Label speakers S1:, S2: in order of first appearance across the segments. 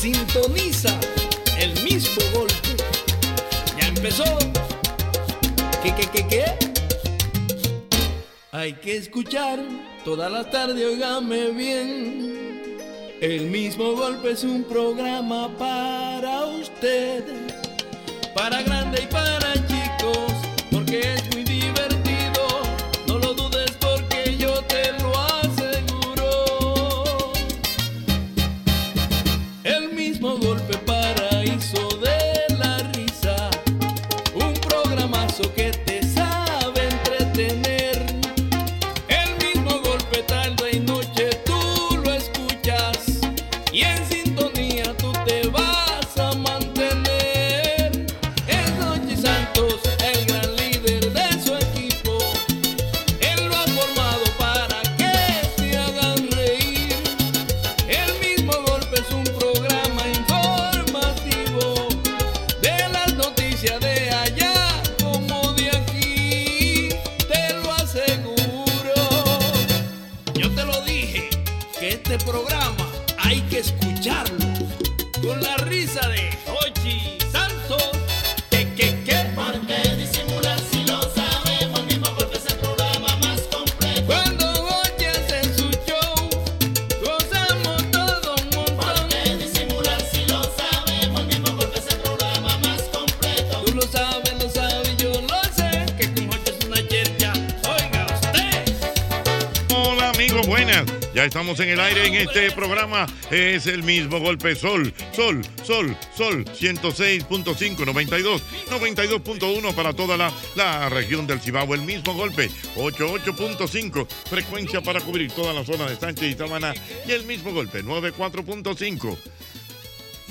S1: Sintoniza el mismo golpe. Ya empezó. ¿Qué, qué, qué, qué? Hay que escuchar toda la tarde, oígame bien. El mismo golpe es un programa para usted, para grande y para chicos, porque es muy divertido. No lo dudes porque yo te lo aseguro. El mismo golpe paraíso de la risa, un programazo que te sabe entretener. El mismo golpe tarde y noche tú lo escuchas y en sintonía tú te vas a mantener. Es Noche Santos, el gran líder de su equipo. Él lo ha formado para que te hagan reír. El mismo golpe es un programa informativo de las noticias de allá como de aquí. Te lo aseguro. Yo te lo dije que este programa hay que escucharlo con la risa de Hochi Santos. Que, que, que. ¿Por qué disimular si lo sabemos? Mismo golpe es el programa más completo. Cuando Hochi hace su show, gozamos todo un montón. ¿Por qué disimular si lo sabemos? Mismo golpe es el programa más completo. Tú lo sabes, lo sabes, yo lo sé. Que con Hochi es una chercha. Oiga usted.
S2: Hola amigos, buenas. Ya estamos en el aire en este programa. Es el mismo golpe sol, sol, sol, sol. 106.5, 92, 92.1 para toda la, la región del Cibao. El mismo golpe, 88.5, frecuencia para cubrir toda la zona de Sánchez y Sabana. Y el mismo golpe, 94.5.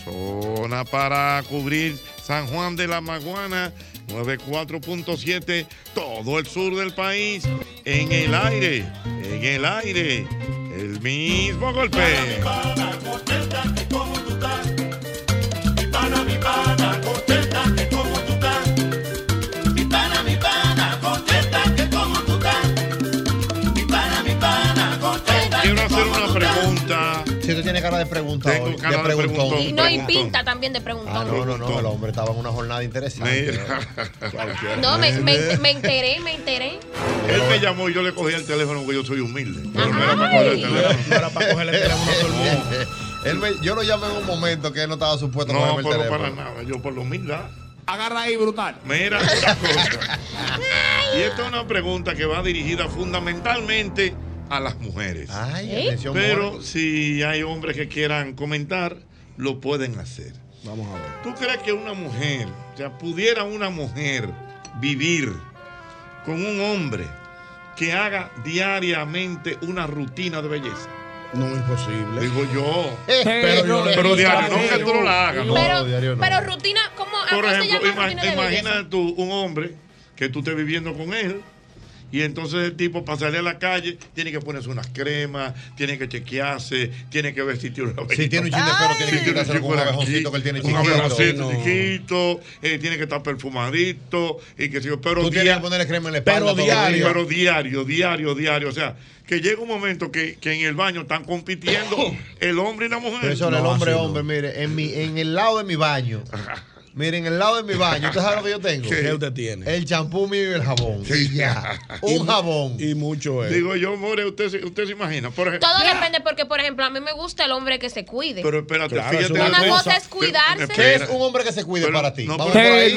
S2: Zona para cubrir San Juan de la Maguana, 94.7, todo el sur del país, en el aire, en el aire, el mismo golpe.
S3: pana, mi pana, conténtate como tú estás. Mi pana, mi pana, conténtate como tú estás. Mi pana, mi pana, conténtate
S2: Quiero hacer una pregunta.
S4: Si tú tienes cara de pregunta
S2: Tengo
S4: hoy,
S2: cara de
S4: preguntón.
S2: preguntón.
S5: Y no, y pinta también de
S4: Ah,
S5: preguntón.
S4: no, no, no, el hombre estaba en una jornada interesante. Ah,
S2: Mira.
S5: No, me, me- me enteré, me enteré.
S2: Él me llamó y yo le cogí el teléfono porque yo soy humilde. Pero no era para coger el teléfono.
S4: Él me- yo lo llamé en un momento que él no estaba supuesto a
S2: No,
S4: cogerme el
S2: pero
S4: teléfono.
S2: para nada, yo por la humildad.
S6: Agarra ahí, brutal.
S2: Mira, una cosa. Y esta es una pregunta que va dirigida fundamentalmente a las mujeres.
S4: Ay,
S5: ¿Eh?
S4: atención,
S2: Pero
S4: Mónica.
S2: si hay hombres que quieran comentar, lo pueden hacer.
S6: Vamos a ver.
S2: ¿Tú crees que una mujer, o sea, pudiera una mujer vivir con un hombre que haga diariamente una rutina de belleza?
S6: No es posible.
S2: Digo yo.
S6: Pero,
S2: Pero diario, no
S6: diario.
S2: que tú no la hagas. ¿no?
S5: pero,
S4: diario Ah, no.
S5: pero rutina, ¿cómo, ¿a
S2: Por
S5: cómo se
S2: ejemplo,
S5: llama
S2: ima-
S5: rutina de belleza?
S2: imagina tú un hombre que tú estés viviendo con él y entonces el tipo para salir a la calle tiene que ponerse unas cremas, tiene que chequearse, tiene que vestirse una
S4: Si tiene un chin de pelo, tiene que ir a hacerlo con un abejoncito que él tiene
S2: un
S4: chiquito.
S2: abejoncito
S6: No.
S2: chiquito, eh, tiene que estar perfumadito y que yo, pero
S4: Tú tienes que
S2: diario,
S4: ponerle crema en la espalda.
S6: Pero
S4: todo el
S6: diario.
S4: día.
S2: pero diario, diario, diario, o sea, que llega un momento que, que en el baño están compitiendo el hombre y la mujer.
S4: Pero eso era el
S6: No,
S4: hombre,
S6: así no.
S4: hombre, mire, en, mi, en el lado de mi baño. Mire, en el lado de mi baño, ¿usted sabe lo que yo tengo?
S2: ¿Qué?
S6: ¿Qué usted tiene?
S4: El champú mío y el jabón.
S2: Sí.
S4: Y ya.
S6: Y
S4: Un
S6: mu-
S4: jabón.
S6: Y mucho eh. es.
S2: Digo yo, more, usted, se- usted se imagina, por ejemplo,
S5: Todo depende porque, por ejemplo, a mí me gusta el hombre que se cuide.
S2: Pero espérate,
S6: Claro,
S2: fíjate.
S6: eso es una
S2: algo.
S6: cosa
S5: es cuidarse.
S2: Espera,
S4: ¿Qué es un hombre que se cuide
S2: pero-
S4: para ti?
S2: no,
S4: Vamos
S2: pero-
S4: por ahí.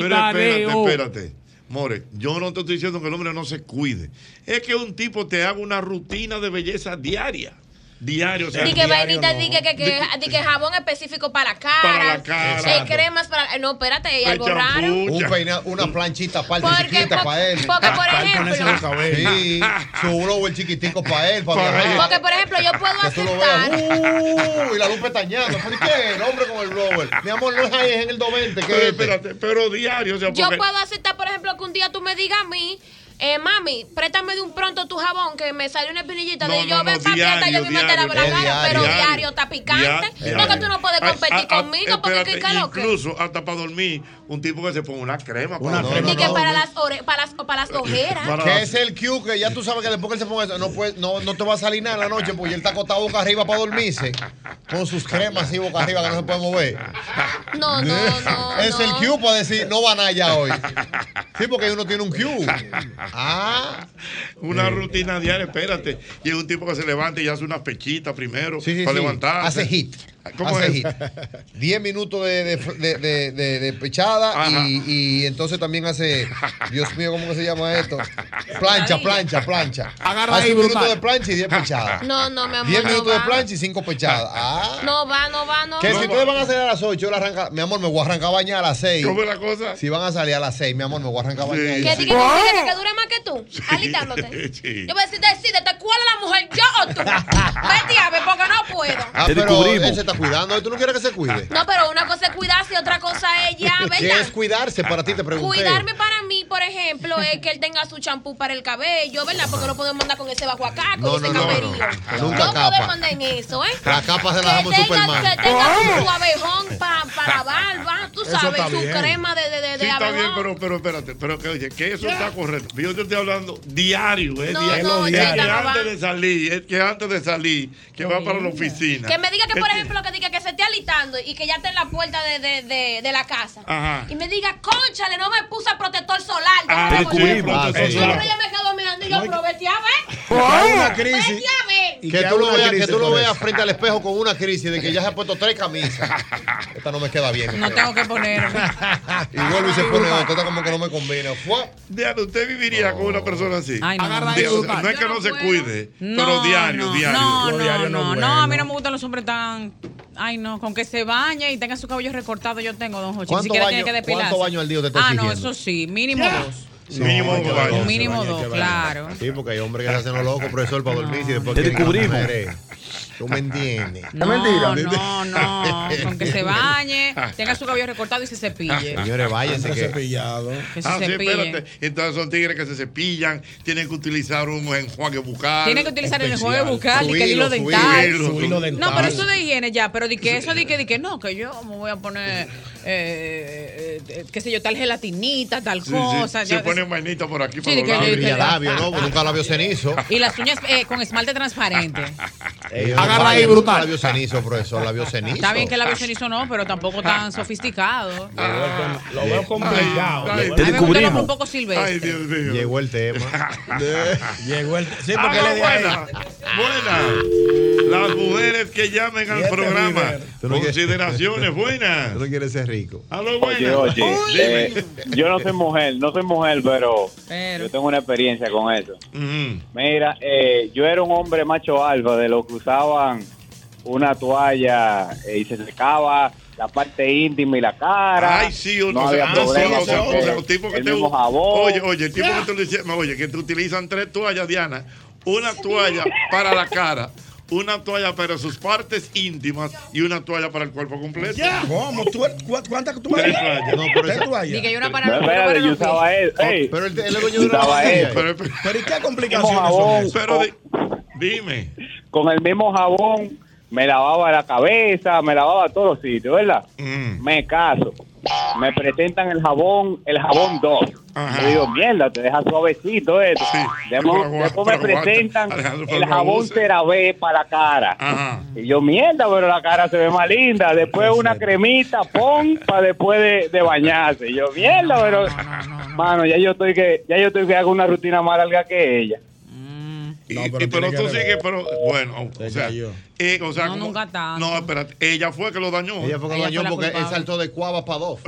S2: Pero espérate, espérate. More, yo no te estoy diciendo que el hombre no se cuide. Es que un tipo te haga una rutina de belleza diaria. diario. ah, O sea,
S5: Di que
S2: diario
S5: vainita,
S2: no.
S5: di que, que- que- di que jabón específico para la cara.
S2: Para la cara.
S5: Eh,
S2: Exacto.
S5: cremas para. No, espérate, hay algo
S4: Pecha,
S5: raro.
S4: Un peinado, una planchita aparte
S5: Porque,
S4: chiquita
S5: po-
S4: para él.
S5: porque, por
S4: Pa- pa-
S5: ejemplo-
S4: ponerse en el cabello. Sí, su blower chiquitico para él. Para
S5: Porque,
S4: viajar.
S5: por ejemplo, yo puedo
S4: Que tú lo veas,
S5: aceptar.
S4: ¡uh! y la luz pestañando. ¿Por qué? El hombre con el blower. Mi amor, no es ahí, es en el 220. que
S2: Pero
S4: es este.
S2: espérate, pero diario. O sea,
S5: Yo
S2: porque-
S5: puedo aceptar, por ejemplo, que un día tú me digas a mí, eh, mami, préstame de un pronto tu jabón, que me salió una espinillita
S2: No,
S5: de yo,
S2: no, no,
S5: ven papi, hasta
S2: diario,
S5: yo misma te lavo la
S2: diario,
S5: cara, pero
S2: diario,
S5: diario está picante.
S2: Diario.
S5: Porque tú no puedes
S2: Ay,
S5: competir
S2: a- a-
S5: conmigo, porque
S2: ah, espérate,
S5: qué caro que.
S2: Incluso hasta para dormir, un tipo que se pone una crema. Para
S4: Una
S2: dormir.
S4: crema.
S5: Ni que
S4: no,
S5: para
S4: no.
S5: las, ore- para las, para las ojeras.
S2: Para-
S4: Que es el cue que ya tú sabes que después que él se ponga eso, no, puede- no, no te va a salir nada en la noche porque él está acostado boca arriba para dormirse con sus cremas así boca arriba que no se puede mover.
S5: No, no, no.
S4: es
S5: no.
S4: el cue para decir no van allá hoy. Sí, porque uno tiene un cue. Ah,
S2: Una rutina diaria, espérate. Y es un tipo que se levanta y hace una pechita primero
S4: sí, sí,
S2: para
S4: sí.
S2: levantar.
S4: Hace hit.
S2: ¿Cómo
S4: hace
S2: es?
S4: hit. 10 minutos de, de, de- de- de- de pechada
S2: Ajá.
S4: y, y entonces también hace, Dios mío, ¿cómo que se llama esto? Plancha, plancha, plancha.
S7: Agarra
S4: hace
S7: ahí,
S4: un minuto
S7: brutal.
S4: de plancha y 10 pechadas.
S5: No, no, mi amor.
S4: 10
S5: no
S4: minutos de
S5: va.
S4: plancha y 5 pechadas. Ah.
S5: No va, no va, no
S4: Que
S5: va.
S4: si ustedes van a salir a las 8, yo la arranca. Mi amor, me voy a arrancar a bañar a las 6.
S2: ¿Cómo es la cosa?
S4: Si van a salir a las 6, mi amor, me voy a arrancar a bañar.
S2: Sí.
S5: Que diga que, fíjate que dure más que tú, alitándote.
S2: Sí.
S5: Yo voy a decir, decídete, ¿cuál es la mujer, yo o tú? Vete a ver, porque no puedo.
S4: Ah,
S7: Te
S4: pero
S7: descubrimos.
S4: él se está cuidando. ¿Tú no quieres que se cuide?
S5: No, pero una cosa es cuidarse y otra cosa es ya,
S4: ¿Qué es
S5: ¿verdad?
S4: cuidarse para ti? Te pregunté.
S5: Cuidarme para mí, por ejemplo, es que él tenga su champú para el cabello, ¿verdad? Porque no podemos andar con ese bajuacaco
S4: No,
S5: y ese
S4: no, no,
S5: camerío.
S4: no.
S5: No,
S4: Nunca
S5: podemos
S4: capa.
S5: andar en eso, ¿eh?
S4: La capa se la dejamos
S5: Que
S4: en
S5: tenga,
S4: Superman.
S5: que tenga su- su abejón para la barba, tú
S6: Eso
S5: sabes,
S6: está
S5: su
S6: bien.
S5: crema de, de, de,
S2: Sí,
S5: de
S2: está
S5: abejón.
S2: bien, pero, pero espérate, pero que oye, que eso está correcto. Yo te estoy hablando diario, es
S5: No,
S2: diario.
S5: no,
S2: Es
S5: chica,
S2: que
S5: no
S2: antes
S5: va.
S2: de salir, es que antes de salir, que va para la oficina.
S5: Que me diga que, por
S2: Es
S5: ejemplo, que diga que se esté alitando y que ya está en la puerta de, de, de, de la casa.
S2: Ajá.
S5: Y me diga, conchale, no me puse protector solar.
S2: Ah,
S5: déjame
S2: sí,
S5: volver".
S2: el protector
S5: Y
S2: solar.
S5: ahora yo me quedo mirando y yo, pero vete a ver.
S7: Hay una
S5: Vete a ver.
S7: Y
S4: Que
S7: que
S4: tú,
S7: haga
S4: lo
S7: una
S4: veas, que
S7: crisis
S4: tú lo
S7: por
S4: veas
S7: eso.
S4: frente al espejo con una crisis de que ya se ha puesto tres camisas. Esta no me queda bien.
S8: No tengo que ponerme.
S2: Ah.
S4: Y vuelve y se pone otra. Esta como Ah, que no me conviene. Fue.
S2: Diario, usted viviría con una persona así.
S8: Ay, no.
S7: Agarra ahí,
S2: Digo,
S7: brutal.
S2: no es que no se
S5: puedo.
S2: cuide,
S8: No,
S2: pero diario,
S8: no,
S2: diario.
S8: No,
S6: Lo
S8: no,
S6: diario no
S8: no,
S6: es
S8: no, a mí
S6: bueno.
S8: no me gustan los hombres tan. Ay, no, con que se bañe y tenga su cabello recortado, yo tengo, don Jochi. Ni
S4: ¿Cuánto
S8: siquiera
S4: baño,
S8: tiene que depilarse.
S4: ¿Cuánto baño al día te está
S8: Ah, no,
S4: exigiendo?
S8: eso sí, mínimo dos.
S2: Mínimo
S4: hay que
S2: dos
S4: bañarse,
S2: baños.
S8: Mínimo
S4: bañarse,
S8: dos,
S4: hay que bañarse.
S8: claro.
S4: Sí, porque hay hombres que se hacen los locos, profesor, para dormir y después
S7: Te
S4: quieren que las
S7: descubrimos.
S4: mujeres- Tú me entiendes.
S8: No, mentira. No, no, con que se bañe, tenga su cabello recortado y se cepille.
S4: Señores, váyanse
S6: Siempre
S4: que.
S6: cepillado.
S8: Ah, Que se
S2: Ah, sí,
S8: cepille.
S2: espérate. Entonces son tigres que se cepillan, tienen que utilizar un enjuague bucal.
S8: Tiene que utilizar el
S6: especial.
S8: enjuague bucal y que el hilo
S4: Subirlo,
S8: dental.
S2: subirlo.
S6: Su hilo dental.
S8: No, pero eso de higiene ya, pero di que eso, di que, di que no, que yo me voy a poner, eh, eh, eh, qué sé yo, tal gelatinita, tal
S2: Sí, sí.
S8: cosa.
S2: se
S8: ya que-
S2: ponen vainita por aquí,
S8: Sí,
S2: por
S8: de
S2: los
S8: que-
S2: labios.
S8: de
S4: Brilla labio, ¿no? Nunca labio cenizo.
S8: Y las uñas eh, con esmalte transparente.
S4: Ellos
S7: Agarra
S4: vayan,
S7: ahí,
S4: nunca
S7: brutal.
S4: Labio cenizo, profesor, labio cenizo. Ah,
S8: Está bien que el labio cenizo no, pero tampoco tan sofisticado.
S6: Lo veo con- Lo veo complicado.
S2: Ah. Ay,
S8: Ah, A mí me gusta el hombre
S7: descubrimos.
S8: un poco
S2: Ay,
S8: silvestre.
S2: Dios mío.
S4: Llegó el tema.
S6: Llegó el. Sí,
S2: Ah,
S6: porque
S2: no,
S6: le dije.
S2: buena,
S6: ahí.
S2: buena. Las mujeres que llamen al
S6: Siete
S2: programa.
S6: líderes.
S4: Tú no quieres-
S2: Consideraciones
S4: Tú
S2: buenas.
S4: no quieres ser rico.
S2: Aló,
S9: Oye,
S2: buenas.
S9: oye,
S2: Dime.
S9: eh, yo no soy mujer, no soy mujer, pero,
S8: Pero-
S9: yo tengo una experiencia con eso.
S2: Ujú.
S9: Mira, eh, yo era un hombre macho alfa de los que usaban una toalla eh, y se secaba la parte íntima y la cara.
S2: Ay, sí, uno
S9: no
S2: se-
S9: había
S2: ah,
S9: problema
S2: sí, o sea,
S9: porque
S2: o sea, los tipos que
S9: el
S2: te
S9: mismo
S2: usan-
S9: jabón.
S2: Oye, oye, el tipo
S4: Ah.
S2: que te lo dice- no, oye, que te utilizan tres toallas, Diana. Una toalla para la cara, una toalla para sus partes íntimas y una toalla para el cuerpo completo.
S6: ¿Cómo? ¿Tú, cu- ¿Cuántas tú
S2: Tres
S6: eres?
S2: toallas.
S4: No, pero
S6: ¿Tres
S4: eso-
S6: toallas?
S8: Di que hay una para
S9: No,
S8: una para
S9: espérate, yo
S8: los pies.
S9: usaba eso. Ey,
S4: Ah, Pero él él es dueño de una
S9: Estaba
S4: botella.
S9: él.
S2: Pero,
S6: Pero ¿y qué
S9: mismo
S6: complicaciones son
S9: jabón,
S6: esas?
S2: pero di- dime.
S9: con el mismo jabón me lavaba la cabeza, me lavaba todos los sitios, ¿verdad?
S2: Mm.
S9: me caso. Me presentan el jabón, el jabón 2.
S2: Ajá.
S9: Yo digo, mierda, te deja suavecito esto.
S2: Sí,
S9: Demo-
S2: pero aguanta,
S9: después me
S2: pero aguanta,
S9: presentan
S2: Alejandro, pero
S9: el
S2: no
S9: jabón
S2: abuse.
S9: CeraVe para la cara.
S2: Ajá.
S9: Y yo, mierda, pero la cara se ve más linda. Después una cremita, pon, para después de, de bañarse. Y yo, mierda, pero... Mano, ya yo estoy que ya yo estoy que hago una rutina más larga que ella.
S2: Y,
S6: No,
S2: y-
S6: pero
S2: pero,
S6: tiene que
S2: tú
S6: ver-
S2: sigues, pero bueno, o sea,
S6: cayó.
S2: eh, o sea,
S8: No,
S2: como-
S8: nunca tanto.
S2: no, espérate, ella fue que lo dañó.
S4: Ella fue que lo Ella dañó fue la porque él culpable. saltó de cuava para dos.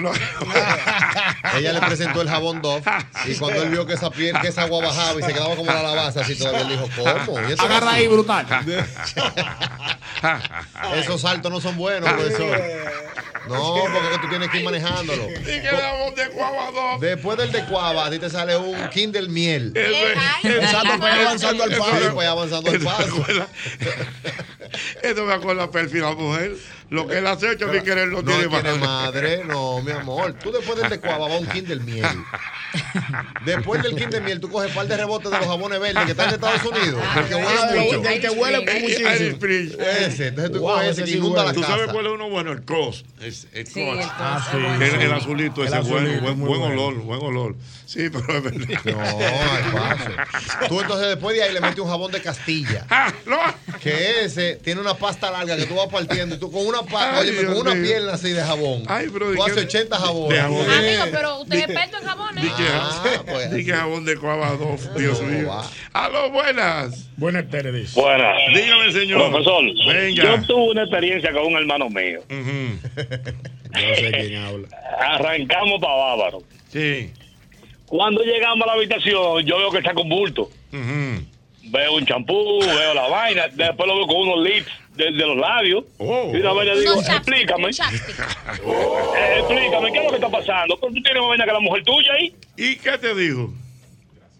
S4: Ella le presentó el jabón Dove y cuando él vio que esa piel, que esa agua bajaba y se quedaba como la alabaza, así todavía él dijo, ¿cómo? ¿Y esto es
S7: Agarra
S4: así?
S7: ahí, brutal.
S4: Esos saltos no son buenos, profesor. No, porque es que tú tienes que ir manejándolo.
S2: Y que damos de guava dos.
S4: Después del de cuava, a ti te sale un Kindle miel. Exacto,
S2: Exacto,
S4: para ir avanzando al paso. para ir avanzando al paso.
S2: Eso me acuerda perfil la mujer. Lo que él ha hecho mi querer no, tiene madre.
S4: madre, no, mi amor. Tú después del de cuava vas a un Kindle miel. Después del Kindle miel, tú coges par de rebotes de los jabones verdes que están en Estados Unidos. El que
S2: Ah,
S4: huele mucho.
S2: del que huele
S4: Eh, eh,
S2: muchísimo.
S4: Irish Spring. Ese, entonces tú coges ese que inunda la
S2: ¿Tú sabes
S4: casa.
S2: cuál es uno bueno? El cross. Es- el,
S4: Sí, el
S2: cross.
S4: cross Ah, es sí,
S2: el,
S4: bueno.
S2: el azulito
S4: El
S2: ese es bueno,
S4: azulito
S2: buen,
S4: es muy
S2: buen
S4: bueno.
S2: olor, buen olor. Sí, pero es verdad.
S4: No, al paso. Tú entonces después de ahí le metes un jabón de Castilla.
S2: Ah,
S4: Que ese tiene una pasta larga que tú vas partiendo. Y tú con una, pa-
S2: Ay,
S4: oye,
S2: Dios
S4: con una
S2: mío.
S4: pierna así de jabón.
S2: Ay, bro, ¿de
S4: tú
S2: qué-
S4: haces 80 jabones.
S2: de jabón?
S5: Amigo, pero usted es experto en jabones.
S2: Dije, dije jabón de cuabado, Dios mío. Aló, buenas.
S6: Buenas tardes.
S10: Buenas.
S2: Dígame, señor.
S10: Profesor,
S2: Venga.
S10: yo tuve una experiencia con un hermano mío. Arrancamos para Bávaro.
S2: Sí.
S10: Cuando llegamos a la habitación, yo veo que está con bulto. Veo un champú, veo la vaina, después lo veo con unos lips de, de los labios.
S2: Oh.
S10: y una vaina digo,
S3: Unos chapstick,
S10: explícame. Eh, explícame, ¿qué es lo que está pasando? Pero tú tienes más vaina que la mujer tuya ahí.
S2: ¿Y qué te dijo?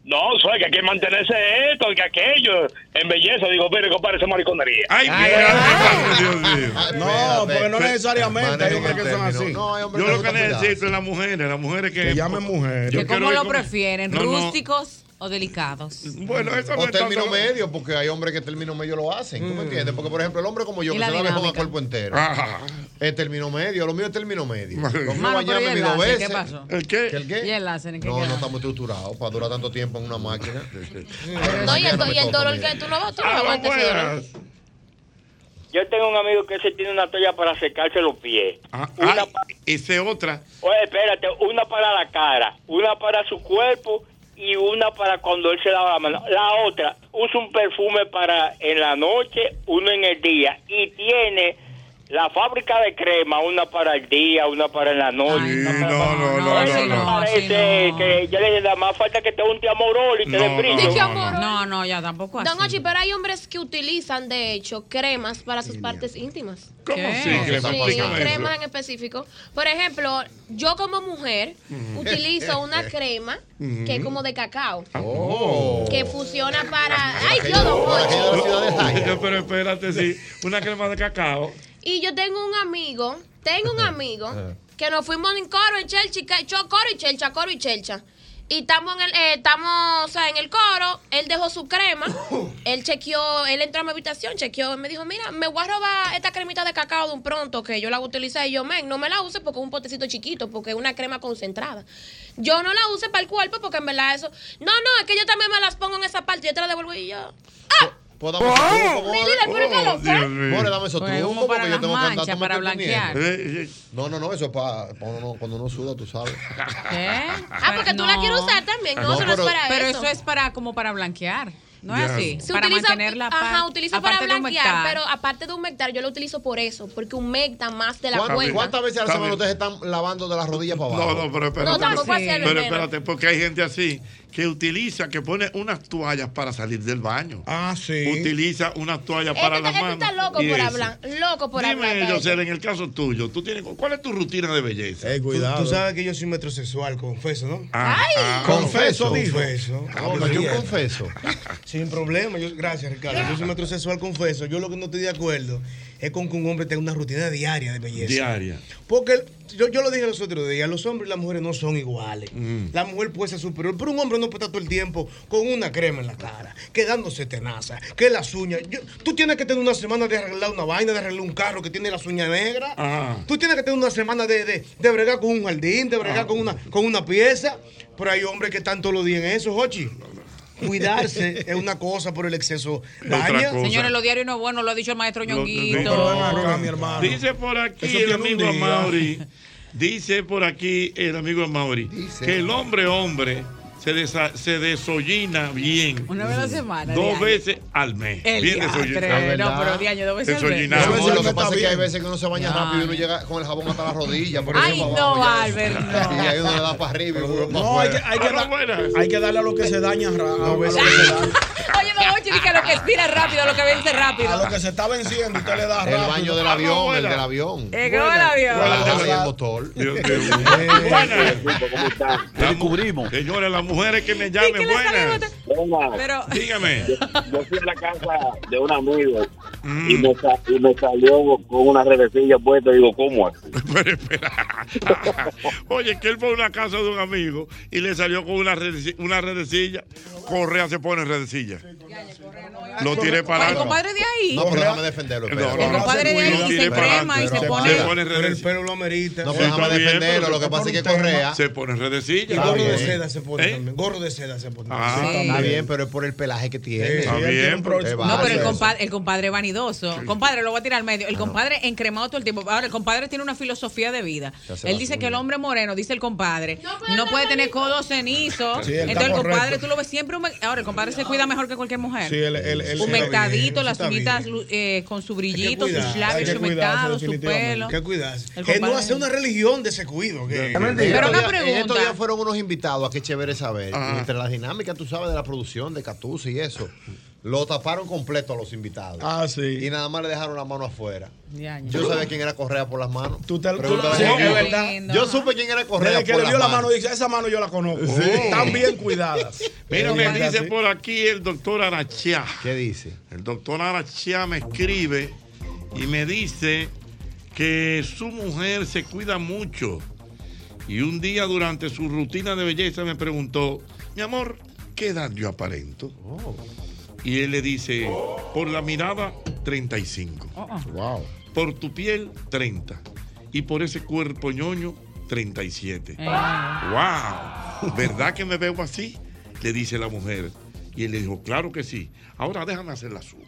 S10: No, soy que hay que mantenerse esto, que aquello, en belleza. Digo, mire, compadre, esa mariconería.
S2: Ay,
S6: No, porque no necesariamente hay hombres que son así.
S2: Yo lo que necesito es las mujeres, las mujeres que.
S6: Que llamen mujeres.
S2: Yo
S6: Que
S2: quiero
S8: ¿Cómo
S2: ir
S8: lo
S2: con-
S8: prefieren?
S2: No, no.
S8: ¿Rústicos o delicados?
S2: Bueno, eso
S4: O término medio, porque hay hombres que término medio lo hacen.
S2: Mm.
S4: ¿Tú me entiendes? Porque, por ejemplo, el hombre como yo,
S8: Y
S4: que
S8: la
S4: se lave con el
S8: dinámica.
S4: cuerpo entero.
S2: Ajá.
S4: Es término medio. Lo mío es término medio. Lo mío
S8: Mano, pero ¿y
S4: bañarme
S8: el
S4: mis dos
S8: láser?
S4: veces.
S8: ¿Qué pasó?
S2: ¿El qué?
S4: ¿El qué?
S8: ¿Y el láser? ¿En qué
S4: No, no
S8: queda?
S4: estamos estructurados para durar tanto tiempo en una máquina.
S5: No, y el, do- y el dolor que tú no vas, tú
S2: Ah,
S5: no aguantas ese dolor.
S11: Yo tengo un amigo que ese tiene una toalla para secarse los pies.
S2: Ah, Ay, ese otra.
S11: Oye, espérate, una para la cara, una para su cuerpo y una para cuando él se lava la mano. La otra, usa un perfume para en la noche, uno en el día. Y tiene la fábrica de crema, una para el día, una para en la noche. no, no, no,
S2: no, no, no.
S11: Parece que yo le dije, nada más falta que te unte amorol y te
S2: No,
S11: dé brillo.
S2: no, no,
S8: No, no, ya tampoco así.
S5: Don Ochi, pero hay hombres que utilizan, de hecho, cremas para sus partes íntimas.
S2: ¿Cómo
S8: ¿Eh?
S2: ¿Qué? sí,
S5: Sí,
S2: crema? Explícame eso.
S5: cremas en específico. Por ejemplo, yo como mujer
S2: Ujú.
S5: utilizo una crema que es
S2: Ujú.
S5: como de cacao,
S2: Oh.
S5: que funciona para...
S2: Ah,
S5: ¡Ay, yo, Don Ochi!
S2: Yo, Pero espérate, sí. Una crema de cacao.
S5: Y yo tengo un amigo, tengo un amigo que nos fuimos en coro, en chelcha, y ca- cho- coro y chelcha, coro y chelcha. Y estamos en el, eh, estamos, o sea, en el coro, él dejó su crema, él chequeó, él entró a mi habitación, chequeó, y me dijo, mira, me voy a robar esta cremita de cacao de un pronto que yo la voy a utilizar. Y yo, men, no me la use porque es un potecito chiquito, porque es una crema concentrada. Yo no la use para el cuerpo porque en verdad eso, no, no, es que yo también me las pongo en esa parte, yo te la devuelvo y yo.
S4: Podamos esos
S5: Oh.
S4: trucos, more.
S5: Mi líder, pero que
S2: Oh,
S5: lo fue.
S4: More, dame esos
S5: Pues,
S4: trucos
S5: humo
S4: porque
S5: para
S4: yo
S5: las
S4: tengo
S5: manchas,
S4: contacto
S5: para
S4: con tu
S5: blanquear.
S2: Eh,
S4: nieta. No, no, no, eso es para cuando uno, cuando uno suda, tú sabes.
S5: Ah, porque tú la quieres usar también, no,
S4: No,
S5: eso no es
S4: pero-
S5: para
S8: ¿Eh? Pero
S5: eso.
S8: eso es para como para blanquear. No es
S4: Ya.
S8: así.
S5: Se
S8: para
S5: utiliza,
S8: mantener la
S5: ajá,
S8: par-
S5: utilizo para
S8: aparte de
S5: blanquear,
S8: humectar.
S5: pero aparte de humectar, yo lo utilizo por eso, porque humecta más de la
S4: ¿Cuán-
S5: cuenta.
S4: ¿Cuántas veces a la
S2: Está
S4: semana
S2: bien.
S4: ustedes están lavando de las rodillas para abajo?
S2: No, no, pero espérate.
S5: No, tampoco así, al
S2: pero
S5: menos.
S2: espérate, porque hay gente así que utiliza, que pone unas toallas para salir del baño.
S6: Ah, sí.
S2: Utiliza unas toallas
S5: Este
S2: para
S5: está-
S2: las
S5: este
S2: manos.
S5: está loco
S2: y
S5: por
S2: eso.
S5: hablar, loco por hablar.
S2: Dime,
S5: de eso.
S2: José, en el caso tuyo, ¿tú tienes, ¿cuál es tu rutina de belleza? Eh,
S7: Tú, tú sabes que yo soy metrosexual, confeso, ¿no?
S2: Ah, Ay. ah. Confeso.
S7: confeso, dijo. Confeso.
S2: Ah, pero yo confeso.
S7: eh. Sin problema. Yo, gracias, Ricardo. Yo soy metrosexual, confeso. Yo lo que no estoy de acuerdo es con que un hombre tenga una rutina diaria de belleza.
S2: Diaria.
S7: Porque el- yo, yo lo dije los otros días, los hombres y las mujeres no son iguales.
S2: Mm.
S7: La mujer puede ser superior, pero un hombre no puede estar todo el tiempo con una crema en la cara, quedándose tenaza, que las uñas. Yo- tú tienes que tener una semana de arreglar una vaina, de arreglar un carro que tiene las uñas negras.
S2: Ajá.
S7: Tú tienes que tener una semana de, de, de bregar con un jardín, de bregar con, una, con una pieza. Pero hay hombres que están todos los días en eso, Jochi. Cuidarse es una cosa, pero el exceso daña.
S8: Señores, los diarios no es bueno, lo ha dicho el maestro
S7: no,
S8: Ñonguito.
S7: no. Ah, mi hermano.
S2: Dice por aquí
S7: Eso
S2: el
S7: tiene un
S2: amigo
S7: día.
S2: Mauri. Dice por aquí el amigo Mauri que el hombre hombre se, desa- se desollina bien. Mm.
S8: Una vez a la semana.
S2: Dos
S8: diario.
S2: veces al mes.
S8: El
S2: bien
S8: diantre,
S2: desollinado.
S8: no, pero diario, dos veces al mes.
S2: Desollinado.
S8: Dos veces
S4: lo
S8: no
S4: que
S8: está
S4: pasa es que hay
S8: bien.
S4: veces que uno se baña rápido y uno llega con el jabón hasta las rodillas. Por
S8: Ay,
S4: ejemplo,
S8: no,
S4: abajo, ya.
S8: Albert,
S4: Y ahí uno le da para arriba y uno para
S12: No, hay que,
S4: afuera.
S12: hay, que da- hay que darle a lo que se daña rápido. A lo que se daña.
S8: Oye, no, oye, que lo que expira rápido, lo que vence rápido.
S12: A lo que se está venciendo, usted le da
S4: El
S12: rápido. Ah,
S4: baño del avión, el del avión.
S8: Eh, ¿cómo el avión?
S4: Ahora ya el motor.
S2: Te descubrimos. Señores, las mujeres que me llamen, buenas.
S8: Pero-
S2: Dígame.
S13: Yo fui a la casa de un amigo
S2: Mm.
S13: y, me sa- y me salió con una revesilla puesta. Digo, ¿cómo así?
S2: Oye, que él fue a una casa de un amigo y le salió con una, redeci- una redecilla. Correa se pone en redecilla. Lo tiré para
S8: El compadre de ahí.
S4: No, pero déjame defenderlo. espera.
S2: No, no, El no, compadre se de ahí cuida, se se cuida, crema y se
S4: Pero
S2: pone-
S4: espera.
S2: se pone
S1: Pero el pelo lo amerita.
S4: No, pero déjame defenderlo. Lo que pasa es que Correa.
S2: Se pone en redecilla.
S1: Y gorro de
S4: bien.
S1: seda se pone también. Gorro de seda se pone.
S2: Ah,
S1: Sí,
S4: Eh. Está
S1: también.
S4: bien, pero es por el pelaje que tiene.
S1: Está bien,
S2: pero-
S4: Te
S8: No,
S4: vale.
S8: pero el compadre, el compadre es vanidoso. Compadre, lo voy a tirar al
S4: Ah,
S8: medio. El compadre encremado todo el tiempo. Ahora, el compadre tiene una filosofía de vida.
S4: Ya se
S8: Él
S4: va
S8: dice
S4: suyo.
S8: que el hombre moreno, dice el compadre, no puede tener codo cenizo.
S1: Sí, él está
S8: Entonces, el compadre,
S1: correcto.
S8: tú lo ves siempre. hume- Ahora, el compadre se cuida mejor que cualquier mujer.
S1: Sí, él- él- él-
S8: Humectadito,
S1: él
S8: las
S1: está bien,
S8: uñitas lu- eh, con su
S1: Hay que
S8: brillito,
S1: cuidarse,
S8: sus
S1: hay
S8: labios
S1: que cuidarse
S8: humectados, su pelo.
S1: definitivamente. Que cuidarse.
S8: El
S1: Que no
S8: compadre-
S1: hace una religión de ese cuido. que-
S4: Pero
S8: una
S4: En estos
S8: pregunta.
S4: días fueron unos invitados, a qué chévere saber. Entre las dinámicas, tú sabes, de la producción, de Catuce y eso. Lo taparon completo a los invitados.
S12: Ah, sí.
S4: Y nada más le dejaron la mano afuera.
S8: Ya, ya.
S4: Yo sabía quién era Correa por las manos.
S12: Tú te-
S4: Pregúntale a
S12: tú- sí,
S4: Correa.
S12: es verdad.
S4: Yo supe quién era Correa
S12: Desde que
S4: por
S12: le
S4: las
S12: dio la
S4: manos.
S12: mano, dice, esa mano yo la conozco.
S4: Sí.
S12: Están bien cuidadas.
S2: Mira,
S12: Eh,
S2: me
S12: ¿verdad?
S2: dice
S12: Sí.
S2: por aquí el doctor Arachá.
S4: ¿Qué dice?
S2: El doctor Arachá me escribe y me dice que su mujer se cuida mucho. Y un día durante su rutina de belleza me preguntó, mi amor, ¿qué edad yo aparento?
S12: Oh.
S2: Y él le dice, por la mirada, 35.
S4: Wow.
S2: Por tu piel, 30. Y por ese cuerpo ñoño, 37. ¡Wow! ¿Verdad que me veo así? Le dice la mujer. Y él le dijo, claro que sí. Ahora déjame hacer la suma.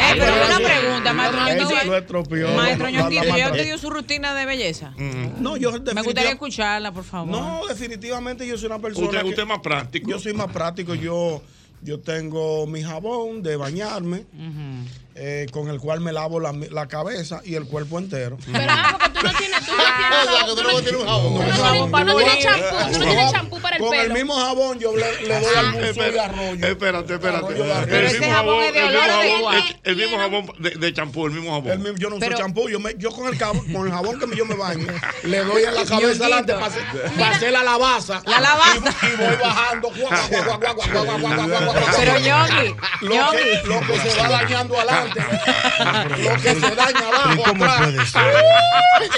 S8: Eh, pero una pregunta, maestro
S12: Él
S8: Ñonguito.
S12: se lo estropeó.
S8: Maestro
S12: La- la-
S8: Ñonguito,
S12: la-
S8: ya usted dio su rutina de belleza.
S12: No, yo
S8: Me gustaría
S12: definitivamente-
S8: escucharla, por favor.
S12: No, definitivamente yo soy una persona.
S2: Usted- usted
S12: que-
S2: es más práctico.
S12: Yo soy más práctico. Yo, yo tengo mi jabón de bañarme, eh, con el cual me lavo la, la cabeza y el cuerpo entero.
S5: Pero ah, porque tú no tienes, tú no tienes, jabón, tú no-
S12: No,
S5: Ah, tú no
S12: jabón,
S5: tienes- tú no
S12: jabón.
S5: tienes champú, tú no tienes champú para el
S12: Con el
S5: pelo.
S12: mismo jabón yo le, le doy al buzón de arroyo.
S2: Espérate, espérate.
S12: Pero
S2: El
S12: ese
S2: mismo
S12: jabón
S2: jabón,
S12: es de
S2: el mismo
S12: olor a
S2: jabón,
S12: agua.
S2: el- el mismo jabón de- de champú, el mismo jabón.
S12: El mismo- yo no uso champú, yo, me- yo con el, jabón, con el jabón que yo me baño, le doy en la cabeza adelante para hacer, para hacer la lavaza.
S8: La lavaza.
S12: Y, y voy bajando. guau, guau, guau, guau, guau, guau, guau, guau, guau, guau.
S8: Pero Yogi,
S12: Lo que, lo que se va dañando adelante, lo que se daña abajo, atrás.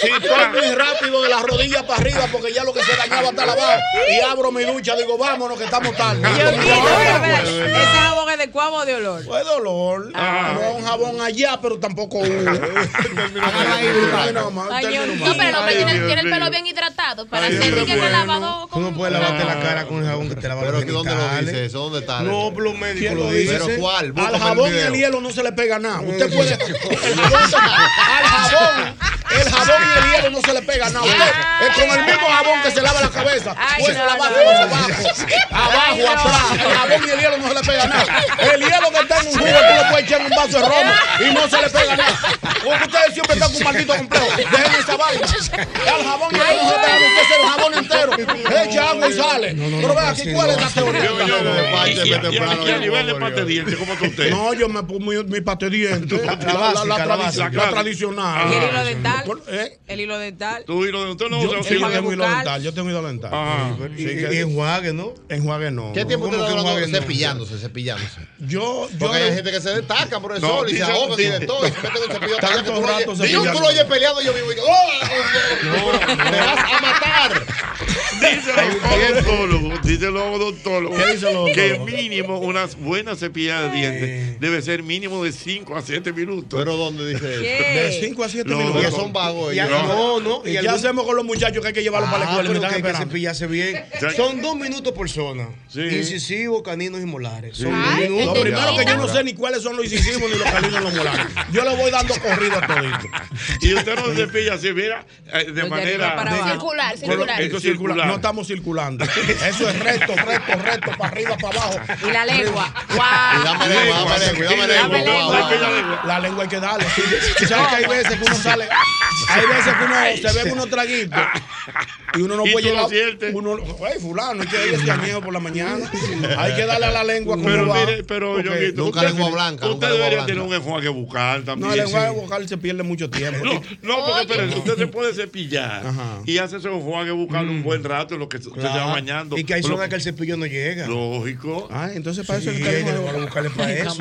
S12: Si estoy muy rápido de las rodillas para arriba, porque ya lo que se dañaba está lavado, y abro mi ducha, digo, vámonos que estamos tarde.
S8: Ñonguito, pero, pero, ese jabón es de cuavo o de olor. Ah.
S12: Fue dolor. No es un jabón allá, pero tampoco un. Término más, término
S5: No,
S12: más.
S5: pero el hombre
S12: Ay,
S5: tiene, tiene el
S12: Dios
S5: pelo
S12: mío.
S5: bien hidratado para
S12: Ay,
S5: hacer
S12: Dios
S5: que
S12: mío.
S5: el lavado
S1: Tú no puedes lavarte la cara con el jabón que te lava
S4: Pero
S1: los
S4: es que ¿dónde lo
S1: genitales.
S4: dice eso? ¿Dónde está?
S1: No, los médicos
S4: ¿Quién
S1: lo
S4: lo
S1: dicen.
S4: dice? Pero ¿cuál? Búscame
S1: Al
S4: el
S1: jabón y
S4: video.
S1: el hielo no se le pega nada. Usted puede. Entonces, al jabón, el jabón y el hielo no se le pega nada. Usted, es con el mismo jabón que se lava la cabeza.
S14: Ay,
S1: Pues
S14: no,
S1: la
S14: no.
S1: abajo, abajo,
S14: Ay, no.
S1: atrás. El jabón y el hielo no se le pega nada. El hielo que está en un jugo, tú le puedes echar en un vaso de romo y no se le pega nada. Porque ustedes siempre están con un maldito complejo. Dejen esa vaina. Al jabón y el hielo no se le pega nada. Usted se el jabón entero. Echa agua y sale. Pero vea aquí, ¿cuál es la teoría?
S2: Yo, yo, y- y- y-
S12: Despácheme temprano,
S2: y a
S12: yo,
S2: nivel de
S12: por
S2: parte de dientes, ¿cómo está usted?
S12: No, yo me pongo mi, mi pasta de dientes. La, la- la-
S2: básica, la
S12: la tradici-
S2: básica.
S12: la tradicional. eh.
S8: Y el hilo dental. El hilo dental.
S2: Tu Ah, hilo dental no
S12: Yo,
S2: usa
S12: sí, yo
S2: hilo
S12: tengo hilo
S2: bucal.
S12: dental, yo tengo hilo dental.
S2: Ah.
S12: Sí,
S2: Y-
S12: que-
S2: y
S1: enjuague, ¿no?
S12: Enjuague no.
S4: ¿Qué tiempo usted
S12: ¿Cómo
S4: está
S12: que
S4: hablando
S12: enjuague no?
S4: cepillándose, cepillándose?
S12: Yo, yo.
S4: Porque hay gente que se destaca por el
S12: No,
S4: sol y se
S12: dice-
S4: ahoga y
S12: dice-
S4: de todo. Y se mete con el cepillo.
S12: Tanto
S4: Tú lo oyes-
S12: rato
S4: Digo,
S12: cepillando.
S4: tú lo oyes peleando, yo vivo y que. ¡Oh! ¡Me vas a matar!
S2: Dice el odontólogo, dice el odontólogo
S12: ¿Qué dice el odontólogo?
S2: que mínimo una buena cepillada de dientes debe ser mínimo de 5 a 7 minutos.
S4: ¿Pero dónde dice
S12: eso? ¿Qué? De cinco a siete minutos. Y son
S4: son vagos
S7: Y a-
S4: ellos.
S7: no, no.
S4: ¿Y
S7: ¿Y
S4: qué
S7: qué hacemos con los muchachos que hay que llevarlos para la escuela? que hay que cepillarse bien.
S12: Ya-
S7: Son dos minutos por zona.
S12: Sí.
S7: Incisivos, caninos y molares. Son dos
S12: Ay,
S7: minutos.
S12: Lo primero que yo no sé ni cuáles son los incisivos ni los caninos ni los molares. Yo le voy dando corrido a todito.
S2: Y usted no se pilla así, mira, eh, de manera.
S5: Circular,
S2: Con lo-
S5: circular.
S2: esto es
S12: Circula- No estamos circulando. Eso es recto, recto, recto, para arriba, para abajo.
S8: Y la lengua.
S12: Guau.
S4: Dame lengua, dame lengua, dame lengua, guau, guau.
S12: La lengua hay que darle. Tú sabes que hay veces que uno sale, hay veces que uno se ve unos traguitos y uno no
S2: Y
S12: puede
S2: tú lo
S12: llevar. Uno, ay, fulano, hay que ir este añejo por la mañana. Hay que darle a la lengua como
S2: Pero
S12: va.
S2: mire, pero
S12: Porque
S2: yo Guito,
S12: nunca
S2: usted-
S12: lengua blanca,
S2: Usted
S12: nunca lengua
S2: debería
S12: blanca.
S2: tener un enjuague bucal también.
S12: No, el lenguaje vocal se pierde mucho tiempo.
S2: No, no, porque espérense, usted se puede cepillar y hace ese enjuague bucal
S12: Mm.
S2: un buen rato en lo que usted se va
S7: Claro.
S2: bañando.
S7: Y que hay
S2: Con lo-
S7: zonas que el cepillo no llega.
S2: Lógico.
S7: Ah, entonces para eso
S12: Sí,
S7: es que
S12: tenemos que buscarle para eso.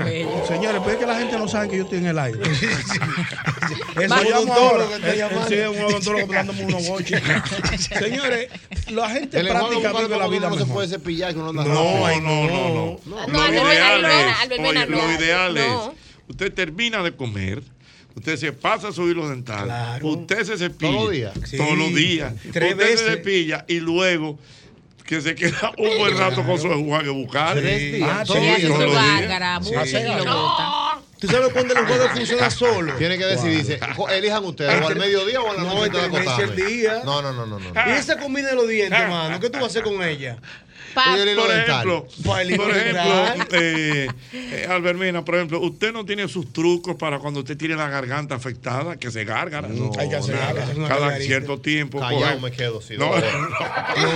S12: Señores, pues es que la gente no sabe que yo estoy en el aire. Eso
S7: Vaya
S12: yo llamo
S7: odontólogo
S12: ahora.
S7: que está
S12: Eh,
S7: llamando.
S12: Sí, es un odontólogo dándome unos boches. Señores, la gente
S4: El lenguaje
S12: práctica
S4: bucal
S12: vive la
S4: cuando
S12: vida
S4: uno no se
S12: mejor.
S4: puede cepillar, que uno anda
S12: No,
S4: rápido.
S12: ay, no, no,
S2: no.
S4: No,
S2: lo
S4: Albert Mena, Albert
S2: ideal es,
S4: Mena, Albert
S2: oye,
S4: Mena, no.
S2: lo ideal
S4: No.
S2: es, usted termina de comer, usted se pasa a subir los dentales, usted se cepilla
S4: Todos los días.
S2: todos
S4: Sí.
S2: los días,
S4: Tres
S2: usted
S4: veces.
S2: se cepilla y luego que se queda un buen rato con su enjuague bucal.
S7: Tres días.
S2: Ah,
S7: Ah,
S2: todos
S7: sí,
S2: los días.
S7: eso
S2: Todos los días.
S8: Bárbara,
S2: Sí.
S8: buche y lo bota.
S7: ¿Tú sabes cuándo el juego funciona solo?
S4: Tiene que decidirse. jo- Elijan ustedes, o al mediodía o a la
S7: No,
S4: noche antes de
S7: entre media y
S4: acostarme.
S7: el día.
S4: No, no, no, no.
S12: Ah,
S4: no.
S7: Y esa comida de los dientes, mano, ¿qué tú vas a hacer con ella?
S2: Por ejemplo, por
S7: Pailín
S2: ejemplo
S7: dental.
S2: eh, eh, Albermina, por ejemplo, usted no tiene sus trucos para cuando usted tiene la garganta afectada, que se gargara.
S12: hay que hacer
S2: nada.
S12: gargara, es una
S2: Cada
S12: gargarita.
S2: cierto tiempo.
S4: Callado
S12: eh.
S2: coger-
S4: me quedo, sí,
S2: No,
S4: doctor.
S2: no.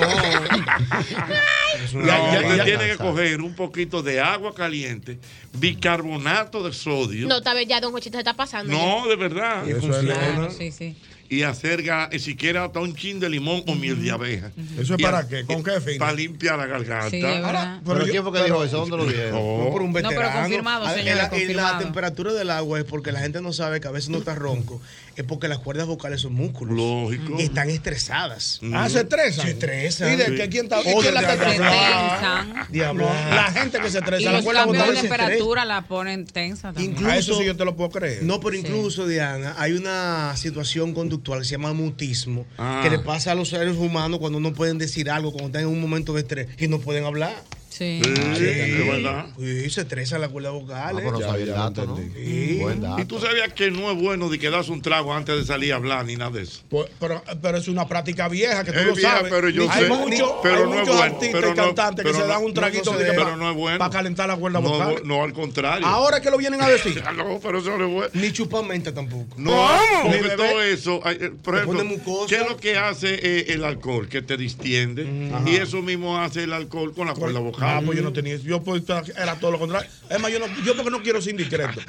S4: una
S2: Ya- ya-
S4: gargarita.
S2: ya tiene que coger un poquito de agua caliente, bicarbonato de sodio.
S5: No, tal vez ya Don Cochita se está pasando.
S2: No, de verdad.
S12: Eso es
S2: Funciona.
S12: legal.
S8: Sí, sí.
S2: Y hacer ga- eh, siquiera hasta un chin de limón o miel de abeja.
S12: ¿Eso es
S2: Y
S12: para
S2: ha-
S12: qué? ¿Con qué fin?
S2: Para limpiar la garganta.
S8: Sí, de verdad.
S4: ¿Pero quién fue que dijo eso? ¿Dónde lo dijeron?
S2: No,
S7: por un
S8: No, pero
S7: veterano.
S8: confirmado,
S7: A ver,
S8: señores,
S7: la- Y
S8: confirmado.
S7: la temperatura del agua es porque la gente no sabe que a veces no está ronco. Es porque las cuerdas vocales son músculos.
S2: Lógico. Mm.
S7: Y están estresadas.
S12: Ah, se estresan.
S7: Se estresan.
S12: ¿Y de qué? ¿Quién está-
S7: O
S12: y quién la
S7: de
S12: está estresando?
S7: hablar, de hablar.
S12: La gente que se
S8: Y
S12: estresa, la
S8: los
S12: cuerda
S8: cambios de
S12: vocales se estresa.
S8: temperatura la ponen tensa también.
S7: Incluso-
S12: A Ah, eso sí yo te lo puedo creer.
S7: No, pero incluso, Diana, hay una situación conductual que se llama mutismo,
S12: Ah.
S7: que le pasa a los seres humanos cuando no pueden decir algo, cuando están en un momento de estrés y no pueden hablar.
S8: Sí.
S2: Sí, es verdad.
S7: Sí, se estresa la cuerda
S12: Ah,
S7: vocal. eh.
S4: No sabía el dato, ¿no? Buen
S2: Y
S4: dato.
S2: tú sabías que no es bueno de quedarse un trago antes de salir a hablar ni nada de eso.
S12: Pues, Pero, pero es una práctica vieja que tú
S2: Es
S12: lo
S2: vieja,
S12: sabes.
S2: pero yo
S12: hay
S2: sé.
S12: mucho-
S2: Pero
S12: hay
S2: no es
S12: muchos
S2: bueno,
S12: artistas
S2: pero
S12: y
S2: no-
S12: cantantes
S2: pero
S12: que se
S2: no-
S12: dan un
S2: no
S12: traguito
S2: se
S12: de
S2: debe.
S12: pa-
S2: Pero no es bueno.
S12: para calentar la cuerda
S2: No,
S12: vocal.
S2: no, al contrario.
S12: Ahora que lo vienen a decir.
S2: no, pero eso no es bueno.
S7: Ni chupar menta tampoco.
S2: No,
S12: ¿Cómo?
S2: porque
S12: Mi bebé.
S2: todo eso, ay, eh, por
S7: Te
S2: ejemplo,
S7: pone mucosa.
S2: ¿qué es lo que hace eh, el alcohol? Que te distiende.
S12: Mm.
S2: Y eso mismo hace el alcohol con la cuerda
S12: Ah,
S2: vocal.
S12: pues yo no tenía eso. Yo pues, estaba- era todo lo contrario. Es más, yo, no, yo porque no quiero ser indiscreto.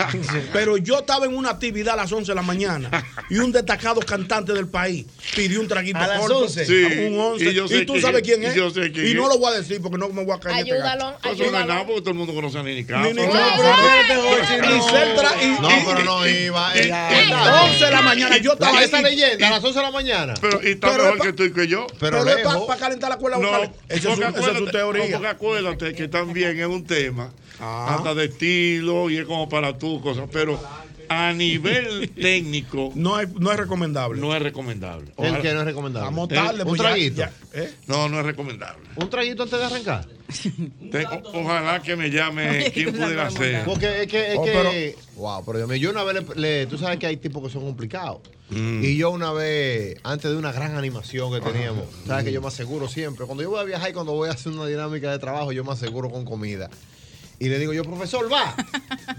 S12: Pero yo estaba en una actividad a las 11 de la mañana y un destacado cantante del país pidió un traguito
S7: ¿A las
S12: corto.
S7: 11?
S2: Sí.
S12: Un 11.
S2: Y
S12: Y,
S2: yo sé
S12: tú
S2: quién es.
S12: sabes quién
S2: Y
S12: es.
S2: yo sé quién
S12: Y
S2: es.
S12: no lo voy a decir porque no me voy a caer.
S5: Ayúdalo,
S2: Eso no es nada
S5: ayúdalo.
S2: porque todo el mundo conoce a Nini
S12: Ni,
S2: Caso.
S12: ni,
S2: No,
S12: no, pero- ni ser tra- y-
S4: No,
S12: y-
S4: pero no iba.
S2: y-
S4: eh,
S2: y-
S4: eh,
S12: a las 11 de la mañana yo estaba
S4: Esa
S12: ahí.
S4: leyenda, a las 11 de la mañana.
S2: Pero y está
S12: Pero
S2: mejor
S12: pa-
S2: que tú y que yo.
S4: Pero
S12: Pero es
S4: lejos.
S12: para calentar la cuerda
S2: No,
S12: vocal. Esa es,
S2: porque
S12: su- esa es su
S2: acuérdate- no,
S12: teoría.
S2: porque acuérdate que también es un tema
S12: Ah.
S2: hasta de estilo y es como para tú cosas, pero a nivel técnico
S12: No es, no es recomendable.
S2: no es recomendable.
S4: El que no es recomendable.
S12: Vamos tarde,
S4: Un
S12: pues ya-
S4: traguito.
S12: ya, ¿eh?
S2: No, no es recomendable.
S4: Un traguito antes de arrancar.
S2: Te- o- ojalá que me llame quien pudiera ser.
S4: Porque es que, es
S12: Oh,
S4: que wow, pero yo, me- yo una vez, le, le- tú sabes que hay tipos que son complicados.
S12: Mm.
S4: Y yo una vez, antes de una gran animación que teníamos, sabes que yo me aseguro siempre, cuando yo voy a viajar y cuando voy a hacer una dinámica de trabajo, yo me aseguro con comida. Y le digo yo, profesor, va.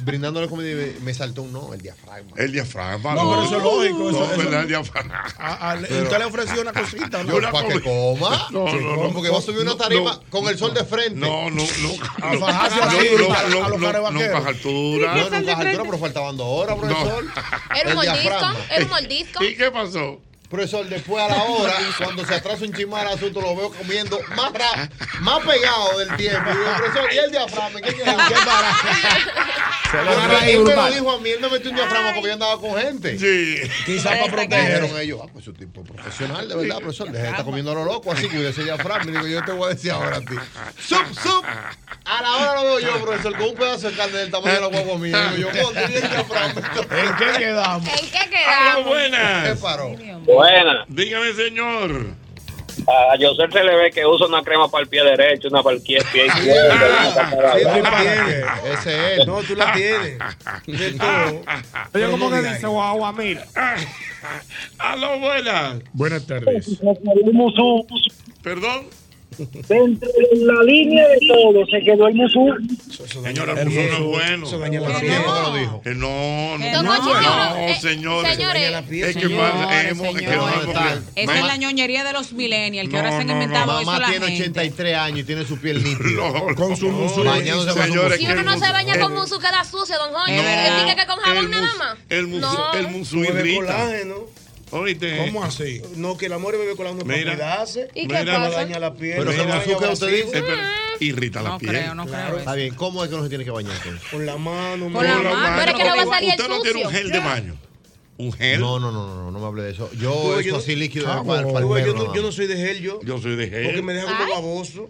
S4: Brindándole comida y me, me saltó un no, el diafragma.
S2: El diafragma.
S12: No, pero eso es lógico,
S2: No,
S12: eso- eso-
S2: ¿verdad? El diafragma.
S12: A- a-
S4: Pero-
S12: usted le ofreció una cosita. ¿no?
S2: Yo la-
S4: Para que coma.
S2: No, no, no.
S4: porque va a subir una tarima
S2: No,
S4: con el sol de frente.
S2: No, no, no.
S12: A
S2: no,
S12: fajarse
S2: no,
S12: así,
S2: no,
S12: a- a
S2: no,
S12: los
S2: no,
S12: carevaqueros.
S2: no, baja altura.
S4: No, nunca a altura, pero faltaban dos horas, profesor.
S5: Era un
S4: El
S5: mordisco,
S4: diafragma.
S5: era un mordisco.
S2: ¿Y qué pasó?
S4: Profesor, después a la hora, cuando se atrasa un chimar asunto, lo veo comiendo más, ra- más pegado del tiempo. Y digo, profesor, ¿y el diafragma? ¿Qué, qué, qué
S15: lo
S4: Ahora,
S15: trae
S4: él me lo
S15: urbano.
S4: dijo a mí, él me metió un diafragma porque yo andaba con gente.
S2: Sí.
S4: Quizás para
S15: Está
S4: proteger.
S15: claro.
S4: ellos, ah, pues es un tipo profesional, de verdad, profesor. Deje de estar comiendo a lo loco, así cuide ese diafragma. Y digo, yo te voy a decir ahora a ti. ¡Sup, sup! A la hora lo veo yo, profesor, con un pedazo de carne del tamaño de los huevos míos. Y digo, yo, ponte bien el diafragma. ¿En
S7: qué quedamos? Ah,
S5: ¿En qué
S2: ¡Aló,
S5: quedamos?
S2: buenas!
S4: ¿Qué paró?
S13: Buena.
S2: Dígame, señor.
S13: A José se le ve que usa una crema para el pie derecho, una para el pie pie izquierdo. una para cada lado.
S4: Ese es.
S7: No, tú la tienes.
S1: Oye, ¿cómo que dice guagua? Mira.
S7: Ah,
S2: A lo buenas.
S1: Buenas tardes.
S2: Perdón.
S16: Dentro de la línea de todo se quedó el musú.
S2: Señora, el musú no es bueno. Eso
S7: daña
S2: la
S7: piel.
S2: dijo. Que no, no,
S8: Don
S2: no,
S8: Cochi,
S2: no,
S8: eh,
S2: señores.
S8: señores. Daña la piel,
S2: Es que
S8: señores,
S2: pasa, hemos, es que no
S8: señores.
S2: hemos-
S8: Esa es la ñoñería de los millennials, que ahora se han inventado eso
S4: Mamá
S8: la
S4: tiene
S8: gente.
S4: 83 años y tiene su piel nítida.
S2: con su
S4: musú. Bañándose con su
S2: Señores,
S5: Si
S4: musú.
S5: uno no se baña con
S2: el-
S5: musú, queda sucio, don Jorge.
S8: Eh,
S2: No.
S5: ¿Usted dice que con jabón
S2: El
S5: nada
S2: mus-
S5: más?
S2: El musú,
S5: No.
S2: el musú
S7: Bebe
S2: irrita.
S7: colágeno.
S2: Oíste.
S7: ¿Cómo así? No, que el amor bebe colágeno para
S2: Mira.
S7: cuidarse.
S5: ¿Y
S2: qué
S7: No
S2: pasa?
S7: daña la piel.
S4: Pero
S7: no
S4: que el
S7: daña
S4: musú que usted
S7: abrasivo.
S4: dice.
S2: Irrita la
S7: No
S2: piel.
S7: creo, no creo
S4: Está bien, ¿cómo es que no se tiene que bañar? entonces?
S7: Con la mano.
S5: Con la mano, pero es que no va a salir el
S2: Usted no tiene un
S5: sucio.
S2: gel de baño. ¿Un gel?
S4: No, no, no, no, no, no me hable de eso.
S7: Tú,
S4: Yo
S7: yo-
S4: esto así líquido
S7: Ah,
S4: de cual,
S7: tú,
S4: palmero,
S7: yo,
S4: nada
S7: no,
S4: más.
S7: yo no soy de gel, yo.
S2: Yo soy de gel.
S7: Porque me deja como baboso.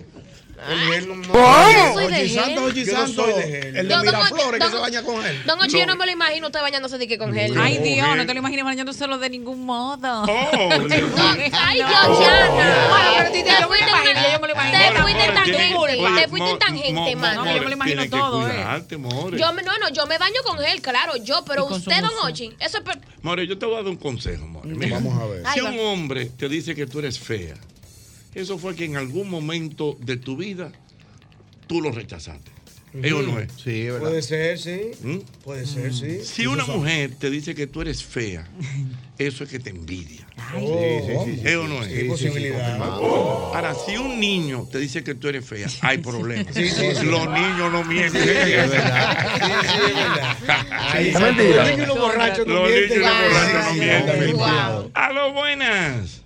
S7: El gel no me
S5: ¿Cómo? Yo soy de
S7: Oye,
S5: gel.
S7: santo, oye,
S5: Yo no
S7: santo.
S5: soy
S7: de gel.
S5: Don- don Ochi- don-
S7: con él.
S5: Don Ochi, yo no me lo imagino usted bañándose de que con gel.
S8: Ay, Dios, no te lo imagines bañándoselo de ningún modo.
S7: Oh,
S5: Ay, Dios, Yana.
S8: Bueno, pero ti te-
S7: Oh,
S8: yo me lo
S5: fuiste
S8: imagino,
S5: tan-
S8: yo me lo imagino.
S5: Te fuiste
S8: Porque-
S5: tangente,
S8: Oye,
S5: te fuiste tangente, mano.
S8: yo me lo imagino
S2: Tienes que
S8: todo, eh.
S2: cuidarte, more.
S5: Yo me, no, no, yo me baño con gel, claro, yo, pero usted, don Ochi, eso es... per-
S2: More, yo te voy a dar un consejo, More. Mira,
S4: Vamos a ver.
S2: Si
S5: Ay, va.
S2: un hombre te dice que tú eres fea, eso fue que en algún momento de tu vida tú lo rechazaste. ¿Es o no es?
S4: Sí,
S2: ¿verdad?
S7: Puede ser, sí. Puede ser, sí.
S2: Si una mujer te dice que tú eres fea, eso es que te envidia.
S7: Ay. Sí, sí, sí, sí,
S2: ¿Es o no
S7: sí,
S2: es?
S7: sí, sí, posibilidad.
S2: confirmado. Ahora, si un niño te dice que tú eres fea, hay problemas.
S7: Sí, sí, sí.
S2: Los niños no mienten.
S7: Sí, Es mentira. los niños y los borrachos no
S2: Los niños y
S7: mienten.
S2: los borrachos no
S7: Ay,
S2: mienten.
S7: wow.
S2: A lo buenas.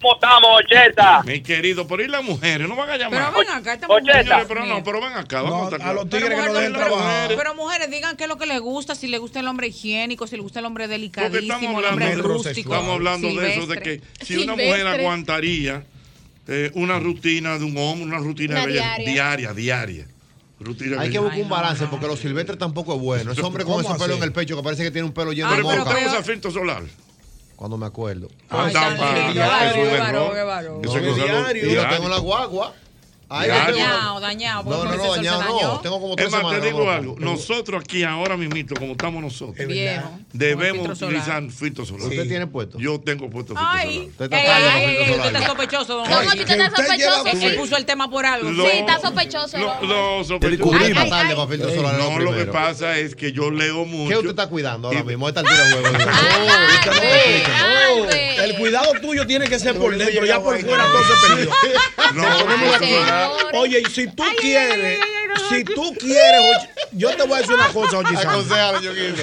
S17: ¿Cómo estamos, Ocheta?
S2: Mi querido, pero ¿y las mujeres? No van a llamar.
S8: Pero ven acá, esta mujer-
S2: Señores, pero no, pero ven acá. Vamos a los tigres que no dejen trabajar.
S8: Pero mujeres, digan qué es lo que les gusta, si les gusta el hombre higiénico, si les gusta el hombre
S2: Porque estamos
S8: delicadísimo, el hombre
S2: hablando,
S8: rústico.
S2: estamos hablando de eso, de que
S8: silvestre.
S2: si una mujer
S8: Silvestre.
S2: aguantaría eh, una rutina de un hombre, una rutina
S4: Una
S2: de belleza-
S4: diaria.
S2: diaria, diaria. Rutina
S4: Hay
S2: de-
S4: que buscar un balance porque los silvestres tampoco es bueno. Ese hombre con
S2: ¿Cómo
S4: ese pelo
S2: así? Ah,
S4: en el pecho que parece que tiene un pelo lleno de
S2: Pero ¿cómo
S4: moca.
S2: te usa filtro solar?
S4: Cuando me acuerdo.
S2: Ay, Anda, tan pa- diario, eso es qué error. varón, qué varón. Eso es cosa de-
S4: Y yo
S2: diario.
S4: tengo la guagua. Ahí yo tengo-
S8: Dañado, dañado.
S4: No,
S8: porque
S4: no,
S8: con
S4: no,
S8: ese sol se
S4: dañado no.
S8: dañó.
S4: Tengo como tres
S2: Es más,
S4: semanas.
S2: te digo
S4: no,
S2: algo. Nosotros aquí ahora mismito, como estamos nosotros,
S8: Viejo.
S2: debemos
S8: Con el filtro
S2: utilizar filtro solar.
S4: ¿Usted tiene puesto?
S2: Yo tengo puesto filtro solar.
S8: Ay,
S2: Usted
S8: ey,
S2: está calvo,
S8: ey,
S2: filtro
S8: ey, usted
S2: solar.
S8: está sospechoso, don
S5: No,
S8: Jorge.
S5: usted está
S8: Usted lleva-
S5: sospechoso.
S8: Él puso el tema por algo.
S2: Lo-
S5: Sí, está sospechoso.
S2: Lo,
S5: ¿no?
S2: lo sospechoso-
S4: descubrí para darle para filtro solar a los
S2: No, lo que
S4: primeros.
S2: pasa es que yo leo mucho.
S4: ¿Qué usted está cuidando ahora mismo? Esta altura de juego. Oh,
S12: El cuidado tuyo tiene que ser por dentro, ya por fuera todo se perdió. Te ponemos la corona. Oye, y si tú quieres, si tú quieres, oye, yo te voy a decir una cosa, oye, Sam.
S4: Aconsejalo,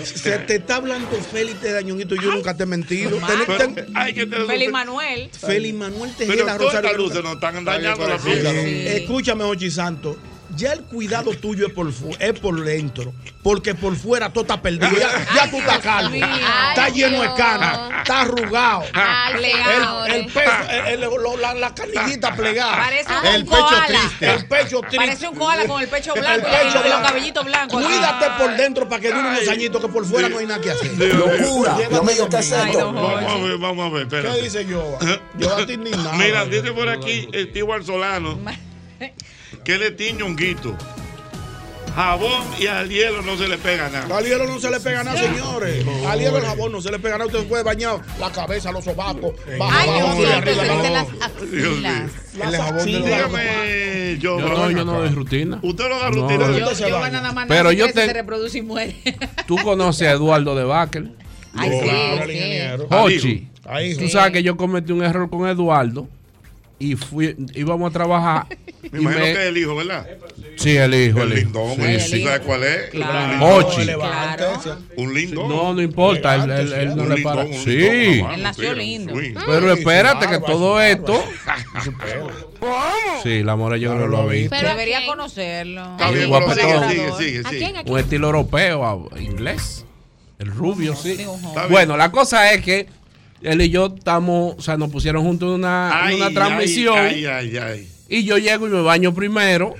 S12: Se te está hablando Félix de Dañonguito, yo nunca te he mentido.
S2: Pero
S12: Ten- ten-
S2: hay que tener-
S8: Félix Manuel.
S12: Félix Manuel
S2: Pero
S12: Tejeda,
S2: todas
S12: Rosario.
S2: estas luces nos están
S12: Está bien,
S2: dañando la
S12: corazón.
S2: piel. Eh,
S12: Sí. Escúchame, Ochi Santo. Ya el cuidado tuyo es por, fu- es por dentro, porque por fuera todo está perdido. Ya, ya tú estás calvo,
S15: mío.
S12: está
S15: Ay,
S12: lleno de
S15: Dios.
S12: canas, está arrugado.
S15: Ay,
S12: El, el
S15: plegadores.
S12: peso, el- el- lo- la, la canillita plegada.
S8: Parece un
S12: el
S8: koala.
S12: pecho triste. El pecho triste.
S8: Parece un koala con el pecho blanco y
S12: pecho
S8: los
S12: blanco.
S8: cabellitos blancos.
S12: Cuídate por dentro para que dure unos añitos que por fuera no hay nada que hacer.
S2: Locura.
S12: Llévatelo conmigo.
S2: Vamos a ver, vamos a ver. espérate.
S12: ¿Qué dice yo? Yo estoy indignado.
S2: Mira, dice por aquí Steve Solano que le tiñe un guito. Jabón y al hielo no se le pega nada.
S12: Al hielo no se le pega nada, señores. Al hielo el jabón no se le pega nada. Usted puede bañar la cabeza, los sobacos. Bajo,
S2: Ay,
S12: bajo,
S2: Dios
S12: hacia
S2: mío,
S12: arriba,
S2: entonces
S12: bajo.
S2: de las
S12: Dios mío.
S2: El
S12: jabón
S2: Sí,
S12: de los
S2: dígame, yo.
S18: Yo no, yo no doy rutina.
S2: Usted no da
S18: No.
S2: rutina.
S18: Yo-
S2: Usted se
S8: Yo
S2: baña.
S8: nada más
S18: Pero
S8: nace,
S18: yo
S8: crece,
S18: te-
S8: se reproduce y muere.
S18: Tú conoces a Eduardo de Baker.
S8: Ay, sí, sí.
S18: Jochi,
S8: hijo.
S18: tú sabes que yo cometí un error con Eduardo y fui, íbamos a trabajar. y
S2: Me imagino
S18: me-
S2: que es el hijo, ¿verdad?
S18: Sí, el hijo.
S2: El
S18: hijo.
S2: lindón,
S18: Sí,
S2: ¿eh?
S18: sí.
S2: ¿Tú ¿sabes cuál es?
S18: Claro.
S2: Un lindón.
S18: Ochi.
S2: Un lindón.
S18: No, no importa, él, él- él no le para. Sí.
S8: nació lindo.
S18: Pero espérate que todo esto. Sí, la mora yo no lo he visto.
S8: Pero debería conocerlo.
S18: Está bien, pero sigue,
S8: Guapetón.
S18: sigue, sigue,
S8: ¿A
S18: sigue.
S8: quién, a quién?
S18: Un estilo europeo, a- inglés. El rubio, sí.
S8: ojo.
S2: Está bien.
S18: Bueno, la cosa es que él y yo estamos, o sea, nos pusieron juntos en una, en
S2: Ay,
S18: una transmisión.
S2: Ay, ay, ay.
S18: Y yo llego y me baño primero.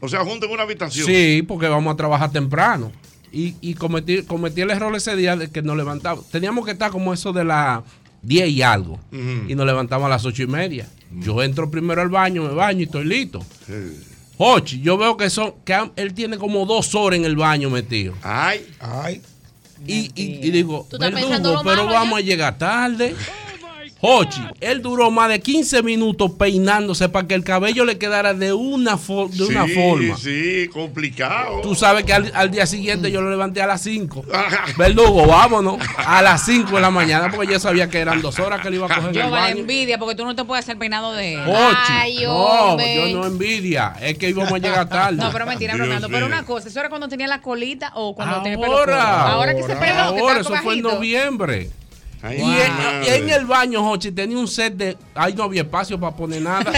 S2: O sea, junto en una habitación.
S18: Sí, porque vamos a trabajar temprano. Y, y cometí, cometí el error ese día de que nos levantamos. Teníamos que estar como eso de las 10 y algo. Y nos levantamos a las 8 y media. Yo entro primero al baño, me baño y estoy listo. Ochi, yo veo que son, que am- él tiene como dos horas en el baño metido.
S2: Ay,
S18: ay. Y, y- y digo,
S8: Tú estás pensando
S18: verdugo,
S8: lo
S18: pero
S8: malo Oh
S18: vamos a llegar tarde. Hochi, él duró más de 15 minutos peinándose para que el cabello le quedara de una, fo- de una
S2: Sí,
S18: forma.
S2: Sí, complicado.
S18: Tú sabes que al, al día siguiente yo lo levanté a las 5. Verdugo, vámonos. A las 5 de la mañana, porque yo sabía que eran dos horas que le iba a coger en
S8: Yo
S18: el
S8: vale
S18: baño.
S8: envidia porque tú no te puedes hacer peinado de él.
S18: Ochi, no,
S8: hombre.
S18: yo no envidia. Es que íbamos a llegar tarde.
S8: No, pero mentira,
S18: Dios
S8: Ronaldo. Pero
S18: mío.
S8: una cosa, eso era cuando tenía la colita o cuando tenía pelo. corto.
S18: Ahora,
S8: Ahora que se peinó, que
S18: Ahora,
S8: está
S18: eso fue en
S8: bajito.
S18: noviembre.
S2: Ay,
S18: y
S2: madre.
S18: en, en el baño, Hochi, tenía un set de. Ahí no había espacio para poner nada.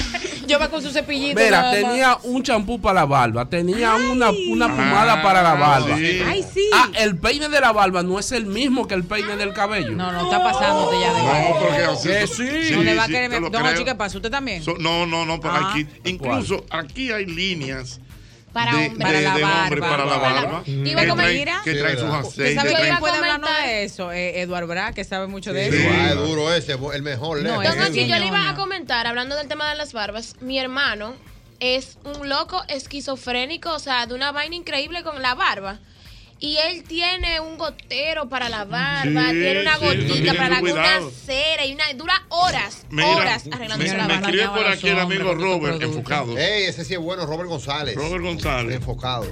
S8: Yo me con su cepillito.
S18: Mira,
S8: nada más.
S18: tenía un champú para la barba, tenía una, una pomada para la barba.
S8: sí. Ay, sí.
S18: Ah, el peine de la barba no es el mismo que el peine del cabello.
S8: No, no, está pasándote ya de
S2: No, porque así.
S18: Que sí.
S8: No le va a
S2: sí,
S8: querer.
S2: te lo
S8: Don
S2: creo.
S8: Ochi, ¿qué pasa? ¿Usted también?
S2: So- no, no, no, para
S8: Ah.
S2: aquí. Incluso aquí hay líneas.
S5: Para
S2: de, de-
S5: hombre. Para la
S2: de hombre
S5: barba.
S2: para la
S5: Para la-
S2: barba.
S5: Yo iba a
S2: que
S5: comer-
S2: traen-
S5: Mira.
S2: que
S5: Sí,
S2: traen sus
S5: ¿verdad?
S8: ¿Usted
S2: aceites.
S8: sabe que
S2: traen-
S8: él puede hablarnos de eso? Eh, Eduard Bra, que sabe mucho de eso.
S4: Ah, es duro ese, el mejor.
S8: No,
S4: lejos.
S8: es
S5: Don Ochi, yo le
S8: no,
S5: iba a
S8: no.
S5: comentar, hablando del tema de las barbas, mi hermano es un loco esquizofrénico, o sea, de una vaina increíble con la barba. Y él tiene un gotero para la barba,
S2: Sí,
S5: tiene una
S2: sí,
S5: gotita
S2: tiene
S5: para la
S2: mucho
S5: una
S2: cuidado.
S5: cera y una dura horas,
S2: Mira,
S5: horas
S2: me,
S5: arreglándose la
S2: me
S5: barba.
S2: escribe por aquí el amigo Robert, enfocado.
S4: Ey, ese sí es bueno, Robert González.
S2: Robert González.
S4: Enfocado.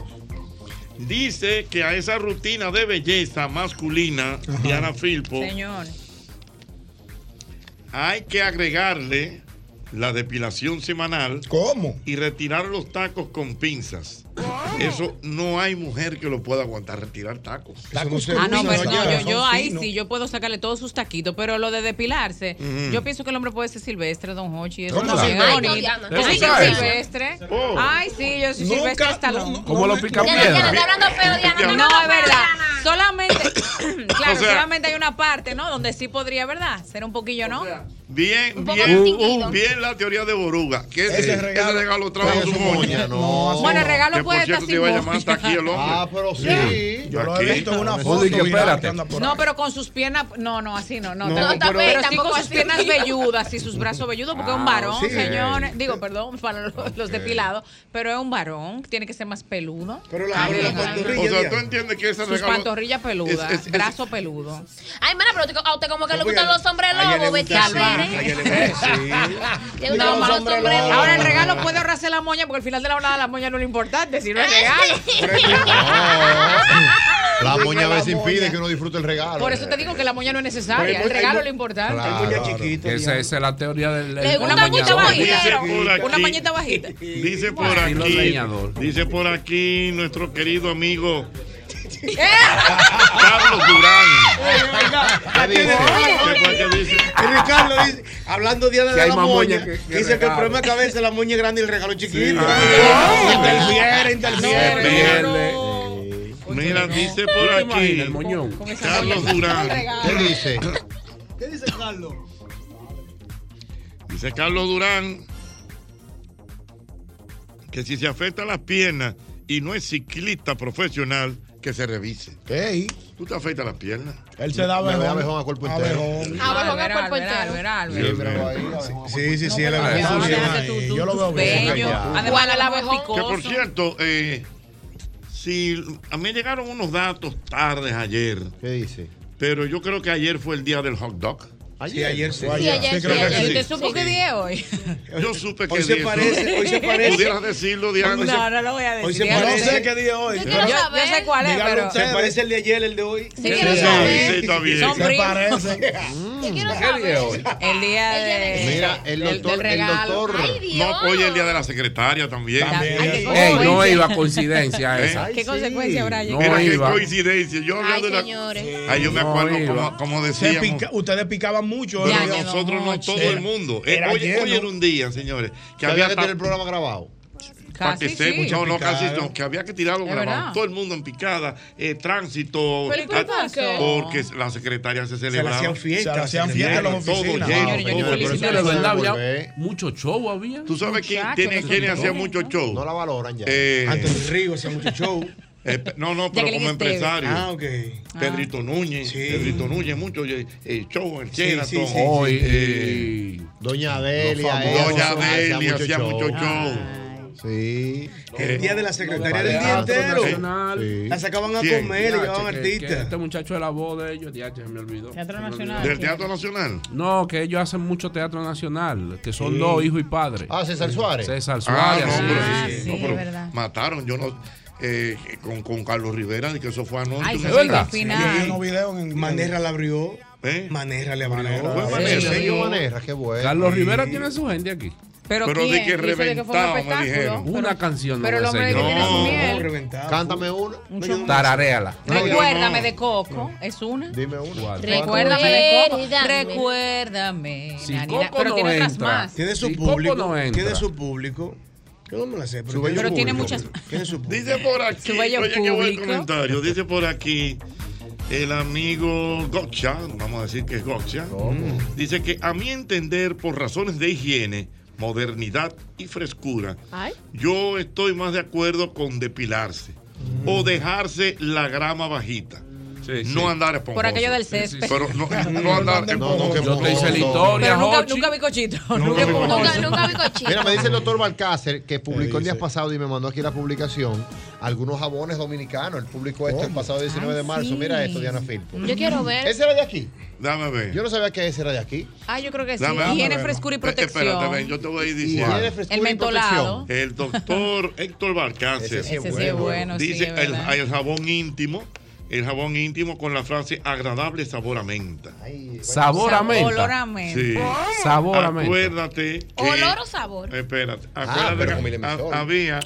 S2: Dice que a esa rutina de belleza masculina, Diana Filpo,
S8: Señor.
S2: hay que agregarle la depilación semanal.
S6: ¿Cómo?
S2: Y retirar los tacos con pinzas. Eso no hay mujer que lo pueda aguantar, retirar tacos.
S8: Ah, no, pero yo, yo, ahí sí, yo puedo sacarle todos sus taquitos, pero lo de depilarse,
S2: Ujú.
S8: yo pienso que el hombre puede ser silvestre, don Hochi. Eso
S2: ¿Cómo
S8: no
S2: sabe?
S8: es
S2: Mm-hmm. Ay, no,
S8: bonito.
S2: Diana.
S8: Yo soy
S2: ¿Eso sabe?
S8: silvestre.
S2: Oh.
S8: Ay, sí, yo soy
S2: Nunca,
S8: silvestre hasta lo.
S18: Como los pica
S8: No, es verdad. Solamente, claro,
S2: O sea-
S8: solamente hay una parte, ¿no? Donde sí podría, ¿verdad? Ser un poquillo, ¿no?
S2: Bien,
S8: poco
S2: bien,
S8: distinguido.
S2: bien la teoría de Boruga. Que ese,
S4: Ese
S2: ese regalo, trajo su moña.
S4: No.
S8: Bueno, el regalo
S2: Que, por
S8: puede estar
S2: cierto, te
S8: sin
S2: iba a
S8: moña.
S2: llamar hasta aquí el hombre.
S4: Ah, pero sí.
S2: Yo
S4: lo he
S2: aquí.
S4: visto en una
S2: Oye,
S4: foto
S2: que
S4: viral
S2: espérate.
S8: No, pero con sus piernas, no, no, así no, no,
S2: No,
S8: tampoco.
S2: pero-
S8: pero, sí
S5: tampoco
S8: con sus
S5: así.
S8: piernas velludas y sus brazos velludos, porque es un
S5: Ah,
S8: varón,
S5: sí.
S8: señores. Digo, perdón, para los, los depilados, pero es un varón, tiene que ser más peludo. Pero
S2: la- pero la pantorrilla, O sea, tú entiendes que ese
S8: Sus
S2: regalo-
S8: pantorrillas peludas,
S2: Es- es- es-
S8: brazo peludo.
S5: Ay, mana, pero a usted como que le
S8: Oye,
S5: gustan los hombres
S8: a ella le
S5: lobos,
S8: gusta
S5: vete a ver, ¿eh? Le gustan los malos hombres lobos.
S8: Ah. Ahora el regalo puede ahorrarse la moña, porque al final de la jornada la moña no es lo importante, sino el regalo.
S4: La moña a veces impide que uno disfrute el regalo.
S8: Por eso te digo que la moña no es necesaria, el regalo es lo importante.
S18: Esa, esa es la teoría del. del
S8: Le gusta
S18: mañador.
S8: mucho bajita.
S2: por aquí.
S8: Una mañita bajita.
S2: Dice por
S18: Estilo
S2: aquí,
S18: leñador.
S2: dice por aquí nuestro querido amigo
S3: Carlos
S2: Durán.
S7: Ricardo dice, hablando de Diana
S3: Que
S7: de
S3: hay
S7: la
S3: más
S7: moña,
S3: moña que- que
S7: dice que el
S3: regalo.
S7: problema es que a veces la moña es grande y el regalo es chiquito.
S2: Ah.
S7: Interfiere,
S2: Se
S7: interfiere.
S2: pierde. Mira,
S18: ¿Tú
S2: dice por
S18: te
S2: aquí
S18: imaginas el moñón?
S2: Carlos Durán.
S4: ¿Qué dice?
S7: ¿Qué dice Carlos?
S2: Dice Carlos Durán que si se afecta las piernas y no es ciclista profesional, que se revise.
S6: ¿Qué?
S2: ¿Tú te afectas las piernas?
S6: Él se da
S2: Me
S6: abejón.
S2: da abejón a cuerpo entero.
S6: Abejón.
S8: Abejón a cuerpo entero.
S6: Sí, sí, sí, él
S2: pero
S6: es
S2: no,
S6: sucio.
S2: déjate
S6: Ay,
S2: tú, tú,
S6: Yo lo veo
S2: tus
S6: bien.
S2: bellos.
S6: Ya.
S8: Además, la lava es
S2: Que por
S8: picoso.
S2: cierto, eh, si a mí llegaron unos datos tardes ayer.
S4: ¿Qué dice?
S2: Pero yo creo que ayer fue el día del hot dog.
S7: Sí, ayer sí.
S8: Sí, ayer sí,
S2: creo que
S8: ayer.
S2: sí.
S8: ¿Usted supo qué día es hoy?
S2: Yo supe que
S7: Hoy se
S2: de eso-
S7: parece, hoy se parece.
S2: Pudieras decirlo, Diana.
S8: No, no lo voy a decir.
S7: Hoy se
S8: Yo no
S7: parece.
S8: sé
S7: qué día hoy.
S8: Yo quiero saber. Yo sé cuál es, pero-
S7: Se parece el de ayer, el de hoy.
S8: Sí, quiero saber.
S2: sí, está bien.
S8: Son
S2: Se
S8: primos.
S2: parece.
S8: Yo quiero
S2: ¿Qué día es hoy?
S8: saber. El día de.
S2: Mira, el
S8: del-
S2: doctor,
S8: del
S2: el
S8: regalo.
S2: doctor.
S8: Ay, Dios.
S2: No, hoy es el día de la secretaria también.
S8: También. Ay, qué
S18: Ey, no iba a coincidencia
S2: ¿Eh?
S18: esa.
S8: ¿Qué consecuencia habrá
S18: No
S2: Mira qué
S18: iba.
S2: coincidencia. Yo hablando de la.
S8: señores.
S2: Ay, yo me
S18: No
S2: acuerdo
S18: iba.
S2: como, como
S18: Se
S2: decíamos.
S18: pica-
S7: Ustedes picaban mucho.
S2: Pero
S7: ¿eh?
S2: nosotros no todo
S7: Era-
S2: el mundo. Eh,
S7: era
S2: hoy,
S7: ayer,
S2: hoy
S7: ¿no?
S2: era un día, señores, que
S4: había
S2: había
S4: que
S2: ta-
S4: tener el programa grabado.
S2: para que se escuchaba, no, casi no, que había que tirarlo
S4: Es
S2: grabado.
S4: verdad.
S2: Todo el mundo en picada, eh, tránsito.
S8: Pero, ¿y por
S2: ah,
S8: qué?
S2: Porque la secretaria se celebraba.
S7: hacían fiestas, Se le hacían fiestas en las
S2: Todo
S7: oficinas.
S2: lleno,
S7: Señores, yo
S2: todo.
S7: felicito
S2: Pero
S7: a los
S2: de verdad,
S7: hombres.
S2: había mucho show había. ¿Tú sabes quién,
S7: Muchacho,
S2: tiene-
S7: que
S2: quién
S7: son
S2: hacía
S7: jóvenes,
S2: mucho show?
S4: No la valoran ya.
S7: Antonio Rigo hacía mucho show.
S2: Eh, no, no, pero
S7: Jacqueline
S2: como
S7: Esteves.
S2: empresario.
S7: Ah, ok.
S2: Pedrito Núñez. Pedrito Núñez, mucho eh, eh, show en el
S4: Sí,
S2: Sheraton.
S4: sí, sí, sí.
S18: Oh,
S2: Hoy,
S4: Sí.
S2: eh,
S4: Doña Delia.
S2: famosos.
S4: eso,
S2: Doña
S4: hacía
S2: Delia
S4: mucho
S2: hacía
S4: show.
S2: mucho show.
S4: Sí. Eh,
S7: El día de la secretaria del día
S18: Teatro
S7: entero.
S18: Nacional.
S7: La sacaban a comer, le llevaban
S18: que-
S7: artistas.
S18: que Este muchacho de la voz de ellos, ya, ya me olvidó.
S8: Teatro
S18: Se me
S8: Nacional.
S18: olvidó.
S8: ¿Del Teatro Nacional?
S18: No, que ellos hacen mucho teatro nacional, que son
S2: Sí.
S18: dos hijos y padres.
S2: Ah, César Suárez.
S18: César
S2: Ah,
S18: Suárez.
S2: no,
S18: sí.
S2: pero, no, pero mataron, yo no. eh, con, con Carlos Rivera, y que eso fue anoche.
S7: Ay,
S2: ¿no?
S7: sí,
S2: ¿De verdad?
S7: sí, Yo vi unos videos en Manera la abrió.
S2: ¿Eh?
S7: Manera le abrió.
S2: Fue Manera. Señor Manera,
S4: qué bueno.
S18: Carlos Rivera tiene su gente aquí.
S8: Pero
S2: Pero
S8: ¿quién?
S2: di que
S8: Dice de que fue un
S2: reventado, me
S8: espectáculo.
S2: dijeron.
S18: Una canción
S8: pero
S18: no
S8: el
S18: sé
S8: hombre que
S18: yo.
S8: tiene su miel.
S4: Cántame una.
S18: Tararéala.
S8: Recuérdame de Coco, es una.
S4: Dime una.
S8: Recuérdame de Coco.
S13: Querida,
S8: Recuérdame.
S7: Si
S8: nanina.
S7: Coco
S8: pero
S7: no
S8: tiene otras
S7: entra,
S8: más.
S7: Tiene su
S8: Si Coco
S7: público.
S8: no entra.
S7: Tiene su público. Yo no me la sé, pero,
S8: Su bello Pero tiene público. muchas-
S7: Tiene su público.
S2: Dice por aquí,
S8: Su bello
S2: oye, qué buen
S8: público.
S2: comentario. Dice por aquí el amigo Gocha, vamos a decir que es Gocha. mm, Dice que a mi entender, por razones de higiene, modernidad y frescura,
S3: Ay.
S2: yo estoy más de acuerdo con depilarse o dejarse la grama bajita. no andar esponjoso.
S8: Por aquello del césped.
S2: Pero no, no andar esponjoso.
S18: yo te hice la historia,
S8: Pero nunca, nunca vi cochito. Nunca,
S4: vi
S8: nunca-
S4: cochito.
S8: nunca vi cochito.
S4: Mira, me dice el doctor Balcácer que publicó el día pasado y me mandó aquí la publicación algunos jabones dominicanos. El público esto el pasado 19 de marzo.
S8: Ah, sí.
S4: Mira esto, Diana Filpo.
S8: Yo quiero ver.
S4: ¿Ese era de aquí?
S2: Dame ver.
S4: Yo no sabía que ese era de aquí.
S8: Ah, yo creo que sí.
S2: Dame-
S8: Higiene,
S2: dame-
S8: frescura y
S2: Eh,
S8: protección.
S2: Espérate, ven, yo te voy a ir diciendo.
S4: Higiene, frescura
S8: El y mentolado.
S2: El doctor Héctor Balcácer.
S8: Ese sí es Ese sí bueno. es bueno, sí,
S2: Dice
S8: es
S2: el,
S8: verdad.
S2: el jabón íntimo. El jabón íntimo con la frase agradable sabor a menta.
S18: Sabor a menta.
S8: Olor a menta.
S2: Sí.
S18: Sabor a menta.
S2: Acuérdate que.
S8: ¿Olor o sabor?
S2: Espérate.
S4: Ah,
S2: Acuérdate
S4: pero con
S2: que
S4: Milemesol.
S2: ha- había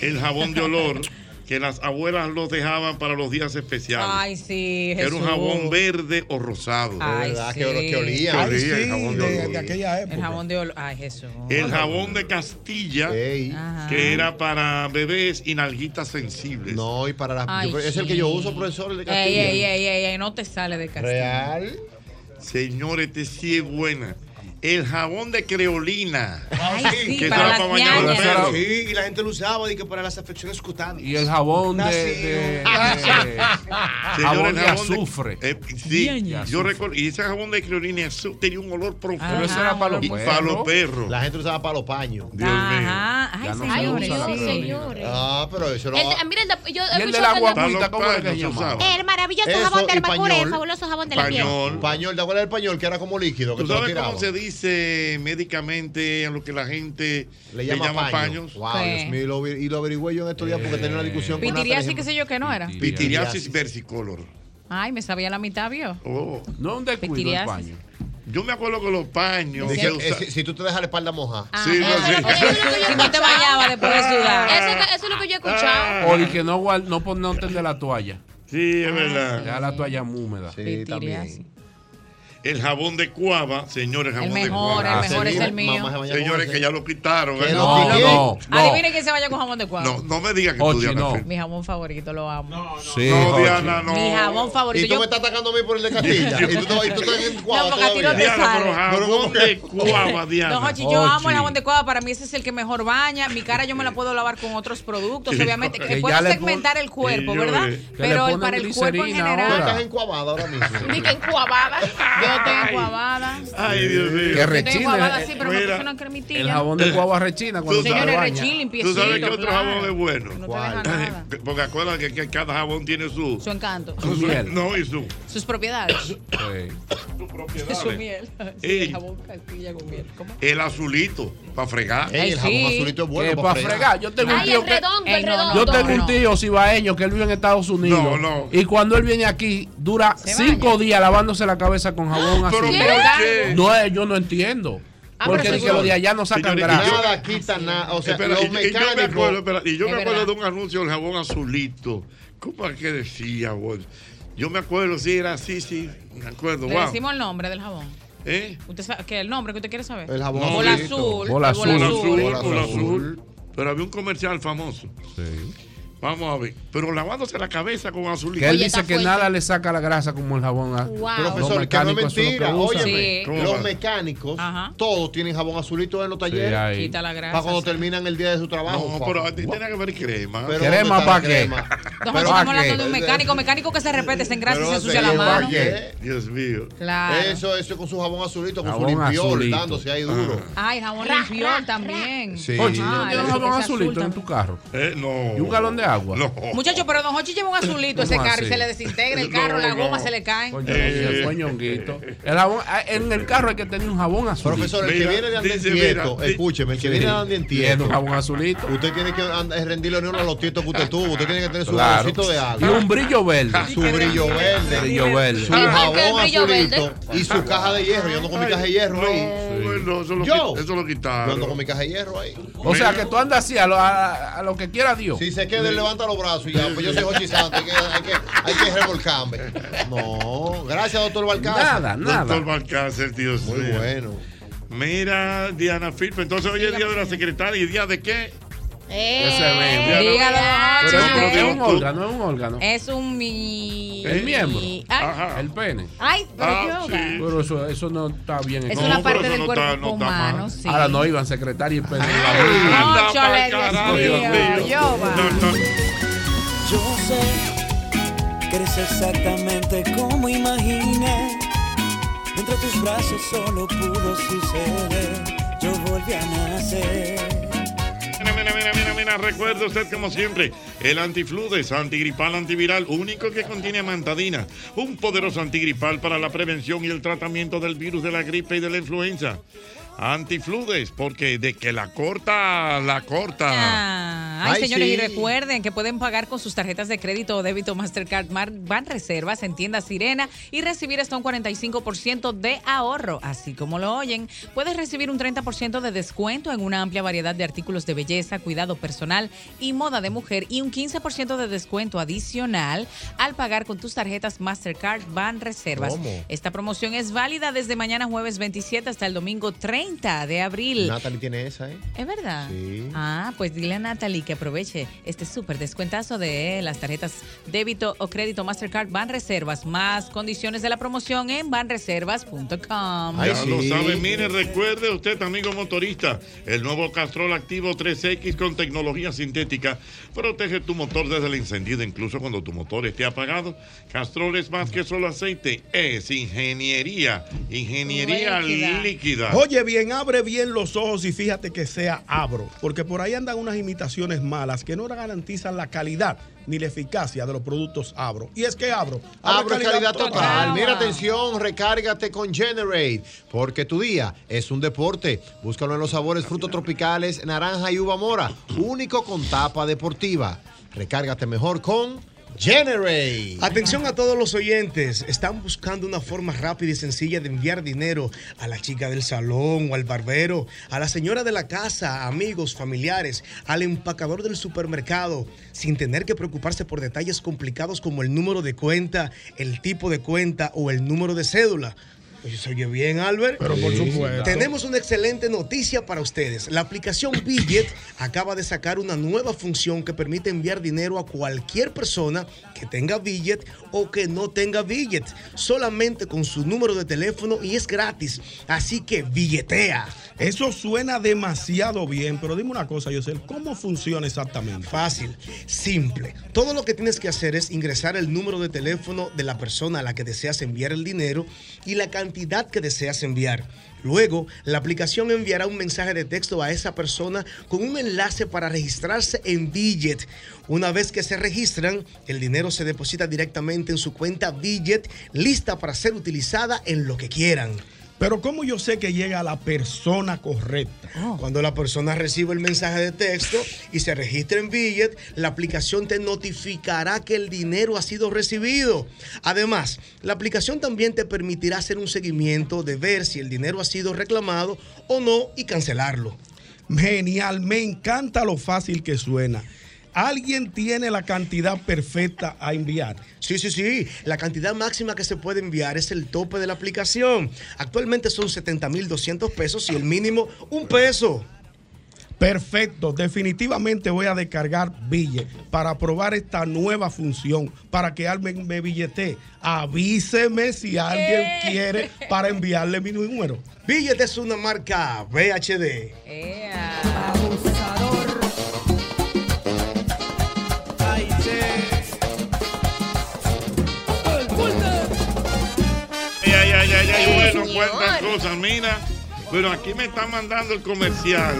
S2: el jabón de olor que las abuelas los dejaban para los días especiales.
S8: Ay, sí,
S2: Que era un
S8: Jesús.
S2: jabón verde o rosado.
S8: Ay, De Ah, verdad, sí. que ol- que olía.
S2: Que
S8: Ay,
S2: olía el
S8: sí,
S2: jabón de
S8: de-
S2: olor.
S8: de
S7: aquella
S8: El jabón de olor. Ay, Jesús.
S2: El jabón de Castilla,
S8: Ajá.
S2: que era para bebés y nalguitas sensibles.
S4: No, y para las.
S8: Ay,
S4: yo- es el
S8: sí.
S4: que yo uso, profesor, el de
S8: Ey,
S4: Castilla.
S8: ey, ey, ey, ey, no te sale de castillo.
S4: Real.
S2: Señores, este sí es buena. El jabón de creolina.
S7: Ay,
S2: sí,
S7: sí,
S2: que
S7: para
S2: estaba
S7: las
S2: para bañar los
S7: ñañas.
S2: perros.
S7: Sí, y la gente lo usaba y que para las afecciones cutáneas. Ah,
S18: Y el jabón de-
S7: Nacido.
S18: de-
S2: Señores,
S18: Jabón de
S2: de-
S18: azufre.
S2: eh, sí,
S18: Ñaña.
S2: yo recuerdo. Y ese jabón de creolina y azufre tenía un olor profundo.
S18: Pero eso
S8: Ah,
S18: era para los
S2: Y
S18: perros.
S2: Para los perros.
S4: La gente usaba para los paños.
S2: Dios
S8: Ajá, ay,
S2: Ya no se
S8: señores,
S2: usa la
S8: sí,
S2: creolina.
S8: señores.
S4: Ah, pero eso no.
S13: El, de- mira, el de- yo
S4: ¿Y
S13: he
S4: el de
S13: escuchado
S4: la
S13: que
S4: guaguita, cómo era que se llamaba?
S13: El maravilloso
S4: Eso
S13: jabón
S4: y
S13: del Mercurio, el
S4: pañol.
S13: fabuloso jabón de la piel.
S2: Pañol.
S4: Pañol, ¿te acuerdas del pañol que era como líquido? Que
S2: ¿Tú
S4: tú lo
S2: sabes cómo
S4: tirabas?
S2: se dice médicamente a lo que la gente
S4: Le llama, paño.
S2: paños?
S4: Wow,
S8: ¿Qué?
S4: Dios mío, y lo, vi- y lo averigüé yo en estos días porque tenía una discusión con Natalie
S8: Pitiriasis,
S4: Jiménez.
S8: qué sé yo, que no era.
S2: Pitiriasis versicolor.
S8: Ay, me sabía la mitad, vio.
S2: Oh.
S18: No un
S8: descuido el paño.
S2: Yo me acuerdo que los paños.
S4: Dice,
S2: se
S4: eh,
S2: usa-
S4: si, si tú te dejas la espalda moja.
S8: Ah.
S2: Sí,
S13: Ah.
S2: no, sí.
S8: Si no te bañabas después de sudar.
S13: Eso, es- eso es lo que yo he escuchado.
S18: Ah. O el que no, guard- no, pon- no tender la toalla.
S2: Sí, es verdad.
S18: Ya la toalla muy húmeda.
S4: Sí, también.
S2: El jabón de cuava, señores, el jabón de
S8: mejor,
S2: cuava. Ah,
S8: el mejor es el mío. Mamá se
S4: baña con
S2: Señores,
S4: ese.
S2: que ya lo quitaron.
S4: Que
S2: ¿eh?
S4: lo No, quiten. no,
S8: Adivinen quién se vaya con jabón de cuadro.
S2: No, no me digas que tú,
S18: Ochi,
S2: Diana.
S18: no.
S2: Fer.
S8: Mi jabón favorito, lo amo.
S18: Sí,
S2: No,
S18: Jochi.
S2: Diana, no.
S8: Mi jabón favorito.
S4: Y tú
S8: yo-
S4: me estás atacando a mí por el de Castilla. y tú, te- y tú estás en cuadro
S8: No, porque a ti no te
S4: todavía.
S8: Diana, sale. pero
S2: Jabón de cuava, Diana.
S8: No, Jochi, yo amo el jabón de cuava. Para mí ese es el que mejor baña. Mi cara yo me la puedo lavar con otros productos.
S18: Sí,
S8: Obviamente, que
S18: que
S8: puedo
S18: ya le pon-
S8: segmentar el cuerpo,
S18: Sí, yo,
S8: ¿verdad?
S18: eh, que le
S8: Pero el-
S18: ponen
S8: para el
S18: glicerina
S8: cuerpo en
S4: Tú
S8: general.
S4: estás encuavada ahora mismo.
S8: Ni que encuavada. Yo tengo guavada.
S2: Ay, Dios mío.
S18: Que
S8: Yo tengo guavada,
S18: rechina.
S8: sí, pero me puse una cremitilla.
S18: El jabón de guava rechina cuando se
S8: Señores,
S18: lo baña.
S8: rechín, limpiecito.
S2: Tú sabes que otro
S8: claro.
S2: jabón es bueno.
S8: deja nada.
S2: Porque acuérdate que, que cada jabón tiene su.
S8: Su encanto.
S2: su- No, y su.
S8: Sus propiedades. Su
S2: propiedades.
S8: miel. Sí,
S2: Ey.
S8: el jabón castilla con miel. ¿Cómo?
S2: El azulito, para fregar.
S8: Ey, el jabón Sí. azulito es bueno
S18: Que
S2: pa'
S18: para fregar. Yo tengo un
S8: Ay,
S18: tío
S8: el
S18: que.
S8: redondo, el redondo.
S18: Yo tengo
S8: No.
S18: un tío cibaeño que él vive en Estados Unidos.
S2: No, no.
S18: Y cuando él viene aquí, dura cinco días lavándose la cabeza con jabón
S2: Ah,
S18: azul.
S2: ¿Pero por qué?
S18: No, eh, yo no entiendo.
S4: Ah,
S18: porque
S4: pero
S18: de que
S4: señor-
S18: los de allá no sacan
S2: Señores,
S18: grasa.
S4: Nada quita nada. O sea,
S2: Espera, y-
S4: los
S2: y yo me
S4: mecánicos.
S2: acuerdo, espera, y yo
S4: Es
S2: me acuerdo
S4: verdad.
S2: de un anuncio del jabón azulito. ¿Cómo es que decía, vos? Yo me acuerdo, sí, era así, sí. Me acuerdo,
S8: Le
S2: wow.
S8: decimos el nombre del jabón.
S2: ¿Eh?
S8: Usted sabe, ¿Qué el nombre que usted quiere saber?
S2: El jabón
S8: Bola
S2: azulito.
S8: azul.
S2: Bola
S8: el
S2: azul. Bola azul.
S8: Bola
S2: bola azul. Pero había un comercial famoso. Sí. Vamos a ver. Pero lavándose la cabeza con azulito.
S18: Que él dice que nada le saca la grasa como el jabón. a-
S8: Wow.
S18: los
S4: Profesor, que no es
S18: mecánicos son los que
S4: mentira.
S18: usan.
S4: Óyeme,
S18: ¿Cómo
S4: los
S18: va?
S4: mecánicos, todos tienen jabón azulito en los talleres.
S18: ahí. Quita la grasa,
S4: Para cuando
S18: sí.
S4: terminan el día de su trabajo.
S2: No, pero tiene que haber crema.
S18: Crema para qué.
S8: Don
S4: Pero
S8: José, estamos
S4: ¿a qué?
S8: hablando de un mecánico, mecánico que se respete, se engrasa y se ensucia la
S4: Pero,
S8: mano.
S4: oye,
S2: Dios mío.
S8: Claro.
S4: Eso, eso con su jabón azulito, con
S18: Jabón
S4: su limpiol,
S18: azulito.
S4: dándose ahí duro.
S2: Ah.
S8: Ay, jabón limpiol también.
S4: Sí.
S18: Oye,
S8: Ah,
S18: ¿tú tienes
S8: eso
S18: un jabón
S8: que se
S18: azulito
S8: azulta.
S18: en tu carro?
S2: Eh, no.
S18: ¿Y un galón de agua?
S2: No.
S8: Muchachos, pero Don Hochi lleva un azulito a ese
S18: ¿Cómo
S8: carro y
S18: así?
S8: se le desintegra el carro, la goma se le cae.
S18: Coño, ese fue ñonguito. El jabón, ah, en el carro hay que tener un jabón azul.
S4: Profesor, el que viene de andar Tieto, escúcheme, el que viene de andar Tieto.
S18: un jabón azulito.
S4: Usted tiene que and- eh, rendirle honor a los tietos que usted tuvo. Usted tiene que tener su
S18: Claro.
S4: jaboncito de
S18: Y
S4: agua.
S18: un brillo verde.
S4: Su brillo verde.
S18: Brillo verde.
S4: Su
S18: Ah,
S4: jabón
S18: que el brillo
S4: azulito.
S18: verde.
S4: Y su caja de hierro. Yo ando con mi caja de hierro ahí.
S2: No, eso lo,
S4: Yo.
S2: qui- eso lo quitaron.
S4: Yo ando con mi caja de hierro ahí.
S18: O sea, que tú andas así a lo, a- a lo que quiera Dios.
S4: Si se queda, él levanta los brazos y ya. Pues yo soy Jochi Santos. Hay que, hay que, hay que revolcarme. No. Gracias, doctor Balcázar.
S2: Doctor Balcácer, Dios Muy
S4: bueno.
S2: Mira, Diana Filpo, entonces hoy es día de la secretaria y día de qué?
S8: Eh,
S2: Dígalo.
S8: dígalo, Don
S18: Pero
S8: Hochi.
S18: es un- es un órgano, es un órgano.
S8: Es un mi...
S18: El miembro. Ah.
S8: Ay.
S18: El pene.
S8: Ah. Ay, pero qué hogar.
S18: Pero eso, eso no está bien.
S8: Es
S18: hecho.
S8: una Ah, No, parte pero eso del no está- cuerpo no está humano, mal. sí.
S18: Ahora no iban secretaria y pene.
S8: No, chole, Dios mío, yo va.
S19: Yo sé que eres exactamente como imaginé. Entre tus brazos solo pudo suceder. Yo volví a nacer.
S2: Mira, mira, mira, mira, mira, recuerde usted como siempre, el antifludes, antigripal, antiviral, único que contiene amantadina, un poderoso antigripal para la prevención y el tratamiento del virus de la gripe y de la influenza. Antifludes, porque de que la corta, la corta.
S8: Ah, Ay, señores, y recuerden que pueden pagar con sus tarjetas de crédito o débito Mastercard Mar- Van Reservas en tienda Sirena y recibir hasta un 45% de ahorro, así como lo oyen. Puedes recibir un 30% de descuento en una amplia variedad de artículos de belleza, cuidado personal y moda de mujer y un 15% de descuento adicional al pagar con tus tarjetas Mastercard Van Reservas.
S4: ¿Cómo?
S8: Esta promoción es válida desde mañana jueves 27 hasta el domingo 30 de abril.
S4: Natalie tiene esa, ¿eh?
S8: ¿Es verdad?
S4: Sí.
S8: Ah, pues dile a Natalie que aproveche este súper descuentazo de las tarjetas débito o crédito Mastercard Banreservas. Más condiciones de la promoción en banreservas.com.
S2: ya lo sabe, mire, recuerde usted, amigo motorista, el nuevo Castrol Activo 3X con tecnología sintética protege tu motor desde el encendido, incluso cuando tu motor esté apagado. Castrol es más que solo aceite, es ingeniería, ingeniería líquida.
S7: Líquida. Oye bien, abre bien los ojos y fíjate que sea abro, porque por ahí andan unas imitaciones malas que no garantizan la calidad ni la eficacia de los productos abro. Y es que abro.
S4: Abro es
S7: es
S4: calidad total. Mira, atención, recárgate con Generate, porque tu día es un deporte. Búscalo en los sabores frutos tropicales, naranja y uva mora, único con tapa deportiva. Recárgate mejor con Generate.
S7: Atención a todos los oyentes, están buscando una forma rápida y sencilla de enviar dinero a la chica del salón o al barbero, a la señora de la casa, a amigos, familiares, al empacador del supermercado, sin tener que preocuparse por detalles complicados como el número de cuenta, el tipo de cuenta o el número de cédula. Oye, Se oye bien, Albert. Pero
S6: por supuesto.
S7: Tenemos una excelente noticia para ustedes. La aplicación Billet acaba de sacar una nueva función que permite enviar dinero a cualquier persona que tenga Billet o que no tenga Billet, solamente con su número de teléfono y es gratis. Así que billetea.
S6: Eso suena demasiado bien, pero dime una cosa, Yosel, ¿cómo funciona exactamente?
S7: Fácil, simple. Todo lo que tienes que hacer es ingresar el número de teléfono de la persona a la que deseas enviar el dinero y la cantidad cantidad que deseas enviar. Luego, la aplicación enviará un mensaje de texto a esa persona con un enlace para registrarse en Digit. Una vez que se registran, el dinero se deposita directamente en su cuenta Digit, lista para ser utilizada en lo que quieran.
S12: Pero ¿cómo yo sé que llega a la persona correcta?
S7: Cuando la persona recibe el mensaje de texto y se registra en Billet, la aplicación te notificará que el dinero ha sido recibido. Además, la aplicación también te permitirá hacer un seguimiento de ver si el dinero ha sido reclamado o no y cancelarlo.
S12: Genial, me encanta lo fácil que suena. ¿Alguien tiene la cantidad perfecta a enviar?
S7: Sí, sí, sí. La cantidad máxima que se puede enviar es el tope de la aplicación. Actualmente son 70.200 pesos y el mínimo un peso.
S12: Perfecto, definitivamente voy a descargar Bille para probar esta nueva función, para que alguien me billete. Avíseme si alguien
S7: Eh.
S12: quiere para enviarle mi número.
S7: Billete es una marca VHD.
S2: Ay, ay, ay, ay, ay, bueno, cuántas cosas, mira. Pero aquí me está mandando el comercial.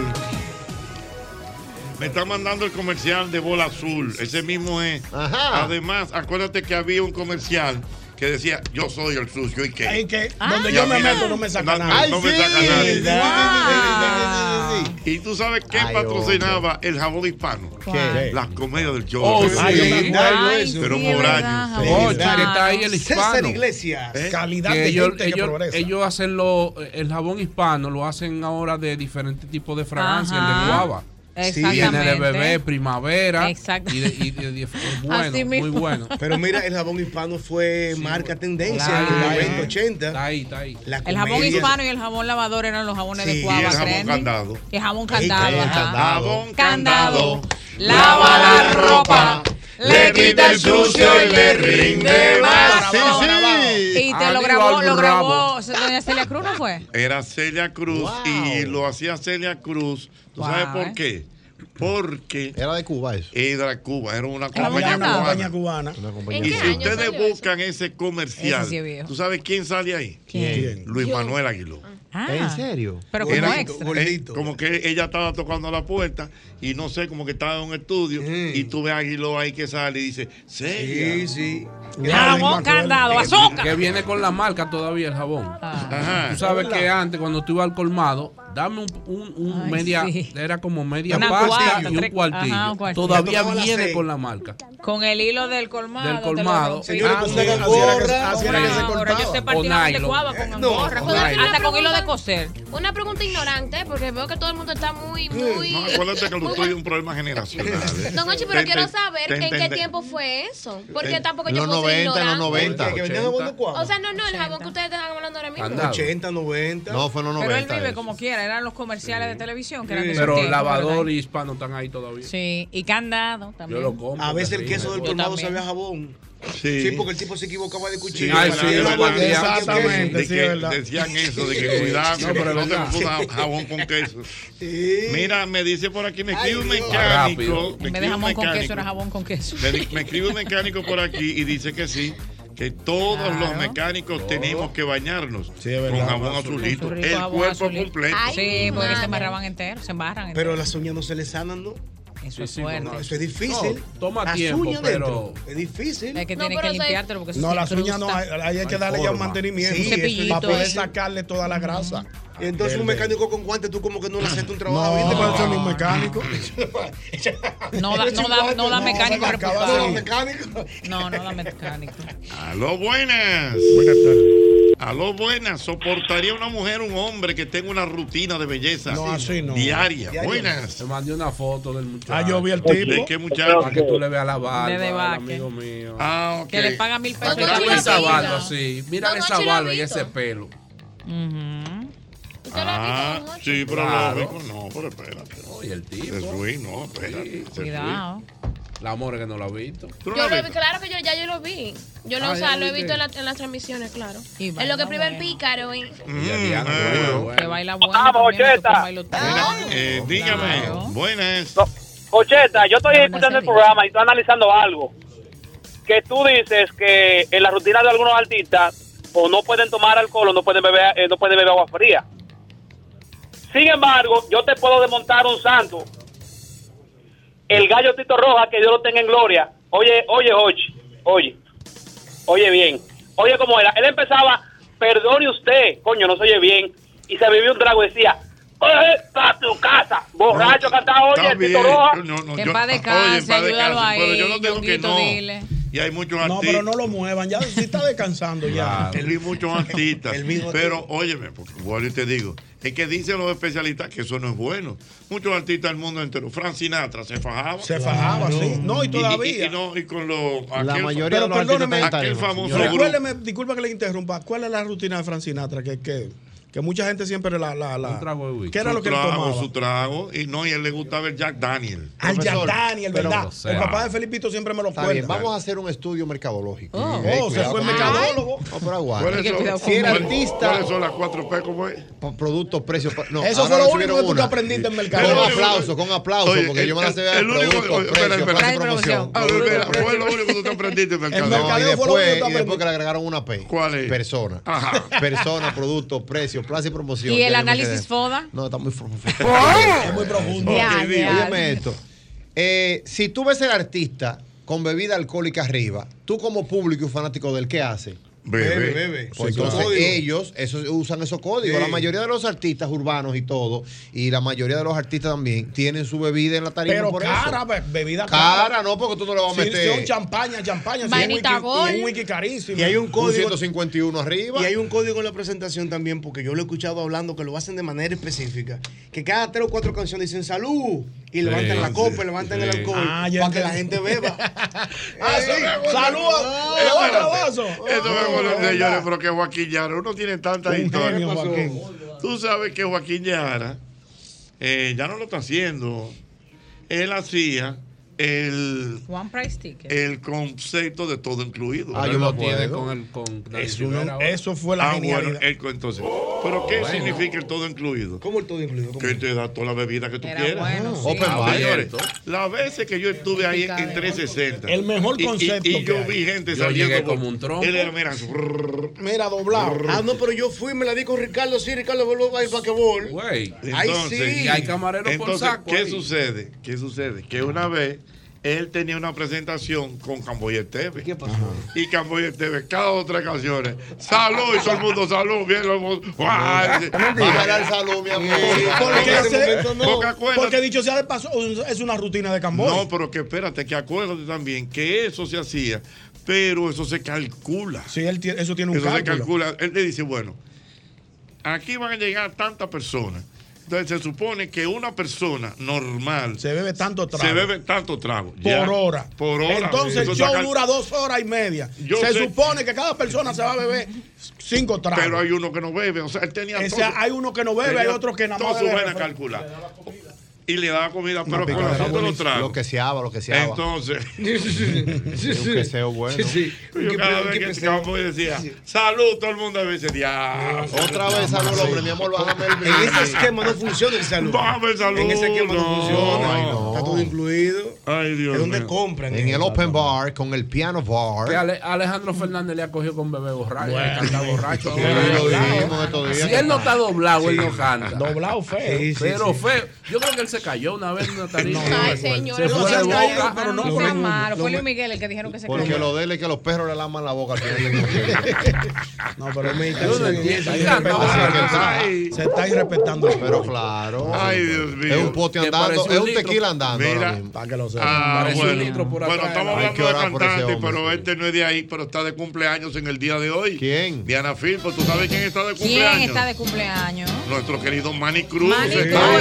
S2: Me está mandando el comercial de Bola Azul. Ese mismo es.
S4: Ajá.
S2: Además, acuérdate que había un comercial que decía, yo soy el sucio y qué.
S12: Ay, que donde yo
S2: Y a
S12: me
S2: mí
S12: meto no me saca
S2: no,
S12: nadie.
S2: no
S12: Ay,
S2: me
S12: sí.
S2: saca nadie.
S12: Sí, sí, sí, sí, sí, sí,
S2: Y tú sabes qué
S12: Ay,
S2: patrocinaba el jabón hispano.
S12: ¿Qué?
S2: Las comedias del show.
S18: Oh, sí. Ay,
S12: Ay,
S2: Pero
S18: sí,
S2: por
S18: es
S2: años.
S18: verdad, Ocho, que está ahí el
S7: César
S18: hispano. Eh,
S7: Iglesias.
S12: Calidad
S18: Que
S12: de
S18: ellos,
S12: gente que
S18: ellos-
S12: progresa.
S18: ellos hacen lo, el jabón hispano, lo hacen ahora de diferentes tipos de fragancia, el
S8: Ajá.
S18: de guava.
S8: Exactamente.
S18: Viene de bebé, primavera.
S8: Exacto.
S18: Y de, y de- y de- bueno,
S8: Así
S18: muy
S8: mismo.
S18: bueno.
S7: Pero mira, el jabón hispano fue marca tendencia
S18: Claro.
S7: en los 90, 80. Está
S18: ahí, está ahí.
S8: El jabón hispano y el jabón lavador eran los jabones de
S2: Y
S8: cuava,
S2: el jabón
S8: trendy.
S2: candado.
S8: El jabón
S2: Ey,
S8: candado.
S2: jabón
S8: ajá.
S2: candado.
S8: Candado.
S2: Lava la ropa.
S3: Le quita el sucio y le rinde más.
S8: Y te lo
S2: Aníbal
S8: grabó, lo
S2: Ah, Bravo.
S8: grabó doña Celia Cruz, ¿no fue?
S2: Era Celia Cruz y lo hacía Celia Cruz. ¿Tú
S8: Wow,
S2: sabes por
S8: eh.
S2: qué? Porque.
S4: Era de Cuba eso.
S2: Era de Cuba, era una
S12: Era
S2: compañía
S12: una
S2: cubana.
S12: compañía cubana.
S2: Y si ustedes buscan ese comercial,
S12: Ese sí es viejo.
S2: ¿tú sabes quién sale ahí?
S12: ¿Quién?
S2: Luis
S12: Yo.
S2: Manuel Aguiló.
S8: Ah.
S4: ¿En serio?
S8: Pero como
S2: Era-
S8: extra.
S2: eh, como que ella estaba tocando la puerta y no sé, como que estaba en un estudio y tú ves a Aguiló ahí que sale y dice, Celia.
S7: Sí, sí.
S8: Jabón candado, azúcar. Ah.
S18: Que viene con la marca todavía el jabón.
S2: Ajá.
S18: Tú sabes
S2: Hola.
S18: que antes, cuando tú ibas al colmado, dame un, un- un
S8: Ay,
S18: media,
S8: sí.
S18: era como media
S8: Una
S18: pasta
S8: cuarta,
S18: y un
S8: tres-
S18: cuartillo.
S8: ajá, un cuartillo.
S18: Todavía
S8: Te tocaba la
S18: viene
S8: seis.
S18: con la marca.
S8: Con el hilo del colmado.
S18: Del
S8: te lo
S18: colmado.
S8: rompí.
S18: Señores,
S8: Ah,
S18: con
S8: sí,
S18: una
S8: así
S18: gorra,
S8: era que- así era que se
S18: con una
S8: cortaba.
S18: gorra.
S8: Yo sé
S18: O
S8: partir jabón de
S18: nylon.
S8: cuava con
S18: No,
S8: gorra.
S18: o
S8: con-
S18: nylon.
S8: Hasta con hilo de coser.
S5: Una pregunta ignorante, porque veo que todo el mundo está muy, muy.
S2: No, acuérdate que lo
S5: muy-
S2: tuyo es un problema generacional. ¿eh?
S5: Don Ochi, pero
S2: Te
S5: quiero
S2: ente-
S5: saber
S2: te
S5: en qué
S2: entende-
S5: tiempo fue eso.
S2: Eh,
S5: Porque tampoco
S2: los
S5: yo puedo ser
S2: 90, los
S5: ignorante.
S2: 90.
S7: Que vendían jabón de cuava.
S5: O sea, no, no, el jabón que ustedes están hablando ahora mismo.
S18: Candado.
S7: 80, 90.
S4: No, fue en los
S8: Pero él vive como quiera. Eran los comerciales de televisión que eran de su
S18: Pero
S8: tiempo, ¿verdad?
S18: lavador y hispano están ahí todavía.
S8: Sí, y candado también.
S18: Yo lo compro.
S7: A veces el
S18: terrible.
S7: queso del colmado sabía a jabón.
S2: Sí. ah,
S7: Sí, porque el tipo se equivocaba de cuchillo.
S18: Ay,
S7: Para
S18: sí,
S7: que
S18: lo
S7: lo
S18: guardé.
S7: guardé.
S2: de
S18: Exactamente,
S2: que Decían eso, de que cuidado,
S18: No,
S2: que
S18: pero
S2: no,
S18: es
S2: te
S18: verdad.
S2: pongas jabón con queso. Mira, me dice por aquí, me escribe un
S8: Dios.
S2: mecánico.
S8: En vez
S2: escribe
S8: de
S2: un
S8: jamón con queso,
S2: mecánico.
S8: era jabón con queso.
S2: Me, di- me escribe un mecánico por aquí y dice que sí, que todos los mecánicos tenemos que bañarnos con
S7: verdad.
S2: jabón
S7: Con su
S2: azulito.
S7: rico
S2: el
S7: jabón
S2: cuerpo
S7: azulito.
S2: completo.
S8: sí, porque se embarraban enteros, se embarran
S7: Pero las uñas no se le sanan, ¿no?
S8: Eso
S7: es
S8: fuerte.
S7: eso es difícil.
S18: No, toma
S7: Las
S18: tiempo,
S7: uñas
S18: pero-
S7: dentro, Es difícil.
S8: Es que No, tienes que pero eso es- limpiártelo porque eso
S12: No, las uñas no, hay, hay que darle ya un mantenimiento
S7: Sí, eso
S12: para
S7: es
S8: eh.
S12: poder
S7: difícil.
S12: sacarle toda la grasa.
S7: Y entonces un mecánico con guantes, tú como que no le haces un trabajo.
S12: No,
S7: ¿viste?
S12: pero eso no es un mecánico.
S8: No da, no da, no da mecánico
S7: No,
S8: reputado.
S7: no, mecánico.
S8: No, no da mecánico.
S2: Aló, buenas.
S12: Buenas tardes.
S2: Aló, buenas. ¿Soportaría una mujer, un hombre que tenga una rutina de belleza
S18: No, así no.
S2: diaria? Buenas.
S18: Te mandé una foto del muchacho.
S2: Ah, yo vi el tipo.
S18: ¿De qué muchacho? Para que tú le veas la
S8: De
S18: barba,
S8: debaque.
S18: al amigo mío.
S2: Ah,
S8: Que le pagan mil pesos.
S18: Mira
S8: Don
S18: esa
S8: Ochi lo
S18: barba,
S8: vio.
S18: sí. Mira
S8: Don
S18: esa
S8: Ochi lo
S18: barba y
S8: vio.
S18: ese pelo.
S2: Ah, sí, pero
S18: Claro.
S2: lógico, no, pero espérate.
S18: Oye, el tipo.
S2: Se fue, no, espérate. se fue.
S5: Cuidado.
S18: La morgue no la ha visto.
S2: ¿Tú
S5: Yo lo vi, claro que yo ya yo lo vi. Yo lo,
S18: Ah,
S5: o sea,
S18: ya
S5: lo he
S18: viste.
S5: visto en, la- en las transmisiones, claro.
S8: baila
S5: Es lo que priva el pícaro. ¿eh?
S18: Que
S8: baila bueno.
S13: Ah,
S8: Vamos,
S13: Ocheta.
S2: Eh, dígame, buenas.
S13: Ocheta, yo estoy escuchando el programa y estoy analizando algo. Que tú dices que en la rutina de algunos artistas o no pueden tomar alcohol o no pueden beber, eh, no pueden beber agua fría. Sin embargo, yo te puedo desmontar un santo. El gallo Tito Roja, que Dios lo tenga en gloria. Oye, oye, oye, oye. Oye bien. Oye cómo era. Él empezaba, perdone usted, coño, no se oye bien. Y se bebió un trago y decía, oye, para tu casa. Borracho cantaba, oye,
S2: Está
S13: Tito
S2: bien.
S13: Roja.
S2: No, no,
S8: Que
S2: yo-
S8: en paz
S2: oye,
S8: descanse,
S2: en paz
S8: ayúdalo
S2: descanse, pero
S8: ahí,
S2: yo no tengo que
S8: Yonguito,
S2: no.
S8: dile.
S2: Y hay muchos
S12: No,
S2: artistas.
S12: pero no lo muevan, ya se está descansando ya.
S2: Claro, vi muchos artistas. pero óyeme, porque vuelvo y te digo, es que dicen los especialistas que eso no es bueno. Muchos artistas del mundo entero, Frank Sinatra se fajaba.
S12: Se fajaba, sí. No, y
S2: Y,
S12: todavía.
S2: y no, y con los aquel-
S12: Pero perdóneme,
S2: aquel famoso grupo.
S12: recuérdeme, disculpa que le interrumpa, ¿cuál es la rutina de Frank Sinatra? Que, que, que mucha gente siempre la... la, la ¿Qué era
S2: Su
S12: lo que él
S2: trago,
S12: tomaba?
S2: Su trago, y no, y él le gustaba el Jack Daniel.
S12: Al Jack Daniel, ¿verdad? el papá de Felipito siempre me lo
S4: Está bien,
S12: cuenta.
S4: vamos a hacer un estudio mercadológico.
S12: Oh.
S4: Eh,
S12: Oh, se
S4: cuidado
S12: fue
S4: con-
S7: ah,
S12: mercadólogo.
S4: No, pero aguanta.
S12: ¿Cuáles Hay que son- cuidar con-
S4: Si era
S12: ¿cuáles-
S4: artista.
S2: cuáles son las cuatro P como es?
S4: Productos, precios. pa- No,
S12: Eso
S4: ahora
S12: fue lo
S4: le
S12: único que
S4: subieron
S12: tú te
S4: una.
S12: aprendiste en mercado.
S4: Con aplauso, con aplauso,
S2: Oye,
S4: porque yo me la sé
S2: el único-
S4: productos,
S2: oye,
S4: precios,
S2: espera, espera.
S4: precio, promoción.
S2: Ah, espera, fue lo único que tú te aprendiste en
S4: No,
S2: mercadeo.
S4: y
S2: No,
S4: después, y después que le agregaron una P.
S2: ¿Cuál es?
S4: Persona.
S2: Ajá.
S4: Persona, producto, precio, plaza y promoción.
S8: Y el
S4: Ya yo me
S8: análisis
S4: quedé.
S8: FODA.
S4: No, está muy profundo.
S8: Es
S4: muy profundo.
S8: Ya, ya.
S4: Óyeme esto. Eh, si tú ves el artista con bebida alcohólica arriba, tú como público y fanático del ¿qué hace?
S2: Bebe, bebe.
S4: Pues
S2: Sí,
S4: entonces
S2: claro.
S4: ellos esos- usan esos códigos.
S2: Sí.
S4: La mayoría de los artistas urbanos y todo, y la mayoría de los artistas también, tienen su bebida en la tarima
S12: Pero
S4: por
S12: cara,
S4: eso.
S12: be- bebida
S4: Cara, no, porque tú no le vas a
S12: Sí,
S4: meter-
S12: sí, un champaña, champaña. sí,
S4: Vainita
S12: un whisky-
S4: Gold.
S12: y Un wiki carísimo.
S7: Y hay un código-
S4: 151 arriba.
S7: Y hay un código en la presentación también, porque yo lo he escuchado hablando que lo hacen de manera específica. Que cada tres o cuatro canciones dicen salud y levantan
S12: Sí,
S7: la copa y levantan el
S12: sí.
S7: alcohol
S12: Ah, ya
S7: para que
S12: entendí.
S7: la gente beba. Eh,
S12: Saludos.
S2: Eso me molesta, señores, pero que Joaquín Yara, uno tiene tanta historia.
S12: genio, Joaquín.
S2: Tú sabes que Joaquín Yara eh, ya no lo está haciendo. Él hacía el,
S8: One price ticket.
S2: el concepto de todo incluido.
S18: Ah, yo me acuerdo. Es uno- eso fue la
S2: Ah, bueno,
S18: genialidad.
S2: el co- entonces. ¿Pero qué
S18: Bueno.
S2: significa el todo incluido?
S7: ¿Cómo el todo incluido?
S2: Que te da toda la bebida que tú
S12: Era
S2: quieras.
S12: bueno, sí.
S2: Open
S12: Ah,
S2: bar.
S12: abierto.
S2: Señores, Las veces que yo estuve ahí en 360.
S12: El mejor
S2: y- y-
S12: concepto
S2: Y,
S12: que
S2: yo
S12: hay.
S2: vi gente
S18: Yo
S2: saliendo.
S18: llegué
S2: por-
S18: como un trompo.
S2: Él era, mira,
S7: Mira, doblado. Ah, no, pero yo fui, me la di con Ricardo, sí, Ricardo voló a ir basquetbol.
S18: Güey.
S7: Ahí
S2: Entonces,
S7: sí.
S2: entonces, ¿Qué sucede? ¿Qué sucede? Que una vez él tenía una presentación con Camboyer TV. ¿Qué pasó? Y Camboyer TV, cada otra canciones. Salud, y todo el mundo salud, bien lo hemos. ¡Guau!
S4: Ah, Vamos a dar salud, mi este amigo.
S12: Porque,
S2: Porque
S12: se-
S2: momento no. Porque acuérdate-
S12: porque dicho sea de paso, es una rutina de Camboy.
S2: No, pero que espérate, que acuérdate también que eso se hacía, pero eso se calcula.
S12: Sí, él tie- eso tiene un
S2: eso se
S12: cálculo.
S2: calcula. Él te dice, bueno, aquí van a llegar tantas personas. Entonces se supone que una persona normal
S12: Se bebe tanto trago.
S2: se bebe tanto trago.
S12: por
S2: ya.
S12: hora.
S2: Por hora.
S12: Entonces
S2: Eso
S12: el
S2: está
S12: show
S2: cal-
S12: dura dos horas y media.
S2: Yo
S12: se
S2: sé-
S12: supone que cada persona se va a beber cinco tragos.
S2: Pero hay uno que no bebe. O sea, él tenía
S12: Ese-
S2: todo-
S12: hay uno que no bebe,
S2: tenía
S12: hay otro que nada
S2: todo
S12: más
S2: su
S12: bebe
S2: vaina
S12: refresco.
S2: calculada. Y le daba comida, pero
S4: picadera
S2: con nosotros lo
S4: buenísima.
S2: trago.
S4: Lo que se haba, lo que se haba.
S2: Entonces.
S4: Un queseo bueno.
S2: Yo cada vez que estábamos y decía, salud, todo el mundo me decía, "Ah, "Ya".
S4: Otra vez salud, hombre, mi amor, bájame el
S2: En
S4: brindis.
S2: ese esquema
S7: no funciona el salud.
S4: Ah,
S2: Bájame el salud.
S7: En ese esquema no, funciona. Está todo incluido.
S2: Ay, Dios
S7: ¿De dónde compran?
S4: En el open bar, con el piano
S18: Que
S4: bar.
S18: Ale- Alejandro Fernández le ha cogido con bebé borracho.
S4: Bueno.
S18: que canta borracho.
S4: Sí,
S18: Bebé
S4: lo
S18: doblado.
S4: dijimos estos días
S18: Si
S4: que
S18: él no está doblado, él
S4: Sí.
S18: no canta.
S12: Doblado feo. Sí, sí,
S18: pero
S12: sí.
S18: feo. Yo creo que él se cayó una vez en una tarima.
S8: Ay, señor.
S18: Se fue de boca.
S8: pero no,
S4: lo
S8: sea
S4: mismo.
S8: malo.
S4: Lo
S8: Fue Luis
S4: mi-
S8: Miguel el que dijeron que se
S4: Porque
S8: cayó.
S4: lo de él es que los perros le laman la boca al final del
S12: No, pero me
S4: Yo no entiendo. Ay.
S12: Se está irrespetando.
S4: Pero claro.
S2: Ay, Dios mío.
S4: Es un pote
S2: Que
S4: andando,
S2: parece
S4: es
S2: un
S4: un
S2: litro.
S4: tequila andando.
S2: Mira.
S4: ahora mismo, para que lo sepa.
S2: Ah, bueno, bueno estamos
S4: Hay que
S2: hablando de
S4: orar por ese
S2: cantantes,
S4: hombre.
S2: pero este no es de ahí, pero está de cumpleaños en el día de hoy. ¿Quién? Diana Filpo, ¿tú sabes quién está de cumpleaños?
S8: ¿Quién está de cumpleaños?
S2: Nuestro querido Manny Cruz.
S8: Manny
S2: Ese-
S8: Cruz,
S2: Ay,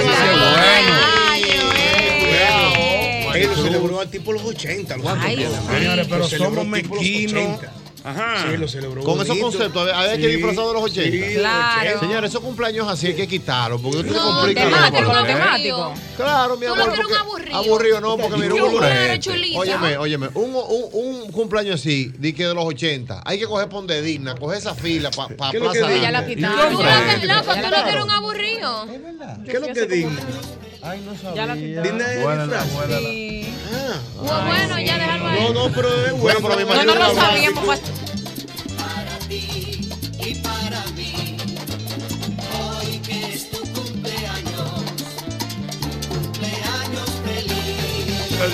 S8: está
S2: ese
S8: de
S2: bueno.
S7: Él lo celebró al tipo los 80. Los
S12: Señores, pero somos mequinos.
S2: Ajá.
S7: Sí, lo celebró.
S4: Con esos
S7: bonito.
S4: conceptos, había
S7: Sí.
S4: que disfrazado de los 80.
S7: Sí, Claro.
S4: Señores, esos cumpleaños así hay que quitarlos, porque usted
S5: No,
S4: complica la
S5: temático,
S4: cosa.
S5: no, temático.
S4: Claro, mi
S5: Tú
S4: amor.
S5: lo quieres un
S4: porque-
S5: aburrido.
S4: no, porque mira,
S5: Yo
S4: un
S5: quiero
S4: cumpleaños.
S5: chulita.
S4: Óyeme, óyeme, un, un, un cumpleaños así, di que de los 80, hay que coger ponde digna, coger esa fila para pa
S5: ¿Qué es lo que
S4: plaza.
S5: dice? Ya la
S4: Digna.
S5: quitaron. Tú lo que- loco, tú lo que eres un aburrido.
S7: ¿Qué es lo que digna?
S4: Ay, no
S5: Ya la
S4: sabía.
S5: quitaron.
S7: Digna es
S4: Huélala,
S7: disfraz.
S4: huélala.
S7: Ah.
S5: Bueno, bueno, ya déjalo ahí.
S7: No, no, pero es
S8: pues,
S4: Bueno, pero me imagino
S5: No, no
S4: que
S5: lo
S4: la-
S5: sabíamos.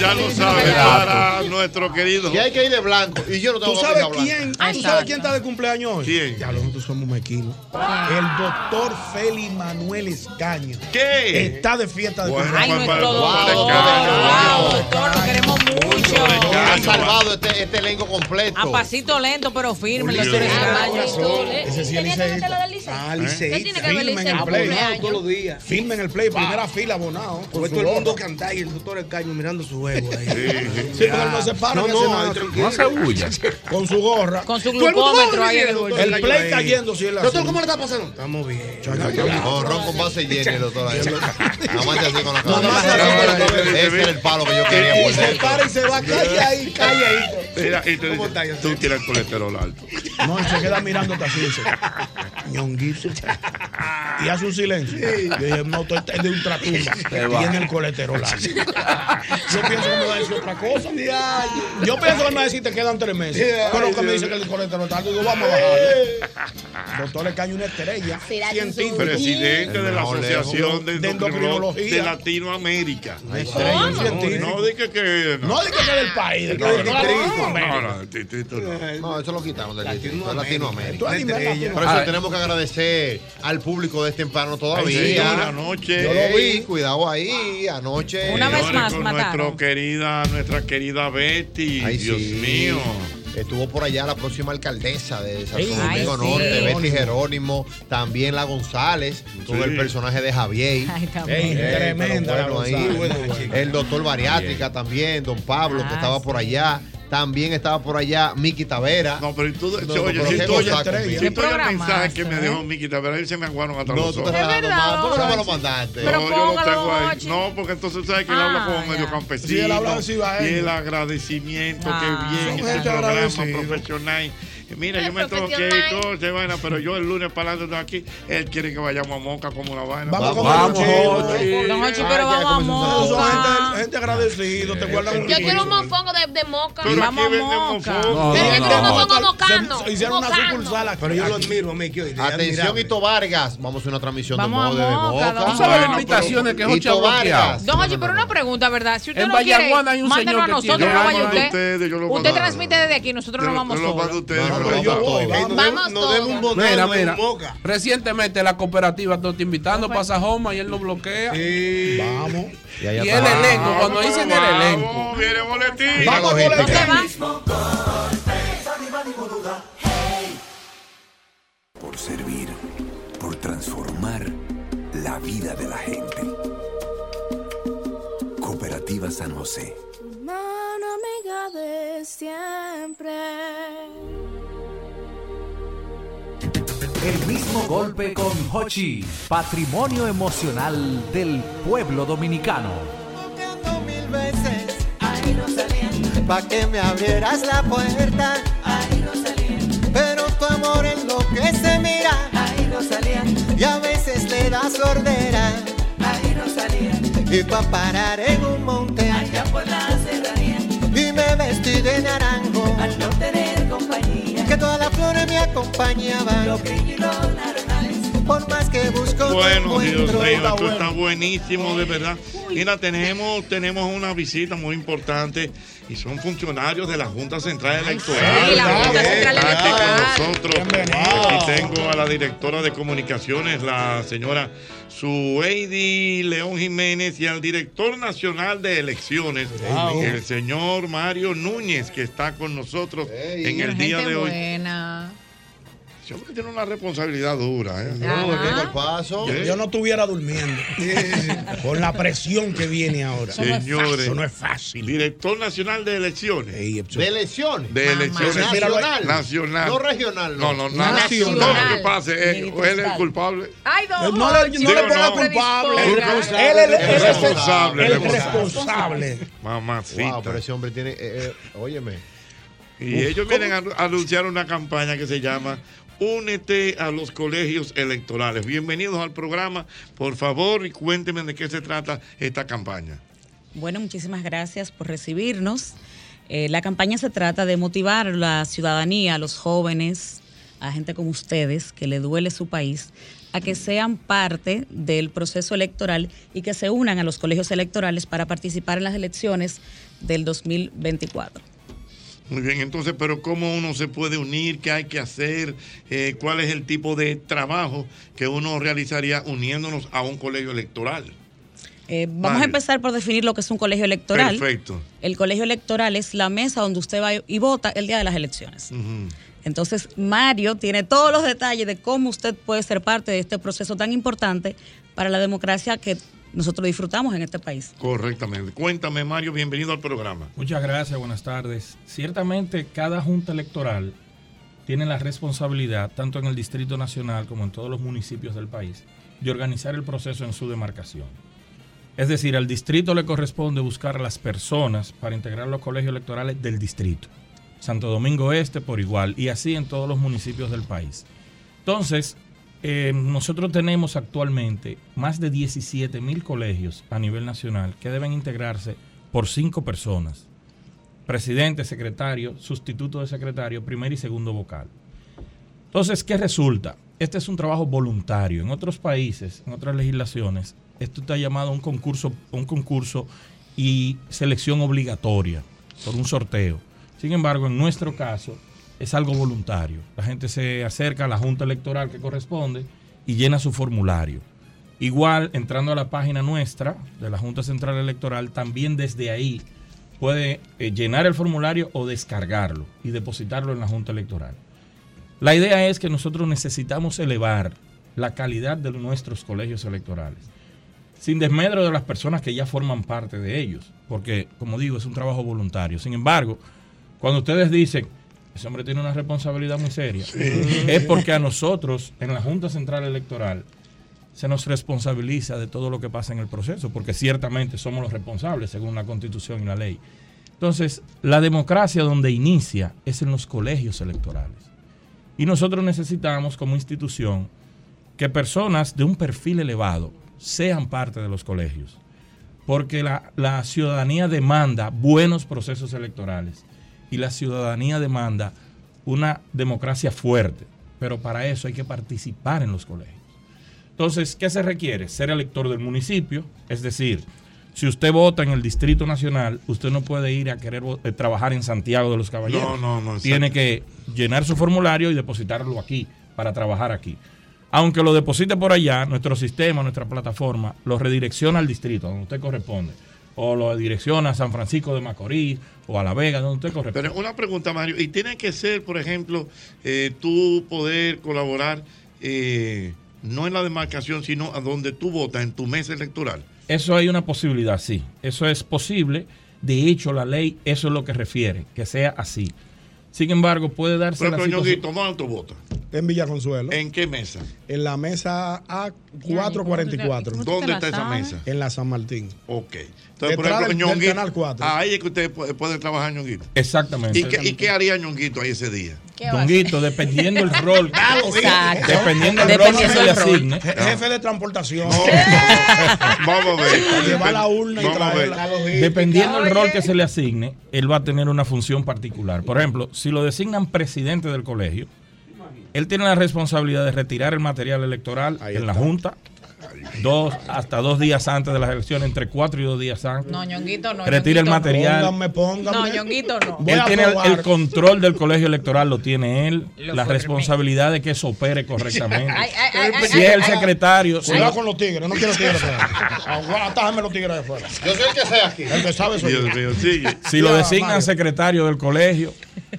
S2: ya lo sabe para nuestro querido.
S4: Y hay que ir de blanco. Y yo no tengo
S12: ¿Tú
S4: camisa
S12: sabes,
S4: blanca.
S12: quién, ¿Tú sabes quién está de cumpleaños hoy?
S2: ¿Quién?
S12: Ya, nosotros somos mequinos.
S2: Ah.
S12: El doctor Félix Manuel Escaño.
S2: ¿Qué?
S12: Está de fiesta de
S2: Bueno,
S12: cumpleaños.
S2: Ay,
S8: pues,
S2: nuestro doctor,
S8: Wow, doctor, lo queremos mucho.
S4: Ha salvado este, este elenco completo.
S8: A pasito lento, pero firme.
S4: Julio.
S8: los tres
S4: Ah,
S8: gallos.
S4: corazón.
S12: Ese sí es liceísta. Ah, liceísta.
S8: ¿Qué tiene que ver
S12: Firme en
S8: liceísta
S12: el
S8: con
S12: play.
S8: cumpleaños?
S12: Todos los días. Firme en el play.
S7: Ah.
S12: Primera fila, abonado.
S7: Porque todo el mundo canta y el doctor Escaño mirando su huevo ahí.
S12: Sí, porque él no se para.
S7: No,
S12: ni
S7: no,
S12: hace nada,
S7: no,
S12: tranquilo.
S7: hace bulla.
S12: Con su gorra.
S7: Con su
S12: Todo el mundo,
S7: glucómetro
S12: ¡ah,
S7: ahí en el
S12: doctor!
S7: bolsillo.
S12: El play
S7: Ahí.
S12: cayendo. Si es la
S7: Doctor,
S12: suya.
S7: ¿cómo le está pasando? Estamos bien.
S4: No, ron con base llena, doctor. Ahí. Nada más así con la
S7: No, no,
S4: cabeza. Ese era el palo que yo quería
S12: Y se
S4: poner.
S12: para y se va. Calla ahí, calla ahí.
S2: Mira, y te dice, tú tienes el colesterol alto.
S12: No, y se queda mirando hasta así. dice, Ñonguito. Y hace un silencio. Yo dije, no, tú estás de ultratumba.
S3: Te va.
S12: Tiene el colesterol alto. Yo pienso que me va a decir otra cosa. Yo pienso que me va a decir, te quedan tres meses.
S3: Yeah.
S12: Pero
S3: Ay,
S12: que me
S3: Dios.
S12: dice que el colesterol está alto, digo, vamos a bajar. Doctor le cae una estrella.
S3: Será que
S12: Científico.
S2: Presidente de la
S12: No, lejos.
S2: Asociación de
S12: De
S2: Endocrinología
S12: endocrinología.
S2: de Latinoamérica.
S12: estrella,
S2: No,
S12: científico.
S2: No, dije que.
S12: No dije que del país, de que
S2: No,
S12: del
S2: no,
S12: distrito,
S2: no,
S12: América.
S2: No, no, del distrito no.
S4: No, eso lo quitaron del distrito. Es Latinoamérica.
S2: Tú animas la
S4: Por
S2: Latinoamérica.
S4: eso tenemos que agradecer al público de este temprano
S2: Ay,
S4: todavía.
S2: señor, anoche.
S4: Yo lo vi, cuidado ahí, anoche.
S2: Señores, con nuestro querida, nuestra querida Betty. Dios mío.
S4: Estuvo por allá la próxima alcaldesa de Santo
S2: Sí. Ay,
S4: Domingo
S2: sí.
S4: Norte, Betty
S2: Jerónimo.
S4: Jerónimo, también la González, tuvo
S2: Sí.
S4: el personaje de Javier. Eh,
S8: Ay, también.
S4: Ey,
S12: tremenda
S4: pero
S12: la González.
S4: El doctor Bariátrica también, don Pablo, que estaba por allá. También estaba por allá Miki Tavera. No,
S2: pero tú,
S4: no,
S2: oye,
S4: pero
S2: si
S4: qué
S2: tú oyes-
S4: cosa
S2: si
S4: conmigo.
S2: tú oyes el mensaje que me
S4: ¿eh?
S2: dejó Miki, a ver, ahí se me aguaron hasta
S4: No,
S2: los
S4: tú
S2: ojos.
S4: te estás dando más, ¿por qué no me lo mandaste? Pero
S2: no, yo lo
S4: póngalo,
S2: tengo ahí.
S4: Jochi.
S2: No, porque entonces sabes que él
S4: Ah,
S2: habla como medio campesino.
S4: Sí, él habla así, va
S2: Y
S4: él.
S2: el agradecimiento,
S4: Ah.
S2: que bien,
S4: Son
S2: este
S4: gente
S2: programa
S4: agradecida.
S2: profesional. Mira, yo me tengo que ir
S4: profesional.
S2: todo, se vaina, pero yo el lunes para adelante estoy aquí. Él quiere que vayamos a Moca como la vaina.
S12: Vamos,
S2: Vamos,
S12: Jochi.
S8: Don Jochi, pero
S12: Ay, ya
S8: vamos a
S12: comenzó. Son
S8: Moca.
S12: gente- Gente agradecida, te guardan un
S5: Yo quiero un mofongo de, de moca.
S12: Pero aquí
S5: Vamos a
S12: venden
S5: moca.
S12: mofongo.
S5: Pero
S12: No,
S5: yo
S12: no,
S5: quiero un
S12: no.
S5: mofongo mocano.
S12: Se- se hicieron una
S5: mocano.
S12: sucursal aquí.
S7: Pero yo lo admiro a mí. que hoy-
S4: Atención,
S7: admirable.
S4: Hito Vargas. Vamos a hacer una transmisión
S8: Vamos a
S4: de moda de
S8: Moca,
S4: Moca.
S8: vamos. Tú sabes las
S4: Bueno,
S18: invitaciones
S4: pero-
S18: que Jochi ha
S4: Hito
S18: bloqueado.
S4: Vargas.
S8: Don Ochi, pero una pregunta, ¿verdad? Si usted
S18: En
S8: no quiere,
S18: Vallaguana hay un
S8: mándelo
S18: señor
S8: a
S18: que
S8: nosotros,
S18: tiene-
S8: no vaya
S18: Yo lo mando a
S8: usted.
S2: ustedes, yo lo
S8: Usted
S2: mando a-
S8: transmite desde aquí, nosotros no vamos
S2: Yo lo mando a
S8: solos.
S2: ustedes.
S18: No,
S2: yo lo
S18: pero
S2: mando a
S18: yo voy,
S2: todos.
S18: vamos.
S8: Vamos todos.
S18: Mira, mira. Recientemente la cooperativa nos está invitando, pasa Joma y él lo bloquea.
S12: Vamos.
S4: Y,
S18: el
S3: está.
S18: elenco, cuando
S3: Vamos,
S18: dicen el
S3: vamos,
S18: elenco.
S2: Viene boletín.
S3: Vamos, boletín.
S20: Por servir, por transformar la vida de la gente. Cooperativa San José.
S21: Mano amiga de siempre.
S22: El mismo golpe con Hochi, patrimonio emocional del pueblo dominicano.
S23: mil veces, ahí no salía. Pa' que me abrieras la puerta, ahí no salía. Pero tu amor es lo que se mira, ahí no salía. Y a veces le das sordera, ahí no salía. Y pa' parar en un monte, allá por la serranía. Y me vestí de naranjo, al no tener compañía. Que todas las flores me acompañaban, los grillos y los naranjales. Por más que busco, no
S2: Bueno, Dios
S23: encuentro.
S2: mío, esto está buenísimo, de verdad. Mira, tenemos, tenemos una visita muy importante y son funcionarios de la Junta Central Electoral.
S3: sí, la Junta Central
S2: Está aquí
S3: Electoral.
S2: con nosotros. Aquí tengo a la directora de comunicaciones, la señora Sueidi León Jiménez, y al director nacional de elecciones,
S3: Wow.
S2: el señor Mario Núñez, que está con nosotros en
S8: Pero
S2: el día
S8: gente
S2: de hoy.
S8: buena.
S2: Yo creo que tiene una responsabilidad dura, ¿eh?
S12: No, Ajá. ¿qué te
S4: paso?
S12: Yo no estuviera durmiendo. Con la presión que viene ahora.
S2: Señores,
S12: Eso no es fácil.
S2: Director Nacional de Elecciones.
S4: De elecciones.
S2: De
S4: Ah,
S2: elecciones.
S4: mano. Nacional.
S2: Nacional.
S4: No regional,
S2: No,
S4: no.
S2: no, nacional.
S4: Nacional.
S2: No, ¿qué pasa? Eh,
S4: Ni
S2: él es el
S4: distrital.
S2: culpable.
S8: Ay,
S12: No,
S8: don
S12: le, no le
S2: Digo,
S12: ponga
S2: no.
S12: culpable.
S2: Él
S12: Él
S2: es
S12: es el
S2: responsable.
S12: responsable. El
S2: responsable.
S12: responsable.
S2: Mamacita.
S4: Wow, pero ese hombre tiene. eh, eh, óyeme.
S2: Y
S4: Uf,
S2: ellos
S4: ¿cómo?
S2: vienen a anu- a anunciar una campaña que se llama Únete a los colegios electorales. Bienvenidos al programa. Por favor, y cuéntenme de qué se trata esta campaña.
S24: Bueno, muchísimas gracias por recibirnos. Eh, la campaña se trata de motivar a la ciudadanía, a los jóvenes, a gente como ustedes, que le duele su país, a que sean parte del proceso electoral y que se unan a los colegios electorales para participar en las elecciones del 2024.
S2: Muy bien, entonces, pero ¿cómo uno se puede unir? ¿Qué hay que hacer? Eh, ¿Cuál es el tipo de trabajo que uno realizaría uniéndonos a un colegio electoral?
S24: Eh, vamos a empezar por definir lo que es un colegio electoral.
S2: Perfecto.
S24: El colegio electoral es la mesa donde usted va y vota el día de las elecciones. Entonces, Mario tiene todos los detalles de cómo usted puede ser parte de este proceso tan importante para la democracia que nosotros disfrutamos en este país.
S2: Correctamente. Cuéntame, Mario, bienvenido al programa.
S25: Muchas gracias, buenas tardes. Ciertamente cada junta electoral tiene la responsabilidad, tanto en el Distrito Nacional como en todos los municipios del país, de organizar el proceso en su demarcación. Es decir, al distrito le corresponde buscar a las personas para integrar los colegios electorales del distrito. Santo Domingo Este por igual, y así en todos los municipios del país. Entonces, eh, nosotros tenemos actualmente más de 17 mil colegios a nivel nacional que deben integrarse por cinco personas. Presidente, secretario, sustituto de secretario, primer y segundo vocal. Entonces, ¿qué resulta? Este es un trabajo voluntario. En otros países, en otras legislaciones, esto está llamado un concurso, un concurso y selección obligatoria por un sorteo. Sin embargo, en nuestro caso es algo voluntario. La gente se acerca a la junta electoral que corresponde y llena su formulario. Igual, entrando a la página nuestra de la Junta Central Electoral, también desde ahí puede eh, llenar el formulario o descargarlo y depositarlo en la Junta Electoral. La idea es que nosotros necesitamos elevar la calidad de nuestros colegios electorales, sin desmedro de las personas que ya forman parte de ellos, porque, como digo, es un trabajo voluntario. Sin embargo, cuando ustedes dicen, ese hombre tiene una responsabilidad muy seria, es porque a nosotros, en la Junta Central Electoral, se nos responsabiliza de todo lo que pasa en el proceso, porque ciertamente somos los responsables según la Constitución y la ley. Entonces, la democracia donde inicia es en los colegios electorales. Y nosotros necesitamos como institución que personas de un perfil elevado sean parte de los colegios, porque la, la ciudadanía demanda buenos procesos electorales y la ciudadanía demanda una democracia fuerte, pero para eso hay que participar en los colegios. Entonces, ¿qué se requiere? Ser elector del municipio, es decir, si usted vota en el Distrito Nacional, usted no puede ir a querer vo- eh, trabajar en Santiago de los Caballeros.
S2: No, no, no, exacto.
S25: Tiene que llenar su formulario y depositarlo aquí para trabajar aquí. Aunque lo deposite por allá, nuestro sistema, nuestra plataforma, lo redirecciona al distrito donde usted corresponde. O lo direcciona a San Francisco de Macorís o a La Vega, donde usted corresponde.
S2: Pero una pregunta, Mario, y tiene que ser, por ejemplo, eh, tú poder colaborar eh, no en la demarcación, sino a donde tú votas, en tu mesa electoral.
S25: Eso hay una posibilidad, sí. Eso es posible. De hecho, la ley, eso es lo que refiere, que sea así. Sin embargo, puede darse
S2: Por
S25: la
S2: ejemplo,
S25: situación-
S2: Ñonguito, ¿dónde tú votas?
S12: En Villa Consuelo.
S2: ¿En qué mesa?
S12: En la mesa
S2: ¿Cómo
S12: A444.
S2: tú te ¿Dónde la está esa sabes? mesa?
S12: En la San Martín.
S2: Ok. Entonces, por
S12: Detrás
S2: ejemplo,
S12: del- del
S2: Ñonguito,
S12: Canal 4.
S2: Ahí es que ustedes pu- pueden trabajar, Ñonguito.
S25: Exactamente.
S2: ¿Y qué, y qué haría Ñonguito ahí ese día?
S25: ¿Qué va a Ñonguito, hacer? dependiendo el rol.
S2: Exacto.
S25: Dependiendo el rol que
S12: Dependiendo
S25: se le
S12: del rol.
S25: asigne.
S12: Je- Jefe de transportación.
S2: Vamos a ver.
S12: Llevar la urna y
S25: Vamos a ver.
S12: traerla.
S25: Dependiendo del rol que se le asigne, él va a tener una función particular. Por ejemplo, si lo designan presidente del colegio, él tiene la responsabilidad de retirar el material electoral en la Junta dos hasta dos días antes de las elecciones, entre cuatro y dos días antes.
S8: No, Ñonguito, no.
S25: Retira
S8: Ñonguito,
S25: el
S8: no.
S25: material.
S12: Pónganme, pónganme.
S8: No, Ñonguito, no.
S25: él tiene el, el control del colegio electoral, lo tiene él.
S8: Lo
S25: la
S8: firmé.
S25: responsabilidad de que eso opere correctamente.
S12: Ay, ay, ay, ay,
S25: si
S12: ay,
S25: es el
S12: ay.
S25: secretario. si
S12: Cuidado
S25: no-
S12: con los tigres, no quiero tigres. Aguanta, atájame los tigres de fuera. Yo soy el que sea aquí. El que sabe soy yo.
S25: Si lo
S12: Ya,
S25: designan
S12: Mario.
S25: secretario del colegio,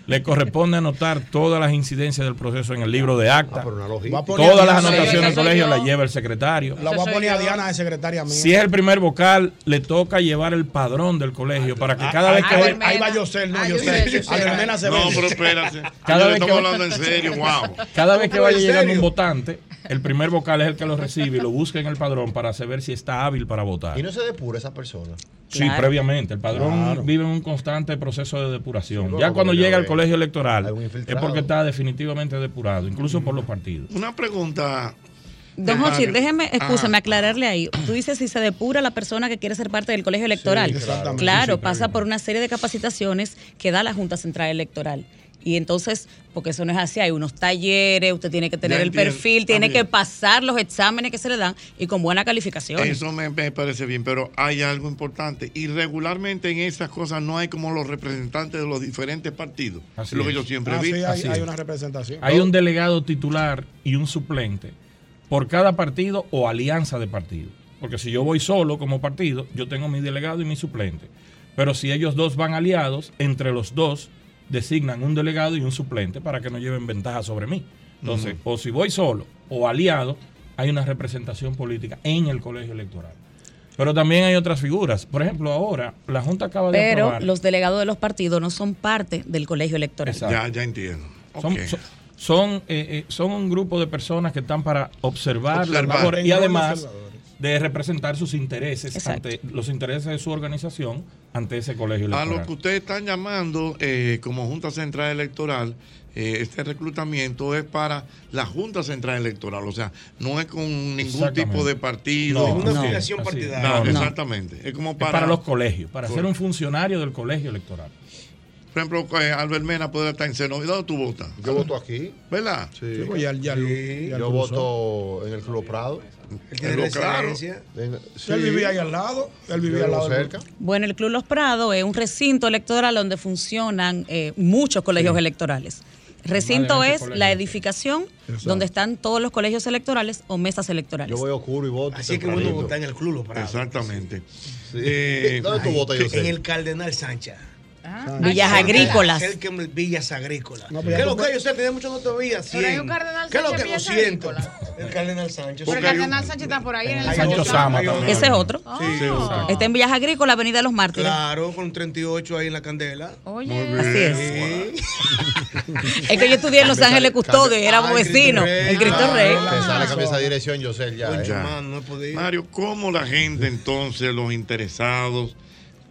S25: le corresponde anotar todas las incidencias del proceso en el libro de
S12: Ah,
S25: acta.
S12: Va a poner
S25: Todas las
S12: Diana.
S25: anotaciones del
S12: Eso soy
S25: colegio
S12: yo.
S25: las lleva el secretario.
S12: La voy a poner a Diana de secretaria mía.
S25: Si es el primer vocal, le toca llevar el padrón del colegio para que cada
S12: Ah,
S25: vez que...
S12: ahí va- ahí va Yosel, no Yosel. A la hermana se
S2: No,
S12: ve.
S2: pero espérate.
S25: Cada
S2: Yo
S25: vez, que,
S2: estamos hablando en serio, wow.
S25: cada vez que
S2: Pero
S25: vaya
S2: en
S25: llegando un
S2: serio.
S25: votante, el primer vocal es el que lo recibe y lo busca en el padrón para saber si está hábil para votar.
S4: Y no se depura esa persona.
S25: Sí, previamente. El padrón
S4: Claro.
S25: vive en un constante proceso de depuración.
S4: Sí,
S25: ya
S4: bueno,
S25: cuando
S4: porque
S25: llega
S4: ya
S25: al
S4: ve,
S25: colegio electoral es
S4: infiltrado.
S25: porque está definitivamente depurado, incluso por los partidos.
S2: Una pregunta.
S24: Don Hochi, déjeme, escúchame, aclararle ahí. Tú dices si se depura la persona que quiere ser parte del colegio electoral.
S25: exactamente. Sí,
S24: claro,
S25: sí,
S24: pasa por una serie de capacitaciones que da la Junta Central Electoral. Y entonces, porque eso no es así, hay unos talleres, usted tiene que tener el
S2: entiendo,
S24: perfil, tiene
S2: también.
S24: que pasar los exámenes que se le dan y con buena calificación.
S2: Eso me, me parece bien, pero hay algo importante. Y regularmente en esas cosas no hay como los representantes de los diferentes partidos.
S25: Así
S2: es lo que
S25: es.
S2: yo siempre
S25: Ah,
S2: vi.
S25: sí, hay- Así hay es.
S12: una representación.
S25: Hay un delegado titular y un suplente por cada partido o alianza de partido. Porque si yo voy solo como partido, yo tengo mi delegado y mi suplente. Pero si ellos dos van aliados, entre los dos designan un delegado y un suplente para que no lleven ventaja sobre mí. Entonces, o si voy solo o aliado, hay una representación política en el colegio electoral. Pero también hay otras figuras. Por ejemplo, ahora la Junta acaba de
S24: Pero
S25: aprobar-
S24: los delegados de los partidos no son parte del colegio electoral.
S25: Exacto.
S2: Ya entiendo.
S25: Son,
S2: Ok.
S25: son, son, eh, eh, son un grupo de personas que están para observar,
S2: Observar.
S25: la labor y
S2: Enroles
S25: además
S2: observadores.
S25: de representar sus intereses,
S2: Exacto.
S25: ante los intereses de su organización ante ese colegio
S2: A
S25: electoral.
S2: lo que ustedes están llamando eh, como Junta Central Electoral, eh, este reclutamiento es para la Junta Central Electoral, o sea, no es con ningún
S25: Exactamente.
S2: tipo de partido.
S25: No, Ninguna no, afiliación así es. partidaria.
S2: No,
S25: No, no.
S2: Exactamente, es como
S25: Es
S2: para...
S25: para, los colegios, para ser
S2: Correcto.
S25: un funcionario del colegio electoral.
S2: Por ejemplo, eh, Albert Mena puede estar en Seno. ¿Y dónde tú votas?
S4: Yo voto aquí.
S2: ¿Verdad?
S4: Sí.
S2: Sí, pues ya- ya lo- ya
S4: yo
S2: lo
S4: voto en el Club Prado.
S12: Él tiene residencia. Él vivía ahí al lado. Él vivía
S4: Yo
S12: al lado
S4: vivo
S12: del-
S4: cerca.
S24: Bueno, el Club Los Prados es un recinto electoral donde funcionan eh, muchos colegios electorales. Recinto
S4: Madre,
S24: es
S4: colegio.
S24: la edificación
S4: Exacto.
S24: donde están todos los colegios electorales o mesas electorales.
S4: Yo voy oscuro y voto.
S24: Así
S7: que uno
S4: tempranito.
S7: vota en el club, los Prados.
S2: Exactamente.
S4: Eh, ¿Dónde tú
S7: Ay,
S4: votas, José?
S7: En el Cardenal Sancha.
S24: Villas
S7: Cerca-
S24: Agrícolas.
S7: cerca de Villas Agrícolas.
S4: No,
S7: No,
S4: pero
S7: ¿Qué
S4: ya
S7: es lo
S4: tú-
S7: que hay? Usted tiene muchas otras villas.
S4: Pero hay
S7: 100.
S4: un Cardenal
S7: ¿Qué es lo
S4: Sánchez
S7: que
S4: en Villas
S7: 200? El Cardenal Sánchez. Pero
S24: Porque el hay
S8: Cardenal Sánchez está por ahí en el
S7: Sancho Sama también.
S24: Ese es otro. Ah.
S7: Sí, sí, exacto.
S24: Está en Villas Agrícolas, Avenida Los Mártires.
S7: Claro, con un 38 ahí en la candela.
S24: Oye. Así Es que yo estudié en Los
S4: Cambia-
S24: Ángeles
S4: cambia-
S24: Custodio y éramos
S4: Ah, el Cristo
S24: vecinos.
S4: Rey.
S24: El Cristo
S4: Ah,
S24: Rey.
S4: Te sale cambiar esa dirección, José, ya. eh.
S24: Ah,
S2: Mario, ¿cómo la gente entonces, los interesados,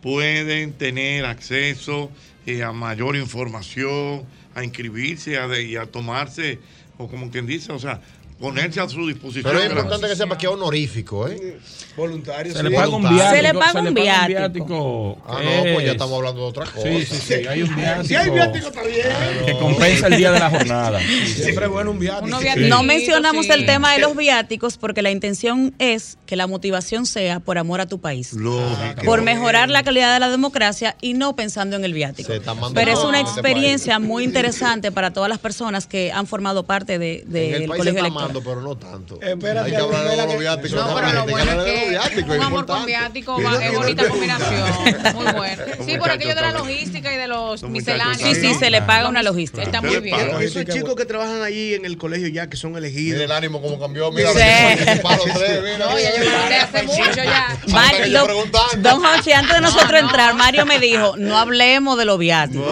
S2: pueden tener acceso eh, a mayor información, a inscribirse a de- y a tomarse, o como quien dice, o sea, ponerse a su disposición?
S4: Pero es
S2: de la-
S4: importante que sepa que es honorífico, ¿eh?
S7: Voluntario.
S25: Se le paga un
S4: Voluntario.
S25: viático.
S4: Se le paga un
S25: viático.
S4: Ah,
S25: que
S4: no, pues ya
S25: es-
S4: estamos hablando de otra cosa.
S25: Sí, sí, sí, hay un viático.
S4: Si hay viático,
S7: está bien.
S25: Que compensa el día de la jornada.
S12: Siempre es bueno un viaje.
S24: No mencionamos
S12: sí.
S24: el tema de los viáticos porque la intención es que la motivación sea por amor a tu país.
S2: Lógico.
S24: Por mejorar la calidad de la democracia y no pensando en el viático.
S4: Se está mandando
S24: Pero es una
S4: en este
S24: experiencia muy interesante para todas las personas que han formado parte de-
S4: país.
S24: de-
S4: En el país se
S24: del colegio
S4: está
S24: electoral.
S4: amando, pero no tanto.
S24: Espérate,
S4: Hay que hablar de
S24: Albert,
S4: los
S24: que-
S4: viáticos.
S24: No, pero lo
S4: también, hay que
S24: bueno
S4: hablar de los
S24: es que
S4: viáticos, es
S24: un amor
S8: con
S4: importante.
S8: viático
S4: Mira,
S8: va- es
S4: mira,
S8: bonita
S4: mira.
S8: combinación. Muy bueno. Sí, por
S24: muchachos
S8: aquello de la
S24: también.
S8: logística y de los
S24: Los muchachos
S8: misceláneos.
S24: Sí, sí, se le paga una logística.
S8: Está muy bien.
S7: Esos chicos que trabajan allí en el colegio ya que son elegidos.
S4: Mira el ánimo como cambió.
S24: mira, Sí. palo tres, mira, No, ya mira. yo mandé hace mucho ya. Mario, don, don Hochi, antes de nosotros entrar, Mario me dijo, no hablemos de los viáticos.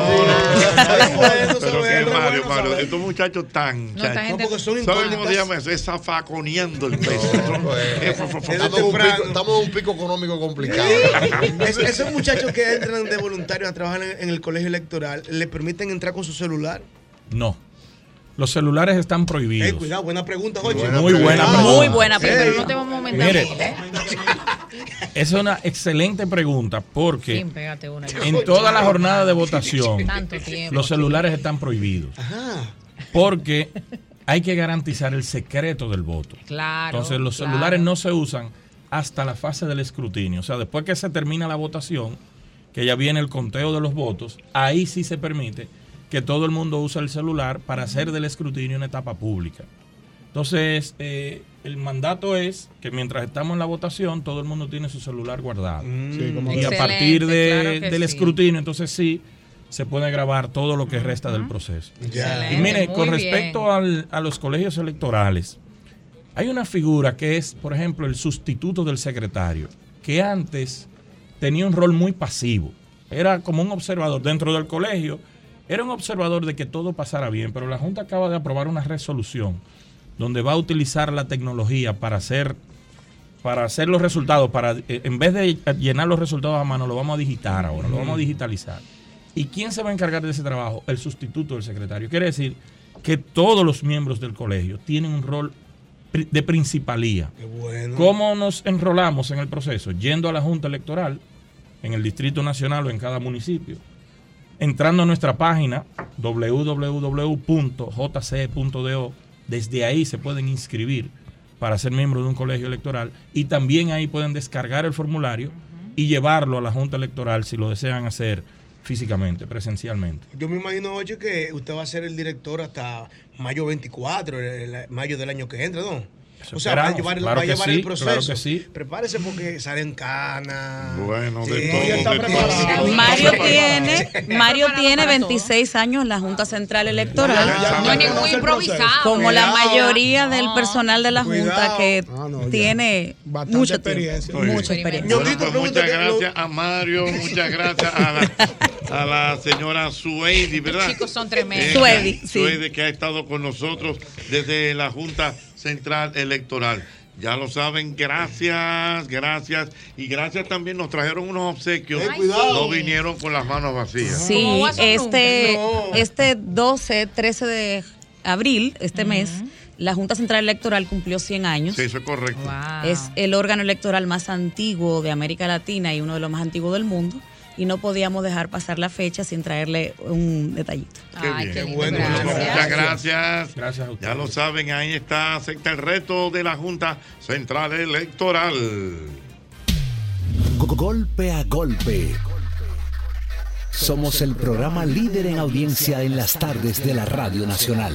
S2: Pero que Mario, Mario, estos muchachos tan.
S24: esta
S2: chachos.
S24: gente-
S2: No, porque son ¿Saben cómo se llama eso? Es zafaconeando el peso. Es fa- fa- fa-
S4: Estamos en un pico- estamos en un pico económico complicado.
S7: Es- esos muchachos que entran de voluntarios a trabajar en, en el colegio electoral, ¿le permiten entrar con su celular?
S25: No. Los celulares están prohibidos.
S7: Eh, cuidado, buena pregunta, Jorge.
S25: Muy buena pregunta. Muy buena pregunta,
S7: pero
S25: no te vamos a aumentar. Mire. Esa es una excelente pregunta porque
S8: Sí, pégate una.
S25: en toda la jornada de votación
S8: Tanto tiempo.
S25: los celulares están prohibidos
S8: Ajá.
S25: porque hay que garantizar el secreto del voto.
S8: Claro.
S25: Entonces los
S8: claro.
S25: celulares no se usan hasta la fase del escrutinio. O sea, después que se termina la votación, que ya viene el conteo de los votos, ahí sí se permite que todo el mundo use el celular para hacer del escrutinio una etapa pública. Entonces, eh, el mandato es que mientras estamos en la votación, todo el mundo tiene su celular guardado.
S12: Mm. Sí, como
S25: y a
S12: debe ser.
S25: partir de-
S12: Excelente, claro que
S25: del
S12: sí.
S25: escrutinio, entonces sí, se puede grabar todo lo que resta del proceso.
S12: Excelente,
S25: Y mire,
S12: muy
S25: con
S12: bien.
S25: respecto al- a los colegios electorales, hay una figura que es, por ejemplo, el sustituto del secretario, que antes tenía un rol muy pasivo. Era como un observador dentro del colegio, era un observador de que todo pasara bien, pero la Junta acaba de aprobar una resolución donde va a utilizar la tecnología para hacer para hacer los resultados, para eh, en vez de llenar los resultados a mano, lo vamos a digitar ahora, lo vamos a digitalizar. ¿Y quién se va a encargar de ese trabajo? El sustituto del secretario. Quiere decir que todos los miembros del colegio tienen un rol pri- de principalía. ¿Cómo nos enrolamos en el proceso? Yendo a la Junta Electoral, en el Distrito Nacional o en cada municipio, entrando a nuestra página www.jce.do. Desde ahí se pueden inscribir para ser miembro de un colegio electoral y también ahí pueden descargar el formulario y llevarlo a la Junta Electoral si lo desean hacer físicamente, presencialmente.
S7: Yo me imagino, oye, que usted va a ser el director hasta mayo 24, el- el- mayo del año que entra, ¿no?
S25: Eso
S7: O sea, va a
S25: esperamos.
S7: llevar, el-
S25: Claro
S7: va a
S25: que
S7: llevar
S25: sí,
S7: el proceso.
S25: claro que sí.
S7: Prepárese porque salen canas.
S2: Bueno,
S7: de
S2: todo, de todo.
S24: Mario tiene, Mario tiene 26 años en la Junta Central Electoral.
S7: Ya, ya, ya, No es ningún
S24: Como
S7: improvisado.
S24: Como
S7: Cuidado.
S24: la mayoría del personal de la
S7: Cuidado.
S24: Junta
S7: Ah,
S24: que tiene
S2: experiencia.
S24: mucha experiencia.
S2: Muy bien.
S24: Mucha experiencia.
S2: Bueno, pues muchas gracias a Mario, muchas gracias a la, a la señora Suedi, ¿verdad?
S8: Chicos, son tremendos.
S2: Eh,
S8: Suedi, sí.
S2: Suedi, que ha estado con nosotros desde la Junta Central Electoral. Ya lo saben, gracias, gracias. Y gracias también, nos trajeron unos obsequios.
S24: Ay, cuidado.
S2: No vinieron con las manos vacías.
S24: Sí,
S8: eh,
S24: este, este 12, 13 de abril, este mes, la Junta Central Electoral cumplió 100 años.
S2: Sí, eso es correcto.
S8: Eh,
S24: Es el órgano electoral más antiguo de América Latina y uno de los más antiguos del mundo. Y no podíamos dejar pasar la fecha sin traerle un detallito.
S2: Qué
S24: Ay,
S2: bien.
S24: qué lindo,
S2: bueno,
S24: gracias.
S2: bueno, muchas gracias.
S25: Gracias a
S2: Ya lo saben, ahí está, acepta el reto de la Junta Central Electoral.
S22: Go- Golpe a golpe. Somos el programa líder en audiencia en las tardes de la Radio Nacional.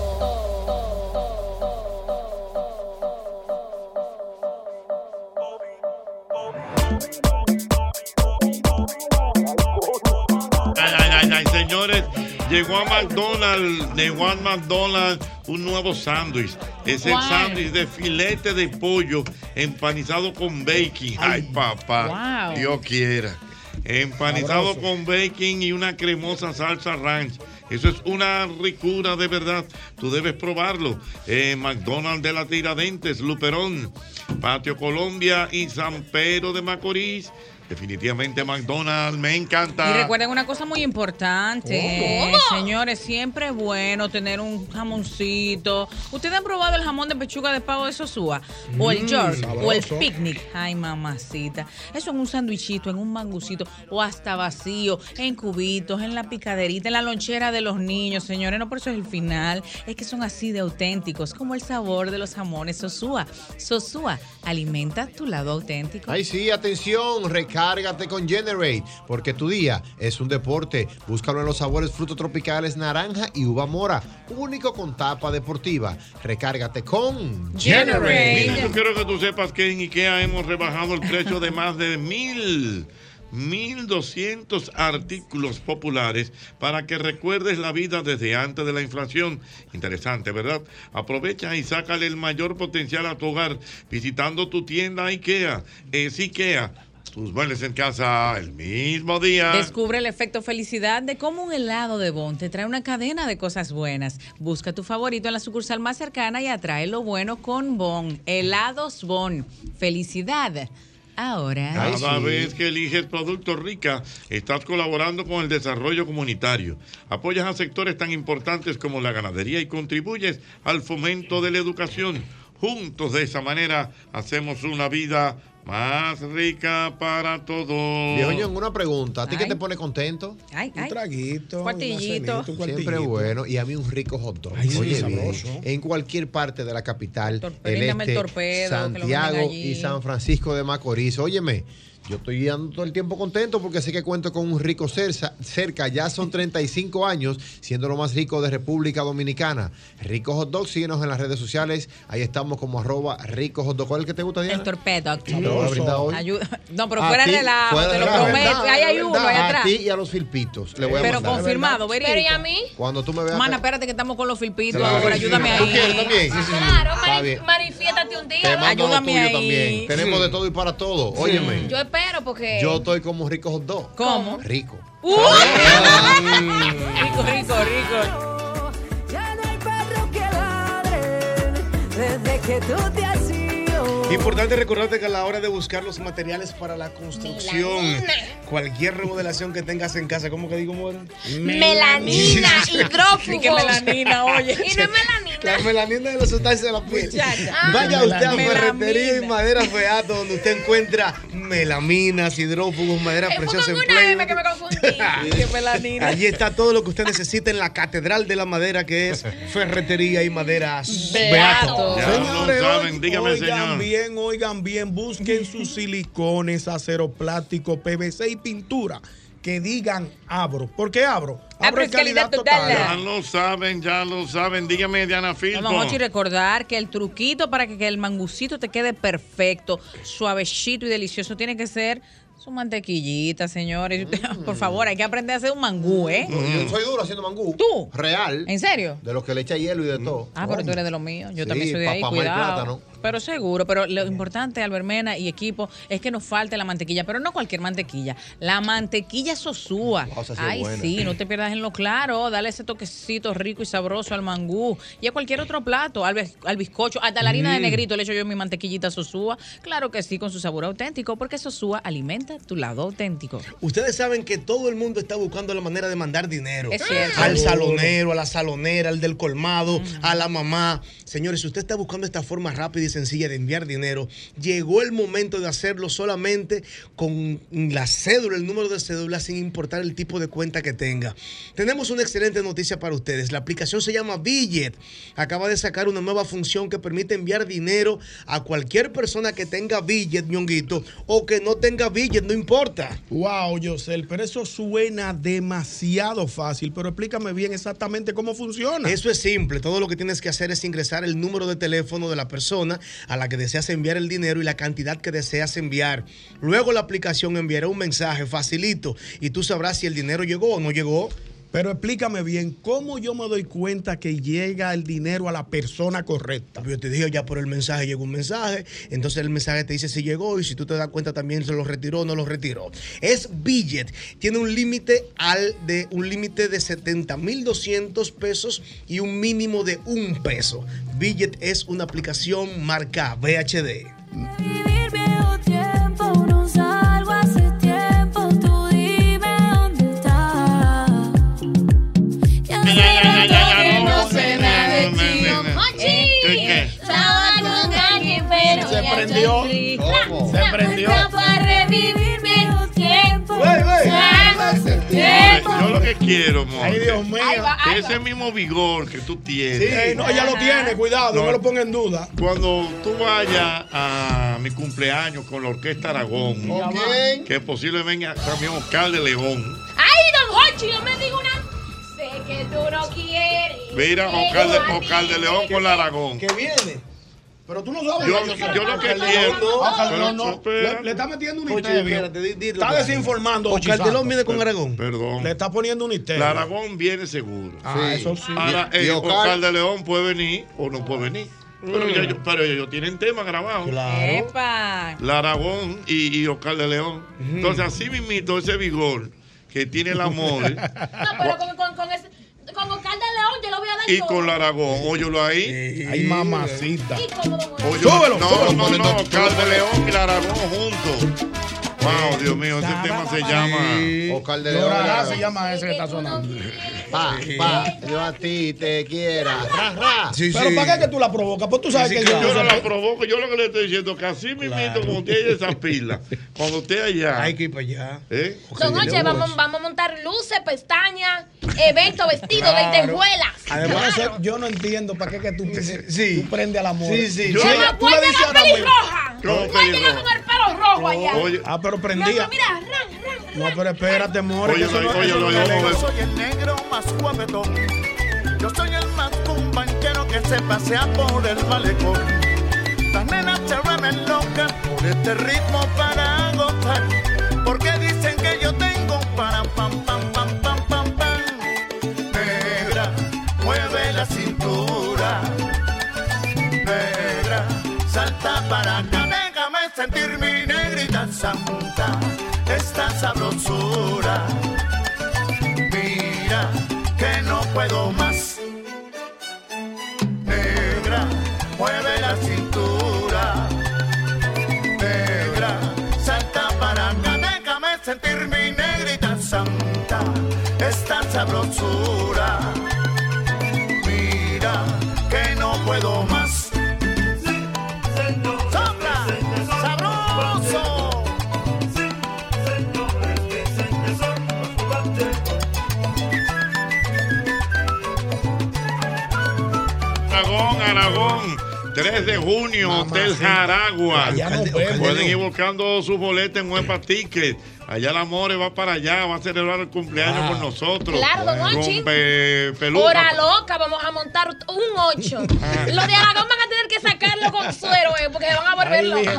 S2: Ay, ay, ay, ay, señores, llegó a McDonald's, llegó a McDonald's un nuevo sándwich. Es el
S26: ¿Cuál?
S2: sándwich de filete de pollo empanizado con bacon. Ay, papá,
S26: Wow.
S2: Dios quiera. Empanizado
S26: Sabroso.
S2: con bacon y una cremosa salsa ranch. Eso es una ricura de verdad. Tú debes probarlo. Eh, McDonald's de la Tiradentes, Luperón, Patio Colombia y San Pedro de Macorís. Definitivamente McDonald's, me encanta.
S8: Y recuerden una cosa muy importante, señores, siempre es bueno tener un jamoncito. ¿Ustedes han probado el jamón de pechuga de pavo de Sosúa? O el
S1: Mm,
S8: York, o el
S1: sabroso.
S8: picnic. Ay, mamacita. Eso en un sandwichito, en un mangucito, o hasta vacío, en cubitos, en la picaderita, en la lonchera de los niños, señores. No por eso es el final, es que son así de auténticos, como el sabor de los jamones Sosúa. Sosúa, alimenta tu lado auténtico.
S4: Ay, sí, atención, recárgate con Generate, porque tu día es un deporte. Búscalo en los sabores frutos tropicales naranja y uva mora, único con tapa deportiva. Recárgate con
S2: Mira, yo quiero que tú sepas que en IKEA hemos rebajado el precio de más de mil. 1.200 artículos populares para que recuerdes la vida desde antes de la inflación. Interesante, ¿verdad? Aprovecha y sácale el mayor potencial a tu hogar visitando tu tienda IKEA. Es IKEA. Tus muebles en casa el mismo día.
S8: Descubre el efecto felicidad de cómo un helado de Bon te trae una cadena de cosas buenas. Busca tu favorito en la sucursal más cercana y atrae lo bueno con Bon. Helados Bon. Felicidad. Ahora.
S2: Cada vez que eliges Producto Rica, estás colaborando con el desarrollo comunitario. Apoyas a sectores tan importantes como la ganadería y contribuyes al fomento de la educación. Juntos de esa manera hacemos una vida más rica para todos.
S4: Viejo Ñon, una pregunta. ¿A ti qué te pone contento?
S8: Ay,
S4: un traguito.
S8: Cuartillito. cenita, un
S4: Siempre
S8: cuartillito.
S4: bueno. Y a mí un rico hot dog.
S8: Ay, sí,
S4: Oye, bien,
S8: sabroso.
S4: en cualquier parte de la capital, el
S8: Brindame el
S4: este,
S8: torpedo, que lo venden
S4: Santiago
S8: allí.
S4: y San Francisco de Macorís. Óyeme. Yo estoy guiando todo el tiempo contento porque sé que cuento con un rico cerca, cerca. Ya son 35 años siendo lo más rico de República Dominicana. Rico Hot Dog, síguenos en las redes sociales. Ahí estamos como arroba rico hot dog. ¿Cuál es el que te gusta, Diana?
S8: El torpedo.
S4: me lo voy a brindar hoy.
S8: Ayuda- No, pero
S4: A
S8: fuera
S4: ti,
S8: relajo,
S4: fuera
S8: te lo
S4: relajo.
S8: prometo.
S4: Verdad,
S8: Ahí hay
S4: verdad.
S8: uno, ahí atrás.
S4: A ti y a los filpitos. Le voy a
S8: Pero
S4: mandar.
S8: confirmado, verídico.
S5: Pero ¿y a mí?
S4: Cuando tú me veas.
S8: Mana, espérate que estamos con los filpitos
S4: Claro.
S8: ahora. Ayúdame
S4: ¿Tú
S8: ahí.
S4: quieres también?
S5: Claro,
S4: Está
S5: mari-
S4: bien.
S5: manifiéstate un día.
S4: Te
S5: ¿verdad?
S4: mando lo
S8: Ayúdame
S4: tuyo
S8: ahí.
S4: también. Tenemos de todo y para todo. Óyeme.
S5: Yo espero porque.
S4: Yo estoy como rico hot dog.
S8: ¿Cómo?
S4: Rico.
S8: ¡Uh! rico, rico, rico.
S21: Ya no hay perreo.
S26: desde que tú te has ido.
S7: Importante recordarte que a la hora de buscar los materiales para la construcción,
S26: Melanina.
S7: cualquier remodelación que tengas en casa, ¿cómo que digo, Mora?
S5: Melanina, hidrófugos.
S7: que melanina, oye.
S5: Y no es melanina. Ah.
S7: La melanina de la sustancia de la piel.
S5: Muchacha.
S7: Vaya usted a
S5: Melamina.
S7: ferretería y madera feato, donde usted encuentra melaminas, hidrófugos, madera
S5: Eh, fue
S7: preciosa
S5: con
S7: en
S5: una
S7: play.
S5: M que me confundí. que melanina.
S7: Allí está todo lo que usted necesita en la Catedral de la Madera, que es ferretería y madera
S12: Beato.
S7: Beato.
S12: Ya
S7: Señores,
S12: lo
S7: hoy-
S12: oigan
S7: hoy
S12: bien, oigan bien, busquen sus silicones, acero plástico, PVC y pintura que digan abro. ¿Por qué abro?
S21: Ah,
S12: Abro en
S2: Ya
S12: calidad total.
S2: lo saben, ya lo saben. Dígame, Diana Filpo.
S8: Vamos Mochi, recordar que el truquito para que, que el mangucito te quede perfecto, suavecito y delicioso, tiene que ser su mantequillita, señores. Por favor, hay que aprender a hacer un mangú, ¿eh?
S4: Yo soy duro haciendo mangú.
S8: ¿Tú?
S4: Real.
S8: ¿En serio?
S4: De los que le echa hielo y de todo.
S8: Ah, pero tú eres de los míos. Yo también
S4: Sí,
S8: soy de ahí,
S4: papá, mamá y
S8: cuidado.
S4: plátano.
S8: Pero seguro, pero lo importante, Albermena y equipo, es que nos falte la mantequilla, pero no cualquier mantequilla. La mantequilla sosúa.
S4: esa sí es
S8: Ay,
S4: buena.
S8: sí, no te pierdas en lo claro. Dale ese toquecito rico y sabroso al mangú y a cualquier otro plato, al, bis- al bizcocho, hasta la harina de
S1: Mm.
S8: negrito le echo yo mi mantequillita sosúa. Claro que sí, con su sabor auténtico, porque sosúa alimenta tu lado auténtico.
S7: Ustedes saben que todo el mundo está buscando la manera de mandar dinero.
S8: Es cierto.
S7: Al
S8: Seguro.
S7: salonero, a la salonera, al del colmado, a la mamá. Señores, si usted está buscando esta forma rápida y sencilla de enviar dinero, llegó el momento de hacerlo solamente con la cédula, el número de cédula, sin importar el tipo de cuenta que tenga. Tenemos una excelente noticia para ustedes. La aplicación se llama Billet. Acaba de sacar una nueva función que permite enviar dinero a cualquier persona que tenga Billet, ñonguito, o que no tenga Billet, no importa.
S12: Wow, Yosel, pero eso suena demasiado fácil, pero explícame bien exactamente cómo funciona.
S7: Eso es simple. Todo lo que tienes que hacer es ingresar el número de teléfono de la persona a la que deseas enviar el dinero y la cantidad que deseas enviar. Luego la aplicación enviará un mensaje facilito y tú sabrás si el dinero llegó o no llegó.
S12: Pero explícame bien, ¿cómo yo me doy cuenta que llega el dinero a la persona correcta?
S7: Yo te dije ya por el mensaje llegó un mensaje, entonces el mensaje te dice si llegó y si tú te das cuenta también se lo retiró o no lo retiró. Es Billet, tiene un límite al de un límite de 70.200 pesos y un mínimo de un peso. Billet es una aplicación marca VHD.
S21: Vivir viejo tiempo, no salgo hace tiempo, tú dime dónde estás. Ya sé que no sé nada de ti. Estaba con alguien, pero
S3: Se
S21: ya
S3: prendió.
S21: estoy
S3: ¿Cómo?
S21: triste.
S3: Se prendió.
S21: La cuenta para revivir viejo tiempo. Salgo hace
S2: Ay,
S21: tiempo.
S2: Yo lo que quiero, amor.
S21: Ay, Dios
S12: mío.
S21: Ahí va, Ah, ahí
S2: Ese mismo vigor que tú tienes.
S12: Sí, no, ella lo tiene, cuidado, no me lo ponga en duda.
S2: Cuando tú vayas a mi cumpleaños con la Orquesta Aragón,
S5: Ok.
S2: que posiblemente venga también Oscar de León.
S5: Ay, don Hochi, yo me digo una. Sé que tú no quieres.
S2: Mira,
S5: pero
S2: Oscar de,
S5: a mí
S2: Oscar de León con la Aragón.
S7: Que viene. Pero tú no
S2: Yo-
S12: sabes.
S2: yo lo que
S12: Ojalá
S2: quiero-
S12: no, ojalá
S2: pero-
S12: no. Le, le está metiendo un
S2: Oye,
S12: intervio.
S2: espérate, di- dilo,
S12: Está
S2: espérate.
S12: desinformando.
S2: Oscar de León viene
S12: mide
S2: con Aragón. Perdón.
S12: Le está poniendo un intervio.
S2: La Aragón viene seguro.
S12: Ah, eso sí.
S2: Ahora,
S12: Y- y
S2: eh,
S12: Oscar-
S2: Oscar de León puede venir o no puede venir. Pero,
S8: Mm.
S2: ellos, pero ellos tienen tema grabado.
S8: ¡Epa!
S2: La Aragón y, y Oscar de León. Entonces, así mismito, ese vigor que tiene el amor
S5: No, pero con, con, con ese. Con Oscar de León yo lo voy a dar
S2: y
S5: todo.
S2: con la Aragón, óyelo ahí.
S12: Ay, mamacita.
S5: Y como don Hochi.
S2: Óyelo- No, no, no, Oscar de León y la Aragón juntos. Wow, Dios mío, ese tema se llama
S4: Oscar de León.
S12: Lorará se llama ese que está sonando.
S4: Pa, pa, Ah, yo a ti te quiera. Ra, ra.
S12: Pero ¿para qué que tú la provocas? Pues tú sabes
S2: Sí,
S12: que,
S2: que yo
S12: ella-
S2: no la provoco, yo lo que le estoy diciendo es que así mismito, cuando usted llegue a esa pila, cuando usted allá. Hay
S7: que ir para allá.
S2: ¿Eh?
S5: Don Hochi, vamos, vamos a montar luces, pestañas, eventos, vestidos,
S12: Claro.
S5: lentejuelas.
S12: Además, eso- yo no entiendo para qué que tú, tú prendes al amor.
S7: Sí, sí.
S5: Yo-
S12: ella- tú le
S5: Vuelve
S12: dices
S5: la
S12: a Aramel-
S5: pelirroja.
S12: ¿Cómo
S5: Vuelve
S12: pelirroja?
S5: con el pelo rojo allá.
S12: Oye. Ah, pero prendía.
S5: Mira, ran, ran.
S12: No, pero espérate, more. que
S2: Oye,
S12: eso
S2: oye,
S12: no-
S2: oye,
S12: eso no
S2: oye,
S12: es
S2: oye,
S12: legal.
S2: oye.
S3: Soy el negro más guapetón. Yo soy el más cumbanchero que se pasea por el malecón. Las nenas se vuelven locas por este ritmo para gozar. Porque dicen que yo tengo para pam, pam, pam, pam, pam, pam. Negra, mueve la cintura. Negra, salta para acá. Déjame sentir mi negrita santa. Esta sabrosura. Mira que no puedo más. Negra, mueve
S2: 3 de junio, Hotel Jaragua. Pueden ir buscando sus boletos en Huepa Ticket. Allá la More va para allá, va a celebrar el cumpleaños con nosotros.
S5: Claro, don
S2: Con
S5: Ochi.
S2: Pe- Peluca.
S5: Hora loca, vamos a montar un 8. Los de Aragón van a tener que sacarlo con suero, eh, porque se van a volver locos.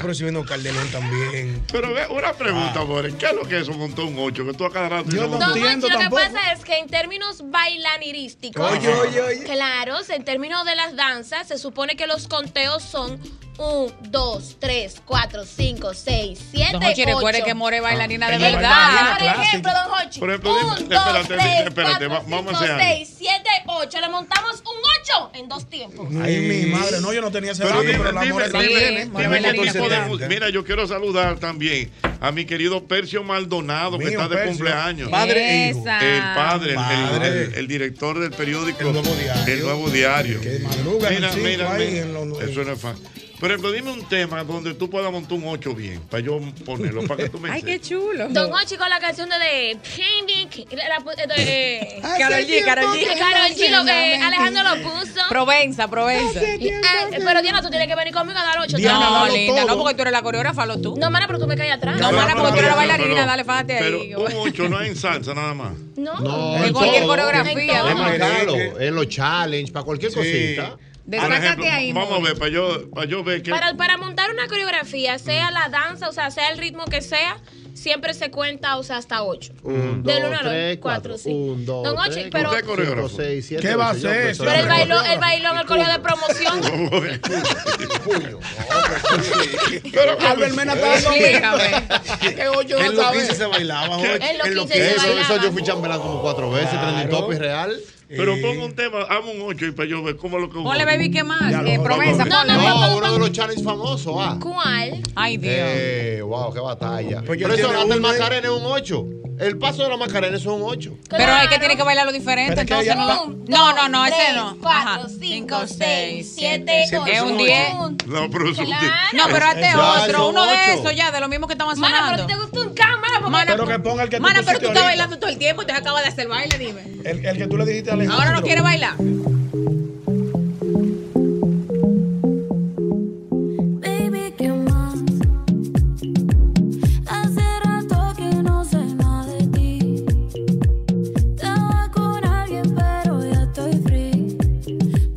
S2: pero si vino Calderón también. Ah. Pero ve, una pregunta, More. ¿Qué es lo que eso montó un 8? Que tú a cada rato
S12: Yo
S2: dices,
S12: no
S2: "Montó un
S5: Don Monchi,
S2: ocho".
S5: lo que pasa es que en términos bailanirísticos,
S2: Oye, oye,
S5: claro, en términos de las danzas, se supone que los conteos son 1, 2, 3, 4, 5, 6, 7,
S8: Don Hochi,
S5: 8.
S8: recuerde que More es bailarina
S2: Ah.
S8: de
S5: Ella es
S8: verdad.
S5: bailarina Por
S8: clásica.
S5: ejemplo, Don Hochi.
S2: Por ejemplo, dime-
S5: 1, 2,
S2: espérate, dime,
S5: 3,
S2: espérate, va- vamos a
S5: 4,
S2: hacer
S5: 5,
S2: algo.
S5: 6, 7, 8. Le montamos un 8 en dos tiempos.
S12: Ay, mi madre, no, yo no tenía ese
S2: Pero
S12: dato,
S2: dime,
S12: pero el amor
S2: dime,
S12: está
S2: dime,
S12: bien,
S2: dime
S12: ¿eh?
S2: qué
S12: Manuela
S2: tipo de
S12: Torcedera.
S2: mu- Mira, yo quiero saludar también a mi querido Percio Maldonado, que está
S12: Mío,
S2: de
S12: Percio.
S2: cumpleaños.
S12: Padre e hijo. Esa.
S2: El padre, el-
S12: Padre.
S2: El, el director del periódico El Nuevo Diario.
S12: madruga
S2: mira,
S12: en cinco
S2: mira,
S12: ahí
S2: mira.
S12: en los-
S2: Eso no es fácil. Pero ejemplo, dime un tema donde tú puedas montar un 8 bien, para yo ponerlo, para que tú me
S8: Ay,
S2: enseñes.
S8: qué chulo.
S5: Don Ochi con la canción de- de la pu- de
S8: Karol G, Karol G.
S5: Karol G, lo que Alejandro lo puso.
S8: Provenza, Provenza.
S5: Ah, pero Diana, tú tienes que venir conmigo a dar ocho.
S8: Diana,
S5: No,
S8: no,
S5: li-
S8: linda, no, porque tú eres la coreógrafa, lo tú.
S5: No, mana, pero tú me caes atrás.
S8: No, mana, porque tú eres la bailarina,
S2: Pero-
S8: dale, fájate
S2: Pero
S8: ahí.
S2: un 8 no es en salsa nada más.
S5: No,
S4: No,
S2: En
S4: en
S2: cualquier
S4: todo.
S2: coreografía,
S4: Es
S2: ¿no?
S4: marcado, en los challenges, para cualquier cosita.
S5: Destácate
S2: Por ejemplo,
S5: ahí,
S2: Vamos a
S5: Moni.
S2: ver, para yo, para yo ver que.
S5: Para, para montar una coreografía, sea la danza, o sea, sea el ritmo que sea, siempre se cuenta, o sea, hasta ocho.
S4: Un,
S5: Del
S4: dos,
S5: uno al
S4: tres,
S5: ocho,
S4: cuatro.
S5: cuatro, sí.
S4: Un, dos,
S5: Don Ochi,
S4: tres,
S5: pero-
S4: cuatro, cinco,
S2: coreógrafo?
S4: seis, siete,
S12: ¿Qué va a
S4: ocho,
S12: hacer?
S4: ocho,
S5: Pero el
S4: ocho,
S5: bailón,
S4: ocho.
S5: el bailón, el colegio de promoción.
S2: Pero
S27: Albert Mena está dando
S8: Explícame.
S27: Que ocho
S4: En
S27: no
S4: los
S27: sabe.
S4: 15 se bailaba,
S2: ¿Qué?
S4: Jorge.
S2: En los 15
S4: que-
S2: se
S4: eso,
S2: bailaba.
S4: eso yo fui chambelán como cuatro veces, trending top y real.
S2: Pero pongo un tema, hago un 8 y para yo ver cómo lo que
S8: Ponle, baby, ¿qué más?
S4: Ya,
S8: Eh,
S4: no,
S8: Provenza,
S4: no,
S8: ponle.
S4: no, no, no, uno de los challenges famosos, ah.
S5: ¿Cuál?
S8: Ay, Dios.
S4: Eh, wow, qué batalla.
S12: Pues yo
S4: Pero eso
S12: tiene
S4: hasta el
S12: uno ahí.
S4: Macarena es un 8. El paso de la Macarena es un 8.
S8: Pero es que tiene que bailar lo diferente,
S4: Pero es que
S8: entonces
S4: ella
S8: no.
S4: va-
S8: No, no, no, ese
S5: tres,
S8: no.
S5: cuatro, cinco, seis, siete,
S8: Es
S5: ocho.
S8: un 10.
S2: No, pero
S5: Claro.
S8: No, pero este
S5: Ya,
S8: otro,
S5: son
S8: uno de
S5: ocho.
S8: esos ya, de lo mismo que estaban
S5: Mana,
S8: sonando.
S5: pero te gusta un can, mana, porque-
S8: Mana,
S12: Pero que ponga el que tú
S8: Mana, pero
S12: pusiste
S8: tú estás
S12: ahorita.
S8: bailando todo el tiempo y te acabas de hacer baile, dime.
S12: El, el que tú le dijiste a Alejandro.
S8: Ahora no quiere bailar.
S11: Baby, ¿qué más? Hace rato que no sé nada de ti. Estaba con alguien, pero ya estoy free.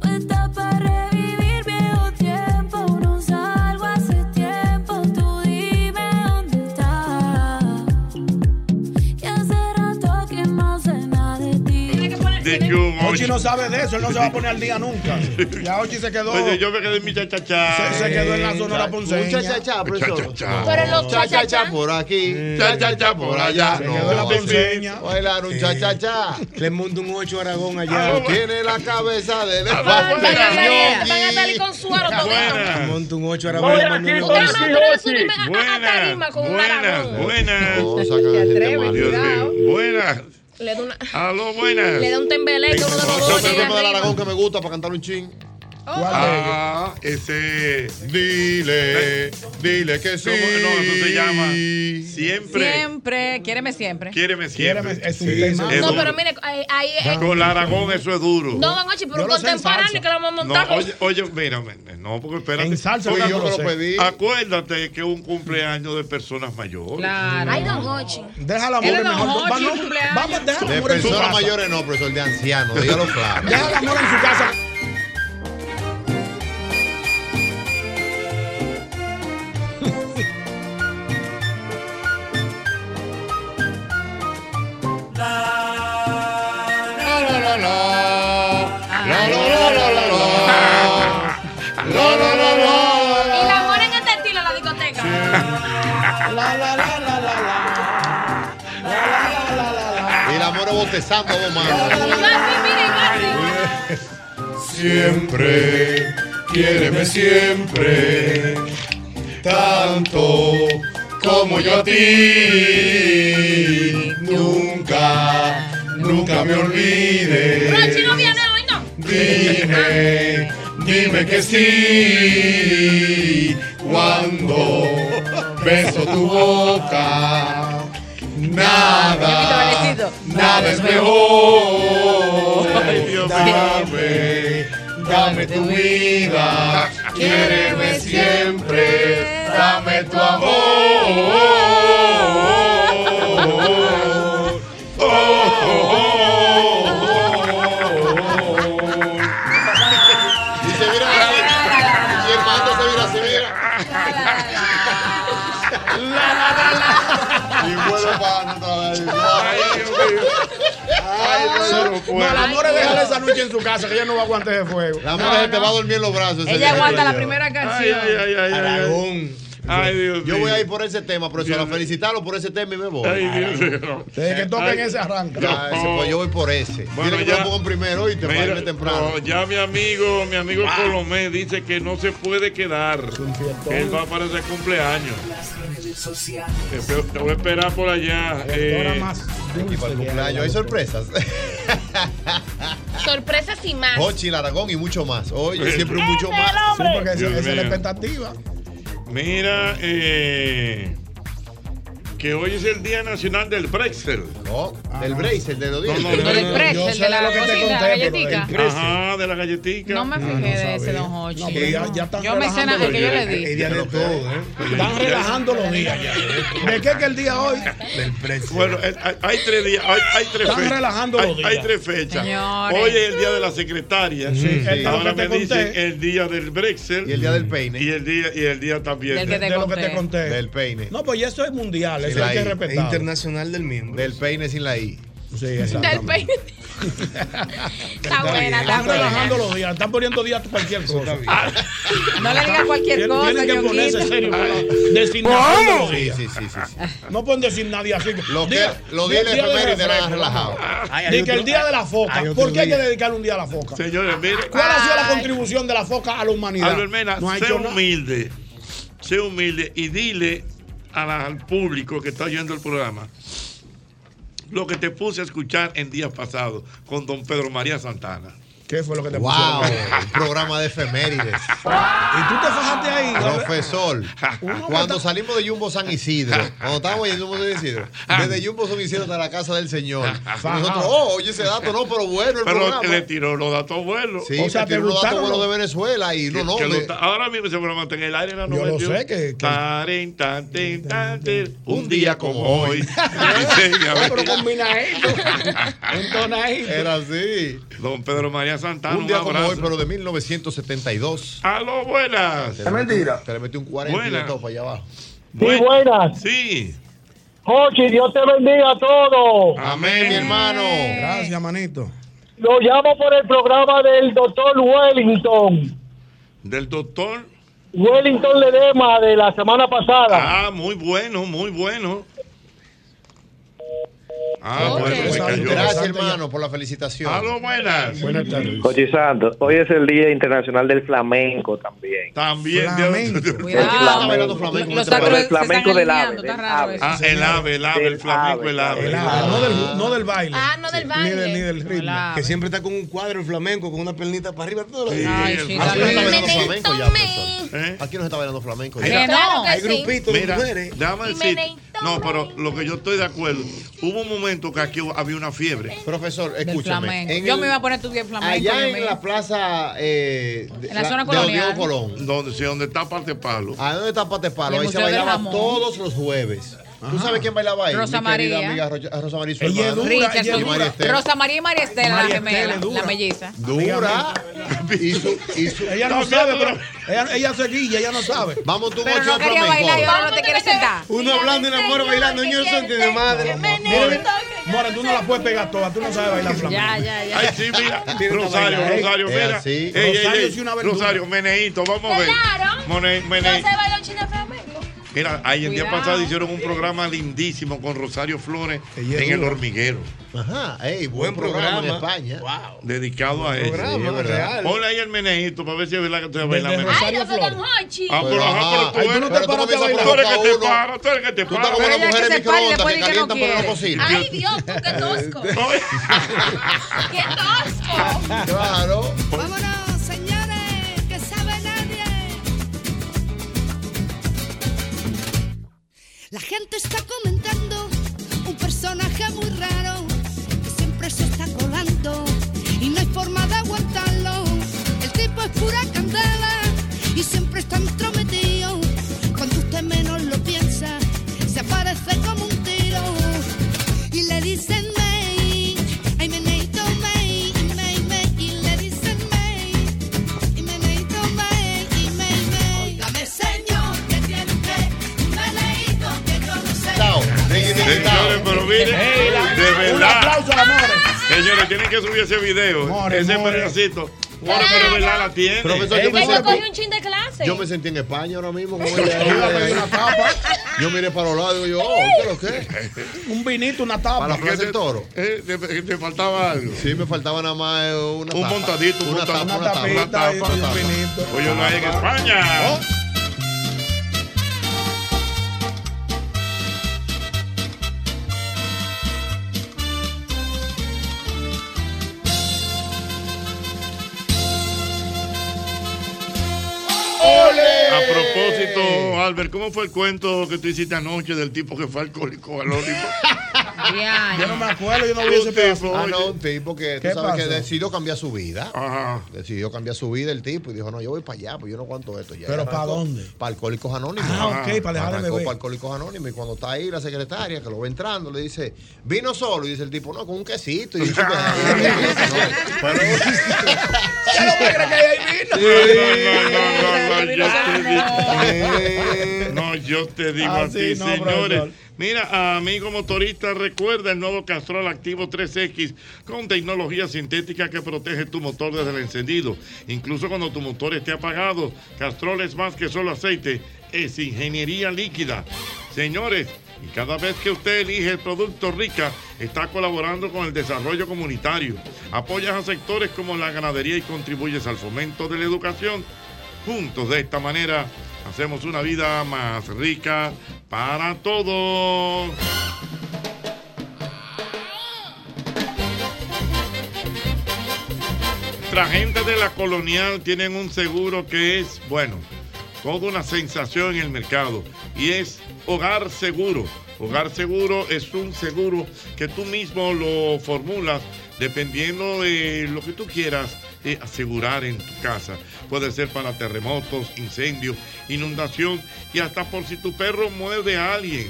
S11: Puesta para revivir viejo tiempo. No salgo hace tiempo. Tú dime dónde estás. Y hace rato que no sé nada de ti.
S12: Ochi no sabe de eso, él no se va a poner al día nunca. Ya Ochi se quedó.
S2: Oye, yo me quedé en mi chachachá.
S12: Se- se quedó en la Sonora
S4: Un
S12: Ponceña.
S4: cha-cha-cha, profesor.
S2: Cha-cha-cha.
S5: Pero en los
S4: cha-cha-cha
S5: cha-cha-cha.
S4: por aquí.
S2: Cha-cha-cha
S4: Cha-cha-cha
S2: por
S4: por
S2: allá.
S4: allá.
S2: Se quedó en la
S4: No,
S2: Ponceña.
S4: Bailar un cha-cha-cha.
S7: Le monto un 8 Aragón
S4: Ah,
S7: allá.
S4: bueno. Tiene la cabeza de
S7: Ah, bueno.
S5: Van a salir- van a salir con suero todito.
S7: Le monto un 8 Aragón.
S5: Buenas,
S7: Manuel.
S5: Ustedes van a poner su primer- a- a- a tarima con un
S2: Buenas,
S5: aragón.
S2: buenas.
S5: atreves,
S2: Dios
S5: cuidado.
S2: mío. Buenas.
S5: Le da una-
S2: Aló, buenas.
S5: Le da un tembeleque a uno de los dos.
S4: Yo
S5: le
S4: tengo
S5: llega
S4: del
S5: arriba.
S4: Aragón que me gusta para cantar un ching.
S2: Ah, ese.
S4: Dile, dile que sí.
S2: ¿Cómo? No, eso se llama. Siempre.
S8: Siempre, quiéreme siempre.
S2: Quiéreme siempre.
S12: Es
S2: un tema.
S5: No, pero mire, ahí- ahí eh, es.
S8: eh.
S2: Con la Aragón eso es duro.
S5: No, Don Ochi, pero
S2: Yo
S5: un
S2: lo sé en
S5: contemporáneo
S2: salsa.
S5: que lo vamos a
S2: No,
S5: montar.
S2: oye, oye, mira, no, porque espérate.
S12: En salsa,
S2: Oye,
S12: que yo
S2: yo
S12: me lo pedí.
S2: Acuérdate que es un cumpleaños de personas mayores.
S5: Ay, Don Ochi.
S12: Deja la
S5: Él
S12: amor
S5: es don
S12: mejor.
S5: Jorge,
S12: Va, no,
S5: cumpleaños.
S12: vamos a dejar el
S4: De
S12: amor en su
S4: personas
S12: casa.
S4: mayores no, profesor, de ancianos, dígalo claro.
S12: Deja el amor en su casa.
S5: Y la amor en este estilo en la discoteca.
S4: Y el amor es bostezando, vos
S1: Siempre, quiéreme siempre, tanto como yo a ti. Nunca, nunca me olvides.
S5: Rochi no viene hoy, no.
S1: Dime, dime que sí. Cuando beso tu boca, nada, nada es mejor. Dame, Dame tu vida, quiéreme siempre, dame tu amor.
S4: Y se mira así. Y el maestro se mira así, mira. Y vuelve para otra vez.
S12: Ay,
S4: no,
S12: no,
S4: no,
S12: la
S4: la
S12: amor
S4: More
S12: es
S4: déjala
S12: esa noche en su casa, que ella no va a aguantar ese fuego.
S4: La mujer se te va a dormir en los brazos.
S8: Ella aguanta la primera canción.
S2: Ay, ay, ay, ay, ay.
S4: Aragón.
S2: Ay, Dios
S4: Yo
S2: mío.
S4: voy a ir por ese tema, profesor. A felicitarlo por ese tema y me voy.
S2: Ay, Dios mío.
S4: Desde que
S2: toquen Ay.
S4: ese
S2: arranca.
S4: Ya, ese, pues, yo voy por ese.
S2: Bueno,
S4: Bueno, que
S2: ya-
S4: me lo pongan primero y te va a irme
S2: Mira,
S4: temprano. Ah.
S2: no, ya mi amigo, mi amigo Colomé dice que no se puede quedar. Que él va para ese cumpleaños. Espe- Te voy a esperar por allá. eh,
S4: Aquí para el cumpleaños. Hay sorpresas.
S5: Sorpresas y más.
S4: Hochi, el Aragón y mucho más. Oye, siempre un mucho
S5: Ese
S4: más.
S5: el hombre. Sí, porque
S2: Dios
S4: esa- esa es la
S2: mío. Mira, eh, que hoy es el Día Nacional del Pretzel.
S4: No, del Brezel, de los
S2: días.
S4: dientes. Del pretzel,
S8: de la cocina, la galletica.
S2: Ajá, de la galletica.
S8: No me fijé de ese, don Hochi.
S2: No, pero ya- ya
S8: yo me cena el que yo le di.
S2: Ella de todo, ¿eh?
S12: Están relajando los días ya. ¿De qué que el día hoy?
S2: Bueno, eh, hay, hay tres días, hay, hay tres
S12: Están
S2: fechas.
S12: relajando
S2: hay,
S12: los días.
S2: hay tres fechas.
S12: Señores.
S2: Hoy es el día de la secretaria.
S12: Sí, sí.
S2: Ahora
S12: Lo que
S2: me
S12: te
S2: dicen
S12: conté.
S2: el día del Brexit. Y el día del peine. Y el día, y el día también.
S12: Del que te De lo que conté. te conté.
S4: Del peine.
S12: No, pues ya eso es mundial,
S4: Sin
S12: eso
S4: la
S12: hay que
S4: I.
S12: respetar.
S4: Internacional del miembro. Del peine sin la I. Sí,
S5: Del peine. Está buena, está
S12: Están relajando
S5: buena.
S12: los días, están poniendo días a cualquier cosa. Ah,
S8: No le digas cualquier
S12: Tienen-
S8: cosa,
S12: Tienen que
S8: Ñonguito.
S12: ponerse serio. con la Designación de los
S4: Sí,
S12: días.
S4: sí, sí, sí, sí.
S12: No pueden decir nadie así.
S4: Lo que-
S12: Día-
S4: lo
S12: día-
S4: di la
S12: día de
S4: efeméride,
S12: refresco.
S4: nada relajado.
S2: Ay, hay
S12: Dice que
S2: otro-
S12: el día de la foca.
S2: hay otro
S12: ¿Por qué hay que
S2: día.
S12: dedicarle un día a la foca?
S2: Señores, mire.
S12: ¿Cuál ha sido la contribución de la foca a la humanidad?
S2: Albert Mena,
S12: no ha
S2: sé
S12: hecho nada.
S2: humilde. Sé humilde y dile a la- al público que está oyendo el programa lo que te puse a escuchar en días pasados con don Pedro María Santana.
S12: ¿Qué fue lo que te
S4: Wow,
S12: pusieron?
S4: un programa de efemérides.
S12: Y tú te fajaste ahí.
S4: Profesor, cuando salimos de Yumbo San Isidro, cuando estábamos en Yumbo San Isidro,
S2: Ah.
S4: desde Yumbo San Isidro hasta la casa del Señor. Y nosotros, oh, oye ese dato, no, pero bueno el
S2: Pero
S4: programa.
S2: le tiró los datos buenos.
S4: Sí, me tiró los datos buenos de Venezuela y no, no.
S2: Que lo
S4: de-
S2: está- ahora mismo ese programa está en el aire en la
S4: Yo lo
S2: 91.
S4: sé que- que-
S2: Tarín, tan, tin, tan, tin. Un día como hoy. Enséñame.
S12: Pero combina esto. Entonadito.
S4: Era así.
S2: Don Pedro María Santana,
S4: un día
S2: un
S4: como
S2: abrazo.
S4: hoy, pero de 1972.
S2: Aló, Ah, buenas.
S4: Es mentira. Se le metió un 40 y
S2: Buenas.
S4: de todo para allá abajo.
S16: Sí, buenas.
S2: Sí.
S16: Jochi, Dios te bendiga a todos.
S4: Amén, mi hermano.
S12: Gracias, manito.
S16: Lo llamo por el programa del doctor Wellington.
S2: Del doctor.
S16: Wellington Ledema de la semana pasada.
S2: Ah, muy bueno, muy bueno. Ah, bueno, me cayó.
S4: Gracias, hermano, por la felicitación.
S2: Aló, buenas.
S12: Buenas tardes.
S28: Jochi Santos, hoy es el Día Internacional del Flamenco también.
S2: También.
S12: Dios-
S28: Cuidado.
S4: bailando flamenco en
S28: Los
S4: este
S28: sacros
S4: país.
S28: El flamenco se están del ave, alineando, del está raro ave. eso.
S2: Ah, el ave, el ave, el flamenco, el ave.
S12: El ave, no del, no del baile.
S5: Ah, no del
S12: Ni del, ni
S5: baile.
S12: del ritmo.
S5: ave.
S12: Que siempre está con un cuadro en flamenco, con una pernita para arriba. Todo lo
S4: Sí, Ay, sí,
S12: Así
S4: también.
S12: está
S4: Bailando
S12: bailando
S4: flamenco ya, profesor. Aquí no se está bailando flamenco ya.
S12: Que no.
S2: Hay
S12: Hay grupitos de mujeres.
S2: Déjame
S12: Y
S2: decir.
S12: meneito,
S2: No, pero lo que yo estoy de acuerdo. Hubo un momento que aquí había una fiebre.
S4: Profesor,
S8: Flamenco. yo me iba a poner tu bien flamenco.
S4: Allá
S8: Dios
S4: en
S8: mío.
S4: la plaza. eh, de-
S8: En la
S4: la-
S8: zona
S4: de Odeo
S8: colonial.
S4: Colón.
S2: Donde, sí, donde está Parte Palo.
S4: Ah, ¿dónde está Parte Palo?
S8: Y el
S4: Ahí se
S8: Museo del
S4: bailaba
S8: Jamón.
S4: todos los jueves. ¿Tú sabes quién bailaba ahí?
S8: Rosa
S4: Mi querida
S8: María.
S4: amiga Ro- Rosa María y su
S8: Ella es
S4: hermana. Y
S8: dura, ella es
S4: María
S8: dura.
S12: Este,
S4: Estela.
S8: Rosa María y María Estela,
S4: María
S8: la gemela,
S4: Estela es dura.
S8: la melliza.
S4: Dura. Y su, y su-
S12: Ella no sabe, pero ella, ella se guilla, ella no sabe.
S4: Vamos tú,
S8: Pero no quería bailar y ahora no te quieres sentar.
S12: Uno hablando y la mujer bailando, ño, eso tiene madre. More, More, tú no la puedes pegar toda, tú no sabes bailar flamenco.
S8: Ya, ya, ya.
S2: Ay, sí, mira.
S12: Mira esta
S2: Rosario,
S12: vaina, ¿eh?
S2: Rosario,
S12: Es
S2: mira.
S12: así.
S2: Ey, ey,
S12: Rosario
S2: ey.
S12: es una verdura.
S2: Rosario, meneíto, vamos a ver.
S5: Claro.
S2: Mone- mene-
S5: No se bailó China Flamenco.
S2: Mira, ahí el día
S5: Cuidado.
S2: pasado hicieron un programa lindísimo con Rosario Flores
S4: es
S2: en El
S4: dura.
S2: Hormiguero,
S4: Ajá, ey, buen,
S2: Buen
S4: programa, en
S2: programa.
S4: España.
S2: dedicado a ella.
S4: programa,
S2: Sí, es verdad.
S4: real.
S2: Ponle ahí el meneíto para ver si es verdad que tú bailando.
S5: Ay, no fue Don Hochi.
S2: Ah, pero, ajá, pero tú,
S4: Ay, tú no te
S2: eres-
S4: paras de bailar.
S2: tú eres que te
S4: Uno.
S2: paras, tú eres que te
S4: Tú
S2: paras.
S4: estás como las
S2: Pero
S4: mujeres en
S2: ella que se pare,
S4: microondas
S2: después
S4: que
S2: de que no
S4: calientan pero no
S2: quiere.
S4: cocinan.
S5: Ay, Dios, tú qué tosco. qué tosco.
S4: Claro.
S29: Vámonos, señores, que sabe nadie. La gente está comentando un personaje muy raro que siempre se está colando y no hay forma de aguantarlo. El
S9: tipo
S29: tipo
S9: es pura candela y siempre está entrometido. Cuando usted menos lo piensa, se aparece como un tiro y le dicen May, ay meneito May, y May May y le dicen May, y meneito May, y May May. Óigame señor, que tiene usted un meneito que yo no sé.
S2: Señores, pero miren, de
S9: un
S2: verdad.
S9: aplauso a la More.
S2: Señores, tienen que subir ese video. eh. ese pedacito. More, pero de verdad la tiene.
S4: Profesor, yo
S5: Ella
S4: pensé-
S5: cogió un chin de clase.
S4: Yo me sentí en España ahora mismo. como el de- Yo miré para los lados y digo, yo, oh, ¿qué lo que?
S6: Un vinito, una tapa.
S4: Para la Plaza del Toro.
S2: te, faltaba algo?
S4: Sí, me faltaba nada más eh, una
S2: Un
S4: tapa.
S2: montadito, un
S4: una tapa,
S2: montadito, una
S4: una tapa, una
S2: tapita,
S4: tapa, una tapa.
S2: Oye, no hay en España.
S4: Oh.
S2: A propósito, Albert, ¿cómo fue el cuento que tú hiciste anoche del tipo que fue alcohólico anónimo?
S6: Yo no me acuerdo, yo no vi
S4: Un
S6: ese pedazo.
S4: tipo, Ah, no, un tipo que, tú
S6: ¿Qué
S4: sabes que
S6: pasó?
S4: decidió cambiar su vida.
S2: Ajá.
S4: Decidió cambiar su vida el tipo y dijo, no, yo voy para allá, pues yo no aguanto esto. Ya
S6: ¿Pero
S4: Arrancó
S6: para dónde?
S4: Para Alcohólicos Anónimos.
S6: Ah, ok, para dejar de
S4: Arrancó
S6: beber.
S4: Para Alcohólicos Anónimos. Y cuando está ahí la secretaria, que lo ve entrando, le dice, vino solo. Y dice el tipo, no, con un quesito. Y un chico,
S6: Ya no me cree que hay ahí vino.
S2: No, yo te digo
S6: Ah,
S2: a
S6: sí,
S2: ti,
S6: no,
S2: señores.
S6: profesor.
S2: Mira, amigo motorista, recuerda el nuevo Castrol Activo 3X con tecnología sintética que protege tu motor desde el encendido. Incluso cuando tu motor esté apagado, Castrol es más que solo aceite, es ingeniería líquida. Señores, y cada vez que usted elige el producto Rica, está colaborando con el desarrollo comunitario. Apoyas a sectores como la ganadería y contribuyes al fomento de la educación Juntos de esta manera hacemos una vida más rica para todos. Nuestra gente de la colonial tienen un seguro que es, bueno, toda una sensación en el mercado y es hogar seguro. Hogar seguro es un seguro que tú mismo lo formulas dependiendo de lo que tú quieras eh, asegurar en tu casa. Puede ser para terremotos, incendios, inundación y hasta por si tu perro muerde a alguien.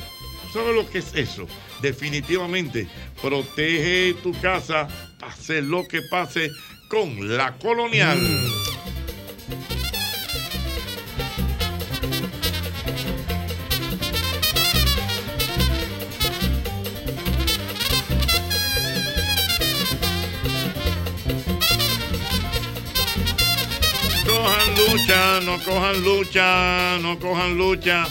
S2: ¿Sabes lo que es eso? Definitivamente, protege tu casa, pase lo que pase con la colonial. Cojan lucha, no cojan lucha, no cojan lucha.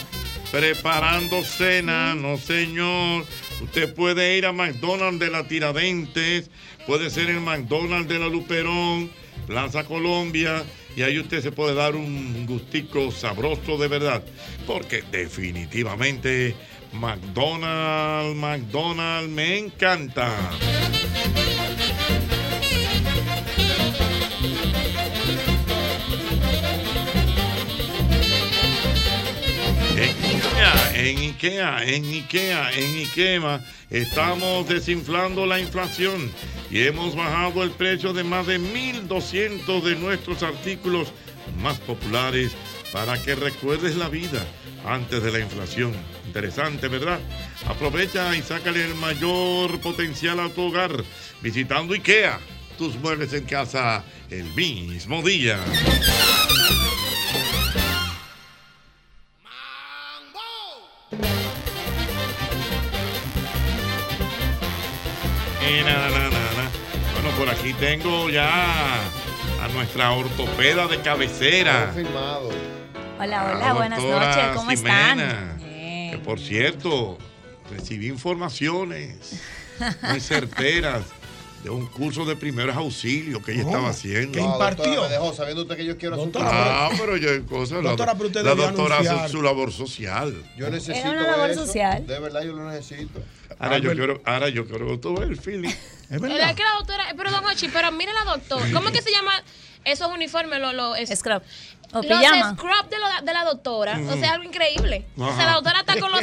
S2: Preparando cena, no señor. Usted puede ir a McDonald's de la Tiradentes, puede ser el McDonald's de la Luperón, Plaza Colombia, y ahí usted se puede dar un gustico sabroso de verdad. Porque definitivamente McDonald's, McDonald's me encanta. En IKEA, en IKEA, en IKEA, en IKEA, estamos desinflando la inflación y hemos bajado el precio de más de 1.200 de nuestros artículos más populares para que recuerdes la vida antes de la inflación. Interesante, ¿verdad? Aprovecha y sácale el mayor potencial a tu hogar visitando IKEA, tus muebles en casa el mismo día. Eh, na, na, na, na, na. Bueno, por aquí tengo ya a nuestra ortopeda de cabecera.
S4: Confirmado.
S10: Hola,
S2: la
S10: hola, buenas
S2: doctora
S10: noches, ¿cómo
S2: Ximena.
S10: están?
S2: Que por cierto, recibí informaciones muy certeras de un curso de primeros auxilios
S4: Oh,
S2: que ella estaba haciendo.
S4: No, doctora, me dejó sabiendo usted que yo quiero hacer
S2: Ah, pero yo en cosas.
S4: Doctora,
S2: la,
S4: pero usted
S2: la
S4: debió
S2: doctora hace
S4: anunciar.
S2: su labor social.
S4: Yo necesito
S10: una labor
S4: eso.
S10: social.
S4: De verdad, yo lo necesito.
S2: Ahora yo quiero, ahora yo quiero todo el feeling. Es
S5: ¿Verdad que la eh, doctora? Pero don Ochi, pero mire la doctora. ¿Cómo es que se llama esos uniformes? Lo, lo- es- los
S10: pijama.
S5: scrubs de, lo- de la doctora.
S10: Ujú.
S5: O
S4: Mm.
S5: sea, algo increíble. O
S10: Ajá.
S5: sea, la doctora está con los.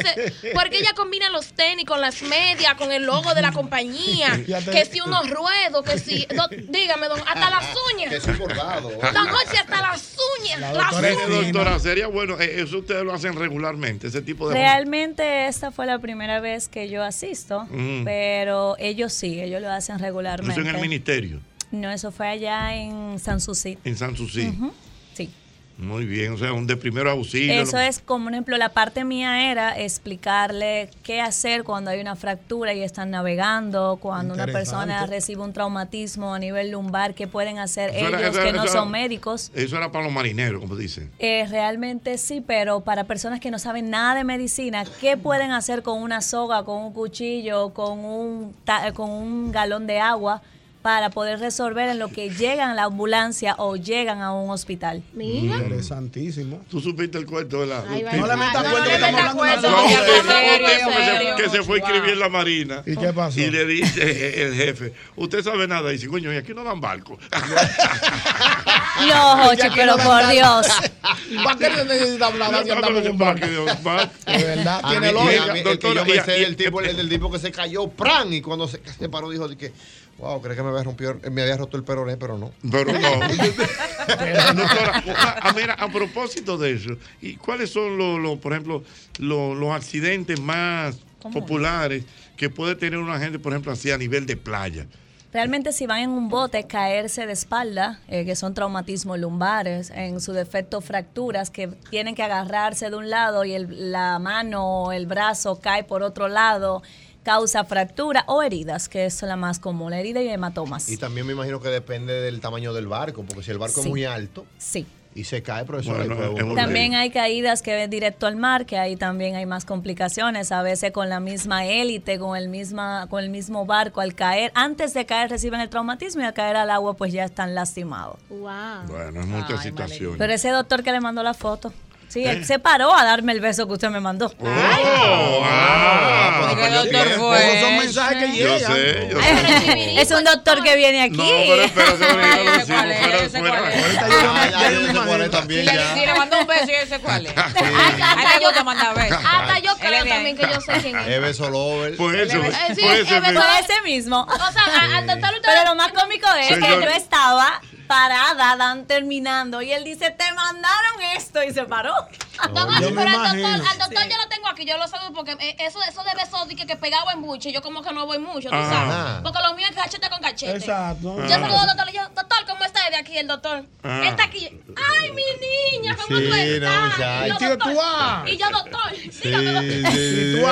S5: Porque ella combina los tenis con las medias, con el logo de la compañía.
S4: Ya te-
S5: Que si unos ruedos, que si. do- dígame, don, hasta las uñas.
S4: Que es un bordado.
S5: Don Jorge, hasta las uñas.
S4: La
S5: las
S2: Doctora,
S5: uñas.
S2: doctora, sería bueno, eh, eso ustedes lo hacen regularmente, ese tipo de...
S10: Realmente esta fue la primera vez que yo asisto,
S2: Mm.
S10: pero ellos sí, ellos lo hacen
S2: Eso
S10: regularmente.
S2: en el ministerio,
S10: No, eso fue allá en San Susi.
S2: en San Susi.
S10: Ujú, Sí.
S2: Muy bien, o sea, un de primero auxilio.
S10: Eso
S2: lo-
S10: es, como por ejemplo, la parte mía era explicarle qué hacer cuando hay una fractura y están navegando, cuando una persona
S2: Interesante.
S10: recibe un traumatismo a nivel lumbar, qué pueden hacer
S2: Eso era-
S10: ellos
S2: eso era-
S10: que no
S2: eso
S10: son
S2: era-
S10: médicos.
S2: Eso era para los marineros, como dicen.
S10: Eh, realmente sí, pero para personas que no saben nada de medicina, ¿qué pueden hacer con una soga, con un cuchillo, con un, ta- eh, con un galón de agua para poder resolver en lo que llegan a la ambulancia o llegan a un hospital?
S12: Interesantísimo.
S2: Mm. Tú supiste el cuento de la...
S10: Ay,
S12: No le metas
S10: no,
S12: cuento
S10: no
S12: que
S10: le
S12: estamos
S10: metas
S12: hablando de
S2: No,
S12: una
S2: un
S12: cosa
S2: tipo,
S12: seria.
S2: un tipo que se-
S12: serio.
S2: que se, fue a escribir en la marina. ¿Y
S12: qué pasó?
S2: Y le dice el jefe, usted sabe nada. Y dice, coño, y aquí no dan barco.
S10: No, Jochi, pero por Dios.
S6: ¿Para qué no necesita hablar
S2: No,
S6: si
S2: no,
S6: andamos
S2: no,
S6: con
S2: para
S6: barco?
S2: que Dios, va.
S6: De verdad,
S4: A
S6: tiene
S4: mí,
S6: lógica.
S4: a mí, el que
S2: Doctora,
S4: yo me
S2: y-
S4: sé
S2: y-
S4: el tipo, el del tipo que se cayó, pran, y cuando se, se paró dijo de que, wow, creí que me había, rompido, me había roto el peroné, pero no.
S2: Pero no. Doctora, a, a- Ah, mira, a propósito de eso, ¿y cuáles son los, los, por ejemplo, los, los accidentes más populares que puede tener una gente, por ejemplo, así a nivel de playa?
S10: Realmente si van en un bote, caerse de espalda, eh, que son traumatismos lumbares, en su defecto fracturas, que tienen que agarrarse de un lado y el- la mano o el brazo cae por otro lado, causa fractura o heridas, que es la más común, la herida y hematomas.
S4: Y también me imagino que depende del tamaño del barco, porque si el barco es
S10: Sí.
S4: muy alto
S10: sí.
S4: y se cae, profesor, ahí
S2: Bueno,
S4: puede
S2: es un-
S4: volver.
S10: También hay caídas que ven directo al mar, que ahí también hay más complicaciones, a veces con la misma élite, con el misma, con el mismo barco al caer, antes de caer reciben el traumatismo y al caer al agua pues ya están lastimados.
S2: Bueno, es muchas situaciones.
S10: Ah. Pero ese doctor que le mandó la foto. Sí,
S2: ¿Eh? Oh,
S10: él se paró a darme el beso que usted me mandó.
S2: Ah,
S10: Porque el
S2: yo-
S10: doctor
S2: yo-
S10: fue
S2: esos son
S10: ese.
S2: mensajes que llegan. Yo sé, yo sé.
S10: es un doctor que viene aquí.
S4: también
S8: Si le mandó un beso, yo sé cuál es. A él le gusta mandar besos.
S5: Hasta yo
S8: Él es
S5: creo
S8: de
S5: también que yo sé quién es.
S4: Es beso lover.
S2: Por Pues eso,
S10: Eh, sí,
S5: por
S10: es
S5: eso
S10: que me
S5: mismo.
S10: fue ese mismo.
S5: O sea, a- al doctor usted-
S10: Pero lo más cómico es
S2: Señor.
S10: que yo estaba parada, dan, terminando, y él dice, te mandaron esto, y se paró.
S5: Vamos, pero al doctor, al doctor yo lo tengo aquí, yo lo saludo porque eh, eso, eso de besos dije que pegaba en buche, yo como que no voy mucho, tú
S2: Ajá.
S5: sabes. Porque lo mío es cachete con cachete.
S2: Exacto.
S5: Yo
S2: Ah.
S5: saludo al doctor, le digo, doctor, ¿cómo está de aquí el doctor?
S2: Ah.
S5: Él está aquí. Ay, mi niña, ¿cómo
S4: Sí,
S5: tú
S4: no,
S5: estás?
S4: muchacho.
S5: Y yo,
S4: Tío, tú
S5: doctor.
S4: vas.
S5: Y yo, doctor.
S4: Sí,
S5: dígame, doctor.
S4: sí, sí.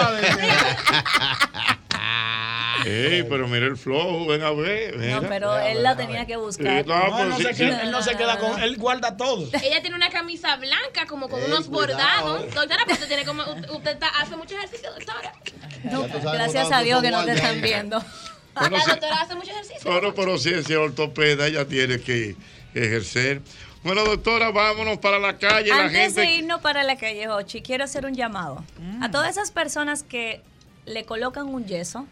S2: Ey, pero mira el flow, ven a ver.
S10: No,
S2: mira.
S10: pero él la tenía que buscar.
S2: Sí, no, No, él no pues se sí, queda- sí.
S6: él no se queda con- él guarda todo.
S5: Ella tiene una camisa blanca como con
S6: Ey,
S5: unos
S6: cuidado.
S5: bordados. Doctora, pero usted tiene como usted usted está- hace mucho ejercicio, doctora.
S10: No,
S2: Ya tú sabes
S10: gracias
S2: cómo
S10: a Dios que no te
S2: guarda.
S10: están viendo.
S2: Bueno,
S5: la
S2: sí.
S5: doctora hace mucho ejercicio.
S2: Bueno, pero si es ortopeda, ella tiene que ejercer. Bueno, doctora, vámonos para la calle. la
S10: Antes
S2: gente.
S10: de irnos para la calle Hochi, quiero hacer un llamado a todas esas personas que le colocan un yeso,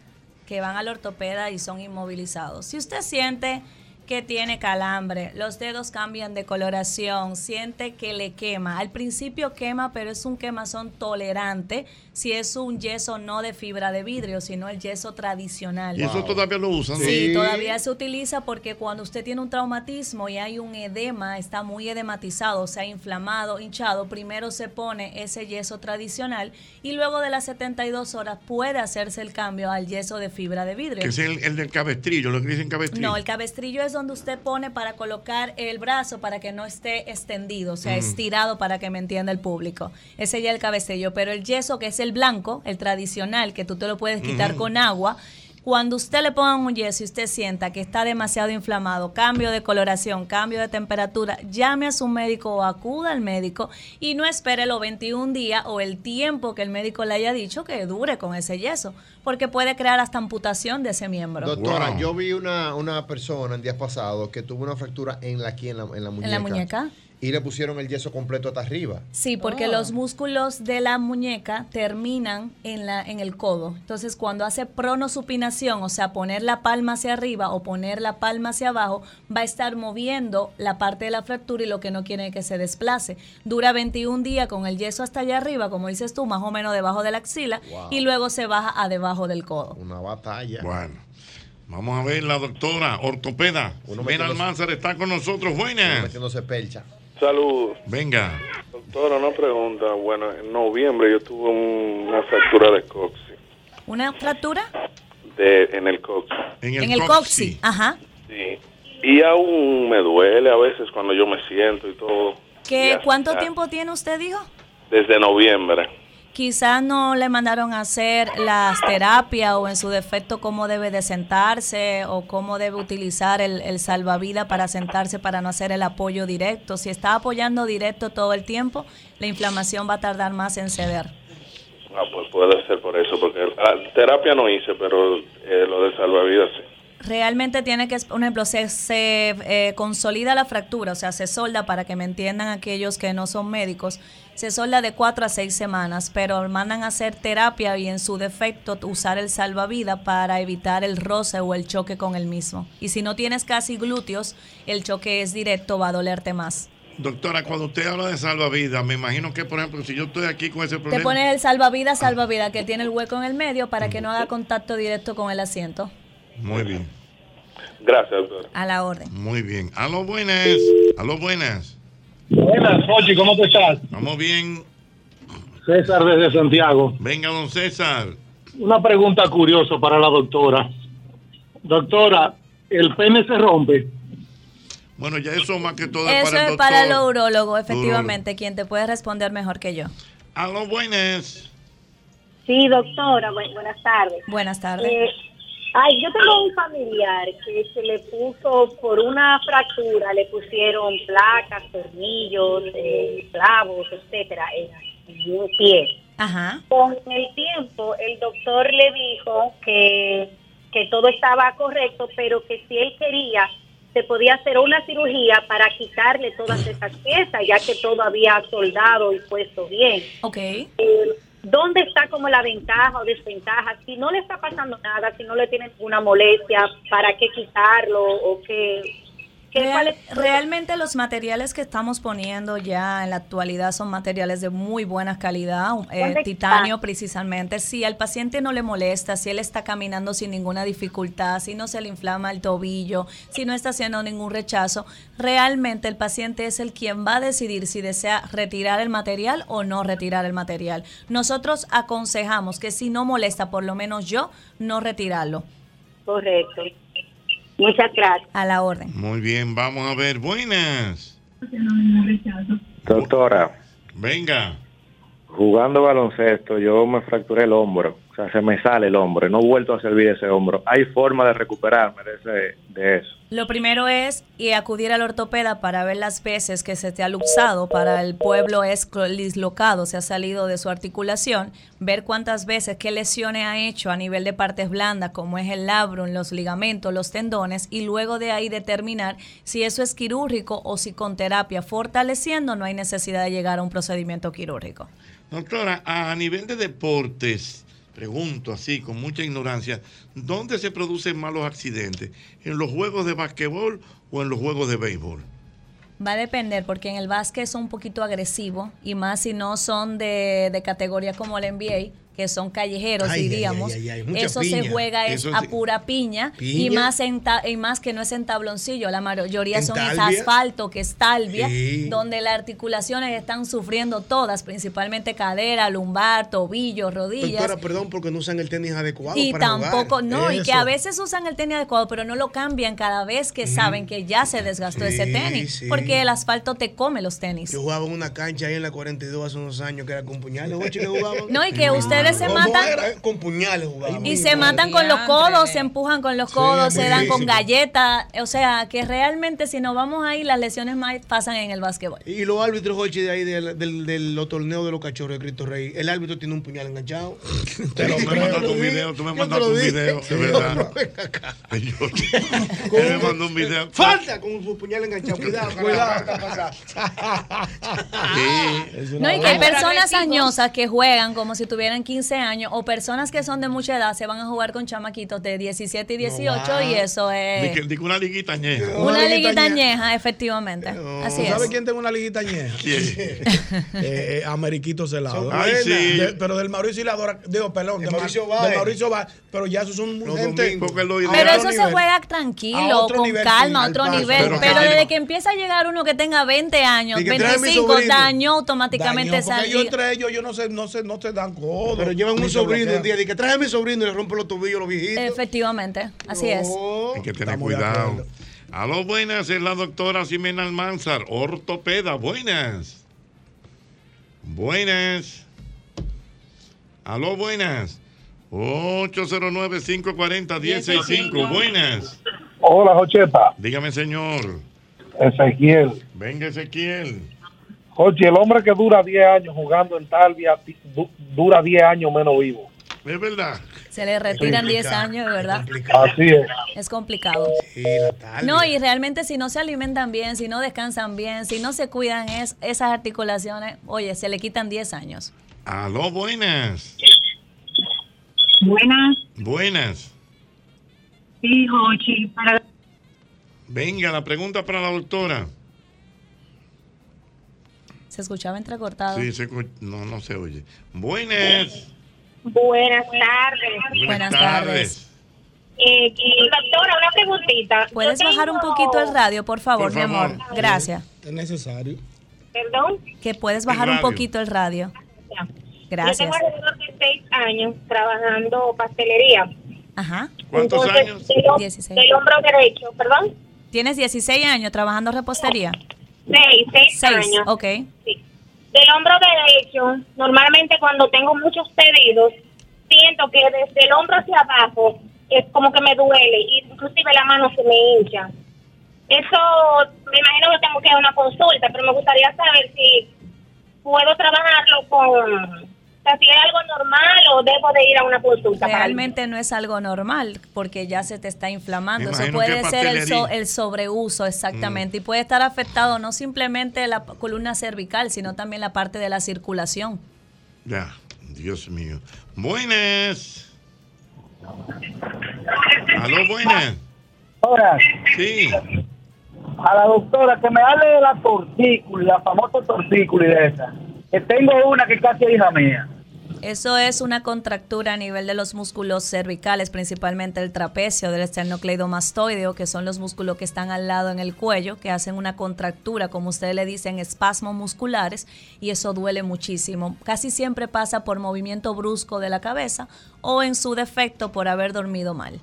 S10: que van al ortopeda y son inmovilizados. Si usted siente que tiene calambre, los dedos cambian de coloración, siente que le quema. Al principio quema, pero es un quemazón tolerante si es un yeso no de fibra de vidrio, sino el yeso tradicional.
S2: Y eso todavía lo usan.
S10: Sí, todavía se utiliza porque cuando usted tiene un traumatismo y hay un edema, está muy edematizado, o sea, inflamado, hinchado, primero se pone ese yeso tradicional y luego de las 72 horas puede hacerse el cambio al yeso de fibra de vidrio.
S2: Que es el, el del cabestrillo, lo que dicen cabestrillo.
S10: No, el cabestrillo es donde usted pone para colocar el brazo para que no esté extendido, o sea,
S2: Mm.
S10: estirado para que me entienda el público. Ese ya es el cabestrillo, pero el yeso que es el blanco, el tradicional, que tú te lo puedes quitar
S11: Ujú.
S10: con agua. Cuando usted le ponga un yeso y usted sienta que está demasiado inflamado, cambio de coloración, cambio de temperatura, llame a su médico o acuda al médico y no espere los 21 días o el tiempo que el médico le haya dicho que dure con ese yeso, porque puede crear hasta amputación de ese miembro.
S4: Doctora, yo vi una, una persona en días pasados que tuvo una fractura en la, aquí, en la, en la muñeca.
S10: ¿En la muñeca?
S4: y le pusieron el yeso completo hasta arriba.
S10: Sí, porque
S4: Oh.
S10: los músculos de la muñeca terminan en, la, en el codo. Entonces, cuando hace pronosupinación, o sea, poner la palma hacia arriba o poner la palma hacia abajo, va a estar moviendo la parte de la fractura y lo que no quiere es que se desplace. Dura 21 días con el yeso hasta allá arriba, como dices tú, más o menos debajo de la axila,
S2: Wow.
S10: y luego se baja a debajo del codo.
S4: Una batalla.
S2: Bueno. Vamos a ver la doctora ortopeda. Mena Almanzar está con nosotros. Buenas.
S4: Metiéndose percha.
S11: Saludos.
S2: Venga.
S11: Doctora, una pregunta. Bueno, en noviembre yo tuve un- una fractura de cox,
S10: ¿Una fractura?
S11: de, en el cox.
S10: en el coxi. Ajá.
S11: Sí. Y aún me duele a veces cuando yo me siento y todo. Y
S10: ¿Qué,
S11: hasta-
S10: ¿Cuánto tiempo tiene usted, dijo?
S11: Desde noviembre.
S10: Quizás no le mandaron a hacer las terapias o en su defecto cómo debe de sentarse o cómo debe utilizar el, el salvavidas para sentarse para no hacer el apoyo directo. Si está apoyando directo todo el tiempo, la inflamación va a tardar más en ceder.
S11: Ah, pues puede ser por eso, porque ah, terapia no hice, pero eh, lo del salvavidas sí.
S10: Realmente tiene que, por ejemplo, se, se, eh, consolida la fractura, o sea, se solda, para que me entiendan aquellos que no son médicos, se solda de cuatro a seis semanas, pero mandan a hacer terapia y en su defecto usar el salvavidas para evitar el roce o el choque con el mismo. Y si no tienes casi glúteos, el choque es directo, va a dolerte más.
S2: Doctora, cuando usted habla de salvavidas, me imagino que, por ejemplo, si yo estoy aquí con ese
S10: Te
S2: problema.
S10: pones el salvavidas, salvavidas, que tiene el hueco en el medio para que no haga contacto directo con el asiento.
S2: Muy bien.
S11: Gracias, doctora.
S10: A la orden.
S2: Muy bien. A los buenas. A los buenas.
S16: Buenas, Ochi, ¿cómo tú estás?
S2: Vamos bien.
S16: César desde Santiago.
S2: Venga, don César.
S16: Una pregunta curiosa para la doctora. Doctora, ¿el pene se rompe?
S2: Bueno, ya eso más que todo
S10: Eso
S2: para el
S10: es para el
S2: doctor.
S10: urólogo, efectivamente, quien te puede responder mejor que yo.
S2: A los buenas.
S30: Sí, doctora, bu- buenas tardes.
S10: Buenas tardes.
S30: Eh, ay, yo tengo un familiar que se le puso por una fractura, le pusieron placas, tornillos, eh, clavos, etcétera, en el pie.
S10: Ajá.
S30: Con el tiempo, el doctor le dijo que, que todo estaba correcto, pero que si él quería, se podía hacer una cirugía para quitarle todas esas piezas, ya que todo había soldado y puesto bien.
S10: Ok.
S30: eh, ¿Dónde está como la ventaja o desventaja? Si no le está pasando nada, si no le tiene ninguna molestia, ¿para qué quitarlo o qué? qué-
S10: Real-
S30: cuál es-
S10: realmente los materiales que estamos poniendo ya en la actualidad son materiales de muy buena calidad, un- eh,
S30: ¿Dónde
S10: titanio
S30: está?
S10: precisamente. Si al paciente no le molesta, si él está caminando sin ninguna dificultad, si no se le inflama el tobillo, si no está haciendo ningún rechazo, realmente el paciente es el quien va a decidir si desea retirar el material o no retirar el material. Nosotros aconsejamos que si no molesta, por lo menos yo, no retirarlo.
S30: Correcto. Muchas gracias.
S10: A la orden.
S2: Muy bien, vamos a ver. Buenas.
S1: Doctora,
S2: Venga.
S1: jugando baloncesto yo me fracturé el hombro. O sea, se me sale el hombro y no he vuelto a servir ese hombro. ¿Hay forma de recuperarme de, ese, de eso?
S10: Lo primero es y acudir al ortopeda para ver las veces que se te ha luxado, para el pueblo es cl- dislocado, se ha salido de su articulación, ver cuántas veces, qué lesiones ha hecho a nivel de partes blandas, como es el labrum, los ligamentos, los tendones, y luego de ahí determinar si eso es quirúrgico o si con terapia fortaleciendo no hay necesidad de llegar a un procedimiento quirúrgico.
S2: Doctora, a nivel de deportes, pregunto así, con mucha ignorancia, ¿dónde se producen malos accidentes? ¿En los juegos de basquetbol o en los juegos de béisbol?
S10: Va a depender, porque en el básquet son un poquito agresivos, y más si no son de, de categoría como el NBA, que son callejeros,
S13: Ay, ay,
S10: diríamos.
S13: ay, ay, ay, mucha
S10: Eso se
S13: piña.
S10: juega es
S13: Eso
S10: a
S13: sí.
S10: pura piña, y
S13: Piña.
S10: más en ta- y más que no es en tabloncillo, la mayoría
S13: ¿En
S10: son
S13: talvia?
S10: en asfalto, que es talvia,
S13: Sí.
S10: donde las articulaciones están sufriendo todas, principalmente cadera, lumbar, tobillo, rodillas.
S7: Doctora, perdón, porque no usan el tenis adecuado.
S10: Y
S7: para
S10: tampoco,
S7: jugar.
S10: no, y que
S7: Eso.
S10: a veces usan el tenis adecuado, pero no lo cambian cada vez que saben que ya se desgastó ese
S7: Sí,
S10: tenis,
S7: sí.
S10: porque el asfalto te come los tenis.
S7: Yo jugaba en una cancha ahí en la 42 hace unos años que era con puñales, ocho que jugaban.
S10: No, y que ustedes mujeres se
S7: No, no
S10: matan
S7: era, con puñales jugaban.
S10: y se matan con los codos, se empujan con los
S7: Sí,
S10: codos,
S7: muy
S10: se dan con
S7: físico.
S10: galletas. O sea, que realmente si nos vamos ahí, las lesiones más pasan en el básquetbol.
S7: Y los árbitros, Jochi, de ahí, del, del, del- los torneos de los cachorros de Cristo Rey, el árbitro tiene un puñal enganchado.
S2: Te lo me mandaste un video, tú me mandaste un video, de verdad. Él me mandó un video.
S7: Falta con su puñal enganchado. Cuidado, cuidado, está pasando.
S10: No, y que hay personas añosas que juegan como si tuvieran 15 años o personas que son de mucha edad se van a jugar con chamaquitos de 17 y 18 y eso
S2: Di que-
S10: es
S2: di que una liguita añeja.
S10: Eh. una liguita añeja, efectivamente. Así es.
S12: ¿Sabe quién tiene una liguita añeja?
S2: Eh,
S12: eh, Ameriquito
S7: Son
S12: Celado.
S7: Ay, buenas. sí.
S12: De- pero del Mauricio Hiladora, digo, perdón, de, Mauricio
S7: Báez.
S12: de Mauricio Báez, pero ya esos son gente.
S10: Pero eso se juega
S12: A
S10: tranquilo,
S12: otro
S10: con
S12: nivel,
S10: calma, a
S12: sí,
S10: otro
S12: al paso.
S10: nivel.
S12: Pero
S10: Pero,
S12: que-
S10: desde que empieza a llegar uno que tenga 20 años,
S12: Y que tráeme
S10: 25,
S12: sobrino.
S10: dañó automáticamente
S12: Daño,
S10: esa
S12: porque yo
S10: liga.
S12: entre ellos, yo no sé, no sé, no te dan codo.
S7: Pero llevan
S12: ni
S7: un
S12: se
S7: sobrino
S12: bloquean.
S7: el día de que trae a mi sobrino y le rompe los tobillos, los viejitos.
S10: Eh, Efectivamente, así es.
S2: Hay que tener cuidado. A los buenas es la doctora Ximena Almanzar, ortopeda. Buenas. Buenas. A los buenas. 809-540-1065. Buenas.
S18: Hola, Jochepa.
S2: Dígame, señor.
S18: Ezequiel.
S2: Venga, Ezequiel.
S18: Joche, el hombre que dura 10 años jugando en Talvia ti- du- dura 10 años menos vivo.
S2: Es verdad.
S10: Se le retiran
S18: complicado,
S10: 10 años, de verdad.
S18: Así es.
S10: Es complicado. No, y realmente si no se alimentan bien, si no descansan bien, si no se cuidan es, esas articulaciones, oye, se le quitan 10 años.
S2: A los buenas.
S18: Buenas.
S2: Buenas.
S18: Sí, Jochi. Para...
S2: Venga, la pregunta para la doctora.
S10: Se escuchaba entrecortado.
S2: Sí, se escu- no, no se oye. Buenas.
S30: Buenas tardes.
S2: Buenas tardes.
S30: Eh, doctora, una preguntita.
S10: ¿Puedes
S30: Yo
S10: bajar un
S30: tengo-
S10: poquito el radio, por favor,
S12: Por
S10: mi
S12: favor.
S10: amor? Gracias.
S12: Es necesario.
S30: Perdón.
S10: Que puedes bajar un
S12: radio.
S10: poquito el radio.
S30: Yo tengo
S10: Gracias.
S30: alrededor de seis años trabajando pastelería.
S10: Ajá.
S30: ¿Cuántos Entonces, años? del hom-
S10: 16.
S30: del hombro derecho, perdón.
S10: Tienes 16 años trabajando repostería.
S30: Seis, seis,
S10: Seis,
S30: años.
S10: ok.
S30: Del hombro derecho, normalmente cuando tengo muchos pedidos, siento que desde el hombro hacia abajo es como que me duele, inclusive la mano se me hincha. Eso me imagino que tengo que ir a una consulta, pero me gustaría saber si puedo trabajarlo con... O sea, si es algo normal o debo de ir a una consulta. para-
S10: Realmente no es algo normal porque ya se te está inflamando.
S30: Me
S10: Eso
S30: imagino
S10: puede
S30: que
S10: ser el, so-
S30: pastelería.
S10: el sobreuso,
S12: Mm.
S10: exactamente. Y puede estar afectado no simplemente la p- columna cervical, sino también la parte de la circulación.
S2: Ya, Dios mío. Buenas. Aló, buenas.
S18: Ahora,
S2: Sí.
S18: a la doctora que me hable de la tortícula, la famosa tortícula y de esa. Que tengo una que casi es hija mía.
S10: Eso es una contractura a nivel de los músculos cervicales, principalmente el trapecio del esternocleidomastoideo, que son los músculos que están al lado en el cuello, que hacen una contractura, como ustedes le dicen, espasmos musculares, y eso duele muchísimo. Casi siempre pasa por movimiento brusco de la cabeza o en su defecto por haber dormido mal.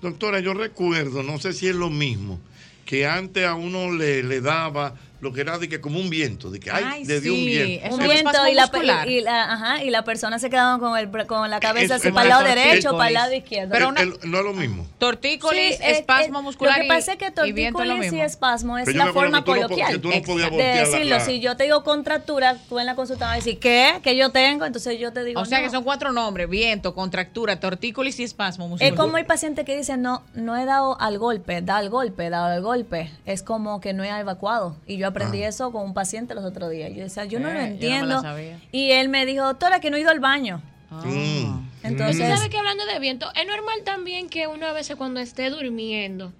S2: Doctora, yo recuerdo, no sé si es lo mismo, que antes a uno le, le daba lo que era de que como un viento, de que ay,
S10: Ay,
S2: le dio un
S10: sí,
S2: viento.
S10: Un viento y la, y, y la, ajá, y la persona se quedaba con, el, bra- con la cabeza
S2: Eh, Es-
S10: así
S2: es
S10: para el
S2: una
S10: lado derecho,
S2: tortícolis.
S10: para el lado izquierdo.
S2: El- el- no es lo
S10: Ah,
S2: mismo.
S8: Tortícolis,
S10: Sí, es-
S8: espasmo
S10: es-
S8: muscular
S10: Lo que pasa es que
S8: y viento es lo
S10: tortícolis y
S8: mismo.
S10: espasmo es
S2: Pero yo me
S10: la
S2: acuerdo
S10: forma
S2: que tú no po-
S10: coloquial.
S2: que tú no podías
S10: Exacto.
S2: voltear
S10: de
S2: la-
S10: decirlo,
S2: la-
S10: si yo te digo contractura, tú en la consulta vas a decir, ¿qué? ¿Qué yo tengo? Entonces yo te digo,
S8: O sea
S10: no.
S8: que son cuatro nombres: viento, contractura, tortícolis y espasmo muscular.
S10: Es como hay pacientes que dicen, no, no he dado al golpe, da al golpe, da al golpe. Es como que no he evacuado. Y yo aprendí
S8: Ah.
S10: eso con un paciente los otros días. Yo decía, yo no
S8: Eh, yo no
S10: lo
S8: me la
S10: entiendo.
S8: sabía. Ah.
S10: Y él me dijo, doctora, que no he ido al baño.
S2: Mm.
S10: Mm.
S5: Entonces,
S10: Entonces,
S5: ¿sabes que hablando de viento? Es normal también que uno a veces cuando esté durmiendo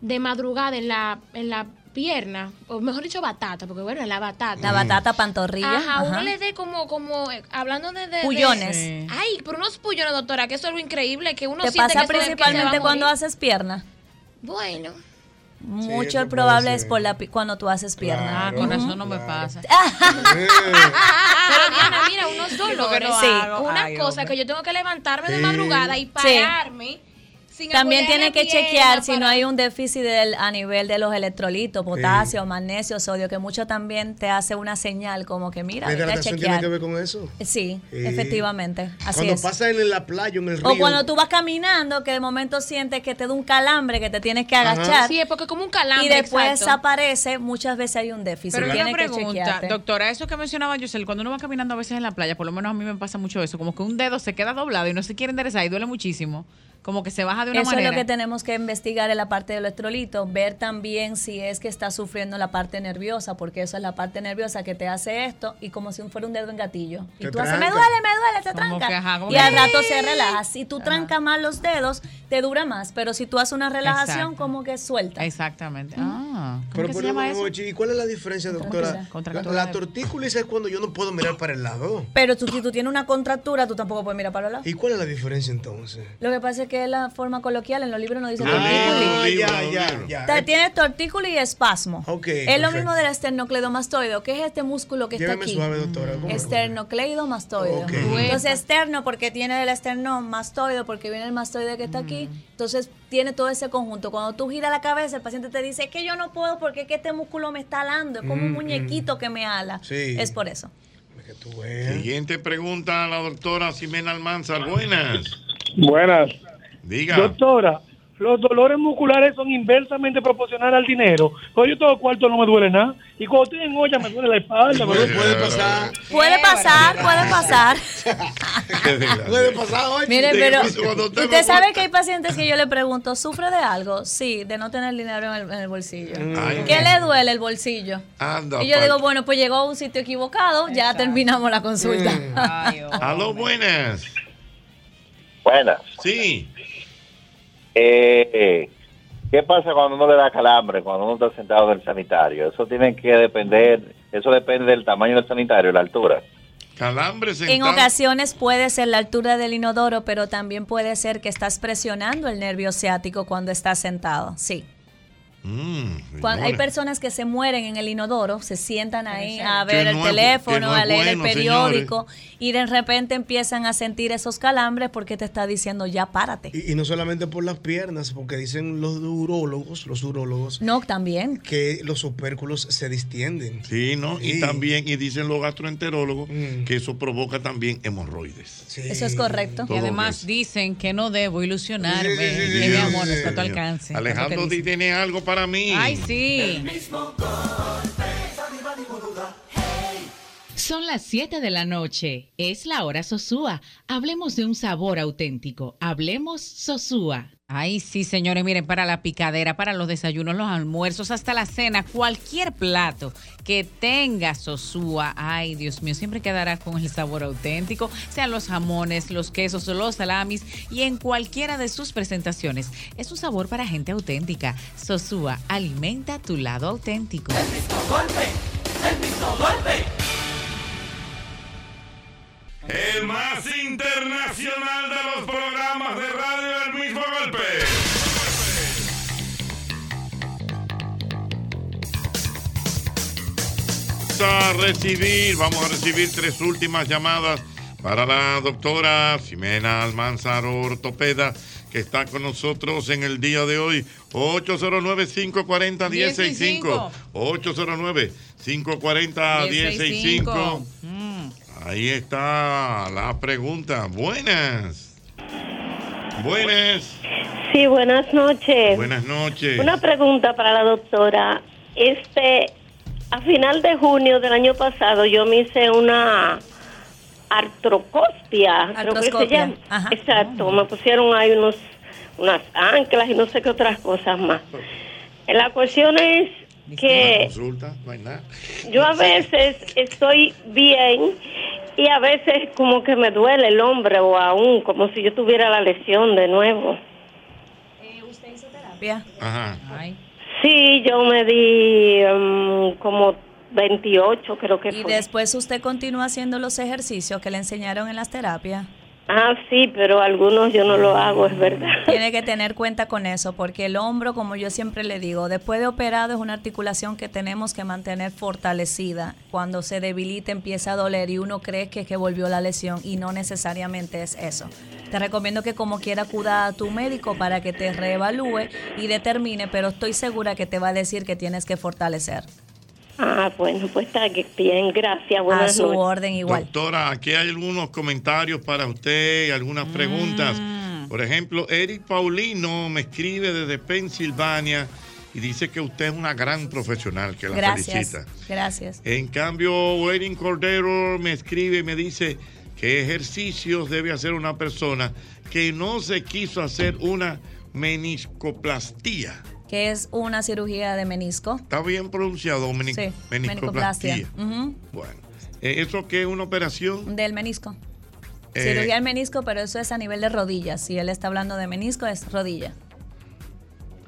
S5: de madrugada en la, en la pierna, o mejor dicho batata, porque bueno, es la
S2: Mm.
S5: batata.
S10: la batata pantorrilla.
S5: Ajá, uno
S10: ajá.
S5: le dé como, como, eh, hablando de... de- de-
S10: Pullones.
S5: Sí. Ay, pero unos pullones, doctora, que eso es lo increíble, que uno
S10: Te
S5: siente que
S10: pasa
S5: eso es que se va a
S10: principalmente cuando
S5: morir.
S10: haces pierna.
S5: Bueno.
S10: Mucho
S5: eso
S10: probable es por la pi- cuando tú haces pierna.
S8: Ah, con razón no me pasa.
S5: Ah, Pero Diana, mira, unos
S8: Digo que no
S5: dolores.
S8: hago.
S5: Una
S8: Ay,
S5: cosa
S8: hombre.
S5: que yo tengo que levantarme de
S8: Sí.
S5: madrugada y
S8: Sí.
S5: pararme. sin
S10: También
S5: apoyar
S10: tiene
S5: la
S10: que
S5: piel,
S10: chequear
S5: la
S10: si no hay un déficit del- a nivel de los electrolitos, potasio, magnesio, sodio, que mucho también te hace una señal como que mira,
S7: ¿La
S10: vete a
S7: hidratación tiene
S10: chequear.
S7: que ver con eso?
S10: Sí,
S7: Sí.
S10: efectivamente. Así
S7: cuando
S10: es.
S7: pasa en la playa, en el río.
S10: O cuando tú vas caminando, que de momento sientes que te da un calambre, que te tienes que
S7: Ajá.
S10: agachar.
S5: Sí, es porque como un calambre.
S10: Y después
S5: exacto.
S10: desaparece, muchas veces hay un déficit.
S8: Pero
S10: tiene
S8: una
S10: que
S8: pregunta,
S10: chequearte.
S8: doctora, eso que mencionaba Yosel, cuando uno va caminando a veces en la playa, por lo menos a mí me pasa mucho eso, como que un dedo se queda doblado y no se quiere enderezar y duele muchísimo, como que se baja de una
S10: Eso
S8: manera.
S10: es lo que tenemos que investigar en la parte del electrolito, ver también si es que está sufriendo la parte nerviosa, porque eso es la parte nerviosa que te hace esto y como si fuera un dedo en gatillo. Y
S11: Te
S10: tú haces, me
S11: tranca.
S10: duele, me duele, te
S11: Como
S10: tranca.
S11: que, ajá, como
S10: y
S11: que-
S10: al rato se relaja. Si tú trancas más los dedos, te dura más, pero si tú haces una relajación,
S8: Exacto.
S10: como que suelta.
S8: Exactamente. Ah, ¿cómo
S7: Pero
S8: que
S7: por
S8: se llama
S7: ejemplo,
S8: eso?
S7: Mochi, ¿Y cuál es la diferencia, doctora? La,
S8: Contractura
S7: la
S8: de-
S7: tortícula es cuando yo no puedo mirar para el lado.
S10: Pero tú, si tú tienes una contractura, tú tampoco puedes mirar para el lado.
S7: ¿Y cuál es la diferencia entonces?
S10: Lo que pasa es que es la forma coloquial, en los libros no dice
S7: Ah,
S10: tortículi.
S7: ya, ya, ya.
S10: Te- Tienes tortícula y espasmo. es lo
S7: perfecto.
S10: mismo del esternocleidomastoideo, que es este músculo que está
S7: Lléveme
S10: aquí.
S7: suave, doctora. ¿cómo?
S10: Esternocleidomastoideo.
S7: Ok.
S10: Entonces, externo porque tiene el esternomastoideo, porque viene el mastoideo que está aquí.
S7: Mm.
S10: Entonces, tiene todo ese conjunto. Cuando tú giras la cabeza, el paciente te dice, es que yo no puedo porque es que este músculo me está alando. Es como un
S2: Mm,
S10: muñequito que me ala.
S2: Sí.
S10: Es por eso.
S2: Siguiente pregunta a la doctora Ximena Almanzar. Buenas.
S16: Buenas.
S2: Diga.
S16: Doctora, los dolores musculares son inversamente proporcionales al dinero. Cuando yo todo cuarto no me duele nada. Y cuando estoy en olla me duele la espalda. me duele-
S7: Puede pasar.
S10: Puede pasar, puede pasar.
S7: Puede pasar hoy.
S10: Miren,
S7: Sí,
S10: pero
S7: pues, cuando usted
S10: usted
S7: me-
S10: sabe que hay pacientes que yo le pregunto, ¿sufre de algo? Sí, de no tener dinero en el, en el bolsillo.
S7: Mm.
S2: Ay,
S10: ¿Qué
S2: no.
S10: le duele el bolsillo?
S2: Anda,
S10: Y yo
S2: pal-
S10: digo, bueno, pues llegó a un sitio equivocado, ya terminamos la consulta.
S7: Mm.
S2: Aló, buenas.
S31: Buenas.
S2: Sí.
S31: Eh, ¿Qué pasa cuando uno le da calambre, cuando uno está sentado en el sanitario? Eso tiene que depender, eso depende del tamaño del sanitario, la altura.
S2: Calambre
S10: En
S2: sentado.
S10: ocasiones puede ser la altura del inodoro, pero también puede ser que estás presionando el nervio ciático cuando estás sentado. Sí. Cuando hay
S2: personas
S10: personas que se mueren en el inodoro, se sientan ahí
S11: ser.
S10: a ver
S11: Que
S10: el
S11: no es- que
S10: teléfono,
S11: no es
S10: a leer
S11: bueno,
S10: el periódico y de repente empiezan a sentir esos calambres porque te está diciendo ya párate.
S7: Y, y no solamente por las piernas, porque dicen los urólogos, los urólogos,
S10: No, también.
S7: que los opérculos se distienden.
S2: Sí, ¿no? Y
S7: Sí.
S2: también, y dicen los gastroenterólogos, que eso provoca también hemorroides.
S10: Eso es correcto.
S8: Y
S2: Todo
S8: además dicen que no debo ilusionarme, que
S2: sí,
S8: mi
S2: sí,
S8: amor
S2: sí,
S8: no está a tu
S2: señor.
S8: alcance.
S2: Alejandro
S8: Eso que
S2: Di tiene algo para mí.
S8: Ay, sí.
S1: Son las 7 de la noche. Es la hora Sosúa. Hablemos de un sabor auténtico. Hablemos Sosúa.
S8: Ay, sí, señores, miren, para la picadera, para los desayunos, los almuerzos, hasta la cena, cualquier plato que tenga sosúa, ay, Dios mío, siempre quedará con el sabor auténtico, sean los jamones, los quesos o los salamis y en cualquiera de sus presentaciones. Es un sabor para gente auténtica. Sosúa, alimenta tu lado auténtico.
S2: El más internacional de los programas de radio El mismo golpe. Vamos a recibir, vamos a recibir tres últimas llamadas para la doctora Ximena Almanzar Ortopeda, que está con nosotros en el día de hoy. 809-540-1065. 809-540-1065. Ahí está la pregunta. Buenas. Buenas.
S32: Sí, buenas noches.
S2: Buenas noches.
S32: Una pregunta para la doctora. Este, a final de junio del año pasado yo me hice una artrocopia, creo que se
S10: Artroscopia,
S32: llama. Exacto, me pusieron ahí unos unas anclas y no sé qué otras cosas más. La cuestión es
S2: Una
S32: que
S2: consulta, no hay nada.
S32: yo a veces estoy bien y a veces como que me duele el hombro o aún como si yo tuviera la lesión de nuevo.
S10: Eh, Bien.
S2: Ajá.
S32: Sí, yo me di mm, como 28, creo que
S10: Y
S32: fue.
S10: después usted continúa haciendo los ejercicios que le enseñaron en las terapias.
S32: Ah, sí, pero algunos yo no lo hago, es verdad.
S10: Tiene que tener cuenta con eso, porque el hombro, como yo siempre le digo, después de operado es una articulación que tenemos que mantener fortalecida. Cuando se debilita empieza a doler y uno cree que, que volvió la lesión y no necesariamente es eso. Te recomiendo que como quiera acuda a tu médico para que te reevalúe y determine, pero estoy segura que te va a decir que tienes que fortalecer.
S23: Ah, bueno, pues está bien, gracias.
S10: A
S23: Buenas
S10: su
S23: noches.
S10: orden igual.
S2: Doctora, aquí hay algunos comentarios para usted, algunas preguntas.
S10: Mm.
S2: Por ejemplo, Eric Paulino me escribe desde Pensilvania y dice que usted es una gran profesional, que la
S10: Gracias.
S2: felicita.
S10: Gracias.
S2: En cambio, Erin Cordero me escribe y me dice que ejercicios debe hacer una persona que no se quiso hacer una meniscoplastía.
S10: Que es una cirugía de menisco.
S2: ¿Está bien pronunciado? Meni-
S10: Sí,
S2: meniscoplastía.
S10: meniscoplastia. Ujú,
S2: Bueno, eh, ¿eso qué es una operación?
S10: Del menisco.
S2: Eh,
S10: Cirugía del menisco, pero eso es a nivel de rodillas. Si él está hablando de menisco, es rodilla.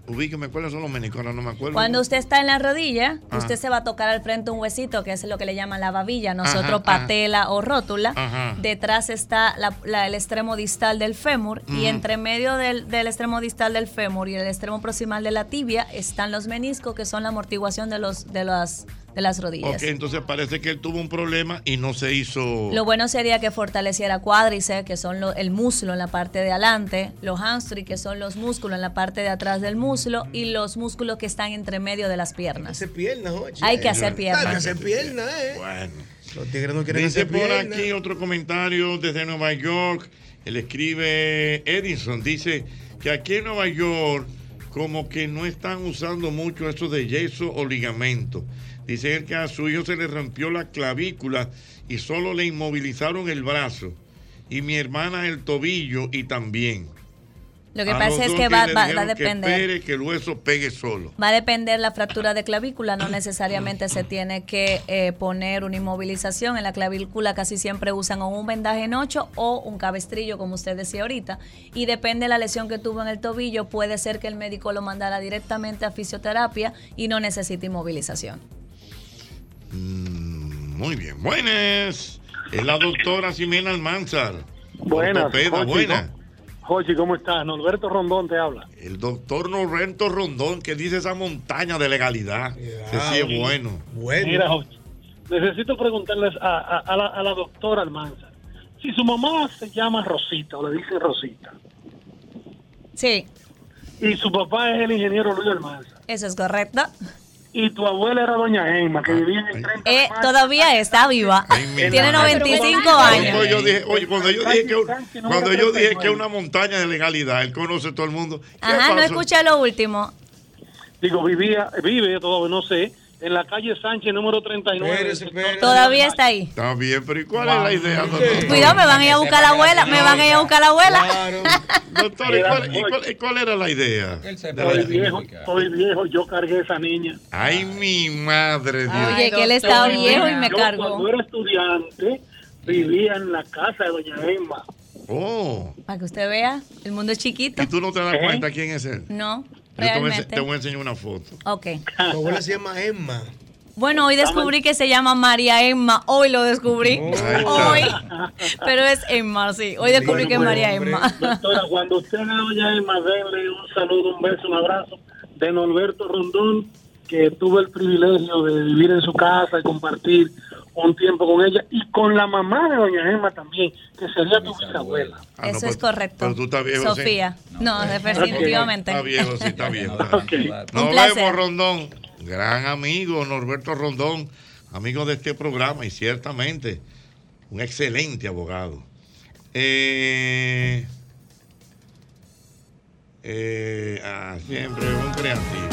S2: Ubíqueme, ¿cuáles son los meniscos? Ahora no me acuerdo.
S10: Cuando usted está en la rodilla,
S2: Ajá.
S10: usted se va a tocar al frente un huesito, que es lo que le llaman la babilla, nosotros
S2: Ajá, ajá.
S10: patela o rótula.
S2: Ajá.
S10: Detrás está la- la- el extremo distal del fémur y
S2: Mm.
S10: entre medio del, del extremo distal del fémur y el extremo proximal de la tibia están los meniscos, que son la amortiguación de, los, de, las, de las rodillas.
S2: Ok, entonces parece que él tuvo un problema y no se hizo.
S10: Lo bueno sería que fortaleciera cuádriceps, que son lo- el muslo en la parte de adelante, los hamstrings, que son los músculos en la parte de atrás del muslo, y los músculos que están entre medio de las piernas.
S7: Piernas, oye.
S10: Hay que hacer piernas.
S7: Hay que hacer piernas, ¿eh?
S2: Bueno.
S7: Los tigres no quieren
S2: Dice
S7: hacer
S2: por
S7: piernas.
S2: aquí otro comentario desde Nueva York. Él escribe Edison. Dice que aquí en Nueva York, como que no están usando mucho eso de yeso o ligamento. Dice él que a su hijo se le rompió la clavícula y solo le inmovilizaron el brazo. Y mi hermana el tobillo y también.
S10: Lo que
S2: A Ah, los
S10: pasa es
S2: dos
S10: que va,
S2: le
S10: va- va a
S2: dijeron que
S10: depender.
S2: espere que el hueso pegue solo.
S10: Va a depender la fractura de clavícula, no necesariamente se tiene que eh, poner una inmovilización. En la clavícula casi siempre usan o un vendaje en ocho o un cabestrillo, como usted decía ahorita. Y depende de la lesión que tuvo en el tobillo, puede ser que el médico lo mandara directamente a fisioterapia y no necesite inmovilización.
S2: Muy bien. Buenas. Es la doctora Ximena Almanzar.
S25: Buenas,
S2: Ortopeda,
S25: Jochi,
S2: buenas.
S25: Jochi, ¿cómo estás? Norberto Rondón te habla.
S2: El doctor Norberto Rondón, que dice esa montaña de legalidad. Ese sí es Ah, bueno.
S25: Mira, Jorge, necesito preguntarles a, a- a la, a la doctora Almanza. Si su mamá se llama Rosita o le dicen Rosita.
S10: Sí.
S25: Y su papá es el ingeniero Luis Almanza.
S10: Eso es correcto.
S25: Y tu abuela era doña Emma,
S2: Ah.
S25: que vivía en el
S10: Eh, todavía está viva. Tiene 95 años.
S2: Cuando yo dije, oye, cuando yo dije que, cuando yo dije que
S25: 39.
S2: una montaña de legalidad, él conoce todo el mundo. ¿Qué
S10: Ajá, no
S2: pasó?
S10: escuché lo último.
S25: Digo, vivía, vive todavía, no sé, en la calle Sánchez número 39.
S10: Todavía está ahí.
S2: Está bien, pero ¿y cuál es la idea, doctor?
S10: Cuidado, me van a ir a buscar a la abuela. Me van a ir a buscar a la abuela.
S2: Doctor, ¿y cuál, y cuál- y cuál era la idea? De la-
S25: Soy viejo, soy viejo, yo cargué esa niña.
S2: Ay, mi madre, Dios.
S10: Oye, que él está
S25: Yo,
S10: viejo y me
S25: yo
S10: cargó.
S25: Cuando era estudiante, vivía en la casa de doña Emma.
S2: Oh,
S10: Para que usted vea, el mundo es chiquito.
S2: ¿y tú no te
S7: ¿Eh?
S2: das cuenta quién es él?
S10: No,
S2: Yo te voy, a, ense-
S10: realmente.
S2: te voy a enseñar una foto.
S10: Ok.
S7: Tu abuela se llama Emma.
S10: Bueno, hoy descubrí que se llama María Emma. Hoy lo descubrí. Hoy. Pero es Emma, sí. Hoy descubrí que es María Emma.
S25: Doctora, cuando usted vea a doña Emma, denle un saludo, un beso, un abrazo de Norberto Rondón, que tuve el privilegio de vivir en su casa y compartir un tiempo con ella y con la mamá de doña Emma también, que sería tu bisabuela.
S10: Eso es correcto.
S2: Ah, pues, Pero tú estás viejo, sí.
S10: Sofía. No, definitivamente.
S2: Está viejo, sí, está viejo.
S10: Un
S2: Nos
S10: placer.
S2: vemos, Rondón. Gran amigo, Norberto Rondón, amigo de este programa y ciertamente un excelente abogado. Eh, eh, ah, siempre un creativo.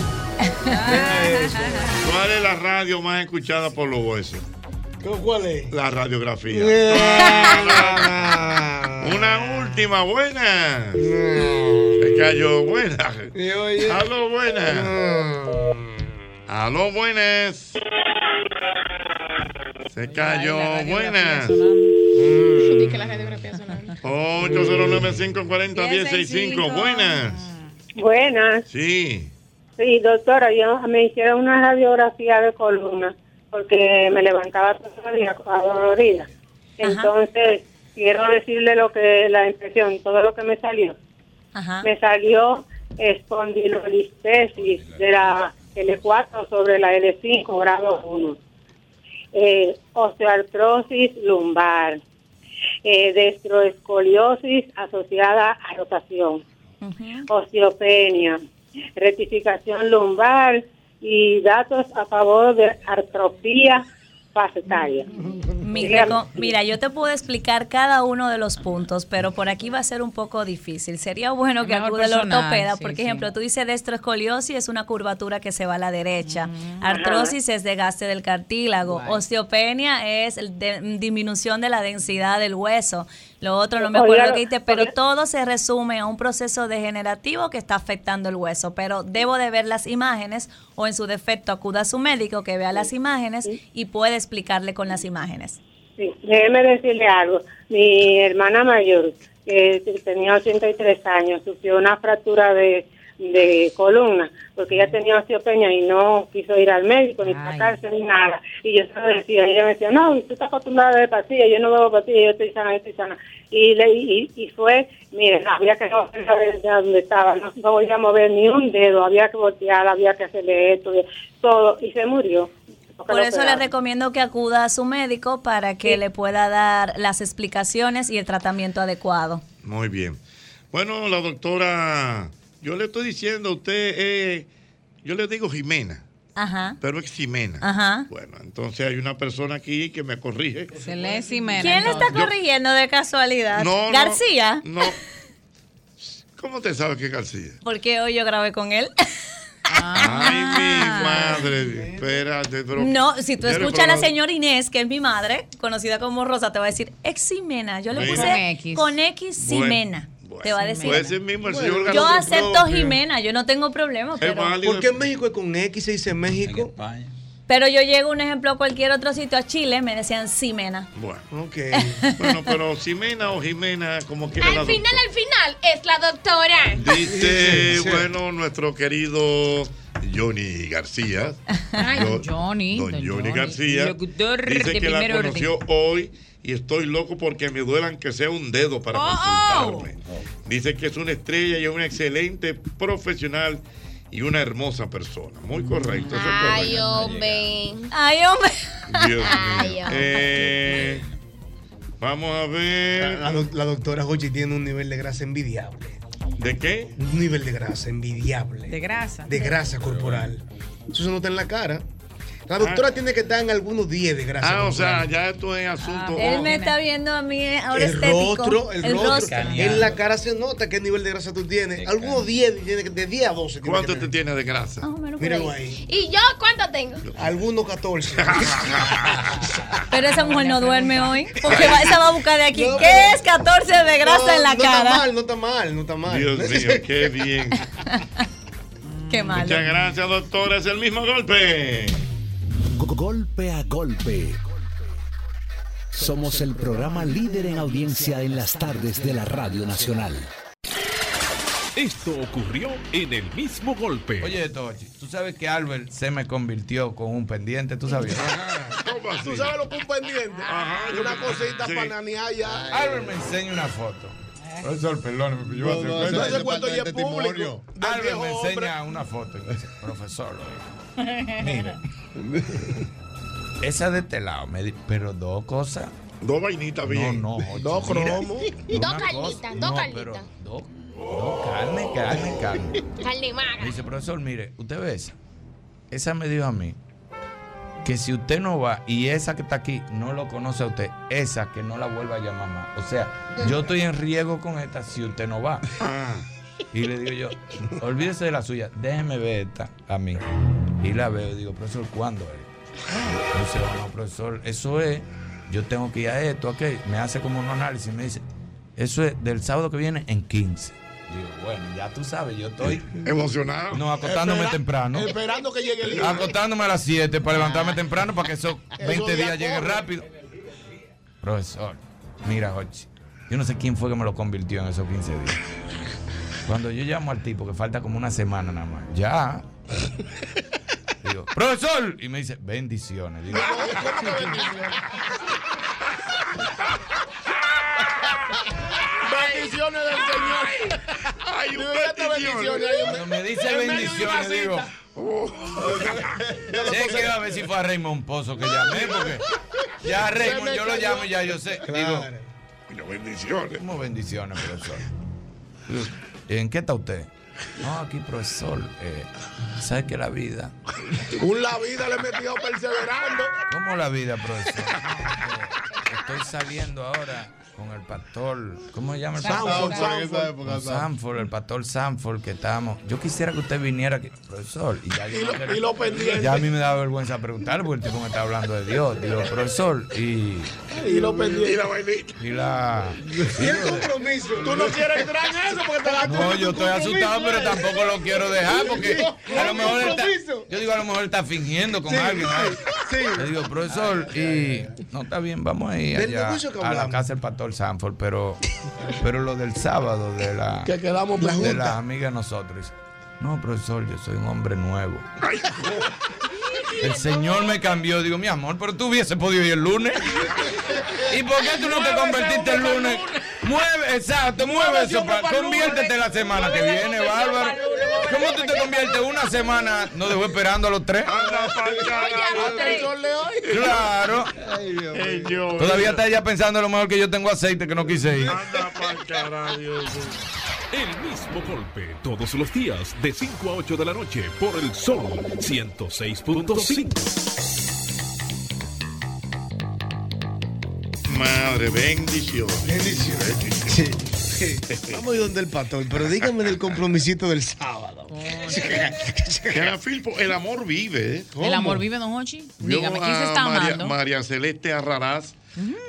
S2: ¿Cuál es la radio más escuchada por los huesos?
S7: ¿Cuál es? Eh.
S2: La radiografía. Una última buena.
S7: Eh.
S2: Se cayó buena. Aló,
S7: Eh.
S2: buena. Aló, buenas. Se cayó Mm. buenas.
S26: Yo dije que la radiografía sonaba.
S2: 809-540-1065. Buenas.
S23: Buenas.
S2: Sí.
S23: Sí, doctora, yo me hicieron una radiografía de columna porque me levantaba todavía dolorida. Entonces, quiero decirle lo que la impresión, todo lo que me salió.
S10: Ajá.
S23: Me salió espondilolistesis de la L4 sobre la L5, grado 1. Eh, osteoartrosis lumbar. eh, destroescoliosis asociada a rotación, osteopenia, rectificación lumbar y datos a favor de artrofia facetaria.
S10: Mi reco- mira, yo te puedo explicar cada uno de los puntos, pero por aquí va a ser un poco difícil. Sería bueno que
S8: Mejor
S10: acude al
S8: personal,
S10: ortopeda.
S8: sí,
S10: por
S8: sí.
S10: ejemplo, tú dices destroescoliosis es una curvatura que se va a la derecha. Artrosis es desgaste del cartílago. Osteopenia es el de- disminución de la densidad del hueso. Lo otro no me
S23: Oiga,
S10: acuerdo lo que dijiste, pero
S23: oiga.
S10: todo se resume a un proceso degenerativo que está afectando el hueso. Pero debo de ver las imágenes o en su defecto acuda a su médico que vea las imágenes y puede explicarle con las imágenes.
S23: Sí, déjeme decirle algo. Mi hermana mayor, que tenía 83 años, sufrió una fractura de, de columna porque ella tenía osteopenia y no quiso ir al médico ni tratarse ni nada. Y yo se lo decía, y ella me decía, no, tú estás acostumbrada de pastillas, yo no bebo pastillas, yo estoy sana, yo estoy sana. Y, le, y, y fue, mire, había que no de donde estaba, no, no voy a mover ni un dedo, había que voltear, había que hacerle esto, todo, y se murió. Porque
S10: Por
S23: lo
S10: eso le
S23: operaron.
S10: recomiendo que acuda a su médico para que le pueda dar las explicaciones y el tratamiento adecuado.
S2: Muy bien. Bueno, la doctora, yo le estoy diciendo a usted, eh, yo le digo Jimena,
S10: Ajá.
S2: pero es Jimena.
S10: Ajá.
S2: Bueno, entonces hay una persona aquí que me corrige.
S8: Se lee Ximena,
S10: ¿Quién le está
S8: entonces.
S10: corrigiendo de casualidad?
S2: No, no,
S10: García.
S2: No. ¿Cómo te sabes que es García?
S10: Porque hoy yo grabé con él.
S2: Ay, mi madre. Espérate, pero.
S10: No, si tú
S2: Pero,
S10: escuchas a la
S2: pero-
S10: señora Inés, que es mi madre, conocida como Rosa, te va a decir Eximena. Yo le
S2: Bueno.
S10: puse
S2: Con
S10: con
S2: X.
S10: X,
S2: Bueno,
S10: Ximena. te va a decir.
S2: Puede ser mismo el
S10: Bueno,
S2: señor
S10: yo
S2: García.
S10: acepto Jimena, yo no tengo problema. Pero,
S7: ¿Por qué en México es con X se dice México?
S10: pero yo llego, un ejemplo, a cualquier otro sitio, a Chile, me decían Ximena.
S2: Bueno, bueno, pero Ximena o Jimena, como quiera la
S5: Al final, al final, es la doctora.
S2: doctora. Dice, bueno, nuestro querido Johnny García.
S8: Ay,
S2: Yo-
S8: Johnny.
S2: Don Johnny García
S8: Locutor
S2: dice
S8: de
S2: que la
S8: primer orden.
S2: conoció hoy y estoy loco porque me duelan que sea un dedo
S8: Oh,
S2: para consultarme. Dice que es una estrella y una excelente profesional y una hermosa persona. Muy correcto. eso es
S5: Ay,
S2: correcto.
S5: hombre.
S10: Ay, hombre.
S2: Dios
S5: Ay,
S2: mío.
S5: hombre.
S2: Eh, vamos a ver.
S7: La, doc- la doctora Hochi tiene un nivel de grasa envidiable.
S2: ¿De qué?
S7: Un nivel de grasa envidiable.
S8: De grasa.
S7: De grasa corporal. Eso se nota en la cara. La doctora tiene que estar en algunos 10 de grasa.
S2: Ah, o sea,
S7: corporal.
S2: ya esto es asunto.
S10: Ah, Él me está viendo a mí eh, ahora
S7: El
S10: estético.
S7: rostro, el, rostro. En la
S10: Más
S7: cara se nota qué nivel de grasa tú tienes. Algunos 10, tiene que- de 10 a 12.
S2: ¿Cuánto te tienes de grasa?
S10: o menos por
S7: Míralo
S10: ahí.
S7: ahí.
S5: ¿Y yo cuánto tengo?
S7: Algunos 14.
S10: Pero esa mujer no duerme hoy. Porque va- esa va a buscar de aquí. ¿Qué es 14 de grasa
S7: No,
S10: en la
S7: no
S10: cara?
S7: Está mal, no está mal, no está mal.
S2: Dios mío, qué bien.
S10: Qué malo.
S2: Muchas gracias, doctora. Es el mismo golpe.
S3: Golpe a golpe. Somos el programa líder en audiencia en las tardes de la Radio Nacional.
S9: Esto ocurrió en el mismo golpe.
S21: Oye, Tochi, tú sabes que Albert se me convirtió con un pendiente, tú sabías.
S7: ¿Tú sabes lo que un pendiente? Una cosita
S21: Sí.
S7: para nanear ya.
S21: Albert me enseña una foto. Profesor, perdóneme, pero yo
S7: No,
S21: voy a hacer-
S7: no, eso-
S21: Entonces,
S7: eso
S21: cuando
S7: falta de
S21: ya es público,
S7: testimonio.
S21: Albert me
S7: viejo hombre.
S21: enseña una foto. y me dice, Profesor, mire. Esa de este lado, me di- pero dos cosas.
S2: Dos vainitas
S21: bien. No, no.
S7: Dos cromos.
S5: Dos
S21: Una cosa-
S5: carnitas, dos
S21: no,
S5: carnitas.
S21: Dos, dos carne, carne, carne.
S5: Carne magra.
S21: Me dice, profesor, mire, usted ve esa. Esa me dijo a mí que si usted no va y esa que está aquí no lo conoce a usted, esa que no la vuelva a llamar más. O sea, yo estoy en riesgo con esta si usted no va. Y le digo yo, olvídese de la suya, déjeme ver esta a mí. Y la veo y digo, profesor, ¿cuándo es? Me dice, no, profesor, eso es, yo tengo que ir a esto, a aquello. Me hace como un análisis y me dice, eso es del sábado que viene en 15. Digo, bueno, ya tú sabes, yo estoy
S2: emocionado.
S21: No, acostándome
S7: Espera-
S21: temprano.
S7: Esperando que llegue el día.
S21: Acostándome a las 7 para levantarme temprano para que esos
S7: Eso
S21: 20
S7: ya
S21: días lleguen
S7: corre.
S21: rápido. Profesor, mira, Jochi, yo no sé quién fue que me lo convirtió en esos 15 días. Cuando yo llamo al tipo, que falta como una semana nada más, ya. Digo, profesor. Y me dice, bendiciones. Digo,
S7: Bendiciones del Señor.
S2: Ay,
S7: Digo, ya está bendiciones. Ay,
S21: Cuando me dice
S7: en medio de una
S21: bendiciones,
S7: cita.
S21: digo.
S2: Oh.
S21: Sé que iba a ver si fue a Raymond Pozo que llamé, porque ya a Raymond yo lo llamo y ya yo sé. Digo,
S2: Coño, bendiciones.
S21: ¿Cómo bendiciones, profesor? ¿En qué está usted? No, aquí, profesor. Eh, ¿Sabe que la vida?
S12: Un la vida le he metido perseverando.
S21: ¿Cómo la vida, profesor? No, que estoy saliendo ahora con el pastor. ¿Cómo se llama el pastor?
S4: Sanford, Sanford. En esa época,
S21: Con
S4: Sanford.
S21: Sanford, el pastor Sanford, que estábamos. Yo quisiera que usted viniera aquí, profesor. Y ya, yo
S12: Y
S21: no
S12: lo-
S21: quería-
S12: y lo pendiente.
S21: Ya a mí me daba vergüenza preguntarle porque el tipo me está hablando de Dios. Digo, profesor, y.
S12: Y lo perdí. Y la vainita.
S21: Y la.
S12: Y el compromiso. Tú no quieres entrar en eso porque te la
S21: No, yo estoy asustado, pero tampoco lo quiero dejar porque a lo mejor él está, yo digo a lo mejor él está fingiendo con alguien. ¿no? Yo digo, profesor, y no está bien, vamos a ir
S12: Del
S21: allá
S12: negocio que
S21: a la
S12: hablamos.
S21: casa del pastor Sanford, pero pero lo del sábado de la
S12: Que quedamos
S21: de
S12: preguntas.
S21: la amiga de nosotros. No, profesor, yo soy un hombre nuevo. El Señor me cambió. Digo, mi amor, pero tú hubiese podido ir el lunes. ¿Y por qué tú no te convertiste el lunes? Mueve, exacto, mueve eso. pa- Conviértete la semana que viene, Bárbaro. ¿Cómo tú te conviertes una semana? No dejó esperando a los tres. Claro. Todavía está ella pensando a lo mejor que yo tengo aceite que no quise ir.
S9: El mismo golpe todos los días de 5 a 8 de la noche por el Sol 106.5.
S2: Madre, bendiciones. Bendiciones.
S7: Vamos a ir donde el pastor, pero dígame del compromisito del sábado.
S2: Ana Filpo, el amor vive. ¿eh?
S8: Oh, ¿El amor vive, don Hochi?
S2: Vio
S8: Dígame, ¿quién se
S2: a
S8: está
S2: María,
S8: amando? Mm.
S2: María Celeste Arraraz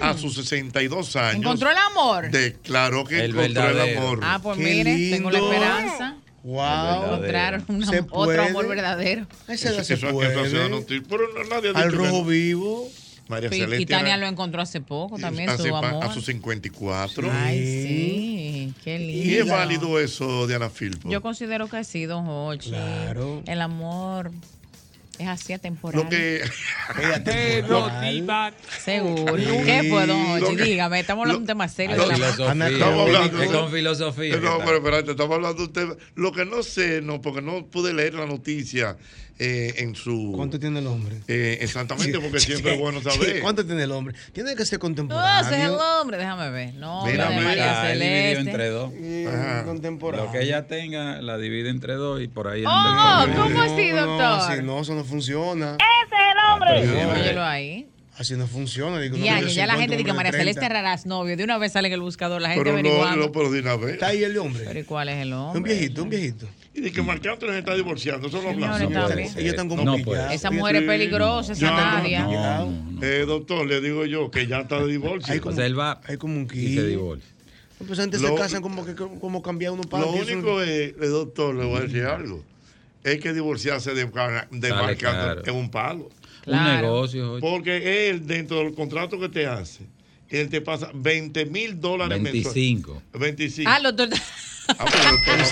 S2: a sus 62 años.
S8: ¿Encontró el amor?
S2: Declaró que
S21: El
S2: encontró el
S21: verdadero.
S2: amor.
S8: Ah, pues mire, tengo la esperanza.
S2: Wow.
S8: Encontrar un
S2: Se
S8: am- otro
S2: puede.
S8: amor verdadero.
S2: Eso,
S7: Ese
S2: eso, eso ha sido noticia, pero no- nadie ha
S7: Al
S2: dicho que
S7: rojo
S2: no.
S7: vivo.
S2: María
S8: Y-
S2: Celeste
S8: Y Tania
S2: Arraraz,
S8: lo encontró hace poco también,
S2: hace
S8: su
S2: pa-
S8: amor.
S2: a sus 54.
S8: Ay, sí, qué lindo.
S2: Y es válido eso de Ana Filpo.
S8: Yo considero que sí, don Hochi.
S2: Claro.
S8: El amor es así atemporal.
S2: Lo que.
S8: Eh, Seguro.
S2: Sí.
S8: ¿Qué fue, don
S2: Lo
S8: Hochi?
S2: que-
S8: Dígame, estamos hablando de un tema serio del amor.
S2: Estamos hablando-
S21: Es con filosofía. que
S2: No,
S21: está.
S2: pero espérate, estamos hablando de un tema. Lo que no sé, no, porque no pude leer la noticia eh, en su.
S7: ¿Cuánto tiene el hombre?
S2: Eh, exactamente, porque siempre es bueno saber.
S7: ¿Cuánto tiene el hombre? Tiene
S8: Oh,
S7: que ser
S8: No, ese es el
S7: contemporáneo.
S8: hombre, déjame ver. No,
S7: Mira,
S8: la de
S7: mira.
S8: María
S7: Ah, él dividió
S8: Celeste.
S6: entre dos.
S7: Ajá. contemporáneo.
S6: Lo que ella tenga la divide entre dos y por ahí.
S8: Oh,
S6: anda el
S8: ¿cómo
S6: promedio.
S8: así, doctor?
S7: No, así no, eso no funciona.
S8: ¡Ese es el
S7: Dios.
S8: Óyelo ahí.
S7: Así no funciona. Digo,
S8: Y
S7: no,
S8: ya,
S7: yo
S8: ya la
S7: soy
S8: gente
S7: un
S8: dice
S7: hombre
S8: María
S7: de
S8: Celeste
S7: 30.
S8: Arrarás, novio. De una vez sale en el buscador, la gente
S2: Pero no,
S8: averiguando.
S2: no, pero de una vez. Está
S7: ahí el hombre.
S8: Pero ¿y cuál es el hombre?
S2: Un viejito, un viejito. Y de que Marc Anthony se está divorciando, eso lo hablamos.
S8: Señores, está bien.
S7: Ellos están
S2: complicados.
S8: Esa mujer es peligrosa, esa Nadia.
S2: Eh, doctor, le digo yo que ya está de divorcio.
S7: Hay como- O sea, él va- hay como un
S2: y
S7: se divorcia. Pues antes
S2: Lo-
S7: se casan como que como cambiar uno para
S2: Lo único es, eh, doctor, le voy a decir algo. Es que divorciarse de, Cana- de
S6: Sale
S2: Marc Anthony
S6: caro.
S2: es un palo.
S6: Claro. negocio, oye.
S2: Porque él, dentro del contrato que te hace, él te pasa 20 mil dólares mensuales.
S6: 25.
S2: 25.
S8: Ah, lo doctor.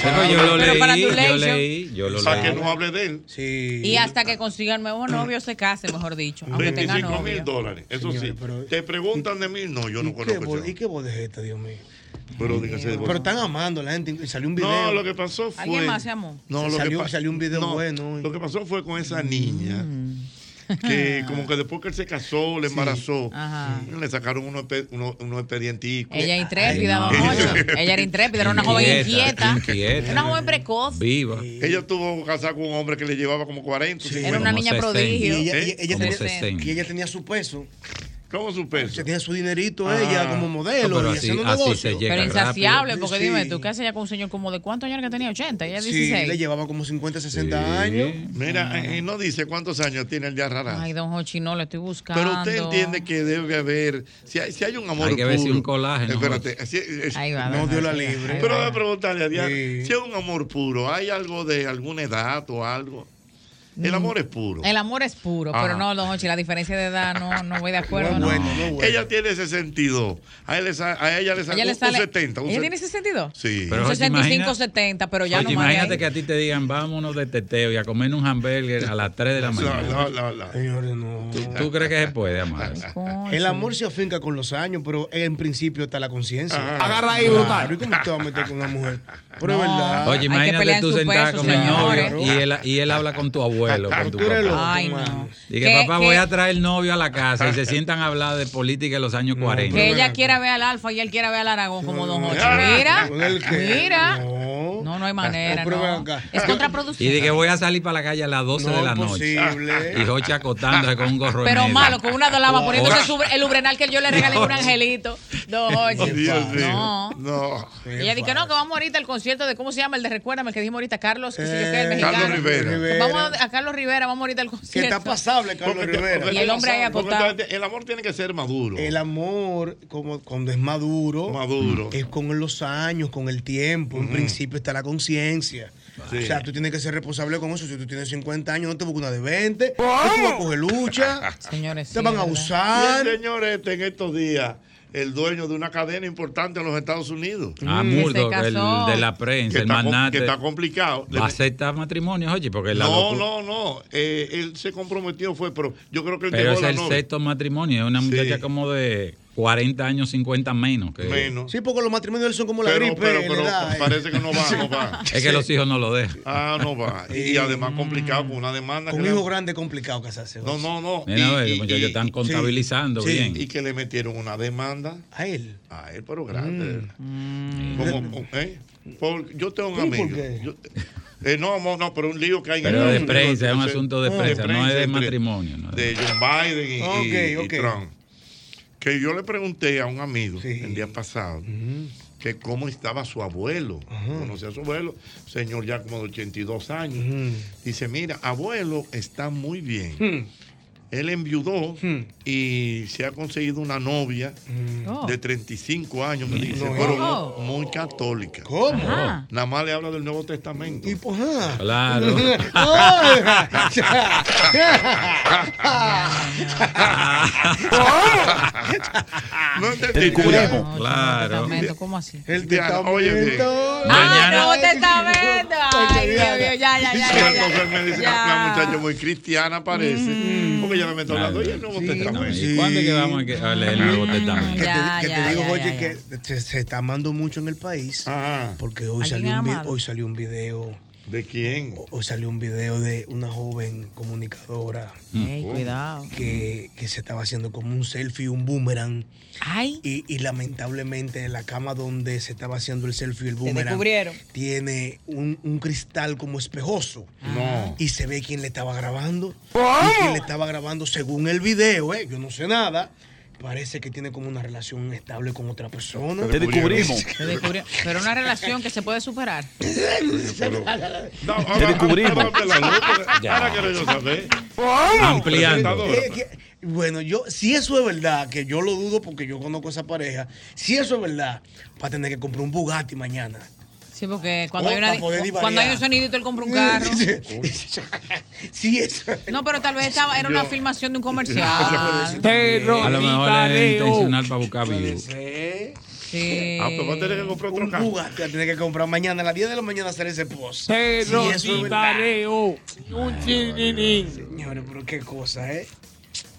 S6: Pero yo lo
S8: Pero para tu
S6: leí, yo
S8: lecho.
S6: leí, yo lo
S2: Para
S6: leí.
S2: que no hable de él.
S7: Sí.
S8: Y hasta que consiga el nuevo novio se case, mejor dicho. Aunque tenga
S2: 25 mil
S8: novio.
S2: dólares. Eso sí. Te preguntan de mí. No, yo no
S7: ¿Qué
S2: conozco
S7: bo-
S2: eso.
S7: eh, ¿Y qué voz es esta, Dios mío?
S2: Pero dígase de
S7: Pero están amando la gente. y Salió un video.
S2: No, lo que pasó fue.
S8: ¿Alguien más se amó?
S2: No, lo
S7: salió,
S2: que pa-
S7: salió un video
S2: no,
S7: bueno. Mm.
S2: Lo que pasó fue con esa niña. Que como que después que él se casó, le embarazó, Mm.
S8: Ajá.
S2: le sacaron unos expe- unos- unos expedienticos.
S8: Ella intrépida,
S2: Ay,
S8: don
S2: no.
S8: Hochi. Ella era intrépida, era una joven inquieta. Una joven precoz.
S2: Viva. Ella tuvo casada con un hombre que le llevaba como 40.
S8: Era una niña prodigio.
S7: Y ella,
S2: ¿Eh?
S7: y ella tenía, y ella tenía su peso.
S2: ¿Cómo su peso?
S7: Ella tenía su dinerito,
S2: Ah.
S7: ella, como modelo.
S6: No, pero
S7: y
S6: así-
S7: haciendo
S6: así
S7: negocio.
S6: se llega
S8: Pero insaciable,
S7: rápido.
S8: porque
S7: Sí.
S8: dime tú, ¿qué hace ella con un señor como de cuántos años que tenía? 80, ella
S7: Sí,
S8: 16.
S7: le llevaba como 50, 60 años.
S2: Mira, eh, no dice cuántos años tiene el de Arrarás.
S8: Ay, don Hochi, no, lo estoy buscando.
S2: Pero usted entiende que debe haber, si hay, si hay un amor
S6: Hay que ver si
S2: puro-
S6: un colágeno,
S2: Espérate, si- es-
S8: Ahí va,
S2: no
S8: don
S2: dio la
S8: Jorge,
S2: libre.
S8: ahí
S2: Pero
S8: va.
S2: voy a preguntarle a Diana, si es un amor puro, ¿hay algo de alguna edad o algo?
S8: Mm.
S2: El amor es puro.
S8: El amor es puro,
S2: Ajá.
S8: pero no, don Hochi, la diferencia de edad no, no voy de acuerdo. no.
S2: Ella tiene 62. A, él le sa- a ella le sale
S8: Ella
S2: un,
S8: le
S2: un
S8: sale.
S2: 70. un
S8: ella
S2: set-
S8: tiene ese sentido.
S2: Sí.
S6: Pero
S8: Un
S6: Jorge,
S8: 65,
S6: imagina-
S8: 70, pero ya
S6: Oye,
S8: no más. de
S6: imagínate
S8: ahí.
S6: que a ti te digan, vámonos de teteo y a comer un hamburger a las 3 de la mañana.
S2: No,
S6: ¿Tú, tú crees que se puede, amar?
S7: El amor se afinca con los años, pero en principio está la conciencia.
S6: Ah. Agarra ahí, brutal.
S7: Claro, ¿y cómo te vas a meter con una mujer? Pero es verdad.
S6: Oye, imagínate tú sentada con el novio y él, y él habla con tu abuelo. abuelo con tu
S7: Captura el
S6: papá.
S7: Ay, no.
S6: Dije,
S8: Que-
S6: papá,
S8: que-
S6: voy a traer el novio a la casa y se sientan a hablar de política de los años 40.
S8: Que ella quiera ver al Alfa y él quiera ver al Aragón como Don Ocho. Mira, mira. No, no, hay manera.
S7: No, pero
S8: no. Es
S6: y
S8: contraproducente.
S6: dije, voy a salir para la calle a las 12 de la noche. Y Jochi acostándose con un gorro de
S8: Pero
S6: media.
S8: malo, con una dolaba
S6: Wow.
S8: poniéndose su- el ubrenal que yo le regalé en un
S6: Dios.
S8: angelito. Don Ocho.
S6: Dios mío.
S8: No.
S2: No.
S8: Y ella dice, no, que vamos ahorita al concierto de, ¿cómo se llama? El de Recuérdame, el que dijimos ahorita, Carlos, que sé yo qué, el
S2: Eh,
S8: mexicano.
S2: Carlos Rivera.
S8: Que Vamos a, a Carlos Rivera, vamos ahorita al concierto.
S7: está pasable, Carlos
S8: Porque-
S7: Rivera.
S8: Y el hombre ahí acostado.
S2: El amor tiene que ser maduro.
S7: El amor, como cuando es maduro,
S2: Maduro.
S7: es con los años, con el tiempo. En principio está la conciencia.
S2: Sí.
S7: O sea, tú tienes que ser responsable con eso. Si tú tienes 50 años, no te busques una de 20. No te vas a coger lucha.
S8: Señores,
S7: te van a abusar.
S2: Y el señor este en estos días, el dueño de una cadena importante en los Estados Unidos.
S6: Ah,
S2: Mm.
S6: Murdoch, el de la prensa,
S2: Que
S6: el Ah.
S2: está com-
S6: magnate.
S2: que está complicado. Le-
S6: ¿Va a aceptar matrimonio, Jochi? Porque la
S2: No,
S6: locura-
S2: no, no. Eh, él se comprometió, fue, pero yo creo que él
S6: Pero
S2: llegó
S6: es
S2: a la
S6: el
S2: novia.
S6: sexto matrimonio. Es una muchacha como de 40 años, 50 menos. que-
S7: Sí, porque los matrimonios de él son como la gripe. en edad, eh.
S2: parece que no va, no va.
S6: Es que los hijos no lo dejan.
S2: Ah, no va. Y, y además complicado con una demanda.
S7: Con
S2: que
S7: hijo
S2: le-
S7: grande es complicado casarse.
S2: No, no, no.
S6: Mira, a ver,
S2: y-
S6: muchachos,
S2: y-
S6: están
S2: sí,
S6: contabilizando
S2: sí,
S6: bien.
S2: Y que le metieron una demanda.
S7: ¿A él? Mm.
S2: A él, pero grande.
S6: Mm.
S2: Como- como- ¿eh? Por- yo tengo un
S6: ¿Y por
S2: amigo. Yo- eh, no, no, no, pero un lío que hay en
S6: Pero
S2: el
S6: de
S2: mundo,
S6: prensa, es un
S2: entonces,
S6: asunto de prensa, no es de
S2: entre-
S6: matrimonio. ¿no?
S2: de John Biden y, y-
S7: Ok, ok.
S2: y Trump. Que yo le pregunté a un amigo el día pasado que cómo estaba su abuelo. Conocí a su abuelo, señor ya como de 82 años. Dice, mira, abuelo está muy bien. Él enviudó y se ha conseguido una novia
S7: Oh.
S2: de 35 años, me dice,
S7: No,
S2: pero
S7: no.
S2: mu- muy, católica.
S7: ¿Cómo? Ajá.
S2: Nada más le habla del Nuevo Testamento.
S7: Y pues, ah.
S2: Claro. No entendí.
S6: Claro. Claro.
S8: ¿Cómo así?
S7: El
S2: Oye,
S8: Ah,
S2: mañana.
S8: no, usted está viendo. Ay, Dios mío, ya, ya, ya, ya, ya. Mm.
S2: Entonces me dice, la muchacha muy cristiana parece, porque ella me meto hablando, oye, el Nuevo Testamento.
S6: ¿Y cuándo es que vamos a que- a leer el
S2: Mm.
S6: Nuevo Testamento?
S7: Que te,
S2: Ya,
S7: que te
S2: ya,
S7: digo,
S2: ya,
S7: oye,
S2: ya,
S7: que se, se está amando mucho en el país. Porque hoy
S2: ¿Alguien
S7: salió,
S2: ha
S7: un, vi-
S2: amado?
S7: hoy salió un video.
S2: Ah. ¿De quién?
S7: Hoy salió un video de una joven comunicadora.
S2: Mm.
S8: Ey,
S2: Oh.
S8: cuidado.
S7: Que, que se estaba haciendo como un selfie, un boomerang.
S8: Ay.
S7: Y, y lamentablemente en la cama donde se estaba haciendo el selfie, el boomerang.
S8: descubrieron.
S7: Tiene un, un cristal como espejoso.
S2: No.
S7: Y se ve quién le estaba grabando. Y quién le estaba grabando según el video, ¿eh? Yo no sé nada. Parece que tiene como una relación estable con otra persona.
S8: Te descubrimos. Te descubrió. Pero una relación que se puede superar.
S2: Te descubrimos. Ahora quiero yo saber. Ampliando.
S7: Eh, que- bueno, yo, si eso es verdad, que yo lo dudo porque yo conozco a esa pareja, si eso es verdad, va a tener que comprar un Bugatti mañana.
S8: Sí, porque cuando,
S7: Oh,
S8: hay, una-
S7: para poder divariar.
S8: cuando hay un sonidito, él compra un carro.
S7: Sí, eso.
S8: No, pero tal vez estaba, era una filmación de un comercial.
S6: A lo mejor es intencional para buscar views.
S8: Sí.
S2: Ah, pues va a tener que comprar otro
S7: un
S2: carro.
S7: Bugatti, va a tener que comprar mañana a las 10 de la mañana hacer ese post.
S2: Pero
S7: Si eso es verdad.
S8: oh.
S13: Pareo.
S7: Un chininín. Señores, pero qué cosa, ¿eh?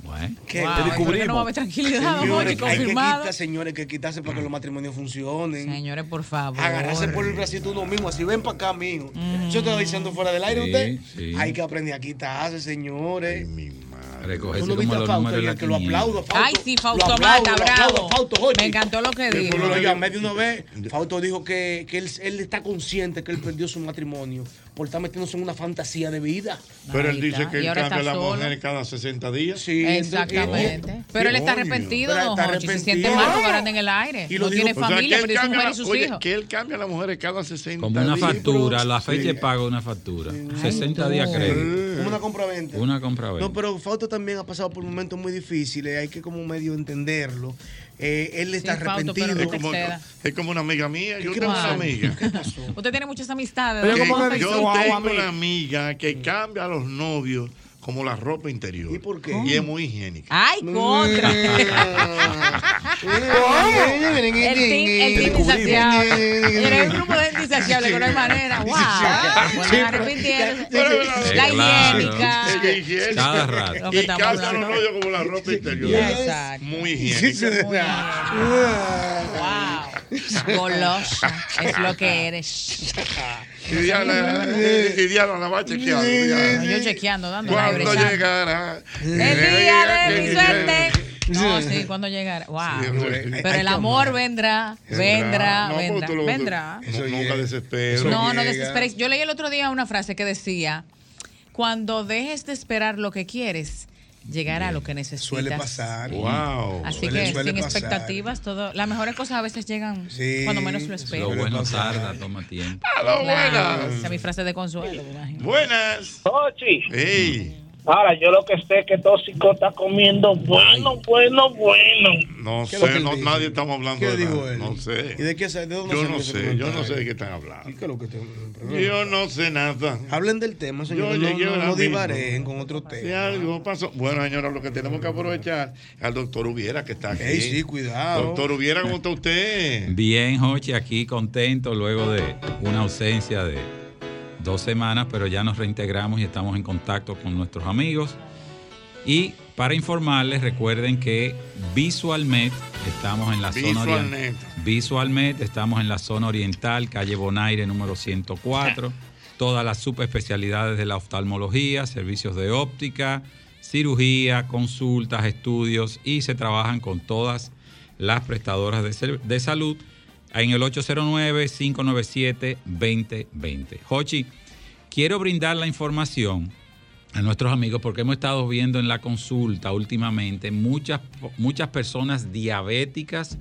S6: Bueno.
S7: ¿Qué?
S8: Wow, Te descubrimos. pero que no va a haber tranquilidad, don
S7: Señores,
S8: Jorge,
S7: hay que
S8: confirmado.
S7: quitar, señores, que quitarse para que los matrimonios funcionen.
S8: Señores, por favor. Mm.
S7: Agarrarse por el bracito uno mismo, así ven para acá, mijo. Yo te lo diciendo fuera del aire,
S6: Sí,
S7: usted.
S6: sí.
S7: Hay que aprender a quitarse, señores.
S6: Recogerse
S7: Tú no
S6: como
S7: viste a
S6: los
S7: Fausto,
S6: números de la
S7: que lo
S6: quiniela.
S7: aplaudo, Fausto.
S8: Ay, sí, Fausto
S7: Lo aplaudo,
S8: Mata,
S7: lo
S8: bravo.
S7: aplaudo, Fausto, Jorge.
S8: Me encantó lo que
S7: Sí,
S8: dijo.
S7: Yo lo llamé de una vez. Fausto dijo que, que él, él está consciente que él perdió su matrimonio por estar metiéndose en una fantasía de vida.
S2: Pero él dice que
S7: Y
S2: él
S7: ahora
S2: cambia
S7: está
S2: la
S7: solo.
S2: mujer cada 60 días.
S7: Sí,
S8: Exactamente. Pero él está arrepentido, don Jorge. Se siente mal porque ahora anda en el aire.
S2: Y
S8: no tiene familia,
S2: pero
S8: perdió su mujer y sus hijos.
S2: Que él cambia a las mujeres cada 60
S6: Como una
S2: días.
S6: factura, la fecha de pago de una factura. 60 días crédito.
S7: Como una compraventa.
S6: Una compra
S7: No, pero Fausto también ha pasado por momentos muy difíciles. Hay que como medio entenderlo. Eh, él está
S8: Sí, Fausto, pero
S7: arrepentido.
S8: no te Es como- excedas.
S2: Es como una amiga mía. Yo
S7: ¿Qué
S2: tengo
S7: pasó?
S2: una amiga.
S8: Usted tiene muchas amistades.
S2: Yo,
S8: don Jorge.
S2: yo tengo una amiga que cambia a los novios como la ropa interior. ¿Y por
S7: qué?
S2: Y es muy higiénica.
S8: Ay, contra. El team, el team insaciable. Señores, hay un grupo de gente insaciable que no hay manera. Wow. Ah, Bueno, arrepintieron. La higiénica.
S6: Cada rato.
S2: Y cambia a los novios como la ropa interior.
S8: Exacto.
S2: Muy higiénica.
S8: Wow. Golosa es lo que eres.
S2: Y Diana, y Diana la va chequeando.
S8: No,
S2: Diana.
S8: yo chequeando, dando la
S2: Cuando
S8: brecha.
S2: llegará
S8: El día de mi suerte. No, sí, cuando llegara. Wow.
S2: Sí, hombre. Hay-
S8: Pero
S2: hay
S8: el
S2: que
S8: amor vendrá, vendrá,
S2: No, pero
S8: vendrá,
S2: tú lo- tú-
S8: vendrá.
S2: no, nunca desesperes.
S8: No, no desesperes. Yo leí el otro día una frase que decía, cuando dejes de esperar lo que quieres, llegará lo que necesitas.
S7: Suele pasar.
S2: Wow.
S8: Así
S7: Suele-
S8: que
S7: suele
S8: sin
S7: pasar.
S8: expectativas, todo, las mejores cosas a veces llegan
S7: Sí, Ah,
S8: cuando menos lo
S6: Lo
S8: esperas.
S6: bueno tarda, toma tiempo.
S8: Claro,
S2: buenas.
S8: Esa es mi frase de consuelo, me imagino.
S2: Buenas.
S18: Ochi.
S2: Ey.
S18: Ahora, yo lo que sé es que Tóxico está comiendo bueno, bueno, bueno.
S2: No
S18: ¿Qué es lo que
S2: sé,
S18: él
S2: no,
S18: dice?
S2: nadie estamos hablando
S18: ¿Qué
S2: de
S18: dijo
S2: nada.
S18: él?
S2: No sé.
S7: ¿Y de qué sa- de dónde
S2: Yo
S7: salió
S2: no
S7: ese
S2: sé, yo
S7: comentario?
S2: no sé de qué están hablando.
S7: ¿Qué es lo que te-
S2: Yo no sé nada.
S7: Hablen del tema, señor.
S2: Yo
S7: No,
S2: llegué
S7: no,
S2: ahora
S7: no
S2: mismo.
S7: divaren con otro tema.
S2: Si algo pasó. Bueno, señora, lo que tenemos que aprovechar al doctor Hubiera que está aquí.
S7: Ey, sí, cuidado.
S2: Doctor Hubiera, ¿cómo está usted?
S6: Bien, Jochi, aquí contento luego de una ausencia de dos semanas, pero ya nos reintegramos y estamos en contacto con nuestros amigos. Y para informarles, recuerden que Visualnet estamos en la zona
S2: Visualnet.
S6: oriental. Visualnet estamos en la zona oriental, calle Bonaire número 104. Todas las subespecialidades de la oftalmología, servicios de óptica, cirugía, consultas, estudios y se trabajan con todas las prestadoras de, ser- de salud en el 809-597-2020. Jochi, quiero brindar la información a nuestros amigos porque hemos estado viendo en la consulta últimamente muchas, muchas personas diabéticas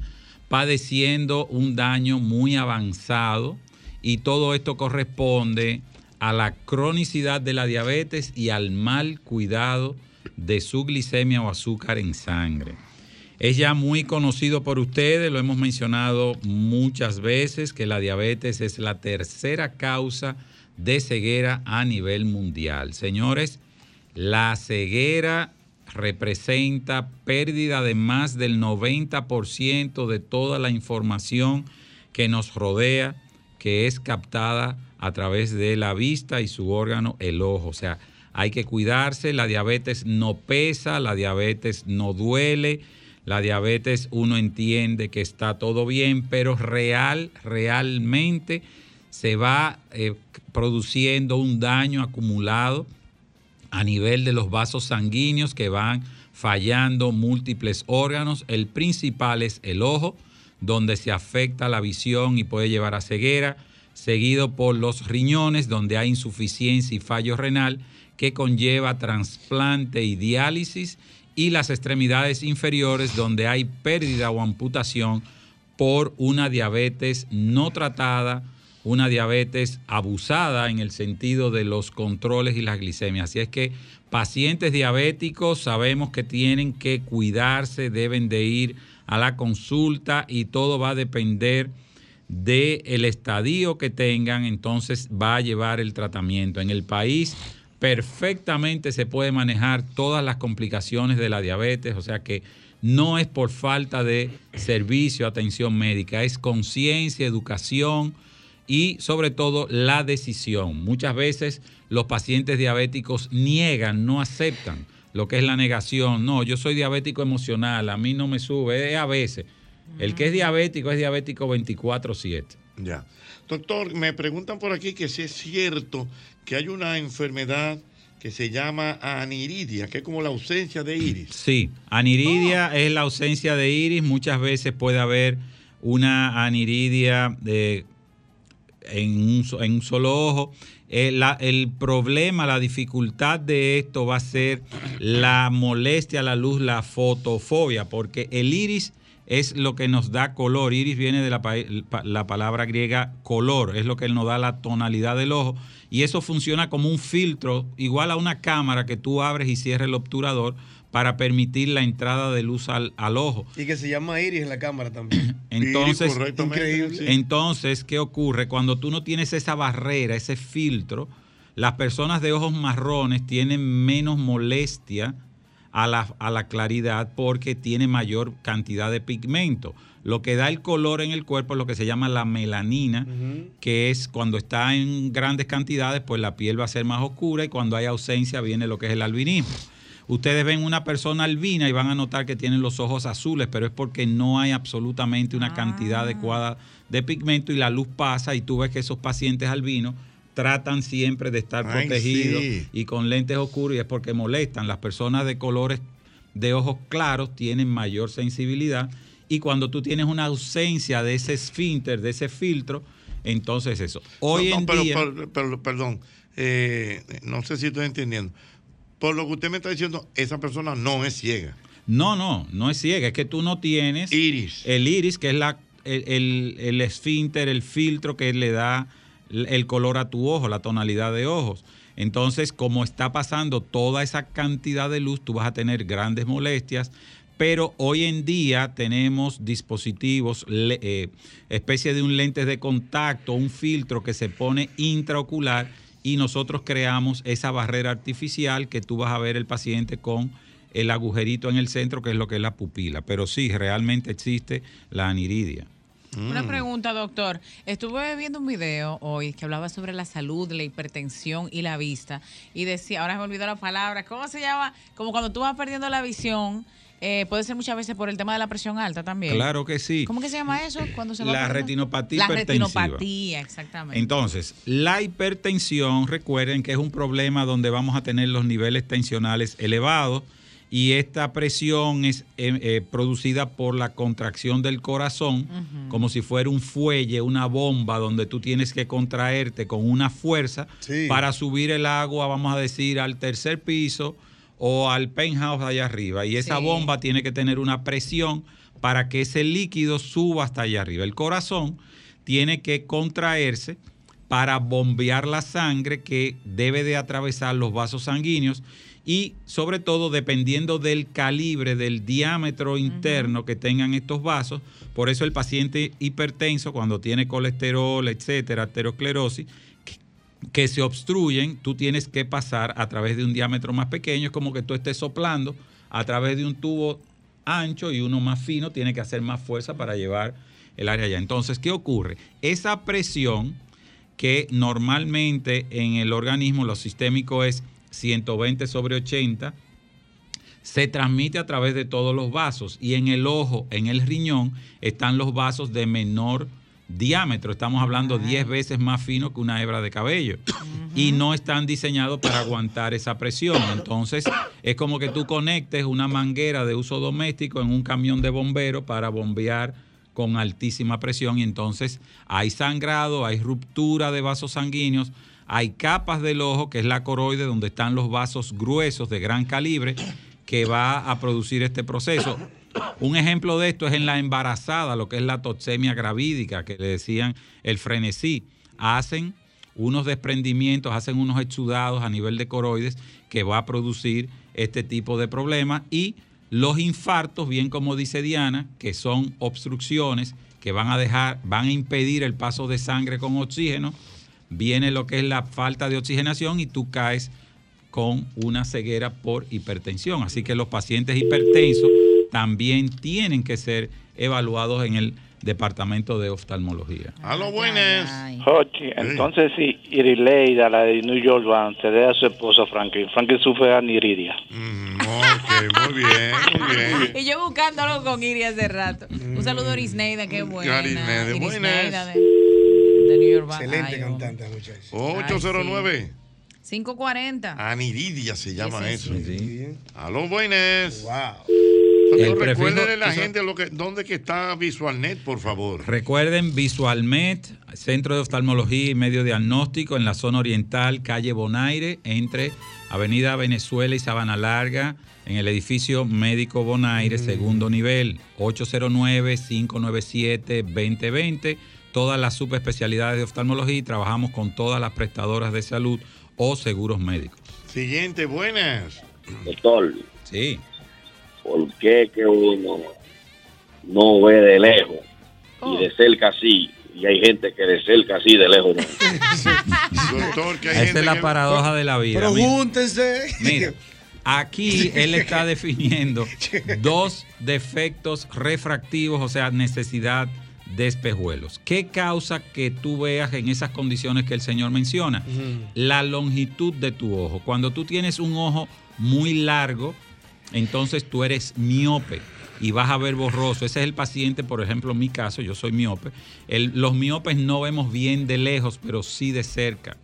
S6: padeciendo un daño muy avanzado y todo esto corresponde a la cronicidad de la diabetes y al mal cuidado de su glicemia o azúcar en sangre. Es ya muy conocido por ustedes, lo hemos mencionado muchas veces, que la diabetes es la tercera causa de ceguera a nivel mundial. Señores, la ceguera representa pérdida de más del 90% de toda la información que nos rodea, que es captada a través de la vista y su órgano, el ojo. O sea, hay que cuidarse, la diabetes no pesa, la diabetes no duele, la diabetes uno entiende que está todo bien, pero real, realmente se va eh, produciendo un daño acumulado a nivel de los vasos sanguíneos que van fallando múltiples órganos. El principal es el ojo, donde se afecta la visión y puede llevar a ceguera, seguido por los riñones, donde hay insuficiencia y fallo renal que conlleva trasplante y diálisis, y las extremidades inferiores, donde hay pérdida o amputación por una diabetes no tratada, una diabetes abusada en el sentido de los controles y las glicemias. Así es que pacientes diabéticos sabemos que tienen que cuidarse, deben de ir a la consulta y todo va a depender del estadio que tengan, entonces va a llevar el tratamiento. En el país perfectamente se puede manejar todas las complicaciones de la diabetes, o sea que no es por falta de servicio, atención médica, es conciencia, educación y sobre todo la decisión. Muchas veces los pacientes diabéticos niegan, no aceptan lo que es la negación. No, yo soy diabético emocional, a mí no me sube, es a veces. El que es diabético es diabético 24/7.
S2: Ya. Doctor, me preguntan por aquí que si es cierto que hay una enfermedad que se llama aniridia, que es como la ausencia de iris.
S6: Sí, aniridia es la ausencia de iris. Muchas veces puede haber una aniridia de- en, un, so- en un solo ojo. Eh, la- el problema, la dificultad de esto va a ser la molestia a la luz, la fotofobia, porque el iris es lo que nos da color. Iris viene de la, pa- pa- la palabra griega color, es lo que nos da la tonalidad del ojo. Y eso funciona como un filtro, igual a una cámara que tú abres y cierres el obturador para permitir la entrada de luz al, al ojo.
S7: Y que se llama Iris en la cámara también.
S6: Entonces,
S7: increíble.
S6: entonces, ¿qué ocurre? Cuando tú no tienes esa barrera, ese filtro, las personas de ojos marrones tienen menos molestia a la, a la claridad porque tiene mayor cantidad de pigmento. Lo que da el color en el cuerpo es lo que se llama la melanina, que es cuando está en grandes cantidades, pues la piel va a ser más oscura y cuando hay ausencia viene lo que es el albinismo. Ustedes ven una persona albina y van a notar que tienen los ojos azules, pero es porque no hay absolutamente una cantidad adecuada de pigmento y la luz pasa y tú ves que esos pacientes albinos tratan siempre de estar
S2: Ay,
S6: protegidos
S2: sí.
S6: y con lentes oscuros y es porque molestan. Las personas de colores de ojos claros tienen mayor sensibilidad y cuando tú tienes una ausencia de ese esfínter, de ese filtro, entonces eso.
S2: No,
S6: Hoy
S2: no,
S6: en
S2: pero,
S6: día...
S2: pero- pero- perdón, eh, no sé si estoy entendiendo. Por lo que usted me está diciendo, esa persona no es ciega.
S6: No, no, no es ciega, es que tú no tienes iris. el iris, que es la, el, el- el esfínter, el filtro que le da l- el color a tu ojo, la tonalidad de ojos. Entonces, como está pasando toda esa cantidad de luz, tú vas a tener grandes molestias. Pero hoy en día tenemos dispositivos, le- eh, especie de un lente de contacto, un filtro que se pone intraocular y nosotros creamos esa barrera artificial que tú vas a ver el paciente con el agujerito en el centro, que es lo que es la pupila. Pero sí, realmente existe la aniridia. Mm.
S8: Una pregunta, doctor. Estuve viendo un video hoy que hablaba sobre la salud, la hipertensión y la vista. Y decía, ahora me olvidó la palabra, ¿cómo se llama? Como cuando tú vas perdiendo la visión, eh, puede ser muchas veces por el tema de la presión alta también.
S6: Claro que sí.
S8: ¿Cómo que se llama eso? Cuando se va
S6: La
S8: perdiendo?
S6: retinopatía
S8: La
S6: hipertensiva.
S8: retinopatía, exactamente.
S6: Entonces, la hipertensión, recuerden que es un problema donde vamos a tener los niveles tensionales elevados y esta presión es eh, eh, producida por la contracción del corazón,
S4: Ujú.
S6: como si fuera un fuelle, una bomba, donde tú tienes que contraerte con una fuerza para subir el agua, vamos a decir, al tercer piso o al penthouse allá arriba. Y esa
S11: Sí.
S6: bomba tiene que tener una presión para que ese líquido suba hasta allá arriba. El corazón tiene que contraerse para bombear la sangre que debe de atravesar los vasos sanguíneos y sobre todo dependiendo del calibre, del diámetro interno que tengan estos vasos. Por eso el paciente hipertenso cuando tiene colesterol, etcétera, arteriosclerosis, que- que se obstruyen, tú tienes que pasar a través de un diámetro más pequeño, es como que tú estés soplando a través de un tubo ancho y uno más fino, tiene que hacer más fuerza para llevar el área allá. Entonces, ¿qué ocurre? Esa presión que normalmente en el organismo lo sistémico es 120 sobre 80, se transmite a través de todos los vasos y en el ojo, en el riñón, están los vasos de menor diámetro. Estamos hablando 10 veces más fino que una hebra de cabello. Y no están diseñados para aguantar esa presión. Entonces, es como que tú conectes una manguera de uso doméstico en un camión de bombero para bombear con altísima presión y entonces hay sangrado, hay ruptura de vasos sanguíneos, hay capas del ojo, que es la coroide, donde están los vasos gruesos de gran calibre, que va a producir este proceso. Un ejemplo de esto es en la embarazada, lo que es la toxemia gravídica, que le decían el frenesí. Hacen unos desprendimientos, hacen unos exudados a nivel de coroides que va a producir este tipo de problemas. Y los infartos, bien como dice Diana, que son obstrucciones que van a dejar, van a impedir el paso de sangre con oxígeno, viene lo que es la falta de oxigenación y tú caes con una ceguera por hipertensión. Así que los pacientes hipertensos también tienen que ser evaluados en el departamento de oftalmología.
S2: A lo buenas.
S16: Jochi, entonces si Irileida, la de New York, van, se dé a su esposo Franklin. Franklin sufre aniridia.
S2: Mm, ok, muy bien, muy bien.
S8: Y yo buscándolo con Iris hace rato. Un saludo a Orisneida, qué buena.
S2: Orisneida,
S8: Iris
S2: buenas.
S8: Neida de, de New York Band.
S7: Excelente
S8: Ay,
S7: cantante, la muchacha.
S2: 809.
S8: 540.
S2: Aniridia se llama eso. A los buenas.
S6: El
S2: Wow.
S6: prefijo-
S2: Recuérdele a la
S6: tú sa-
S2: gente lo que, dónde que está VisualNet, por favor.
S6: Recuerden Visualmed, Centro de Oftalmología y Medio Diagnóstico en la zona oriental, calle Bonaire, entre Avenida Venezuela y Sabana Larga, en el edificio Médico Bonaire, segundo nivel, 809-597-2020. Todas las subespecialidades de oftalmología y trabajamos con todas las prestadoras de salud o seguros médicos.
S2: Siguiente, buenas.
S22: Doctor,
S6: Sí.
S22: ¿por qué que uno no ve de lejos y de cerca sí? Y hay gente que de cerca sí, de lejos no.
S2: Doctor, que hay
S6: Esa
S2: gente
S6: es la
S2: que-
S6: paradoja de la vida. mira.
S7: Pregúntense.
S6: Mira, aquí él está definiendo dos defectos refractivos, o sea, necesidad de espejuelos. ¿Qué causa que tú veas en esas condiciones que el señor menciona? La longitud de tu ojo. Cuando tú tienes un ojo muy largo, entonces tú eres miope y vas a ver borroso. Ese es el paciente, por ejemplo, en mi caso, yo soy miope. El- los miopes no vemos bien de lejos, pero sí de cerca.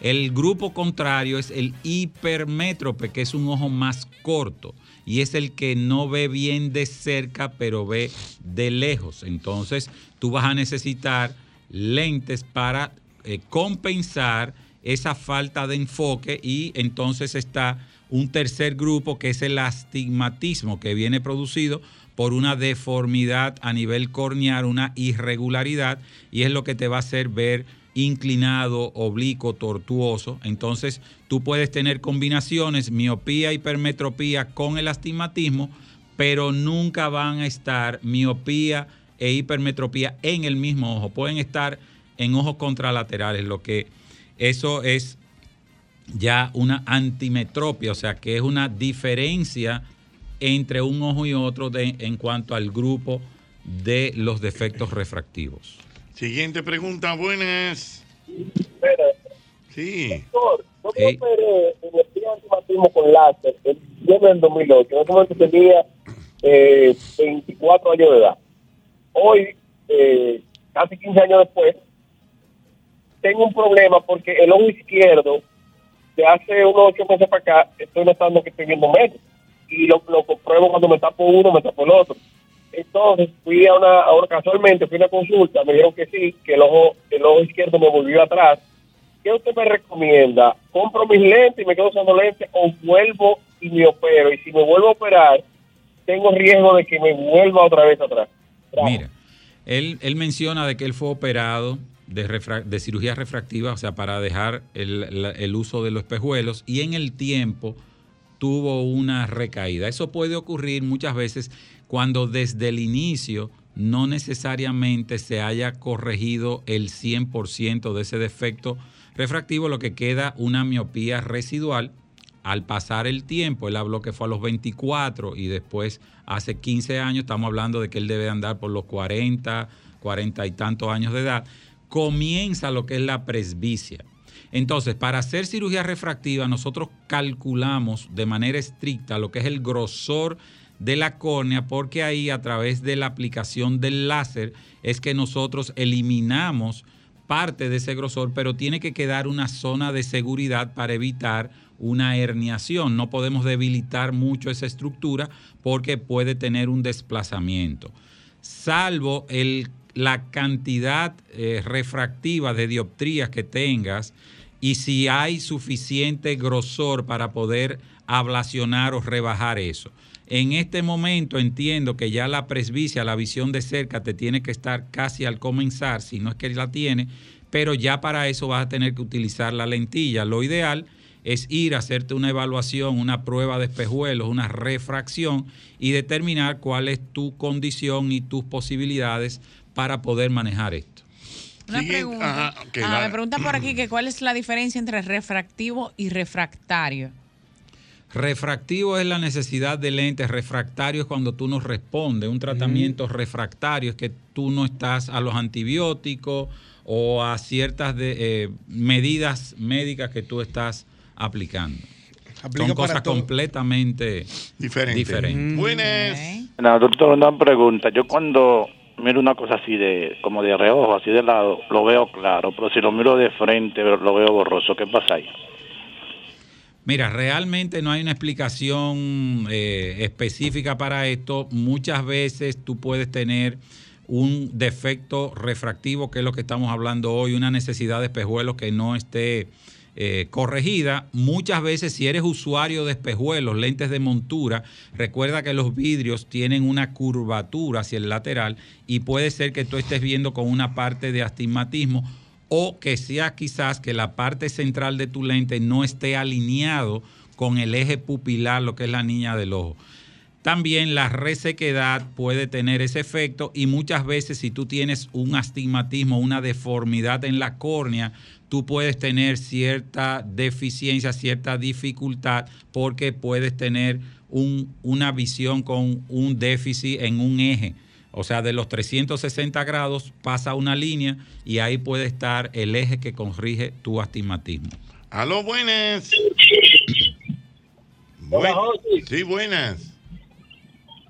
S6: El grupo contrario es el hipermétrope, que es un ojo más corto y es el que no ve bien de cerca, pero ve de lejos. Entonces, tú vas a necesitar lentes para eh, compensar esa falta de enfoque y entonces está un tercer grupo que es el astigmatismo que viene producido por una deformidad a nivel corneal, una irregularidad y es lo que te va a hacer ver inclinado, oblicuo, tortuoso. Entonces tú puedes tener combinaciones, miopía, hipermetropía con el astigmatismo, pero nunca van a estar miopía e hipermetropía en el mismo ojo. Pueden estar en ojos contralaterales, lo que eso es ya una antimetropia, o sea que es una diferencia entre un ojo y otro de- en cuanto al grupo de los defectos refractivos.
S2: Siguiente pregunta, buenas. Sí.
S18: Yo operé en el día antimatismo con láser, el diciembre del 2008. En ese momento tenía eh, 24 años de edad. Hoy, eh, casi 15 años después, tengo un problema porque el ojo izquierdo, de hace unos 8 meses para acá, estoy notando que estoy viendo menos. Y lo, lo compruebo cuando me tapo uno, me tapo el otro. Entonces, fui a una, ahora casualmente, fui a una consulta, me dijeron que sí, que el ojo, el ojo izquierdo me volvió atrás. ¿qué usted me recomienda? ¿Compro mis lentes y me quedo usando lentes o vuelvo y me opero? Y si me vuelvo a operar, tengo riesgo de que me vuelva otra vez atrás.
S6: Mira, él, él menciona de que él fue operado de, refra- de cirugía refractiva, o sea, para dejar el, la- el uso de los espejuelos y en el tiempo tuvo una recaída. Eso puede ocurrir muchas veces cuando desde el inicio no necesariamente se haya corregido el 100% de ese defecto refractivo, lo que queda una miopía residual al pasar el tiempo, él habló que fue a los 24 y después hace 15 años, estamos hablando de que él debe andar por los 40, 40 y tantos años de edad, comienza lo que es la presbicia. Entonces, para hacer cirugía refractiva, nosotros calculamos de manera estricta lo que es el grosor de la córnea, porque ahí a través de la aplicación del láser es que nosotros eliminamos parte de ese grosor, pero tiene que quedar una zona de seguridad para evitar una herniación. No podemos debilitar mucho esa estructura porque puede tener un desplazamiento. Salvo el- la cantidad eh, refractiva de dioptrías que tengas y si hay suficiente grosor para poder ablacionar o rebajar eso. En este momento entiendo que ya la presbicia, la visión de cerca, te tiene que estar casi al comenzar, si no es que la tiene, pero ya para eso vas a tener que utilizar la lentilla. Lo ideal es ir a hacerte una evaluación, una prueba de espejuelos, una refracción y determinar cuál es tu condición y tus posibilidades para poder manejar esto.
S8: Una
S2: Siguiente.
S8: pregunta.
S2: Ajá, ok,
S8: Ah,
S2: Lara.
S8: me preguntan por aquí que cuál es la diferencia entre refractivo y refractario.
S6: Refractivo es la necesidad de lentes, refractario es cuando tú no respondes. Un tratamiento refractario es que tú no estás a los antibióticos o a ciertas de- eh, medidas médicas que tú estás aplicando.
S2: Aplica
S6: Son
S2: para
S6: cosas
S2: todo.
S6: completamente
S2: Diferente.
S6: diferentes.
S2: Buenas.
S16: No, doctor, una pregunta. Yo cuando miro una cosa así de, como de reojo, así de lado, lo veo claro, pero si lo miro de frente, lo veo borroso. ¿Qué pasa ahí?
S6: Mira, realmente no hay una explicación eh, específica para esto. Muchas veces tú puedes tener un defecto refractivo, que es lo que estamos hablando hoy, una necesidad de espejuelos que no esté eh, corregida. Muchas veces si eres usuario de espejuelos, lentes de montura, recuerda que los vidrios tienen una curvatura hacia el lateral y puede ser que tú estés viendo con una parte de astigmatismo o que sea quizás que la parte central de tu lente no esté alineado con el eje pupilar, lo que es la niña del ojo. También la resequedad puede tener ese efecto y muchas veces si tú tienes un astigmatismo, una deformidad en la córnea, tú puedes tener cierta deficiencia, cierta dificultad porque puedes tener un- una visión con un déficit en un eje. O sea, de los 360 grados pasa una línea y ahí puede estar el eje que corrige tu astigmatismo.
S2: Aló, buenas. Buen- sí, buenas.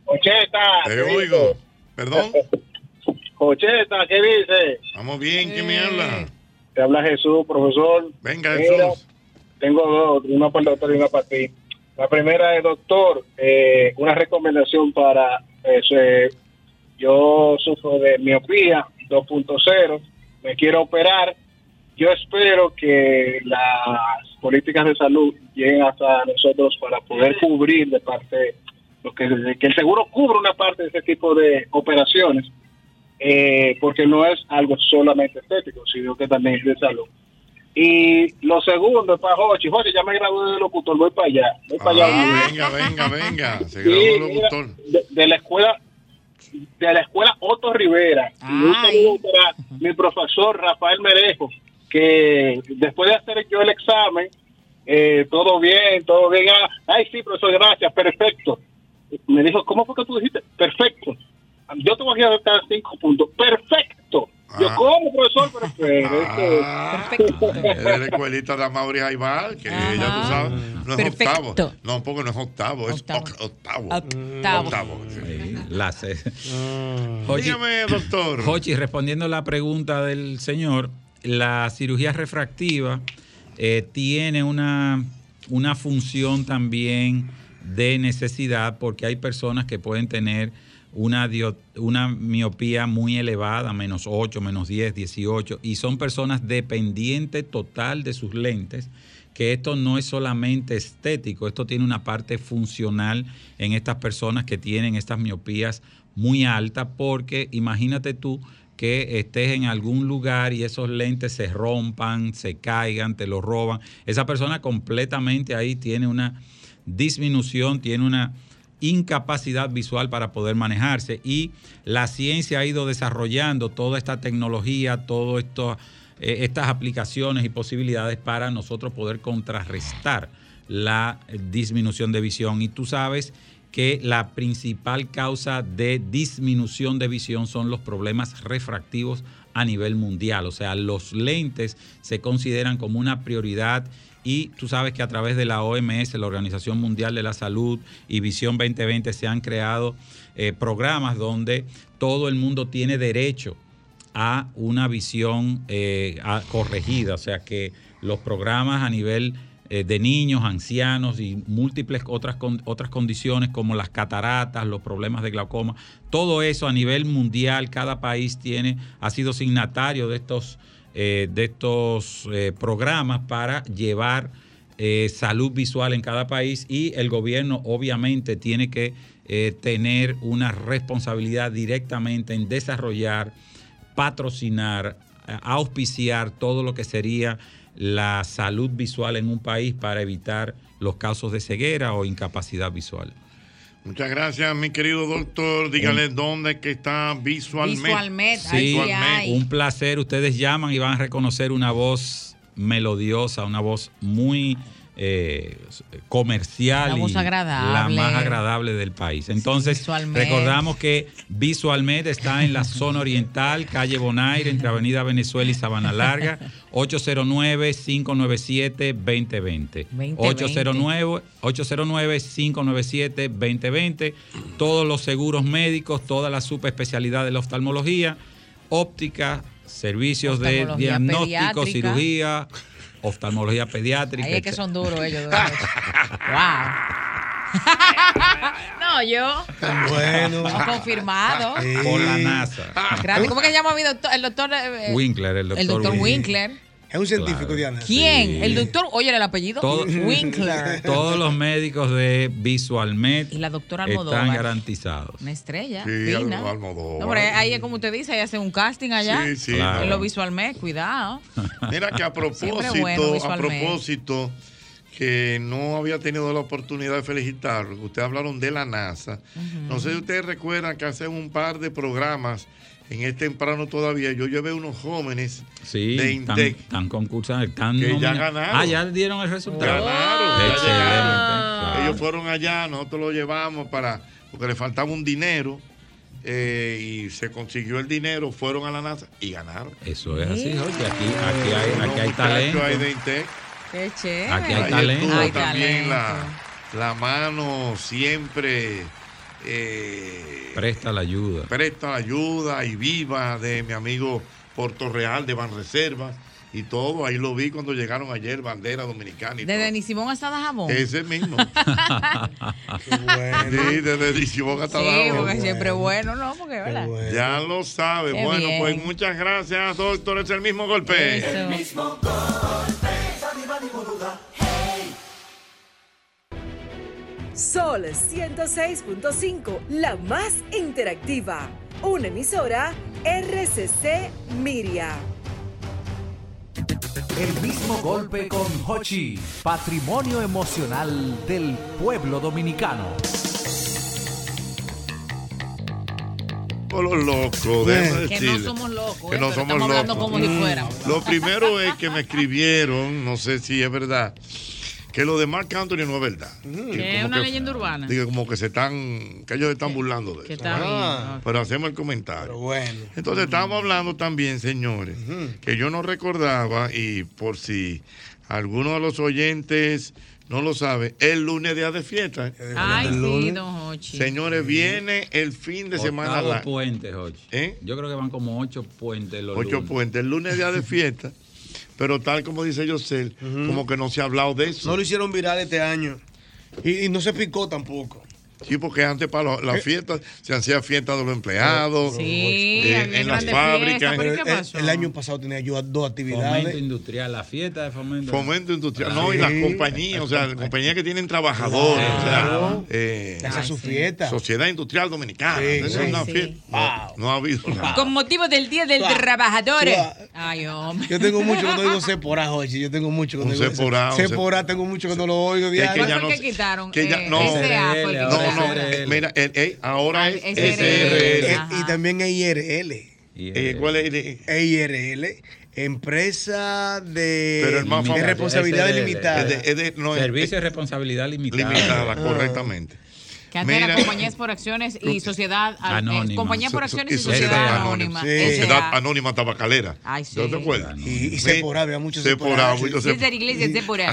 S16: Ocheta.
S2: Te oigo. Perdón.
S16: Ocheta, ¿qué dice?
S2: Vamos bien, ¿quién me habla?
S16: Te habla Jesús, profesor.
S2: Venga,
S16: Mira,
S2: Jesús.
S16: Tengo dos, una para el doctor y una para ti. La primera es, doctor, eh, una recomendación para... eh, se- yo sufro de miopía 2.0, me quiero operar. Yo espero que las políticas de salud lleguen hasta nosotros para poder cubrir de parte, lo que, que el seguro cubra una parte de ese tipo de operaciones, eh, porque no es algo solamente estético, sino que también es de salud. Y lo segundo es para Jochi. Jochi, ya me gradué de locutor, voy para allá. Voy para allá.
S2: Ah, venga, venga, venga. Se grabó
S16: Sí,
S2: el locutor.
S16: mira, De, de la escuela de la escuela Otto Rivera. Y un saludo para mi profesor Rafael Merejo, que después de hacer yo el examen, eh, todo bien, todo bien. Ah, Ay, sí, profesor, gracias, perfecto. Me dijo, ¿cómo fue que tú dijiste? Perfecto. Yo te voy a dar cinco puntos. Perfecto.
S2: Ah.
S16: Yo, ¿cómo, profesor? pues, este, Perfecto.
S2: Es Ah. de la escuelita de Amaury Jaibal, que ya tú sabes, no es octavo. No, porque no es octavo, es oc- octavo.
S6: Octavo.
S2: sí.
S6: La C. Jochi-
S2: Mm. Dígame, doctor.
S6: Jochi, respondiendo a la pregunta del señor, la cirugía refractiva eh, tiene una, una función también de necesidad porque hay personas que pueden tener una, dio- una miopía muy elevada, menos 8, menos 10, 18, y son personas dependientes total de sus lentes que esto no es solamente estético, esto tiene una parte funcional en estas personas que tienen estas miopías muy altas, porque imagínate tú que estés en algún lugar y esos lentes se rompan, se caigan, te los roban. Esa persona completamente ahí tiene una disminución, tiene una incapacidad visual para poder manejarse y la ciencia ha ido desarrollando toda esta tecnología, todo esto eh, estas aplicaciones y posibilidades para nosotros poder contrarrestar la eh, disminución de visión. Y tú sabes que la principal causa de disminución de visión son los problemas refractivos a nivel mundial. O sea, los lentes se consideran como una prioridad y tú sabes que a través de la OMS, la Organización Mundial de la Salud y Visión 2020 se han creado eh, programas donde todo el mundo tiene derecho a una visión eh, a- corregida. O sea que los programas a nivel eh, de niños, ancianos y múltiples otras, con- otras condiciones como las cataratas, los problemas de glaucoma, todo eso a nivel mundial, cada país tiene, ha sido signatario de estos, eh, de estos eh, programas para llevar eh, salud visual en cada país y el gobierno obviamente tiene que eh, tener una responsabilidad directamente en desarrollar patrocinar, a- auspiciar todo lo que sería la salud visual en un país para evitar los casos de ceguera o incapacidad visual.
S2: Muchas gracias, mi querido doctor. Dígale dónde es que está visualmente.
S8: Visualmente,
S6: Sí,
S8: ay.
S6: un placer. Ustedes llaman y van a reconocer una voz melodiosa, una voz muy eh, comercial.
S8: Una voz
S6: y
S8: agradable.
S6: La más agradable del país. Entonces,
S8: Visualmed.
S6: recordamos que Visualmed está en la zona oriental, calle Bonaire, entre Avenida Venezuela y Sabana Larga, 809-597-2020. 809 809-597-2020. Todos los seguros médicos, toda la subespecialidad de la oftalmología, óptica, servicios de
S8: Oftalmología
S6: diagnóstico,
S8: pediátrica.
S6: cirugía, oftalmología pediátrica.
S8: Ahí es que
S6: etc.
S8: son duros ellos. don Jorge. no, yo.
S6: Bueno.
S8: Confirmado.
S6: Por la NASA.
S8: Gracias. ¿Cómo que se llama mi doctor? El doctor. eh,
S6: Winkler, el doctor,
S8: el doctor Winkler.
S7: Es un científico, Diana.
S8: ¿Quién?
S6: Sí.
S8: El doctor. Oye, el apellido.
S6: Todo-
S8: Winkler.
S6: Todos los médicos de Visualmed
S8: Y la doctora Almodóvar.
S6: están garantizados.
S8: Una estrella.
S6: Sí,
S8: fina.
S6: Al- Almodóvar.
S8: No, pero ahí es como usted dice, ahí hace un casting allá.
S2: Sí, sí.
S8: En
S2: Claro.
S8: lo visualmente, cuidado.
S2: Mira que a
S8: Siempre
S2: propósito,
S8: es bueno
S2: a
S8: visualmente.
S2: propósito, que no había tenido la oportunidad de felicitarlo. Ustedes hablaron de la NASA. No sé si ustedes recuerdan que hace un par de programas en este temprano todavía. Yo llevé unos jóvenes
S6: Sí,
S2: de
S6: están,
S2: Intec
S6: están concursando, están
S2: que ya
S6: nomina-
S2: ganaron.
S6: Ah, ya dieron el resultado.
S2: Ganaron, ya
S6: Excelente.
S2: llegaron. Ellos fueron allá, nosotros lo llevamos para, porque le faltaba un dinero. eh, y se consiguió el dinero, fueron a la NASA y ganaron.
S6: Eso es así, oye, aquí, aquí hay, aquí hay
S2: Muchachos
S6: talento.
S2: ahí de Intec.
S8: Qué chévere.
S6: Aquí hay
S2: Ahí
S6: talento.
S2: estuvo
S6: Hay
S2: también la, La mano siempre eh,
S6: Presta la ayuda.
S2: presta la ayuda y viva de mi amigo Puerto Real de Banreservas y todo. Ahí lo vi cuando llegaron ayer, bandera dominicana y
S8: De Denis Simón asada jamón.
S2: todo. Ese mismo. Sí, desde Dicibón hasta
S8: sí,
S2: Dajabón.
S8: porque siempre es bueno, ¿no? Porque, ¿verdad?
S3: Pues,
S2: Ya
S3: eh,
S2: lo sabe.
S8: Qué
S2: bueno,
S8: bien.
S2: pues muchas gracias, doctor. Es el mismo golpe.
S1: El mismo golpe. Dani, Dani, boluda. Hey.
S4: Sol 106.5, la más interactiva. Una emisora RCC Miria.
S3: El mismo golpe con Hochi, patrimonio emocional del pueblo dominicano.
S2: Por los locos,
S3: Pues, Que
S2: déjame
S3: no
S2: decirle.
S3: somos locos,
S2: Que
S3: ¿eh?
S2: no
S3: Pero
S2: somos
S3: estamos hablando
S2: locos. Mm.
S3: como si fuéramos.
S2: Lo primero es que me escribieron, no sé si es verdad, que lo de Mark Anthony no es verdad.
S3: Mm.
S2: Que
S8: Que es
S2: como
S8: una
S2: que-
S8: leyenda urbana.
S2: Digo, como que se están, que ellos se están burlando de
S8: que
S2: eso.
S8: está Ah. bien, ok.
S2: Pero hacemos el comentario. Entonces estábamos hablando también, señores, que yo no recordaba, y por si alguno de los oyentes no lo sabe, el lunes día de fiesta. ¿eh?
S8: Ay, sí, don Hochi.
S2: Señores, viene el fin de semana.
S6: Octavo
S2: largo.
S6: puente, Jochi. Yo creo que van como ocho puentes los
S2: Ocho
S6: lunes.
S2: puentes. El lunes día de fiesta. Pero tal como dice Yosel, como que no se ha hablado de eso.
S7: No lo hicieron viral este año. Y, y no se picó tampoco. Eh.
S2: Sí, porque antes para lo- las fiestas se hacían fiestas de los empleados,
S7: Sí,
S2: eh,
S7: había
S2: en las
S7: grandes
S2: fábricas. eh,
S7: fiestas, pero ¿qué Pero el- pasó? el año pasado tenía yo dos actividades.
S6: Fomento industrial, la fiesta de fomento.
S2: Fomento industrial, no, y las compañías, o sea, las compañías que tienen trabajadores, o sea, eh,
S7: Esa es su fiesta.
S2: Sociedad Industrial Dominicana.
S7: Sí,
S2: Esa es
S7: sí,
S2: una
S7: sí.
S2: fiesta. No, no ha habido nada.
S8: Con motivo del Día del
S7: Suá,
S8: Trabajador.
S7: suá.
S8: Ay, hombre.
S7: Yo tengo mucho que no digo seporá, Jochi. Yo tengo mucho que
S2: Un
S7: no digo
S2: seporá, un
S7: seporá. Tengo mucho que no lo oigo.
S2: Que- que
S7: diario.
S2: ya no
S8: ¿Qué quitaron?
S2: Que ya-
S8: Eh,
S2: no,
S8: SA fue el que
S2: no,
S8: quitaron.
S2: no, mira, el- el- ahora es
S8: SRL.
S2: SRL.
S7: Eh, Y también IRL.
S2: Eh, ¿Cuál es? el-
S7: IRL. Empresa de,
S6: Eh,
S2: Pero el más
S7: de
S2: famoso.
S7: responsabilidad
S2: SRL.
S7: limitada.
S2: Es de- es de- no, es-
S6: Servicio de responsabilidad limitada.
S2: Limitada, correctamente.
S8: Que antes
S2: Mira.
S8: era compañías por acciones y sociedad ah, eh, compañías por acciones y sociedad, anónima.
S2: Sí.
S8: S.A..
S2: Sociedad Anónima Tabacalera.
S8: Ay, sí.
S2: ¿No te acuerdas?
S7: Y, y Sephora, había muchos
S2: Sephora,
S7: Sephora.
S2: muchos
S8: Desde la iglesia, desde por ahí.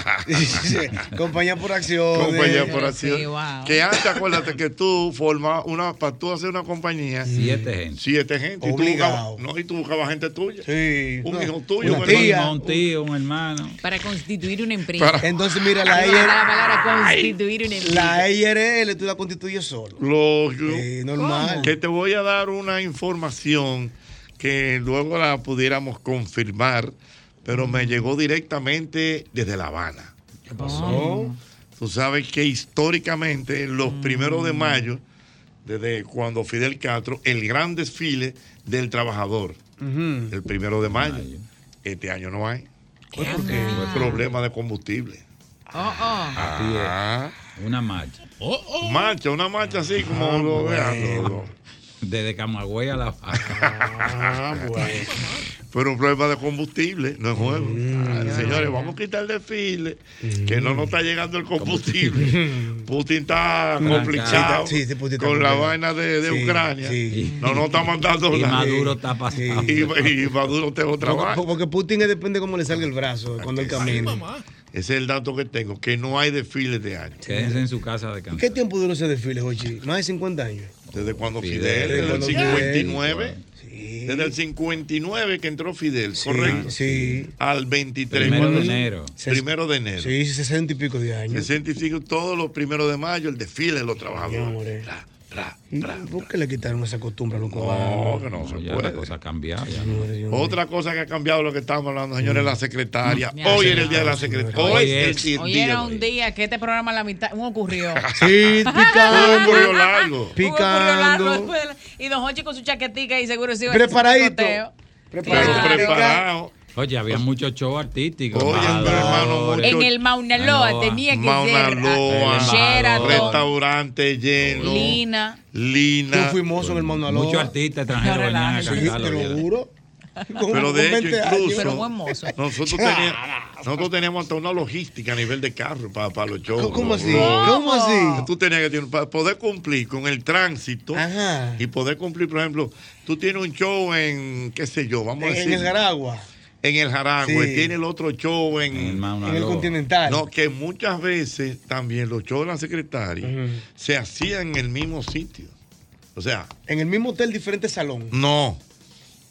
S7: Compañía por acción.
S2: compañía por así.
S7: Sí, wow.
S2: Que antes acuérdate que tú formabas una, para tú hacer una compañía.
S6: Siete gente.
S2: Siete gente. Y tú,
S6: Obligado.
S2: buscabas, no, y tú buscabas gente tuya.
S7: Sí.
S2: Un
S6: No,
S2: hijo tuyo.
S6: una
S2: un
S6: tía.
S2: hermano.
S6: Un tío, un hermano.
S8: Para constituir una empresa.
S2: Para-
S7: Entonces, mira, la
S8: Ahí está la
S7: IRL.
S8: palabra constituir una empresa.
S7: La IRL tú la constituyes solo.
S2: Lógico.
S7: normal. ¿Cómo?
S2: Que te voy a dar una información que luego la pudiéramos confirmar, pero me llegó directamente desde La Habana. ¿Qué Oh.
S7: pasó?
S2: Tú sabes que históricamente los primeros de mayo, desde cuando Fidel Castro, el gran desfile del trabajador, el primero de mayo, este año no hay. ¿Por qué? Problema de combustible.
S8: Oh, oh.
S2: Ah.
S6: Una marcha. Oh,
S2: Marcha, una marcha así
S7: Ah,
S2: como lo vean. lo- lo-
S6: Desde Camagüey a la
S2: Ah, Pero un problema de combustible, no es juego.
S7: Mm.
S2: Ah, señores, vamos a quitar el desfile, que no nos está llegando el combustible. Putin está
S7: Mm.
S2: complicado
S7: Sí, sí, Putin está
S2: con la
S7: complicado.
S2: vaina de, de
S7: Sí,
S2: Ucrania.
S7: sí.
S2: No nos está mandando
S7: Y
S2: nada.
S7: Maduro
S6: está
S7: pasando.
S2: Y, y Maduro tengo
S7: Porque,
S2: trabajo.
S7: porque Putin es- depende cómo le salga el brazo cuando él camina.
S2: Ese es el dato que tengo, que no hay desfile de año.
S6: Quédense en su casa de campo.
S7: ¿Qué tiempo duró ese desfile, Jochi? Más de 50 años.
S2: Desde cuando
S6: Fidel,
S2: Fidel, desde el
S7: cuando Fidel.
S2: 59. Desde el 59 que entró Fidel, correcto. Al 23.
S7: Primero
S2: cuando-
S7: de enero.
S2: Primero de enero.
S7: Sí, 60 y pico de años.
S2: 65, todos los primeros de mayo, el desfile de los trabajadores. Tra, tra,
S7: ¿Y
S2: tra.
S7: ¿Por qué le quitaron esa costumbre a los
S2: No,
S7: cubanos?
S2: que no se
S6: Ya
S2: puede.
S6: la cosa ha cambiado. ya.
S2: Otra cosa que ha cambiado lo que estábamos hablando, señores, la secretaria.
S8: Mm.
S2: Hoy
S8: Ya,
S2: era el día de la secretaria.
S6: Hoy
S2: Hoy
S6: es.
S2: es el
S8: Hoy
S2: día.
S8: era un día que este programa a la mitad un ocurrió.
S7: Sí,
S2: picando. Un cuello largo.
S8: Hubo ocurrió largo después de la- y Don Hochi con su chaquetica y seguro se iba a hacer
S7: Preparadito.
S8: picoteo.
S2: Pero preparado.
S6: Oye, había muchos shows artísticos.
S2: Oye,
S6: Bailadores.
S8: En el Mauna Loa tenía que
S2: Mauna
S8: ser
S2: Loa,
S8: ah, Sheraton,
S2: restaurante lleno.
S8: Lina.
S2: Lina.
S7: Yo fui mozo en el Mauna Loa.
S2: Mucho
S6: artista
S2: extranjero venían a
S7: Sí,
S2: cantar
S7: te
S2: los
S7: lo
S2: días.
S7: juro.
S2: Pero de hecho, incluso,
S7: Pero buen mozo.
S2: Nosotros,
S7: Ah.
S2: teníamos, nosotros teníamos hasta una logística a nivel de carro para, para los shows.
S7: ¿Cómo
S2: Los-
S7: así?
S2: los-
S7: ¿Cómo así?
S2: Tú tenías que tener- para poder cumplir con el tránsito
S7: Ajá.
S2: y poder cumplir, por ejemplo, tú tienes un show en, qué sé yo, vamos a
S7: En
S2: decir.
S7: el Garagua.
S2: en el Jaragüe,
S7: Sí.
S2: tiene el otro show en,
S7: En el Loa. Continental.
S2: No, que muchas veces también los shows de la secretaria se hacían en el mismo sitio. O sea,
S7: En el mismo hotel, diferente salón.
S2: no.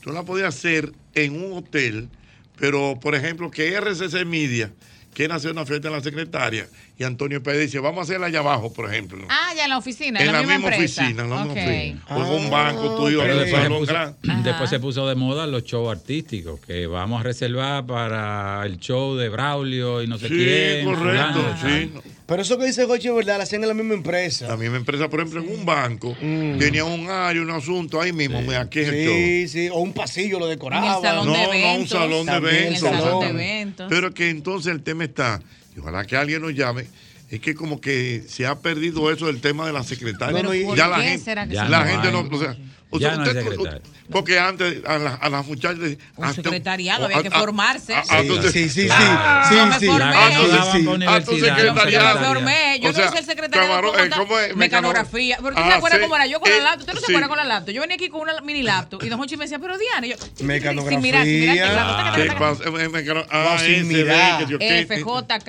S2: Tú la podías hacer en un hotel, pero por ejemplo, que RCC Media quiere hacer una fiesta en la secretaria y Antonio Pérez dice, vamos a hacerla allá abajo, por ejemplo.
S8: Ah, ya en la oficina,
S2: en la, misma,
S8: empresa.
S2: oficina, en la misma
S8: Ok.
S2: oficina. O en un
S8: Ah.
S2: banco tuyo,
S6: Pero
S2: en un
S6: después, se
S2: salón
S6: puso,
S2: grande.
S6: después se puso de moda los shows artísticos, que vamos a reservar para el show de Braulio y no sé
S2: Sí,
S6: quién.
S2: correcto,
S6: fulano.
S2: sí.
S7: Pero eso que dice Gochi es verdad, la hacían en la misma empresa.
S2: La misma empresa, por ejemplo, en un banco, tenía un área, un asunto ahí mismo. mira, aquí es el show.
S7: Mm. Sí, sí, o un pasillo lo decoraban.
S2: no, no, un salón
S7: También
S2: de
S7: el
S2: eventos.
S7: salón.
S2: exactamente. Pero que entonces el tema está, y ojalá que alguien nos llame, es que como que se ha perdido eso del tema de la secretaria.
S7: Pero ¿por
S2: ya la
S7: qué
S2: gente,
S7: será que
S2: ya
S7: se
S2: la
S7: perdió?
S2: gente no, o sea, o sea,
S6: Ya no hay
S2: usted-
S6: secretaria.
S2: porque antes a, las- a las muchachas un
S8: secretariado, había que formarse. Sí,
S7: sí, sí,
S2: Ah,
S8: sí, Yo me sí. formé.
S1: Ah,
S7: sí.
S2: A Ah, tu secretariado.
S8: Yo me formé, yo
S2: O sea,
S8: no hice el secretariado
S2: camarón,
S8: con
S2: eh, ¿cómo es?
S8: mecanografía. Porque tú
S2: Ah,
S8: te acuerdas
S2: sí.
S8: cómo era yo con
S2: Eh,
S8: la laptop. Usted no se
S2: sí.
S8: acuerda con la laptop. Yo venía aquí con una mini laptop y Don Hochi me decía, pero Diana, y yo,
S2: Mecanografía.
S8: sin mirar, sin mirar, sin mirar.
S2: Ah, ¿Qué pasa? Eh, eh, mecano- Ah,
S7: sin
S2: ese,
S7: mirar.
S2: ve, que yo- Ah, que-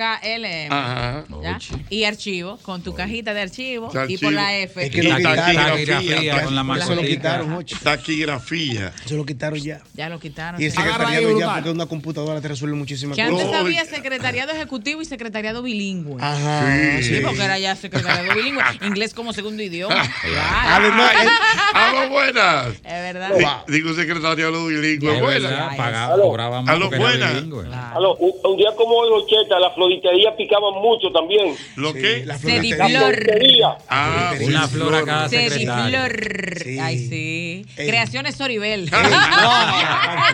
S8: FJKLM.
S2: Ajá.
S8: ¿ya? Y archivo, con tu cajita de archivo
S2: Archivo.
S8: y por la F.
S7: Es que lo quitaron.
S2: Taquigrafía,
S7: Con la Eso lo quitaron, Jochi.
S2: Taquigrafía.
S7: Se lo quitaron ya.
S8: Ya lo quitaron.
S7: Y el
S8: Ah, sí.
S7: secretariado ya, porque una computadora te resuelve muchísimas
S8: Que antes
S7: cosas.
S8: había secretariado ejecutivo y secretariado bilingüe.
S7: Ajá.
S8: Sí,
S7: Sí.
S8: porque era ya secretariado bilingüe. Inglés como segundo idioma.
S2: Además, es- a lo Ah, buenas. Es
S8: verdad.
S2: Digo secretario a los bilingües.
S6: Es
S2: Buenas.
S6: verdad, pagaba- cobraba más
S2: A los
S6: porque era
S2: buenas.
S6: bilingüe.
S18: Aló, un, un día como hoy, Ocheta, las floriterías picaban mucho también.
S2: ¿Lo qué? La
S8: floritería.
S18: floritería.
S2: Ah,
S6: Una flor a cada secretario.
S8: Sediflor. Ay, sí. Creaciones Soribel. Ah,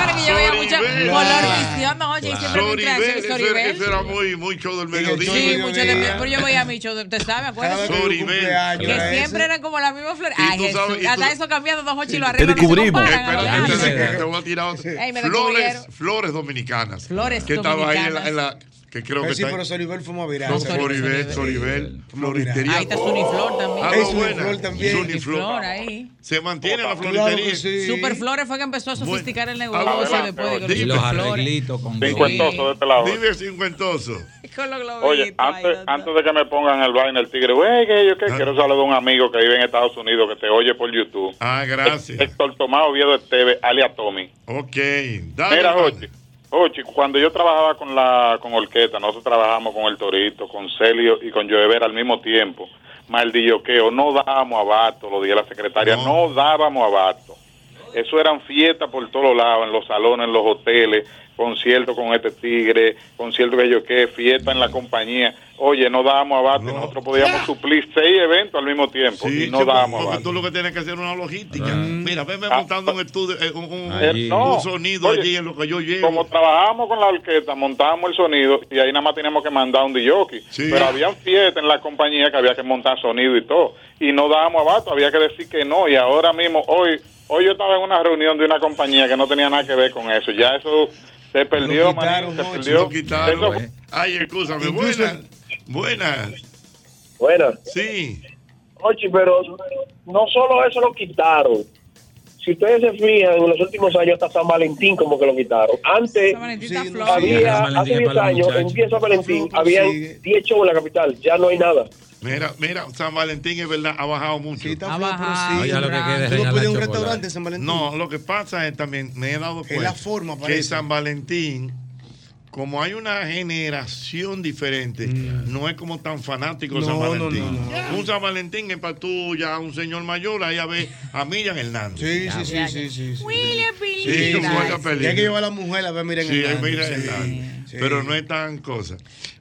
S8: pero que yo veía mucha color visión, no, oye, y siempre me
S2: Soribel,
S8: creaciones
S2: eso,
S8: Soribel.
S2: eso era muy, muy show del mediodía.
S8: Sí, mucho de pero yo veía a mi show, ¿te sabes? Acuérdate.
S2: Soribel.
S8: Que siempre eran como las mismas flores.
S2: Y
S8: Ay,
S2: tú
S8: Jesús.
S2: sabes, y tú-
S8: Hasta eso cambiado dos ocho y lo
S2: Te
S8: arriba.
S2: descubrimos. Espérate, te- te- te voy a tirar otra.
S8: Ey, me
S2: Flores,
S8: descubrieron.
S2: flores dominicanas.
S8: Flores
S2: Que estaba ahí en la.
S8: dominicanas.
S2: en la- que creo que
S7: Sí,
S2: está ahí.
S7: pero Soribel fuimos a virar.
S2: No, Floribel, Floribel, Floritería.
S8: Ahí está Suniflor también.
S2: Ah,
S8: Ey,
S2: no,
S8: Suniflor
S2: buena.
S8: también.
S2: Suniflor.
S8: Suniflor ahí.
S2: Se mantiene la
S7: Claro
S2: floritería.
S7: que sí.
S8: Superflores fue que empezó a sofisticar el
S2: Ah,
S8: negocio
S2: verdad,
S8: después de
S2: pero
S8: que
S2: dime.
S6: Y los arreglitos con
S22: Cincuentoso de este lado.
S2: Dime cincuentoso.
S8: Con los globitos.
S22: Oye, antes, antes de que me pongan el vaina el tigre, güey, que yo que
S2: Ah.
S22: quiero saludar a un amigo que vive en Estados Unidos que te oye por YouTube.
S2: Ah, gracias.
S22: Héctor Tomás Oviedo Esteve, alias Tommy.
S2: Ok.
S22: Mira,
S2: hermano.
S22: Jochi, Jochi, cuando yo trabajaba con la con Orquesta, nosotros trabajamos con El Torito, con Celio y con Joever al mismo tiempo. Maldilloqueo, no dábamos abasto, lo dije la secretaria, no, dábamos abasto. Eso eran fiestas por todos lados, en los salones, en los hoteles, conciertos con este tigre, conciertos que yo qué, fiesta en la compañía. Oye, no dábamos abasto, y nosotros podíamos suplir seis eventos al mismo tiempo y no dábamos
S2: Porque
S22: abasto.
S2: tú lo que tienes que hacer es una logística. Mira, venme
S22: Ah,
S2: montando un estudio, eh, un, un-
S22: Allí.
S2: un
S22: No.
S2: sonido
S22: Oye,
S2: allí en lo que yo llevo.
S22: Como trabajábamos con la orquesta, montábamos el sonido y ahí nada más teníamos que mandar un DJ. Pero había fiesta en la compañía que había que montar sonido y todo. Y no dábamos abasto, había que decir que no. Y ahora mismo, hoy hoy yo estaba en una reunión de una compañía que no tenía nada que ver con eso. Ya eso se perdió, manito, se perdió.
S2: Lo quitaron. eh.
S22: Eso-
S6: Eh.
S2: Ay, escúchame. Buenas. Buenas.
S18: Buenas.
S2: Sí.
S18: Oye, pero no solo eso lo quitaron. Si ustedes se fijan, en los últimos años hasta San Valentín como que lo quitaron. Antes había,
S2: Sí, San Valentín
S18: hace
S2: es
S18: 10
S2: para los
S18: años, en
S2: muchachos.
S18: 10 San Valentín,
S2: Fruto,
S18: había
S2: sí.
S18: 10 shows en la capital. Ya no hay nada.
S2: Mira, mira, San Valentín es verdad, ha bajado mucho.
S7: Ha feo, pero bajado. sí.
S2: Oye, lo que
S7: Tú
S2: queda
S7: no
S2: es
S7: puedes ir a un
S2: regalar chocolate.
S7: restaurante en San Valentín.
S2: No, lo que pasa es también, me he dado cuenta
S7: la forma,
S2: que
S7: parece.
S2: San Valentín, como hay una generación diferente, no es como tan fanático
S7: Mm. No,
S2: San
S7: no,
S2: Valentín.
S7: no,
S2: Un San Valentín es para tú ya un señor mayor, ahí a ver a Miriam Hernández.
S7: Sí,
S2: Ya,
S7: sí, sí,
S2: ya,
S7: sí,
S2: ya.
S7: sí, sí.
S8: William
S2: Sí,
S7: Ay,
S2: buena
S7: sí.
S2: película.
S7: Y hay que llevar a la mujer a ver, miren.
S2: Sí,
S7: Hernández,
S2: mira,
S7: sí.
S2: Hernández. Pero no es tan cosa.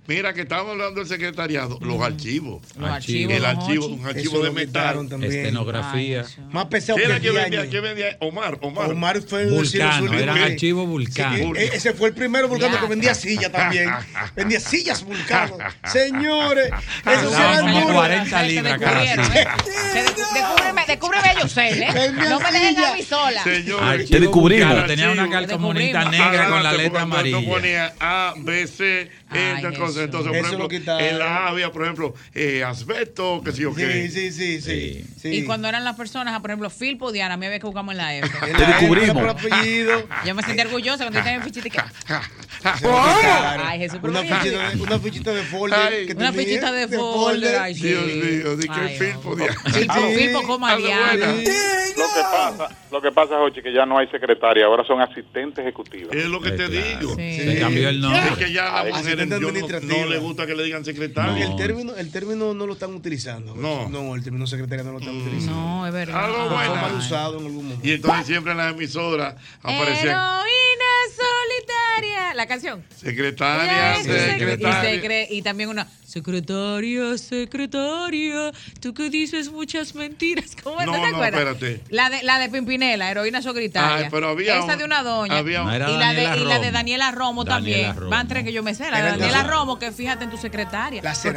S2: Mira, que estábamos hablando del secretariado, los archivos.
S7: Los archivos,
S2: Ah, El
S7: don
S2: archivo,
S7: Hochi.
S2: un archivo
S7: Eso
S2: de
S7: lo
S2: metal.
S7: quitaron también. Estenografía. Ay, eso. Más pesado
S2: ¿Qué
S7: que
S2: era que
S7: 10
S2: vendía?
S7: años.
S2: ¿Qué vendía? Omar, Omar.
S7: Omar fue el
S6: Vulcano, eran archivos
S7: Sí,
S6: vulcanos.
S7: e- ese fue el primero vulcano que vendía sillas también. Vendía sillas vulcano. Señores,
S8: Ah,
S7: eso
S6: Daban
S7: era el
S6: como
S7: duro.
S6: 40 libras cada
S8: ¿eh?
S6: silla.
S8: Descúbreme, descúbreme yo sé, ¿eh? No me dejen a mí sola.
S2: Señores,
S6: Archivo
S2: descubrimos.
S6: vulcano, Tenía una cartomonita negra con la
S2: Adelante,
S6: letra
S2: porque tú
S6: amarilla.
S2: ponía A, B, C, E, esta cosa. Entonces, entonces, por
S7: Eso lo
S2: ejemplo,
S7: quitaron.
S2: en la avia, por ejemplo, eh, asbesto, qué sé yo qué. Sí, sí, sí, sí.
S8: Y cuando eran las personas, ah, por ejemplo, Filpo Diana, a mí había que buscamos en la F.
S2: Te descubrimos.
S8: Por apellido. Ah, Yo me sentí orgullosa cuando yo tenía mi fichita. y que- ah, Ay, Jesús, pero
S7: una
S8: mira.
S7: fichita, de, una fichita de folder.
S8: Ay.
S7: que
S8: Una
S7: tenía, este
S8: fichita de folder, ay, sí.
S2: Dios mío, di que
S8: Ay,
S2: Filpo de-
S8: Filpo, Filpo como a Diana.
S22: Ah, Lo que pasa, lo que pasa, Jochi, que ya no hay secretaria, ahora son asistentes ejecutivas.
S2: Es lo que te digo.
S6: Se cambió el nombre.
S2: Es que ya a las mujeres yo no, no le gusta que le digan secretario.
S7: El, término, el término no lo están utilizando. No. No, el término secretaria no lo están utilizando.
S8: Mm, No, es verdad.
S2: Algo bueno.
S7: Fue mal usado en algún momento.
S2: Y entonces siempre en las emisoras aparecían
S8: Heroína solitaria. La canción.
S2: secretaria,
S8: Y, se-
S2: secretaria.
S8: y se cree- y también una secretaria, secretaria, tú que dices muchas mentiras. ¿Cómo es?
S2: No,
S8: te
S2: no,
S8: acuerdas?
S2: espérate.
S8: La de, la de Pimpinela, heroína solitaria.
S2: Ay, pero había
S8: Esa
S2: un-
S8: de una doña.
S2: había un- No,
S8: y,
S2: era
S8: la de,
S2: Daniela
S8: y la de
S2: Romo.
S8: Daniela Romo
S2: Daniela
S8: también.
S2: Romo.
S8: Van tres que yo me sé. La de
S2: Era
S8: Daniela
S2: la-
S8: Romo, que fíjate en tu secretaria.
S7: La
S2: Por
S7: esa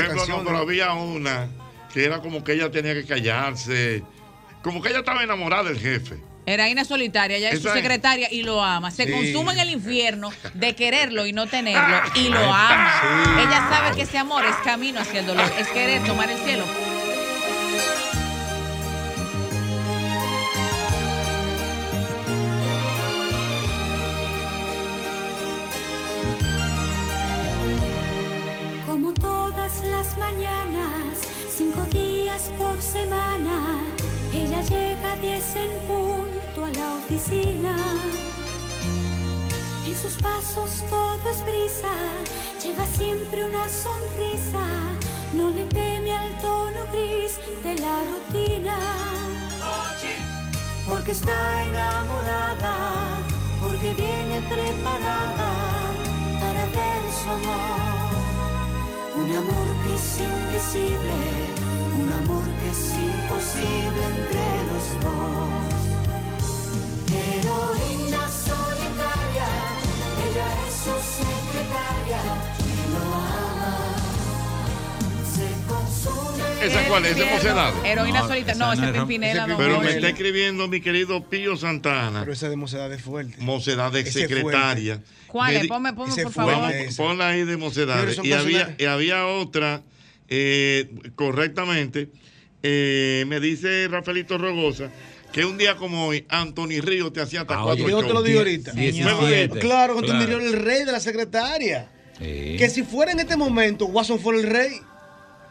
S2: ejemplo,
S7: canción,
S2: no, pero
S7: ¿no?
S2: había una que era como que ella tenía que callarse. Como que ella estaba enamorada del jefe.
S8: Heroína solitaria, ella es su
S2: Esa es.
S8: secretaria y lo ama. Se
S2: Sí.
S8: consume en el infierno de quererlo y no tenerlo y lo ama. Ella sabe que ese amor es camino hacia el dolor, es querer tomar el cielo.
S11: Como todas las mañanas, cinco días por semana, ella llega a 10 en punto a la oficina. En sus pasos todo es brisa, lleva siempre una sonrisa, no le teme al tono gris de la rutina. Porque está enamorada, porque viene preparada para ver su amor. Un amor que es indecible, un amor que es imposible entre los dos. Heroína solitaria, ella es su secretaria y lo ama. Se consume.
S2: ¿Esa cuál es? ¿Esa
S8: Infierno,
S2: Mocedad?
S8: Eh, Heroína solitaria. No, esa es Pimpinela. don
S2: Pero me
S8: Jorge.
S2: está escribiendo mi querido Pío Santana. Pero
S7: esa de mocedad es fuerte.
S2: Mocedad de
S7: Ese es
S2: secretaria.
S7: fuerte.
S8: ¿Cuál
S2: Me
S8: es?
S2: di-
S8: Ponme, ponme,
S7: Ese
S8: por
S7: fue-
S8: favor.
S2: Vamos,
S7: esa.
S2: ponla ahí de
S7: Pero
S2: mocedades.
S7: son
S2: Y había,
S7: personajes.
S2: y había otra, eh, correctamente, eh, me dice Rafaelito Rogosa, que un día como hoy, Anthony Río te hacía
S8: Ah,
S2: hasta cuatro
S7: Yo te lo
S2: shows.
S7: digo ahorita.
S2: Luego de-
S7: Claro, cuando murió el rey de la secretaria. Que si fuera en este momento, Watson fuera el rey.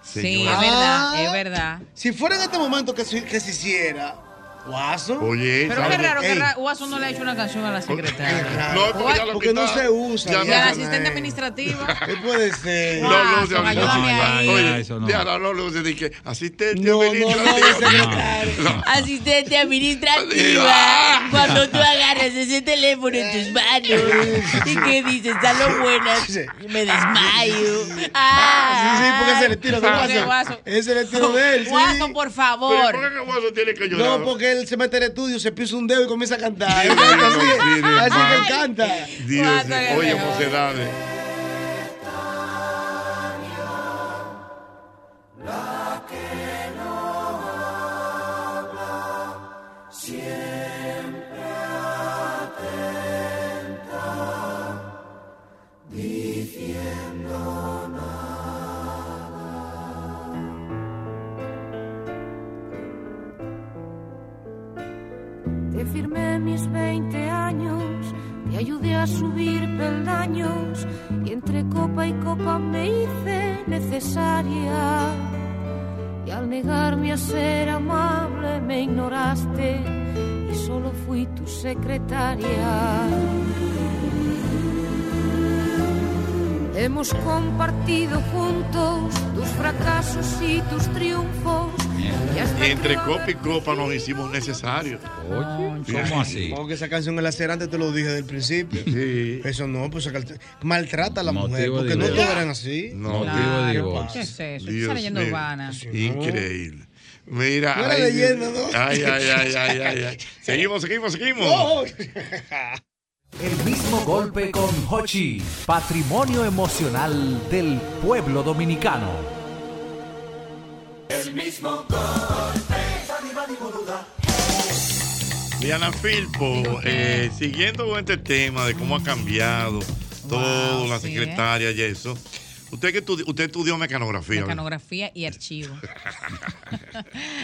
S8: Sí, es
S7: Ah,
S8: verdad, es verdad.
S7: Si fuera en este momento que se, que se hiciera, Watson.
S2: Oye,
S8: Pero qué raro que Ra- Watson no le ha hecho una canción a la secretaria.
S7: No, porque,
S8: ya lo
S7: no se usa.
S8: Y a la
S7: ya.
S8: asistente administrativa.
S7: ¿Qué puede ser?
S2: No, no, no, no,
S8: ayúdame
S2: no,
S8: ahí.
S2: Oye,
S6: Eso no.
S2: Diana, no le dije, asistente administrativo. No.
S30: Asistente
S1: ah.
S30: administrativa, cuando tú agarras ese teléfono en tus manos y que dices, dalo buenas, me desmayo. Ah,
S7: Sí, sí, porque ese es el estilo de
S8: Porque
S7: Watson.
S8: Watson.
S7: Ese es el estilo de él. sí.
S8: Watson, por favor.
S7: Pero ¿por
S2: qué Watson tiene que
S7: No, porque él se mete al estudio, se pisa un dedo y comienza a cantar. Él canta así,
S2: mire,
S7: así
S2: ma.
S7: que él canta.
S2: Dios, mío. oye, mocedades.
S1: Siempre atenta, diciendo
S11: Te firmé mis 20 años, te ayudé a subir peldaños y entre copa y copa me hice necesaria. Y al negarme a ser amable me ignoraste y solo fui tu secretaria. Hemos compartido juntos tus fracasos y tus triunfos.
S2: Y entre copa y copa nos hicimos necesarios.
S7: ¿Cómo así? Como que esa canción es lacerante, te lo dije desde el principio. Eso no, pues esa cal- maltrata a la mujer,
S2: Motivo de
S7: porque no
S2: divorcio.
S7: todas eran así.
S2: No, Motivo de divorcio.
S8: ¿Qué es eso?
S2: Dios
S8: Esa leyenda
S2: mío.
S8: urbana.
S2: Increíble. Mira,
S8: No era
S2: ay,
S8: leyenda, ¿no?
S2: ay, ay, ay, ay, ay, ay. Seguimos, seguimos, seguimos.
S7: Oh.
S3: El mismo golpe con Hochi, patrimonio emocional del pueblo dominicano.
S1: El mismo golpe, saliva ni boluda.
S2: Diana Filpo, eh, siguiendo con este tema de cómo ha cambiado todo, la
S8: sí, ¿eh?
S2: secretaria y eso. Usted que estudi- usted estudió mecanografía. ¿verdad?
S8: Mecanografía y archivo.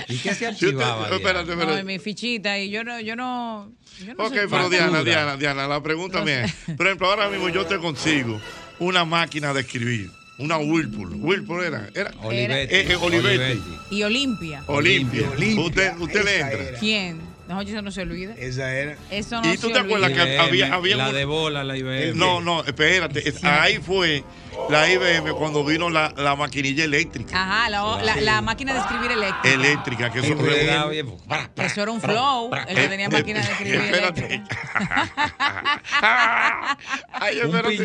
S6: ¿Y qué se
S2: Si usted-
S6: archivaba?
S2: espérate,
S6: Diana?
S2: espérate.
S8: No, en mi fichita y yo no, yo no. yo no
S2: Ok,
S8: soy
S2: pero
S8: parte-
S2: Diana, Diana, Diana, la pregunta
S8: No
S2: mía es, por ejemplo, ahora mismo yo te consigo una máquina de escribir, una Whirlpool. Whirlpool era, era
S8: Olivetti.
S2: Eh, eh, Olivetti.
S8: Y Olimpia. e,
S2: Olimpia. Usted, usted le entra.
S8: ¿Quién? No, eso no se olvida.
S7: Esa era.
S8: Eso no
S2: ¿Y tú
S8: se
S2: te acuerdas que
S8: olvida.
S2: había, había
S6: la
S2: una-
S6: de bola, la IBM.
S2: No, no, espérate. es- Ahí fue la IBM cuando vino la, la maquinilla eléctrica.
S8: Ajá, la, la- la máquina de escribir eléctrica.
S2: Eléctrica, que eso
S6: pues,
S2: Eh,
S8: Eso era un flow. El que tenía máquina de escribir
S2: Espérate.
S8: eléctrica.
S2: Ay, espérate.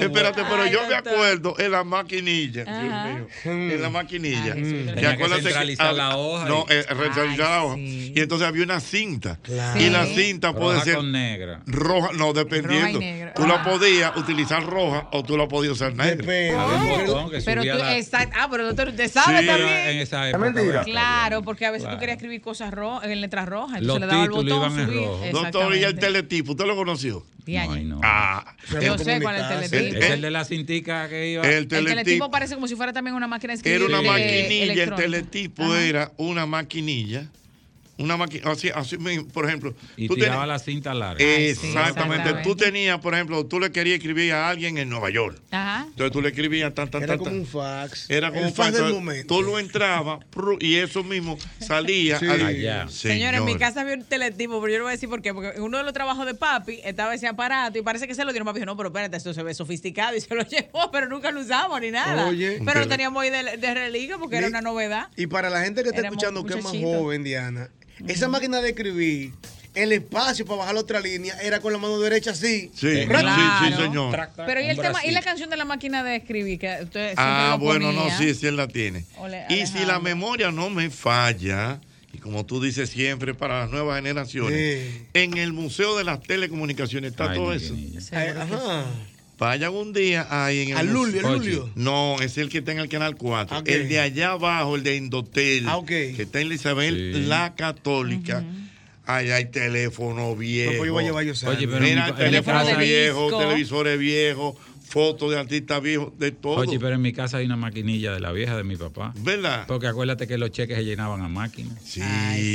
S2: Espérate, pero yo me acuerdo en la maquinilla. Dios
S8: Ajá.
S2: mío, En
S6: Mm.
S2: la maquinilla.
S6: Tenía
S2: Y
S6: que
S2: acuérdate
S6: centralizar
S2: hab-
S6: la hoja
S2: No,
S6: y-
S2: eh, centralizar la hoja. Y entonces había una cinta.
S6: Claro.
S2: Y la
S6: Sí.
S2: cinta
S6: Roja
S2: puede ser.
S6: con negra.
S2: Roja, no, dependiendo.
S8: Roja y negra. Ah.
S2: Tú la podías utilizar roja o tú la podías usar negra.
S6: Había un botón que
S8: Pero tú,
S6: subía la-
S8: exacto. Ah, pero doctor, usted sabe
S2: Sí,
S8: también.
S6: en esa
S2: Es
S6: época.
S2: mentira.
S8: Claro, porque a veces
S2: Claro.
S8: tú querías escribir cosas ro- en letras rojas.
S2: Los
S8: Entonces le daba el
S2: títulos
S8: botón,
S2: iban en
S8: subir.
S2: rojo. Doctor, y el
S8: Exactamente.
S2: teletipo, ¿usted lo conoció?
S8: Diaño. Ay,
S6: no.
S2: Ah,
S8: Yo sé cuál es el teletipo.
S6: Es el de la cintica que iba.
S2: El
S8: El teletipo
S2: teletipo
S8: parece como si fuera también una máquina de escribir.
S2: era una
S8: de-
S2: maquinilla, el
S8: electrónica.
S2: teletipo era una maquinilla. Una maquinilla, así, así mismo, por ejemplo.
S6: Y
S2: tú
S6: tiraba
S2: tenías-
S6: la cinta larga.
S2: Exactamente. Tú tenías, por ejemplo, tú le querías escribir a alguien en Nueva York.
S8: Ajá.
S2: Entonces tú le escribías tan, tan,
S7: Era
S2: tan,
S7: como
S2: tan.
S7: un fax.
S2: Era como
S7: El
S2: un
S7: fax del
S2: factor.
S7: momento.
S2: Tú lo entrabas pru, y eso mismo salía
S7: Sí.
S2: al-
S7: Allá.
S8: Señores, en mi casa había un teletipo, pero yo no voy a decir por qué, porque en uno de los trabajos de papi estaba ese aparato y parece que se lo dieron. Papi dijo, no, pero espérate, esto se ve sofisticado y se lo llevó, pero nunca lo usamos ni nada.
S7: Oye. Un
S8: pero lo
S7: tele-
S8: teníamos ahí de, de reliquia porque era
S7: Ni-
S8: una novedad.
S7: Y para la gente que está
S8: Éramos
S7: escuchando que es más
S8: muchachitos.
S7: joven, Diana, esa máquina de escribir, el espacio para bajar la otra línea era con la mano derecha así.
S6: Eh,
S2: Sí,
S7: Ra-
S2: sí, sí, señor.
S8: Pero y el tema, y la canción de la máquina de escribir que ustedes
S2: Ah,
S8: siempre
S2: bueno,
S8: lo
S2: no,
S8: ponía?
S2: sí, sí, él la tiene.
S8: Ole,
S2: Y si la memoria no me falla, y como tú dices siempre para las nuevas generaciones, en el Museo de las Telecomunicaciones está
S6: Ay,
S2: todo
S6: mi
S2: eso.
S7: Seguro que Ajá.
S2: Vayan un día ahí en el
S7: Al
S2: museo.
S7: Lulio, al Lulio.
S2: No, es el que está en el canal 4.
S7: Ok. Ah,
S2: El de allá abajo, el de Indotel, que está en la Isabel la Católica. Ahí hay teléfono viejo.
S7: pues yo voy a llevar yo sano. Oye, pero en
S2: Mira,
S7: mi- en mi
S2: teléfono
S7: casa-
S2: viejo,
S7: Disco.
S2: televisores viejos, fotos de artistas viejos, de todo.
S6: Oye, pero en mi casa hay una maquinilla de la vieja de mi papá.
S2: ¿Verdad?
S6: Porque acuérdate que los cheques se llenaban a máquina.
S2: Sí,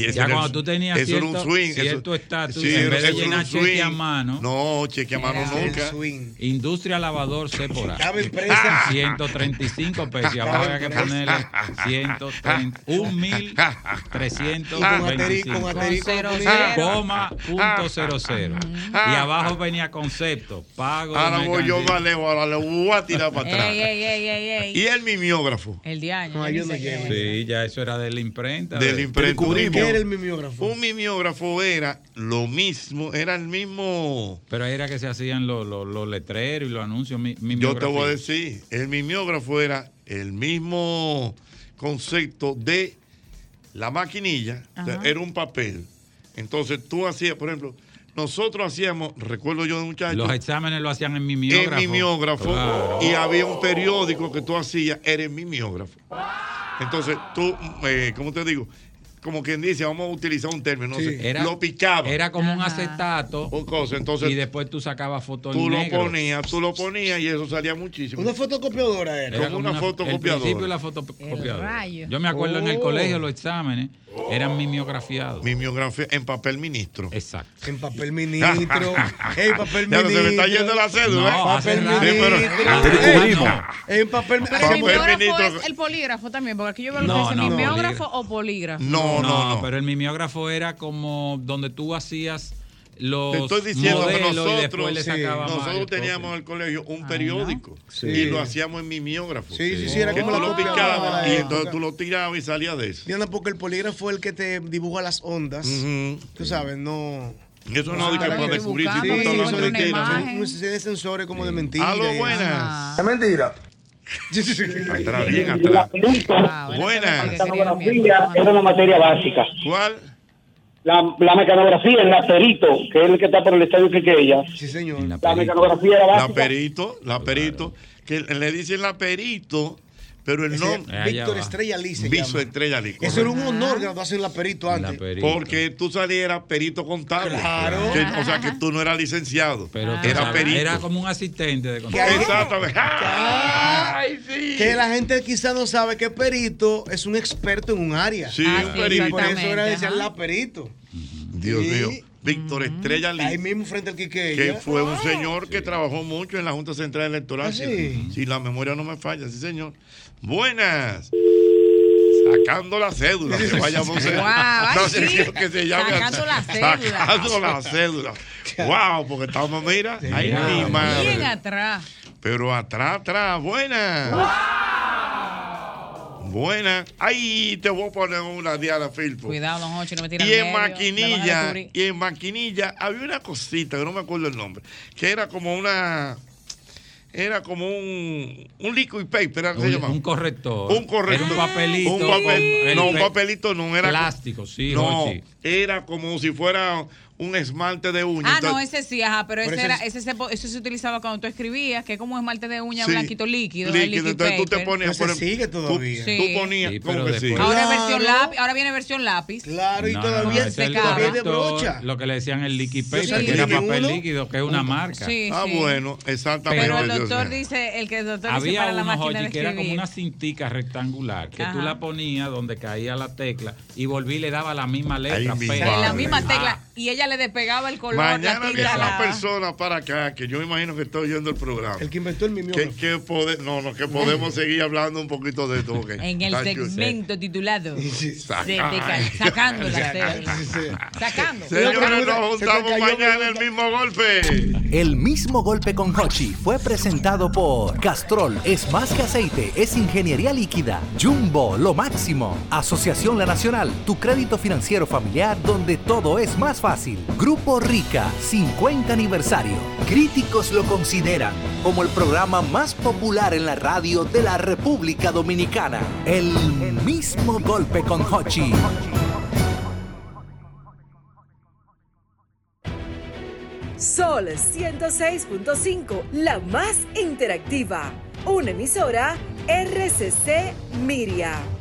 S2: eso
S6: Ya
S2: era
S6: cuando
S2: un-
S6: tú tenías
S2: eso era
S6: cierto,
S2: un swing, eso-
S6: cierto estatus,
S2: sí,
S6: en vez
S2: eso
S6: de
S2: era un
S6: llenar cheque a
S2: swing.
S6: mano.
S2: No, cheque a mano
S6: Era
S2: nunca.
S6: Industria lavador C por A.
S2: Estaba impresa.
S6: 135 pesos. Y
S2: Estaba
S6: ahora hay que
S2: impresa.
S6: ponerle 130, 1325.
S7: Con asterisco, con asterisco,
S6: Con
S7: cero,
S6: cero,
S7: cero.
S6: Coma punto cero cero. Y abajo venía concepto. Pago. de
S2: Ahora voy yo,
S6: mercancía.
S2: vale, ahora le voy a tirar para
S8: Ey,
S2: atrás.
S8: ey, ey, ey, ey.
S2: Y el mimiógrafo.
S8: El diario.
S2: No,
S8: yo
S2: yo
S8: ni
S2: no
S8: sé qué
S2: llego.
S8: es.
S6: Sí, ya eso era de la imprenta.
S2: Del imprenta.
S7: ¿Qué era el mimeógrafo?
S2: Un mimeógrafo era lo mismo, era el mismo.
S6: Pero ahí era que se hacían los, los- los letreros y los anuncios. mi-
S2: Yo te voy a
S6: mimeografía.
S2: decir, el mimeógrafo era el mismo concepto de la maquinilla, o sea,
S6: Ajá.
S2: era un papel. Entonces tú hacías, por ejemplo, nosotros hacíamos, recuerdo yo de muchacho,
S6: Los exámenes lo hacían en
S2: en
S6: mimeógrafo.
S2: mimeógrafo
S6: Claro.
S2: y había un periódico que tú hacías, era en mimeógrafo. Entonces tú, eh, ¿cómo te digo? Como quien dice, vamos a utilizar un término, no
S6: Sí.
S2: sé,
S6: Era-
S2: lo picaba.
S6: Era como un acetato.
S2: entonces-
S6: y después tú sacabas fotos
S2: Tú
S6: en
S2: lo
S6: negro.
S2: ponías, tú lo ponías y eso salía muchísimo.
S7: Una fotocopiadora era.
S6: Era
S2: como una fotocopiadora.
S6: El principio de la fotocopiadora.
S2: rayo.
S6: Yo me acuerdo en el
S2: Oh.
S6: colegio los exámenes eran mimeografiados.
S2: Mimeografía en papel ministro.
S6: Exacto.
S7: En papel ministro. Ey, papel
S2: Ya
S7: ministro.
S2: no, se me está yendo la cédula,
S6: No,
S2: ¿eh?
S6: hace
S2: Papel
S6: rato.
S2: ministro.
S6: Sí, pero-
S2: Hace
S6: Ah,
S2: turismo.
S6: no.
S7: En papel
S8: Pero el
S2: Papel
S8: mimeógrafo
S2: ministro.
S8: es el polígrafo también, porque aquí yo veo lo
S6: No,
S8: que dice
S6: no,
S8: mimeógrafo o polígrafo.
S2: No, no, no.
S6: Pero el mimeógrafo era como donde tú hacías los
S2: Te estoy diciendo que
S6: modelos y
S2: nosotros,
S6: después le
S2: sí,
S6: sacabas
S2: nosotros
S6: varias
S2: teníamos en el colegio un periódico
S6: Sí.
S2: y lo hacíamos en mimeógrafo.
S7: Sí, sí, sí, era
S2: que
S7: como
S2: tú
S7: la
S2: lo
S7: copia de
S2: picabas
S7: la
S2: y
S7: época.
S2: entonces tú lo tirabas y salía de eso.
S7: Diana, porque el polígrafo fue el que te dibuja las ondas. Tú sabes, no.
S2: Eso no es Ah, que
S7: Ahora
S2: puedes
S7: estoy
S2: descubrir si tú
S7: buscando,
S2: estás
S7: sí,
S2: hablando
S7: eso
S2: de
S7: no
S2: mentira.
S7: tiene- no se tiene sensores como de mentira.
S2: Aló,
S7: y-
S2: buenas.
S7: Ah.
S2: Es
S7: mentira.
S2: Atrás, bien atrás. Ah, Buenas.
S25: mecanografía es una materia básica.
S2: ¿Cuál?
S25: La, la mecanografía, el laperito, que es el que está por el estadio Quiqueya.
S7: Sí, señor.
S25: La mecanografía era
S2: La
S25: básica.
S2: perito, la perito, que le dicen la perito Pero el
S7: Ese-
S2: nombre.
S7: Víctor Estrella Lee se
S2: Víctor
S7: llama.
S2: Estrella Lee.
S7: Eso era un
S2: correcto.
S7: honor graduarse en la perito antes.
S2: Porque tú salieras perito contable.
S7: Claro.
S2: Que- o sea que tú no eras licenciado.
S6: Pero tú
S2: Ah. era
S6: sabes,
S2: perito.
S6: era como un asistente de
S7: Que hay-
S2: Exactamente.
S7: Ay, Que la gente quizá no sabe que perito es un experto en un área.
S2: Sí, Ah, un sí, perito.
S7: Por eso era
S2: exactamente,
S7: decían
S2: ajá.
S7: la perito.
S2: Dios mío. Víctor Estrella Lee.
S7: Ahí mismo frente al
S2: que
S7: Quiqueya.
S2: fue un señor que trabajó mucho en la Junta Central Electoral. si- Si, la memoria no me falla, sí, señor. Buenas. Sacando la cédula, que vaya a ser.
S1: Guau,
S2: una
S1: ay, sí.
S2: sección que se llame
S1: Sacando
S2: así.
S1: la cédula.
S2: Sacando la cédula. Wow, porque estamos, mira, ahí mi
S8: Bien
S2: madre.
S8: atrás.
S2: Pero atrás, atrás, buenas. Buenas. Ahí te voy a poner una Diana Filpo.
S8: Cuidado, don Hochi, no me tiran
S2: Y en
S8: medio, me van a
S2: maquinilla,
S8: descubrir.
S2: y en maquinilla había una cosita, que no me acuerdo el nombre, que era como una, era como un, un liquid paper, ¿era que se
S6: Un,
S2: llamaba?
S6: un corrector.
S2: Un corrector.
S6: Era un papelito.
S2: Un papel-
S6: con-
S2: no, un papelito no era.
S6: Plástico, sí,
S2: No,
S6: Jochi.
S2: era como si fuera un esmalte de uña.
S8: Ah, no,
S2: entonces-
S8: ese sí, ajá, pero,
S2: Pero
S8: ese,
S2: ese
S8: era,
S2: es-
S8: ese se, po- eso se utilizaba cuando tú escribías, que es como esmalte de uña
S2: Sí,
S8: blanquito líquido. el
S2: líquido,
S8: liquid
S2: entonces tú te
S8: paper.
S2: ponías, por ejemplo,
S7: sigue
S2: tú-
S7: todavía.
S2: Tú,
S8: Sí.
S2: ponías,
S6: Sí,
S2: ¿cómo
S6: pero
S2: que sí?
S6: después-
S8: Ahora,
S6: Claro.
S8: versión lápiz, ahora viene versión lápiz.
S7: Claro,
S6: No, no, no, ese
S8: se
S6: es el
S8: acaba.
S6: corrector, Lo que le decían el liquid paper,
S2: saqué
S6: que era
S2: ninguno.
S6: papel líquido, que es una marca.
S8: Sí,
S2: Ah,
S8: sí.
S2: bueno, exactamente.
S8: Pero el
S2: Dios
S8: doctor
S2: mío.
S8: dice, el que el doctor dice
S6: Había
S8: para la
S6: uno,
S8: máquina de
S6: Jochi, que era como
S8: escribir.
S6: una cintica rectangular, que tú
S8: Ajá.
S6: la ponías donde caía la tecla y volví y le daba la misma letra.
S2: mi
S6: pero-
S8: Pero en la
S2: Vale.
S8: misma tecla. Y ella le despegaba el color,
S2: Ah. Mañana
S8: la
S2: viene
S8: tinta.
S2: una
S8: la-
S2: persona para acá que yo imagino que está oyendo el programa. El
S7: que inventó el
S2: Que, que pode- no, no, que podemos seguir hablando un poquito de esto. porque
S8: En el
S2: está chulo.
S8: segmento titulado.
S2: Saca-
S8: de- de cal- Sacando la cédula. Sacando.
S2: Señores,
S8: Sacando.
S2: nos juntamos mañana en el mismo golpe.
S3: El mismo golpe con Hochi fue presentado por Castrol es más que aceite, es ingeniería líquida. Jumbo, lo máximo. Asociación La Nacional, tu crédito financiero familiar donde todo es más fácil. Grupo Rica, 50 aniversario. Críticos lo consideran como el programa más popular en la radio de la República Dominicana. El mismo golpe con Hochi.
S4: Sol 106.5, la más interactiva. Una emisora RCC Miria.